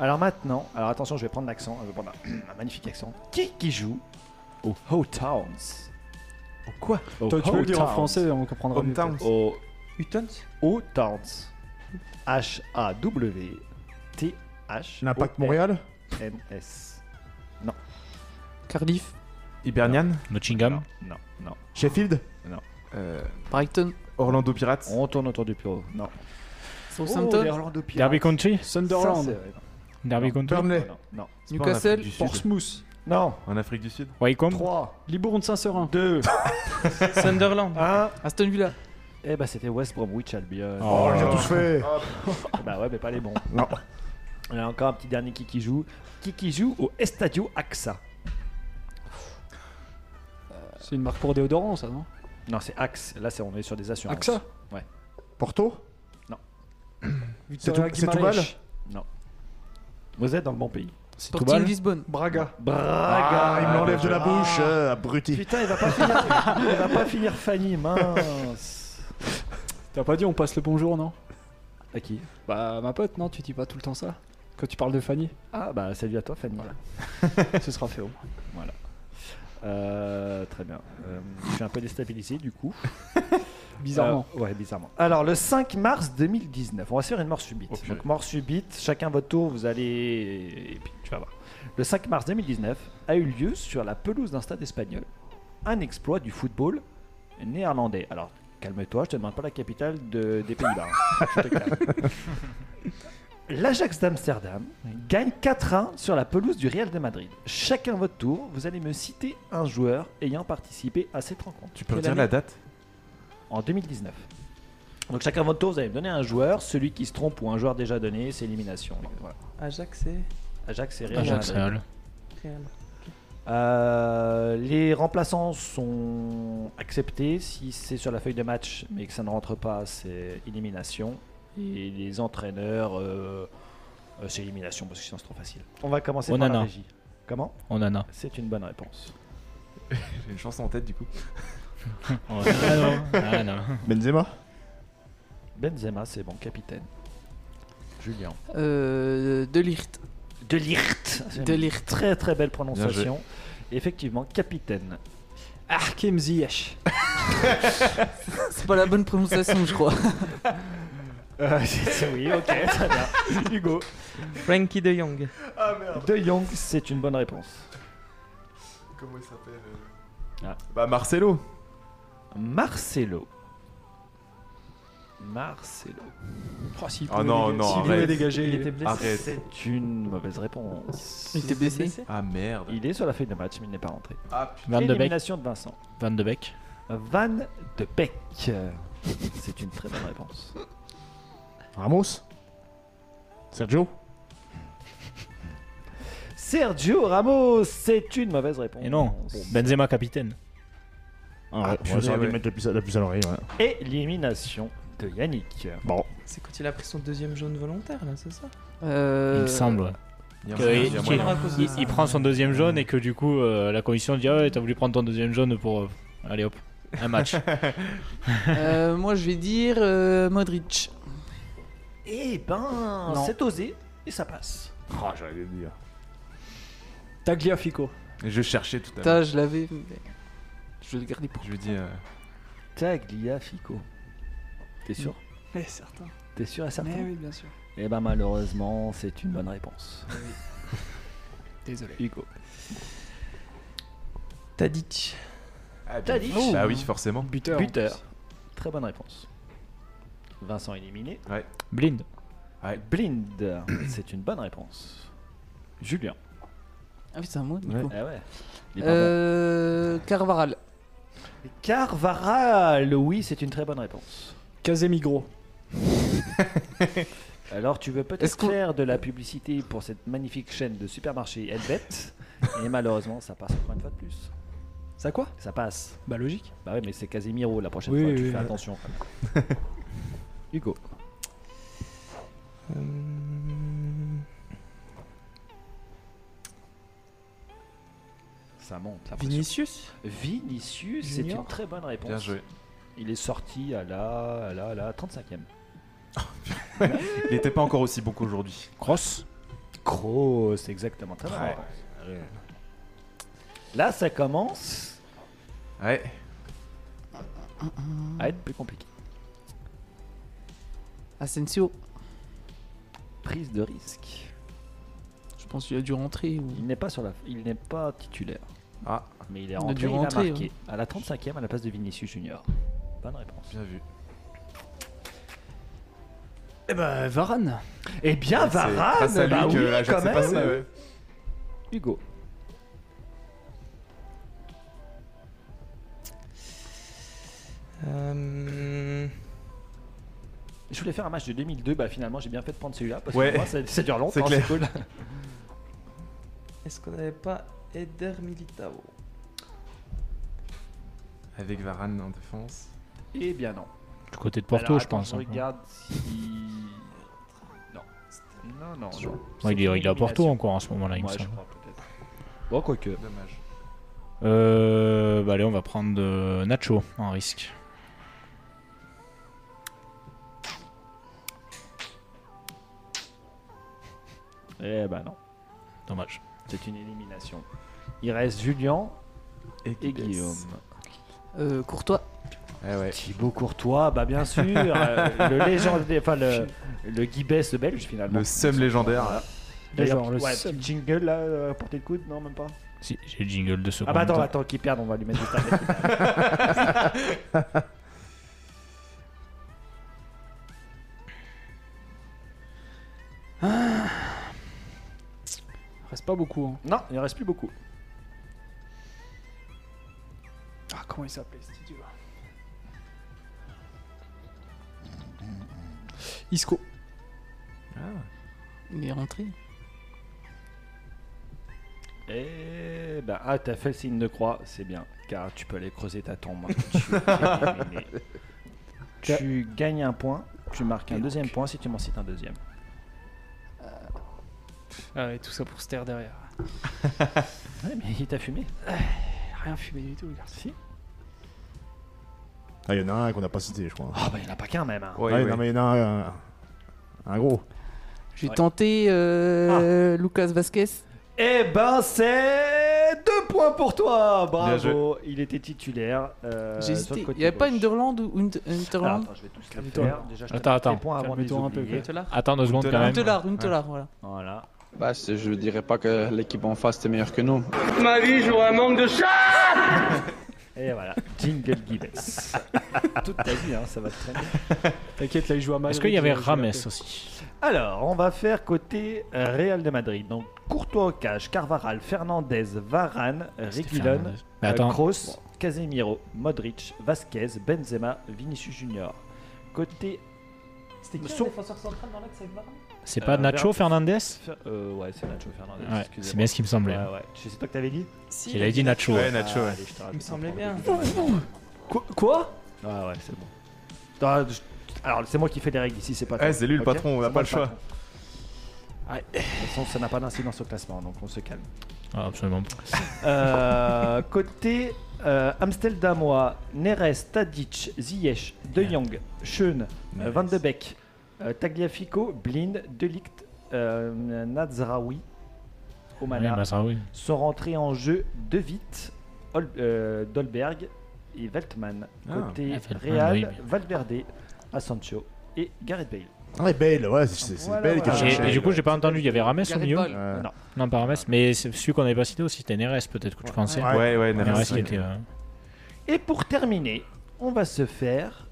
Speaker 5: Alors maintenant, alors attention, je vais prendre l'accent, je vais prendre [clears throat] un, un magnifique accent. Qui qui joue au Ho Towns
Speaker 3: Quoi
Speaker 5: Au
Speaker 1: Toi, tu
Speaker 5: Ho
Speaker 1: peux le dire en
Speaker 5: Towns.
Speaker 1: français, on comprendra. mieux,
Speaker 3: Hometown.
Speaker 1: peut-être.
Speaker 5: Au
Speaker 8: Hutton
Speaker 5: Ho Towns. H-A-W-T-H.
Speaker 4: L'Impact Montréal
Speaker 5: M-S.
Speaker 2: Cardiff,
Speaker 3: Hibernian.
Speaker 9: Nottingham.
Speaker 5: Non, non.
Speaker 4: Sheffield
Speaker 3: Euh,
Speaker 2: Brighton,
Speaker 3: Orlando Pirates.
Speaker 5: On tourne autour du bureau. Non.
Speaker 12: Oh,
Speaker 2: Southampton,
Speaker 5: Orlando Pirates.
Speaker 9: Derby County.
Speaker 5: Ça, c'est
Speaker 1: Sunderland.
Speaker 5: vrai.
Speaker 9: Derby County.
Speaker 4: Burnley
Speaker 5: Non, non.
Speaker 2: Newcastle,
Speaker 3: Portsmouth.
Speaker 5: Non.
Speaker 3: En Afrique du Sud.
Speaker 9: Wycombe.
Speaker 5: 3,
Speaker 1: Libourne Saint-Seurin.
Speaker 5: 2,
Speaker 8: Sunderland.
Speaker 5: 1.
Speaker 2: Aston Villa.
Speaker 5: [laughs] Eh bah, c'était West Bromwich Albion.
Speaker 9: Oh,
Speaker 4: Oh,
Speaker 9: là
Speaker 4: ils ont
Speaker 9: là.
Speaker 4: tous fait
Speaker 5: Bah ouais, mais pas
Speaker 12: [laughs]
Speaker 5: les bons. Non. On a encore un petit dernier qui qui joue. Qui qui joue au Estadio AXA
Speaker 1: C'est une marque pour déodorant, ça, non
Speaker 5: Non, c'est AXE. Là, c'est on est sur des assurances.
Speaker 1: AXA
Speaker 4: Porto C'est tout,
Speaker 1: Victoria
Speaker 4: c'est tout
Speaker 1: Guimaraes.
Speaker 4: mal
Speaker 5: Vous êtes dans le bon pays.
Speaker 2: Sporting Lisbonne.
Speaker 1: Braga.
Speaker 5: Braga.
Speaker 4: Ah, il me l'enlève de la
Speaker 5: Ah.
Speaker 4: bouche, euh, abruti.
Speaker 5: Putain, il va pas finir. il va pas finir Fanny, mince.
Speaker 1: T'as pas dit on passe le bonjour, non
Speaker 5: À qui
Speaker 1: Bah, ma pote, non, tu dis pas tout le temps ça. Quand tu parles de Fanny,
Speaker 5: [laughs] Ah bah salut à toi Fanny.
Speaker 1: ce sera fait au moins.
Speaker 5: Euh, très bien. Euh, je suis un peu déstabilisé du coup.
Speaker 1: Bizarrement.
Speaker 5: Euh, ouais, bizarrement. Alors, le 5 mars 2019, on va se faire une mort subite.
Speaker 3: Oh, purée.
Speaker 5: Donc, mort subite, chacun votre tour, vous allez. Et puis, tu vas voir. Le 5 mars 2019 a eu lieu sur la pelouse d'un stade espagnol un exploit du football néerlandais. Alors, calme-toi, je te demande pas la capitale de- des Pays-Bas. [laughs] hein. Je te calme. L'Ajax d'Amsterdam gagne 4-1 sur la pelouse du Real de Madrid. Chacun votre tour, vous allez me citer un joueur ayant participé à cette rencontre
Speaker 3: Tu peux redire
Speaker 5: Quelle année
Speaker 3: la date
Speaker 5: en 2019. Donc chacun votre tour, vous allez me donner un joueur, celui qui se trompe ou un joueur déjà donné, c'est élimination. Voilà.
Speaker 8: Ajax et
Speaker 5: Ajax et Real.
Speaker 9: Ajax
Speaker 5: Madrid.
Speaker 9: Real.
Speaker 8: Real.
Speaker 5: Euh, les remplaçants sont acceptés si c'est sur la feuille de match, mais que ça ne rentre pas, c'est élimination. Et les entraîneurs, euh, euh, c'est élimination parce que sinon c'est trop facile. On va commencer par la
Speaker 9: Onana.
Speaker 5: régie. Comment
Speaker 9: Onana.
Speaker 5: C'est une bonne réponse.
Speaker 3: J'ai une chanson en tête du coup.
Speaker 9: Onana. Oh, Ah non.
Speaker 4: Benzema
Speaker 5: Benzema, c'est bon, capitaine. Julien.
Speaker 2: Euh, de Ligt.
Speaker 5: De Lirt.
Speaker 2: De Ligt.
Speaker 5: Très très belle prononciation. Et Effectivement, capitaine.
Speaker 1: Arkem
Speaker 5: Euh,
Speaker 1: Ziyech.
Speaker 2: C'est pas la bonne prononciation, je crois.
Speaker 5: oui, ok, très bien. Hugo.
Speaker 8: Frankie de Jong.
Speaker 5: De Jong, c'est une bonne réponse.
Speaker 3: Comment il s'appelle
Speaker 5: Ah.
Speaker 3: Bah Marcelo.
Speaker 5: Marcelo. Marcelo. Ah,
Speaker 1: Oh, s'il
Speaker 3: Ah
Speaker 1: pouvait
Speaker 3: non,
Speaker 1: déga-
Speaker 3: non,
Speaker 1: s'il
Speaker 3: arrête.
Speaker 1: pouvait dégager.
Speaker 8: Il était blessé.
Speaker 3: Arrête.
Speaker 5: C'est une mauvaise réponse.
Speaker 2: Il était blessé.
Speaker 3: Ah merde.
Speaker 5: Il est sur la feuille de match, mais il n'est pas rentré.
Speaker 3: Ah putain.
Speaker 9: Van de Beek.
Speaker 5: Élimination de Vincent.
Speaker 9: Van de Beek.
Speaker 5: Van de Beek. C'est une très bonne réponse.
Speaker 4: Ramos Sergio
Speaker 5: Sergio Ramos, c'est une mauvaise réponse. ben,
Speaker 9: Et non. Benzema capitaine.
Speaker 4: Ah, je
Speaker 3: purée,
Speaker 4: vais
Speaker 3: ouais.
Speaker 4: mettre la puce à, la puce à l'oreille, ouais.
Speaker 5: Élimination de Yannick.
Speaker 4: Bon,
Speaker 8: C'est quand il a pris son deuxième jaune volontaire, là, c'est ça
Speaker 2: Euh,
Speaker 9: Il me semble. ouais.
Speaker 3: Il y a
Speaker 9: Que-
Speaker 3: moyen,
Speaker 9: il,
Speaker 3: il y a
Speaker 9: qu'il-
Speaker 3: moyen.
Speaker 9: il- il prend son deuxième jaune et que du coup euh, la commission dit ah ouais t'as voulu prendre ton deuxième jaune pour euh, allez hop
Speaker 5: [laughs]
Speaker 9: un match.
Speaker 2: euh, moi, je vais dire euh, Modric.
Speaker 5: Eh ben,
Speaker 1: Non.
Speaker 5: c'est osé et ça passe.
Speaker 1: Tagliafico.
Speaker 3: Je cherchais tout à l'heure.
Speaker 2: Putain, je l'avais. mais Je vais le garder pour.
Speaker 3: Je lui dis. euh,
Speaker 5: Tagliafico. T'es sûr
Speaker 1: Eh, certain.
Speaker 5: T'es sûr et certain
Speaker 1: Mais oui, bien sûr.
Speaker 5: Eh ben malheureusement, c'est une
Speaker 1: [laughs]
Speaker 5: bonne réponse.
Speaker 1: Désolé.
Speaker 5: Hugo.
Speaker 8: Tadic.
Speaker 3: Ah,
Speaker 5: Tadic.
Speaker 3: Bah oui, forcément.
Speaker 1: Buteur.
Speaker 5: Buteur. Très bonne réponse. Vincent éliminé.
Speaker 9: Blind.
Speaker 5: Blind, c'est une bonne réponse. Julien.
Speaker 2: Ah oui, c'est un mot, du coup.
Speaker 5: Ah ouais.
Speaker 14: Il est pas
Speaker 2: Euh, Carvaral.
Speaker 1: Euh.
Speaker 5: Carvaral, oui, c'est une très bonne réponse.
Speaker 1: Casemiro.
Speaker 5: Alors, tu veux
Speaker 2: Est-ce
Speaker 5: peut-être
Speaker 2: qu'on-
Speaker 5: faire de la publicité pour cette magnifique chaîne de supermarché Edbet, et malheureusement, ça passe encore une fois de plus.
Speaker 1: Ça quoi
Speaker 5: Ça passe.
Speaker 1: Bah logique.
Speaker 5: Bah oui, mais c'est Casemiro la prochaine
Speaker 1: Oui,
Speaker 5: fois, tu
Speaker 1: oui,
Speaker 5: fais
Speaker 1: oui.
Speaker 5: attention. Hugo.
Speaker 8: Euh,
Speaker 5: Ça monte. la pression.
Speaker 8: Vinicius
Speaker 5: Vinicius, c'est
Speaker 8: Junior.
Speaker 5: une très bonne réponse.
Speaker 3: Bien joué.
Speaker 5: Il est sorti à la, à la, à la 35e.
Speaker 3: Il n'était pas encore aussi bon qu'aujourd'hui.
Speaker 9: Cross.
Speaker 5: Gros, c'est exactement. Très bonne
Speaker 3: Ouais.
Speaker 5: réponse. Là, ça commence
Speaker 3: Ouais.
Speaker 5: à être plus compliqué.
Speaker 2: Asensio.
Speaker 5: Prise de risque.
Speaker 2: Je pense qu'il a dû rentrer. Ou...
Speaker 5: Il n'est pas sur la, il n'est pas titulaire.
Speaker 3: Ah.
Speaker 5: Mais il est
Speaker 2: a
Speaker 5: rentré,
Speaker 2: dû
Speaker 5: il a
Speaker 2: rentrer, hein.
Speaker 5: marqué. À la 35e, à la place de Vinicius Junior. Bonne réponse.
Speaker 3: Bien vu.
Speaker 1: Eh ben Varane.
Speaker 5: Eh bien,
Speaker 3: Ouais, c'est
Speaker 5: Varane,
Speaker 3: grâce à lui
Speaker 5: bah
Speaker 3: que
Speaker 5: oui,
Speaker 3: la Jette
Speaker 5: quand
Speaker 3: s'est
Speaker 5: même.
Speaker 3: passée, ouais.
Speaker 5: Hugo.
Speaker 8: Euh,
Speaker 5: Je voulais faire un match de 2002, bah finalement j'ai bien fait de prendre celui-là parce
Speaker 3: Ouais.
Speaker 5: que moi ça, ça dure longtemps,
Speaker 3: C'est
Speaker 5: c'est
Speaker 3: clair.
Speaker 5: cool. [laughs]
Speaker 8: Est-ce qu'on n'avait pas Eder Militao
Speaker 3: Avec Varane en défense.
Speaker 5: Eh bien non.
Speaker 9: Du côté de Porto,
Speaker 5: Alors,
Speaker 9: je
Speaker 5: attends,
Speaker 9: pense. hein.
Speaker 5: regarde si. Non. Non, non, non.
Speaker 9: Ouais, il, est, il est à Porto hein,
Speaker 5: Élimination.
Speaker 9: encore en ce moment-là, il me
Speaker 5: Ouais, je
Speaker 9: semble.
Speaker 5: crois peut-être. Bon, quoique.
Speaker 3: Dommage.
Speaker 9: Euh, bah allez, on va prendre euh, Nacho en risque.
Speaker 5: Eh ben non.
Speaker 9: Dommage.
Speaker 5: C'est une élimination. Il reste Julien
Speaker 3: Et,
Speaker 5: et Guillaume.
Speaker 2: Euh, Courtois.
Speaker 3: Eh ouais.
Speaker 5: Thibaut Courtois, bah bien sûr. euh, le légendaire, enfin le, le Guy Bess belge finalement.
Speaker 3: Le seum
Speaker 5: Ah,
Speaker 3: légendaire.
Speaker 5: D'ailleurs,
Speaker 1: Genre, le
Speaker 5: ouais,
Speaker 1: seul.
Speaker 5: petit jingle là, euh, à portée de coude, non même pas.
Speaker 9: Si, j'ai le jingle de ce
Speaker 5: Ah bah attends, attends qu'il perde, on va lui [laughs] mettre des tartes.
Speaker 1: Reste pas beaucoup. hein.
Speaker 5: non, il en reste plus beaucoup.
Speaker 1: Ah comment il s'appelait ce idiot Isco.
Speaker 2: Il est rentré.
Speaker 5: Eh ben, ah, t'as fait le signe de croix, c'est bien, car tu peux aller creuser ta [laughs] tombe. Tu, es [laughs] éliminé. Tu gagnes un point, tu marques un deuxième point si tu m'en cites un deuxième.
Speaker 1: Ah et tout ça pour se taire derrière.
Speaker 5: [laughs] Ouais, mais il t'a fumé.
Speaker 1: Il a rien fumé du tout le garçon.
Speaker 4: Ah, il y en a un qu'on n'a pas cité, je crois.
Speaker 5: Ah bah, il n'y en a pas qu'un même. hein.
Speaker 3: Ouais,
Speaker 4: Ouais,
Speaker 3: ouais.
Speaker 4: non, mais il y en a un, un- un gros.
Speaker 2: J'ai
Speaker 5: Ouais.
Speaker 2: tenté euh, Lucas Vasquez.
Speaker 5: Eh ben, c'est deux points pour toi.
Speaker 3: Bien
Speaker 5: Bravo. Il était titulaire. euh,
Speaker 2: J'ai
Speaker 5: sur le
Speaker 2: hésité. Il
Speaker 5: côté
Speaker 2: n'y avait pas
Speaker 5: gauche.
Speaker 2: Underland ou une
Speaker 5: Alors,
Speaker 2: Interland
Speaker 5: Ah, attends, je vais tous les faire. Déjà, je te
Speaker 9: Attends,
Speaker 5: marque tes
Speaker 9: attends.
Speaker 5: points avant de les
Speaker 1: Calme-toi un peu,
Speaker 5: oublier.
Speaker 9: Attends deux secondes quand
Speaker 3: Huntelaar.
Speaker 9: même.
Speaker 2: Une dollar, une dollar, voilà.
Speaker 5: Voilà.
Speaker 15: Bah, c'est- je dirais pas que l'équipe en face était meilleure que nous.
Speaker 5: Et voilà. Jingle Guinness. [laughs] Toute ta vie, hein, ça va te traîner.
Speaker 1: T'inquiète là il joue à Madrid.
Speaker 9: Est-ce qu'il y avait
Speaker 1: je- je l'ai
Speaker 9: Rames
Speaker 1: appelé.
Speaker 9: aussi
Speaker 5: Alors, on va faire côté euh, Real de Madrid. Donc, Courtois au cage, Carvaral, Fernandez, Varane, Reguilon,
Speaker 9: Mais
Speaker 5: euh,
Speaker 9: Ah, attends,
Speaker 5: Kroos, Casemiro, Modric, Vasquez, Benzema, Vinicius Junior. Côté.
Speaker 8: C'était
Speaker 5: Son-
Speaker 8: défenseur central dans l'axe avec Varane
Speaker 9: c'est pas
Speaker 5: euh,
Speaker 9: Nacho
Speaker 5: Ver-
Speaker 9: Fernandez
Speaker 5: Fer- euh, ouais, c'est Nacho Fernandez.
Speaker 9: Ouais,
Speaker 5: excusez-moi.
Speaker 9: c'est bien ce qui me semblait.
Speaker 5: Ouais, ouais. C'est toi que t'avais dit
Speaker 8: Si.
Speaker 9: Il avait dit Nacho.
Speaker 3: Ouais, Nacho, ouais.
Speaker 5: allez, je te rajoute
Speaker 8: me semblait
Speaker 5: un [laughs]
Speaker 8: bien.
Speaker 5: point.
Speaker 1: Quoi, quoi
Speaker 5: Ouais, ouais, c'est bon. Attends, je- Alors, c'est moi qui fais les règles ici, c'est pas toi.
Speaker 3: Ouais, Eh, c'est lui le
Speaker 5: Ok
Speaker 3: patron, on n'a
Speaker 5: C'est
Speaker 3: pas
Speaker 5: moi
Speaker 3: le choix.
Speaker 5: patron. Ouais. De toute façon, ça n'a pas d'incidence au classement, donc on se calme.
Speaker 9: Ah, absolument. pas.
Speaker 5: Euh, côté euh, Amsterdamois, Neres, Tadic, Ziyech, De Jong, Schön, euh, Van de Beek, euh, Tagliafico, Blind, Delict, euh, Nazraoui,
Speaker 9: bah, Oui,
Speaker 5: Omana
Speaker 9: Mazraoui.
Speaker 5: sont rentrés en jeu De Witt, Hol- euh, Dolberg et Veltman.
Speaker 3: Ah.
Speaker 5: Côté
Speaker 9: Ah, Veltman,
Speaker 5: Real,
Speaker 9: oui, bien.
Speaker 5: Valverde, Asensio et Gareth Bale.
Speaker 4: Ah, et Bale, ouais, c'est- c'est c'est
Speaker 5: Voilà,
Speaker 4: Bale qui a
Speaker 5: voilà.
Speaker 9: J'ai-
Speaker 4: cherché.
Speaker 9: Et du coup, j'ai pas entendu. Il y avait Rames au
Speaker 2: Gareth
Speaker 9: milieu
Speaker 2: Bale.
Speaker 4: Ouais.
Speaker 9: Non, pas Rames. Mais c'est celui qu'on n'avait pas cité aussi, c'était Neres peut-être que tu pensais.
Speaker 4: Ouais.
Speaker 3: Ouais, ouais,
Speaker 9: Neres euh,
Speaker 3: Neres,
Speaker 9: qui
Speaker 3: ouais.
Speaker 9: était. euh,
Speaker 5: Et pour terminer, on va se faire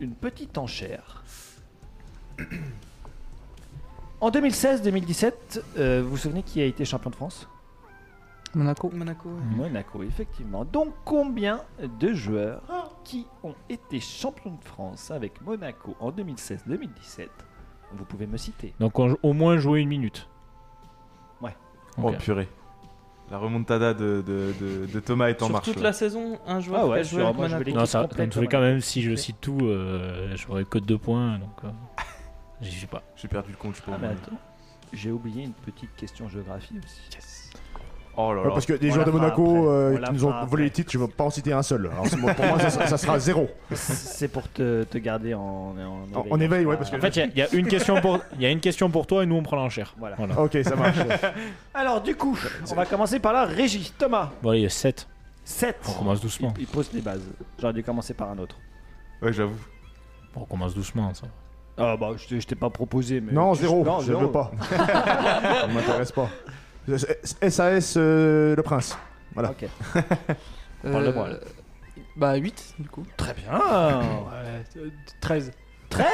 Speaker 5: une petite enchère. [clears throat] En 2016-2017, euh, vous vous souvenez qui a été champion de France
Speaker 2: Monaco.
Speaker 8: Monaco.
Speaker 5: Monaco, effectivement. Donc, combien de joueurs qui ont été champions de France avec Monaco en 2016-2017 Vous pouvez me citer.
Speaker 9: Donc on- au moins jouer une minute.
Speaker 5: Ouais.
Speaker 9: Ok.
Speaker 3: Oh purée. La remontada de, de, de- de Thomas est en
Speaker 8: Sur
Speaker 3: marche.
Speaker 8: toute
Speaker 3: là.
Speaker 8: la saison, un joueur
Speaker 5: Ah
Speaker 8: qui
Speaker 5: ouais,
Speaker 8: a joué
Speaker 5: sur-
Speaker 8: avec
Speaker 5: moi, je vais
Speaker 8: Monaco.
Speaker 5: l'équipe
Speaker 9: Non, ça,
Speaker 5: complète,
Speaker 9: dans tous les
Speaker 5: quand
Speaker 9: cas, même si je cite tout, euh, j'aurais que deux points, donc euh, j'y suis pas.
Speaker 3: J'ai perdu le compte, je peux.
Speaker 5: Ah, mais attends, j'ai oublié une petite question géographie aussi.
Speaker 3: Oh là
Speaker 4: Ouais,
Speaker 3: là.
Speaker 4: parce que des
Speaker 5: On
Speaker 4: joueurs de
Speaker 5: la fera
Speaker 4: Monaco
Speaker 5: après.
Speaker 4: euh,
Speaker 5: On la
Speaker 4: qui nous ont
Speaker 5: fera
Speaker 4: volé
Speaker 5: après.
Speaker 4: les titres, je ne vais pas en citer un seul. Alors, c'est- pour moi, ça, ça sera zéro.
Speaker 5: C'est pour te, te garder en,
Speaker 4: En- en éveil, ouais, parce que-
Speaker 5: Ah,
Speaker 9: En fait, il y a- il y, a une question pour, il y a une question pour toi et nous on prend l'enchère.
Speaker 5: Voilà.
Speaker 9: Voilà.
Speaker 4: Ok, ça marche.
Speaker 5: Alors, du coup, on va commencer par la régie. Thomas,
Speaker 9: Bon, il y a 7.
Speaker 5: 7.
Speaker 9: On commence doucement.
Speaker 5: Il pose les bases. J'aurais dû commencer par un autre.
Speaker 3: Ouais, j'avoue.
Speaker 9: Bon, on commence doucement, ça.
Speaker 5: Ah bah, je t'ai- je t'ai pas proposé,
Speaker 4: [laughs]
Speaker 5: mais.
Speaker 4: non,
Speaker 5: tu-
Speaker 4: zéro,
Speaker 5: non,
Speaker 4: je ne
Speaker 5: zéro.
Speaker 4: veux
Speaker 5: [laughs]
Speaker 4: pas. ça ne m'intéresse pas. SAS euh, Le Prince. Voilà.
Speaker 5: Ok.
Speaker 2: Euh,
Speaker 5: Parle de moi, là.
Speaker 2: Bah 8 du coup.
Speaker 5: Très bien.
Speaker 1: euh,
Speaker 16: 13.
Speaker 5: 13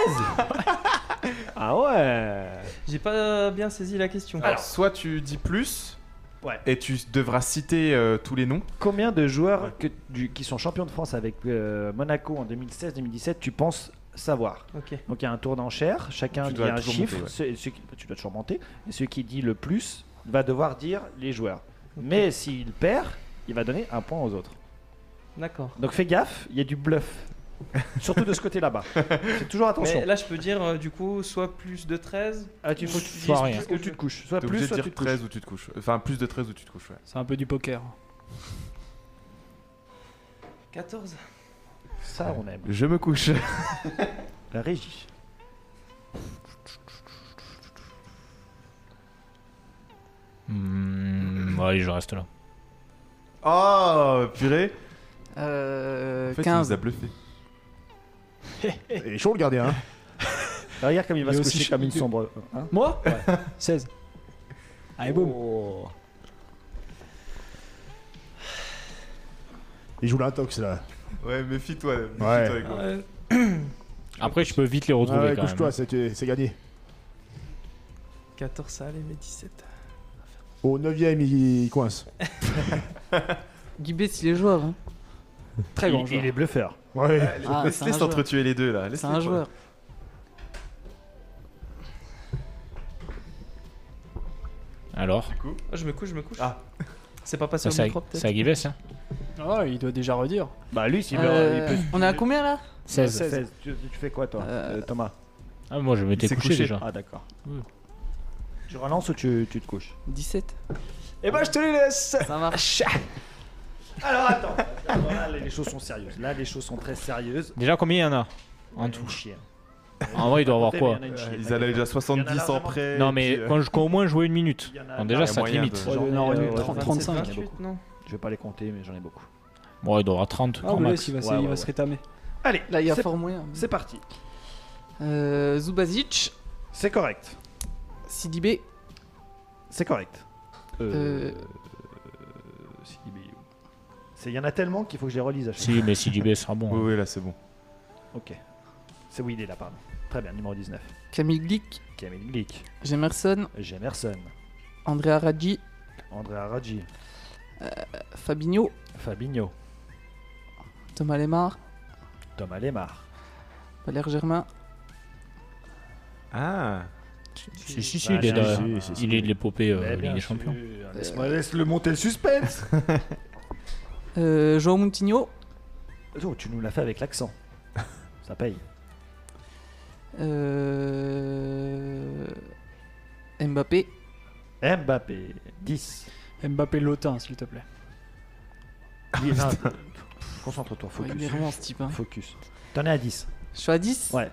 Speaker 5: Ah ouais
Speaker 8: J'ai pas bien saisi la question.
Speaker 3: Alors, soit tu dis plus.
Speaker 5: Ouais.
Speaker 3: Et tu devras citer euh, tous les noms.
Speaker 5: Combien de joueurs que, du- qui sont champions de France avec euh, Monaco en 2016-2017 tu penses savoir
Speaker 8: Ok.
Speaker 5: Donc il y a un tour d'enchère, chacun
Speaker 3: Tu
Speaker 5: dit
Speaker 3: dois
Speaker 5: un
Speaker 3: toujours
Speaker 5: chiffre,
Speaker 3: monter, ouais.
Speaker 5: ce- ce qui- tu dois toujours monter, et celui qui dit le plus va devoir dire les joueurs. Mais s'il perd, il va donner un point aux autres.
Speaker 8: D'accord.
Speaker 5: Donc fais gaffe, il y a
Speaker 3: [laughs]
Speaker 5: du bluff. Surtout de ce côté là-bas. Fais toujours attention.
Speaker 8: Mais là, je peux dire euh, du coup, soit plus de 13.
Speaker 5: Ah, tu faut que tu
Speaker 9: Soit
Speaker 5: dises
Speaker 9: rien.
Speaker 5: plus ou tu te couches. Soit
Speaker 3: T'es
Speaker 5: plus,
Speaker 3: obligé de
Speaker 5: soit tu
Speaker 3: dire
Speaker 5: te couches.
Speaker 3: 13 ou tu te couches. Enfin, plus de 13 ou tu te couches, ouais.
Speaker 1: C'est un peu du poker.
Speaker 8: 14.
Speaker 5: Ça, on aime.
Speaker 3: Je me couche. [laughs]
Speaker 5: La régie.
Speaker 9: Hmm, bon, allez, je reste là.
Speaker 3: Oh, purée.
Speaker 2: Euh,
Speaker 3: En fait, il
Speaker 2: 15.
Speaker 3: nous a bluffé.
Speaker 4: Il est chaud le gardien. hein.
Speaker 5: Ah, regarde comme il va
Speaker 1: Il y
Speaker 5: se
Speaker 1: a aussi
Speaker 5: coucher
Speaker 1: ch-
Speaker 5: comme une sombre. hein.
Speaker 1: Moi [laughs] 16. Allez, boum.
Speaker 5: Oh.
Speaker 4: Il joue l'intox là.
Speaker 3: Ouais, méfie-toi. Méfie
Speaker 4: Ouais.
Speaker 3: avec moi.
Speaker 9: Après, je peux vite les retrouver
Speaker 4: Ah ouais,
Speaker 9: quand même.
Speaker 4: couche-toi, c'est c'est gagné.
Speaker 8: 14, ça allait, mais 17.
Speaker 4: Au 9 il il coince.
Speaker 2: Guy Bess, il est joueur. hein. Très grand
Speaker 5: Il, il
Speaker 2: joueur.
Speaker 5: est bluffeur.
Speaker 4: Ouais.
Speaker 2: Ah,
Speaker 3: Laisse-
Speaker 2: c'est un
Speaker 3: Laisse
Speaker 2: joueur.
Speaker 3: s'entretuer les deux là.
Speaker 2: C'est un joueur.
Speaker 9: Alors,
Speaker 8: Oh, je me couche, je me couche.
Speaker 3: Ah.
Speaker 8: C'est pas passé
Speaker 9: ça,
Speaker 8: au
Speaker 9: c'est
Speaker 8: micro
Speaker 9: à-
Speaker 8: peut-être
Speaker 9: c'est à Gives, hein
Speaker 1: Ah, il doit déjà redire.
Speaker 5: Bah lui, s'il
Speaker 2: Euh,
Speaker 5: veut, il peut.
Speaker 2: on est à combien là
Speaker 9: 16.
Speaker 5: 16. Tu, tu fais quoi toi,
Speaker 2: Euh,
Speaker 5: euh, Thomas
Speaker 9: Ah, moi, je m'étais
Speaker 3: s'est
Speaker 9: couché,
Speaker 3: couché.
Speaker 9: déjà.
Speaker 5: Ah d'accord.
Speaker 9: Oui.
Speaker 5: Tu relances ou tu, tu te couches
Speaker 2: 17.
Speaker 5: Eh ben je te les laisse
Speaker 2: Ça marche.
Speaker 5: Alors attends, attends, là les les choses sont sérieuses. Là les choses sont très sérieuses.
Speaker 9: Déjà, combien il y en a En
Speaker 5: Une
Speaker 9: tout.
Speaker 5: chienne.
Speaker 9: En vrai, il doit avoir
Speaker 5: Mais
Speaker 9: quoi
Speaker 5: il y en a une chienne,
Speaker 3: Ils
Speaker 5: t'inquiète.
Speaker 3: allaient déjà
Speaker 5: Il y en a
Speaker 3: 70 en
Speaker 5: largement.
Speaker 3: près.
Speaker 9: Non,
Speaker 3: et
Speaker 9: mais
Speaker 3: puis, euh,
Speaker 9: quand je- qu'au moins jouer une minute.
Speaker 5: Il y en a-
Speaker 9: Donc,
Speaker 5: il y
Speaker 9: déjà,
Speaker 5: a
Speaker 9: ça te
Speaker 3: moyen
Speaker 9: limite.
Speaker 3: de-
Speaker 5: J'en ai,
Speaker 1: Non, il y en a
Speaker 5: euh,
Speaker 1: 30,
Speaker 5: 27,
Speaker 1: 35.
Speaker 8: 28, non
Speaker 5: Je vais pas les compter, mais j'en ai beaucoup.
Speaker 9: Bon, il doit avoir 30.
Speaker 1: Ah,
Speaker 9: grand
Speaker 1: mais
Speaker 9: max.
Speaker 1: il va, se-
Speaker 5: Ouais,
Speaker 1: il
Speaker 5: ouais,
Speaker 1: va se
Speaker 5: ouais.
Speaker 1: rétamer.
Speaker 5: Allez,
Speaker 2: Là, il y a
Speaker 5: Ah, c'est-
Speaker 2: fort moyen.
Speaker 5: c'est parti.
Speaker 2: Euh, Zubazic,
Speaker 5: C'est correct.
Speaker 2: Sidibé,
Speaker 5: C'est correct.
Speaker 2: Euh,
Speaker 5: si, mais- C'est- Il y en a tellement qu'il faut que je les relise à chaque fois.
Speaker 9: Si, mais si Gives sera bon. hein.
Speaker 3: Oui, oui, là c'est bon.
Speaker 5: Ok. C'est oui, il est là, pardon. Très bien, numéro 19.
Speaker 2: Camille Glick,
Speaker 5: Camille Glick,
Speaker 2: Jemerson,
Speaker 5: Jemerson,
Speaker 2: Andrea Raggi,
Speaker 5: André Araggi,
Speaker 2: Fabinho,
Speaker 5: Fabinho,
Speaker 2: Thomas Lemar,
Speaker 5: Thomas Lemar.
Speaker 2: Valère Germain,
Speaker 3: Ah.
Speaker 9: Si, si, si,
Speaker 5: Bah,
Speaker 9: il est
Speaker 5: si,
Speaker 9: de-
Speaker 5: si, si, si.
Speaker 9: il est de l'épopée euh,
Speaker 5: Mais bien
Speaker 9: Ligue des
Speaker 5: sûr,
Speaker 9: Champions.
Speaker 5: laisse-moi- Laisse-le monter le suspense.
Speaker 2: euh, João Moutinho,
Speaker 5: Oh, tu nous l'as fait avec
Speaker 2: [laughs]
Speaker 5: l'accent. Ça paye.
Speaker 2: euh, Mbappé,
Speaker 5: Mbappé, 10.
Speaker 1: Mbappé Lotin, s'il te plaît. [laughs]
Speaker 5: Oui, non, Concentre-toi,
Speaker 2: Ouais, il est
Speaker 5: focus.
Speaker 2: vraiment ce type. hein.
Speaker 5: Focus. T'en es à 10.
Speaker 2: Je suis à 10
Speaker 5: Ouais.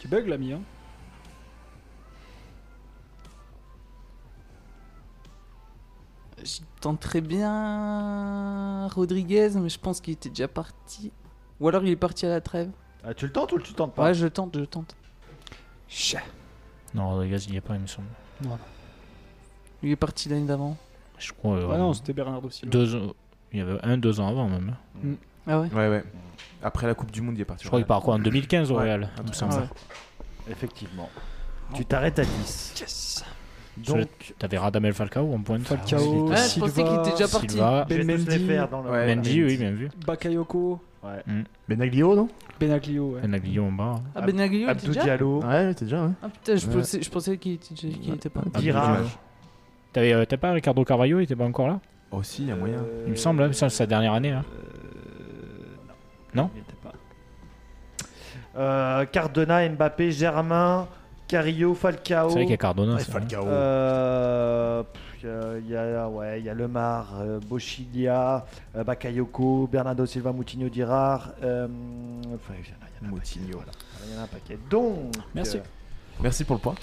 Speaker 1: Tu bugs, l'ami, hein
Speaker 2: Je tente très bien Rodriguez, mais je pense qu'il était déjà parti. Ou alors il est parti à la trêve.
Speaker 5: Ah, tu le tentes ou tu le tentes pas
Speaker 2: Ouais, je tente, je tente.
Speaker 9: Non, Rodriguez, il n'y est pas, il me semble.
Speaker 2: Il est parti l'année d'avant.
Speaker 9: Je crois. euh,
Speaker 1: Ah non, c'était Bernardo Silva.
Speaker 9: deux ans- Il y avait un, deux ans avant même. hein.
Speaker 2: Ah ouais
Speaker 3: Ouais, ouais. Après la Coupe du Monde, il est parti.
Speaker 9: Je crois
Speaker 3: au
Speaker 9: qu'il part quoi en 2015 au
Speaker 3: Ouais,
Speaker 9: Real
Speaker 3: un
Speaker 9: il me
Speaker 3: truc
Speaker 9: semble.
Speaker 3: comme ça.
Speaker 12: Effectivement. Tu t'arrêtes à 10.
Speaker 9: Donc, t'avais Radamel Falcao en pointe.
Speaker 1: Falcao,
Speaker 2: Ah, je pensais qu'il était déjà parti.
Speaker 9: Silva,
Speaker 12: Je vais tous les
Speaker 1: Mendy.
Speaker 12: faire dans le
Speaker 3: Ouais.
Speaker 9: Mendy, oui, bien vu.
Speaker 1: Bakayoko,
Speaker 4: Benaglio, non
Speaker 1: Benaglio, ouais.
Speaker 9: Benaglio en bas.
Speaker 2: Ah, Benaglio, il était
Speaker 12: Abdou
Speaker 2: déjà
Speaker 12: Diallo.
Speaker 4: Ouais, c'est déjà, ouais.
Speaker 2: Ah putain, je pensais, je pensais qu'il était, déjà- qu'il était pas.
Speaker 12: Dira.
Speaker 9: T'avais euh, t'as pas Ricardo Carvalho, il était pas encore là
Speaker 3: Oh, si,
Speaker 5: Euh,
Speaker 3: il y a moyen.
Speaker 9: Il me semble, hein, ça, c'est sa dernière année. hein. Non
Speaker 12: Il était pas. Euh, Cardona, Mbappé, Germain, Carillo, Falcao.
Speaker 9: C'est vrai qu'il y a Cardona.
Speaker 4: Ouais,
Speaker 9: ça, hein.
Speaker 4: Falcao.
Speaker 12: Euh, pff, euh, Il y a, ouais, il y a Lemar, euh, Bochilia, euh, Bakayoko, Bernardo Silva, Moutinho, Dirard. euh, enfin, il y en a- il y en a un
Speaker 3: Moutinho.
Speaker 12: paquet, voilà. Il y en a un paquet. Donc,
Speaker 9: Merci.
Speaker 3: Merci pour le point.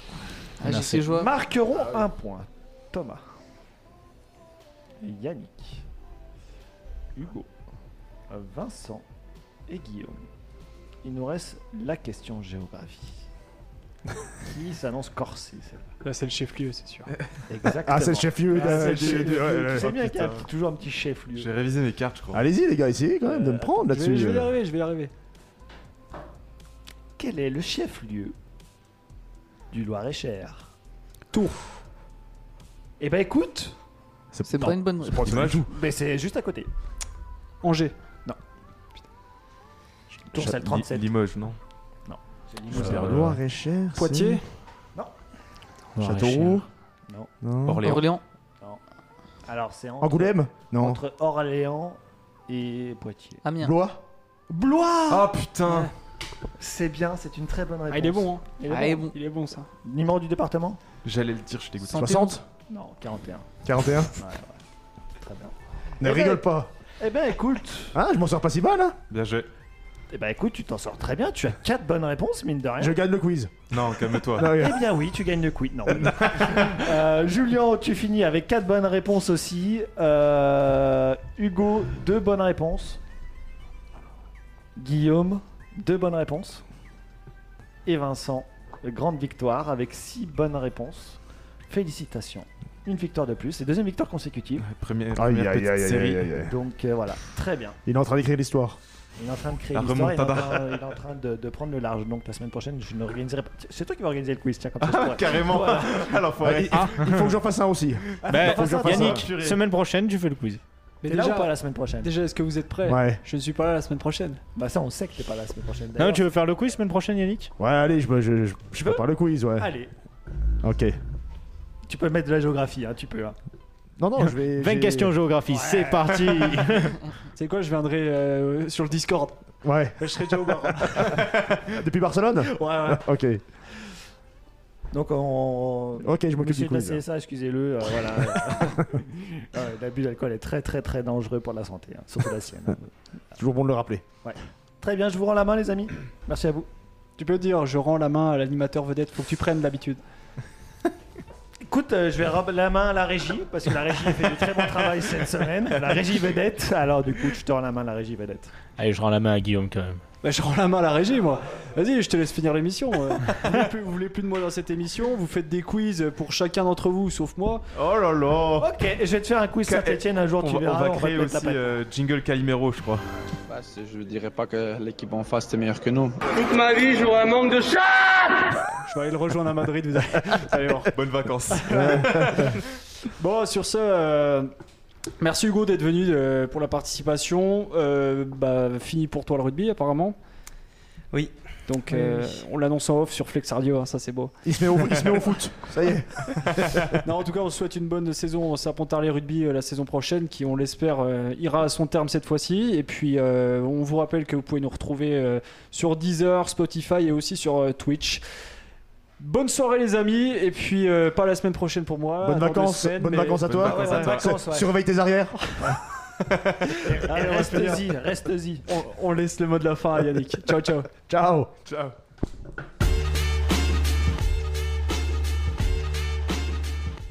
Speaker 2: Ah, j'ai fait
Speaker 12: euh,
Speaker 2: jouer.
Speaker 12: marqueront un point. Thomas. Yannick. Hugo. euh, Vincent. Et Guillaume. Il nous reste la question géographie. Qui s'annonce corsé, celle-là
Speaker 10: Là, c'est le chef-lieu, c'est
Speaker 12: Euh,
Speaker 10: sûr.
Speaker 12: Exactement.
Speaker 4: Ah, c'est le chef-lieu.
Speaker 12: Ah,
Speaker 4: euh,
Speaker 12: c'est le
Speaker 4: du-
Speaker 12: chef-lieu.
Speaker 4: du- ouais, ouais.
Speaker 12: Tu sais bien qu'il y a un petit- toujours un petit chef lieu.
Speaker 3: J'ai révisé mes cartes, je crois.
Speaker 12: Ah,
Speaker 4: Allez-y, les gars, essayez quand même de me prendre
Speaker 1: Je vais,
Speaker 4: là-dessus. Euh,
Speaker 1: je
Speaker 12: euh,
Speaker 1: vais y arriver, je vais y arriver.
Speaker 12: Quel est le chef lieu du Loir-et-Cher
Speaker 1: Tours.
Speaker 12: Eh ben écoute,
Speaker 2: C'est pas une bonne
Speaker 4: Je prends mal joue.
Speaker 12: mais c'est juste à côté.
Speaker 1: Angers.
Speaker 12: Tours, c'est le
Speaker 3: Li-
Speaker 12: 37.
Speaker 3: Limoges, non
Speaker 12: Limoges.
Speaker 3: Euh,
Speaker 4: Loire et Cher. c'est-
Speaker 1: Poitiers.
Speaker 4: Châteauroux.
Speaker 12: Non.
Speaker 4: Non.
Speaker 3: Orléans.
Speaker 2: Orléans.
Speaker 12: Alors c'est entre,
Speaker 4: Angoulême. Non.
Speaker 12: entre Orléans et Poitiers.
Speaker 2: Amiens.
Speaker 4: Blois.
Speaker 12: Blois
Speaker 3: Ah putain
Speaker 12: C'est bien, c'est une très bonne réponse.
Speaker 1: Ah, il est bon, hein.
Speaker 2: Ah, et bon.
Speaker 1: Il est bon, ça.
Speaker 12: Numéro du département
Speaker 3: J'allais le dire, je suis dégoûté.
Speaker 4: 60
Speaker 12: Non, 41.
Speaker 4: 41
Speaker 12: Très bien.
Speaker 4: Ne
Speaker 12: Eh ben-
Speaker 4: rigole pas.
Speaker 12: Eh ben écoute,
Speaker 4: Hein, je m'en sors pas si mal, hein
Speaker 3: Bien joué.
Speaker 12: eh ben écoute, tu t'en sors très bien. Tu as 4 bonnes réponses mine de rien.
Speaker 4: Je gagne le quiz.
Speaker 3: Non, calme-toi.
Speaker 4: Non, regarde.
Speaker 12: Eh bien oui, tu gagnes le quid. [laughs] Non. Euh, Julien, tu finis avec 4 bonnes réponses aussi. Euh, Hugo, 2 bonnes réponses. Guillaume, 2 bonnes réponses. Et Vincent, grande victoire avec 6 bonnes réponses. Félicitations. Une victoire de plus et deuxième victoire consécutive.
Speaker 3: Première,
Speaker 4: Aïe,
Speaker 3: première
Speaker 4: aïe,
Speaker 3: petite
Speaker 4: aïe, aïe,
Speaker 3: série.
Speaker 4: aïe, aïe, aïe.
Speaker 12: Donc euh, voilà, très bien.
Speaker 4: Il est en train d'écrire l'histoire.
Speaker 12: Il est en train de créer
Speaker 3: La
Speaker 12: l'histoire, il, est en
Speaker 3: remontada.
Speaker 12: train- il est en train de, de prendre le large. Donc la semaine prochaine, je n'organiserai pas. C'est toi qui vas organiser le quiz, tiens, comme ça. je pourrais-
Speaker 3: Carrément.
Speaker 12: Voilà.
Speaker 3: Alors, faut arrêter.
Speaker 12: Ah.
Speaker 4: Il faut que j'en fasse un
Speaker 12: Bah,
Speaker 4: aussi.
Speaker 9: Ben,
Speaker 4: Faut que je fasse
Speaker 9: Yannick,
Speaker 4: ça.
Speaker 9: semaine prochaine, tu fais le quiz.
Speaker 1: Mais
Speaker 12: T'es là
Speaker 1: déjà,
Speaker 12: ou pas la semaine prochaine
Speaker 1: déjà est-ce que vous êtes prêts
Speaker 4: Ouais.
Speaker 1: Je ne suis pas là la semaine prochaine.
Speaker 12: Bah ça on sait que t'es pas là la semaine prochaine.
Speaker 9: Non,
Speaker 12: d'ailleurs.
Speaker 9: tu veux faire le quiz semaine prochaine, Yannick
Speaker 4: Ouais, allez, je, je, je, je prépare le quiz, ouais.
Speaker 12: Allez,
Speaker 4: Ok.
Speaker 12: tu peux mettre de la géographie, hein, tu peux. hein.
Speaker 4: Non, non, je vais.
Speaker 9: 20
Speaker 4: j'ai-
Speaker 9: questions géographie, c'est parti
Speaker 1: C'est quoi Je viendrai euh, sur le Discord.
Speaker 4: Ouais.
Speaker 1: Je serai déjà au bar.
Speaker 4: [laughs] Depuis Barcelone Ah,
Speaker 1: Ouais, ouais.
Speaker 4: Ok.
Speaker 12: Donc on...
Speaker 4: Ok, je m'occupe du
Speaker 12: Monsieur de la
Speaker 4: quiz.
Speaker 12: CSA, excusez-le, euh, [laughs] voilà. Euh, L'abus d'alcool est très très très dangereux pour la santé, hein, surtout la sienne. hein.
Speaker 4: Toujours bon de le rappeler.
Speaker 12: Très bien, je vous rends la main les amis. Merci à vous.
Speaker 1: Tu peux dire, je rends la main à l'animateur vedette. Faut que tu prennes l'habitude.
Speaker 12: Écoute, euh, je vais rendre la main à la régie, parce que la régie fait du très bon travail cette semaine. La [laughs] régie vedette, alors du coup je te rends la main à la régie vedette.
Speaker 9: Allez, je rends la main à Guillaume quand même.
Speaker 1: Bah, je rends la main à la régie, moi. Vas-y, je te laisse finir l'émission. ouais.
Speaker 12: [laughs]
Speaker 1: vous, voulez plus, vous voulez plus de moi dans cette émission Vous faites des quiz pour chacun d'entre vous, sauf moi.
Speaker 3: Oh là là
Speaker 12: Ok, je vais te faire un quiz Saint-Etienne un jour,
Speaker 3: on
Speaker 12: tu
Speaker 3: va,
Speaker 12: verras.
Speaker 3: on va
Speaker 12: on va te
Speaker 3: créer
Speaker 12: mettre la
Speaker 3: aussi
Speaker 12: patte.
Speaker 3: euh, Jingle Calimero, je crois.
Speaker 17: Bah, c'est- je ne dirais pas que l'équipe en face est meilleure que nous.
Speaker 1: Je vais aller le rejoindre à Madrid. vous allez-
Speaker 3: Allez, voir. bonnes vacances.
Speaker 1: Bon, sur ce, euh, merci Hugo d'être venu euh, pour la participation. Euh, bah, fini pour toi le rugby, apparemment.
Speaker 2: Oui.
Speaker 1: Donc, euh, on l'annonce en off sur Flex Radio, hein, ça c'est beau.
Speaker 4: Il se met au, il se met au foot. Ça y est.
Speaker 1: non, en tout cas, on se souhaite une bonne saison au Serpentard les Rugby euh, la saison prochaine, qui, on l'espère, euh, ira à son terme cette fois-ci. Et puis, euh, on vous rappelle que vous pouvez nous retrouver euh, sur Deezer, Spotify et aussi sur euh, Twitch. Bonne soirée, les amis, et puis euh, pas la semaine prochaine pour moi.
Speaker 4: Bonnes
Speaker 1: dans deux
Speaker 4: vacances.
Speaker 1: semaines,
Speaker 4: Bonnes
Speaker 1: mais-
Speaker 4: vacances à
Speaker 3: bonnes
Speaker 4: toi.
Speaker 3: vacances
Speaker 12: à toi. Vacances, ouais.
Speaker 4: Surveille
Speaker 1: [laughs]
Speaker 4: tes arrières.
Speaker 12: Allez, Reste-y, reste-y.
Speaker 1: On, on laisse le mot de la fin à Yannick. ciao, ciao.
Speaker 4: Ciao.
Speaker 3: Ciao.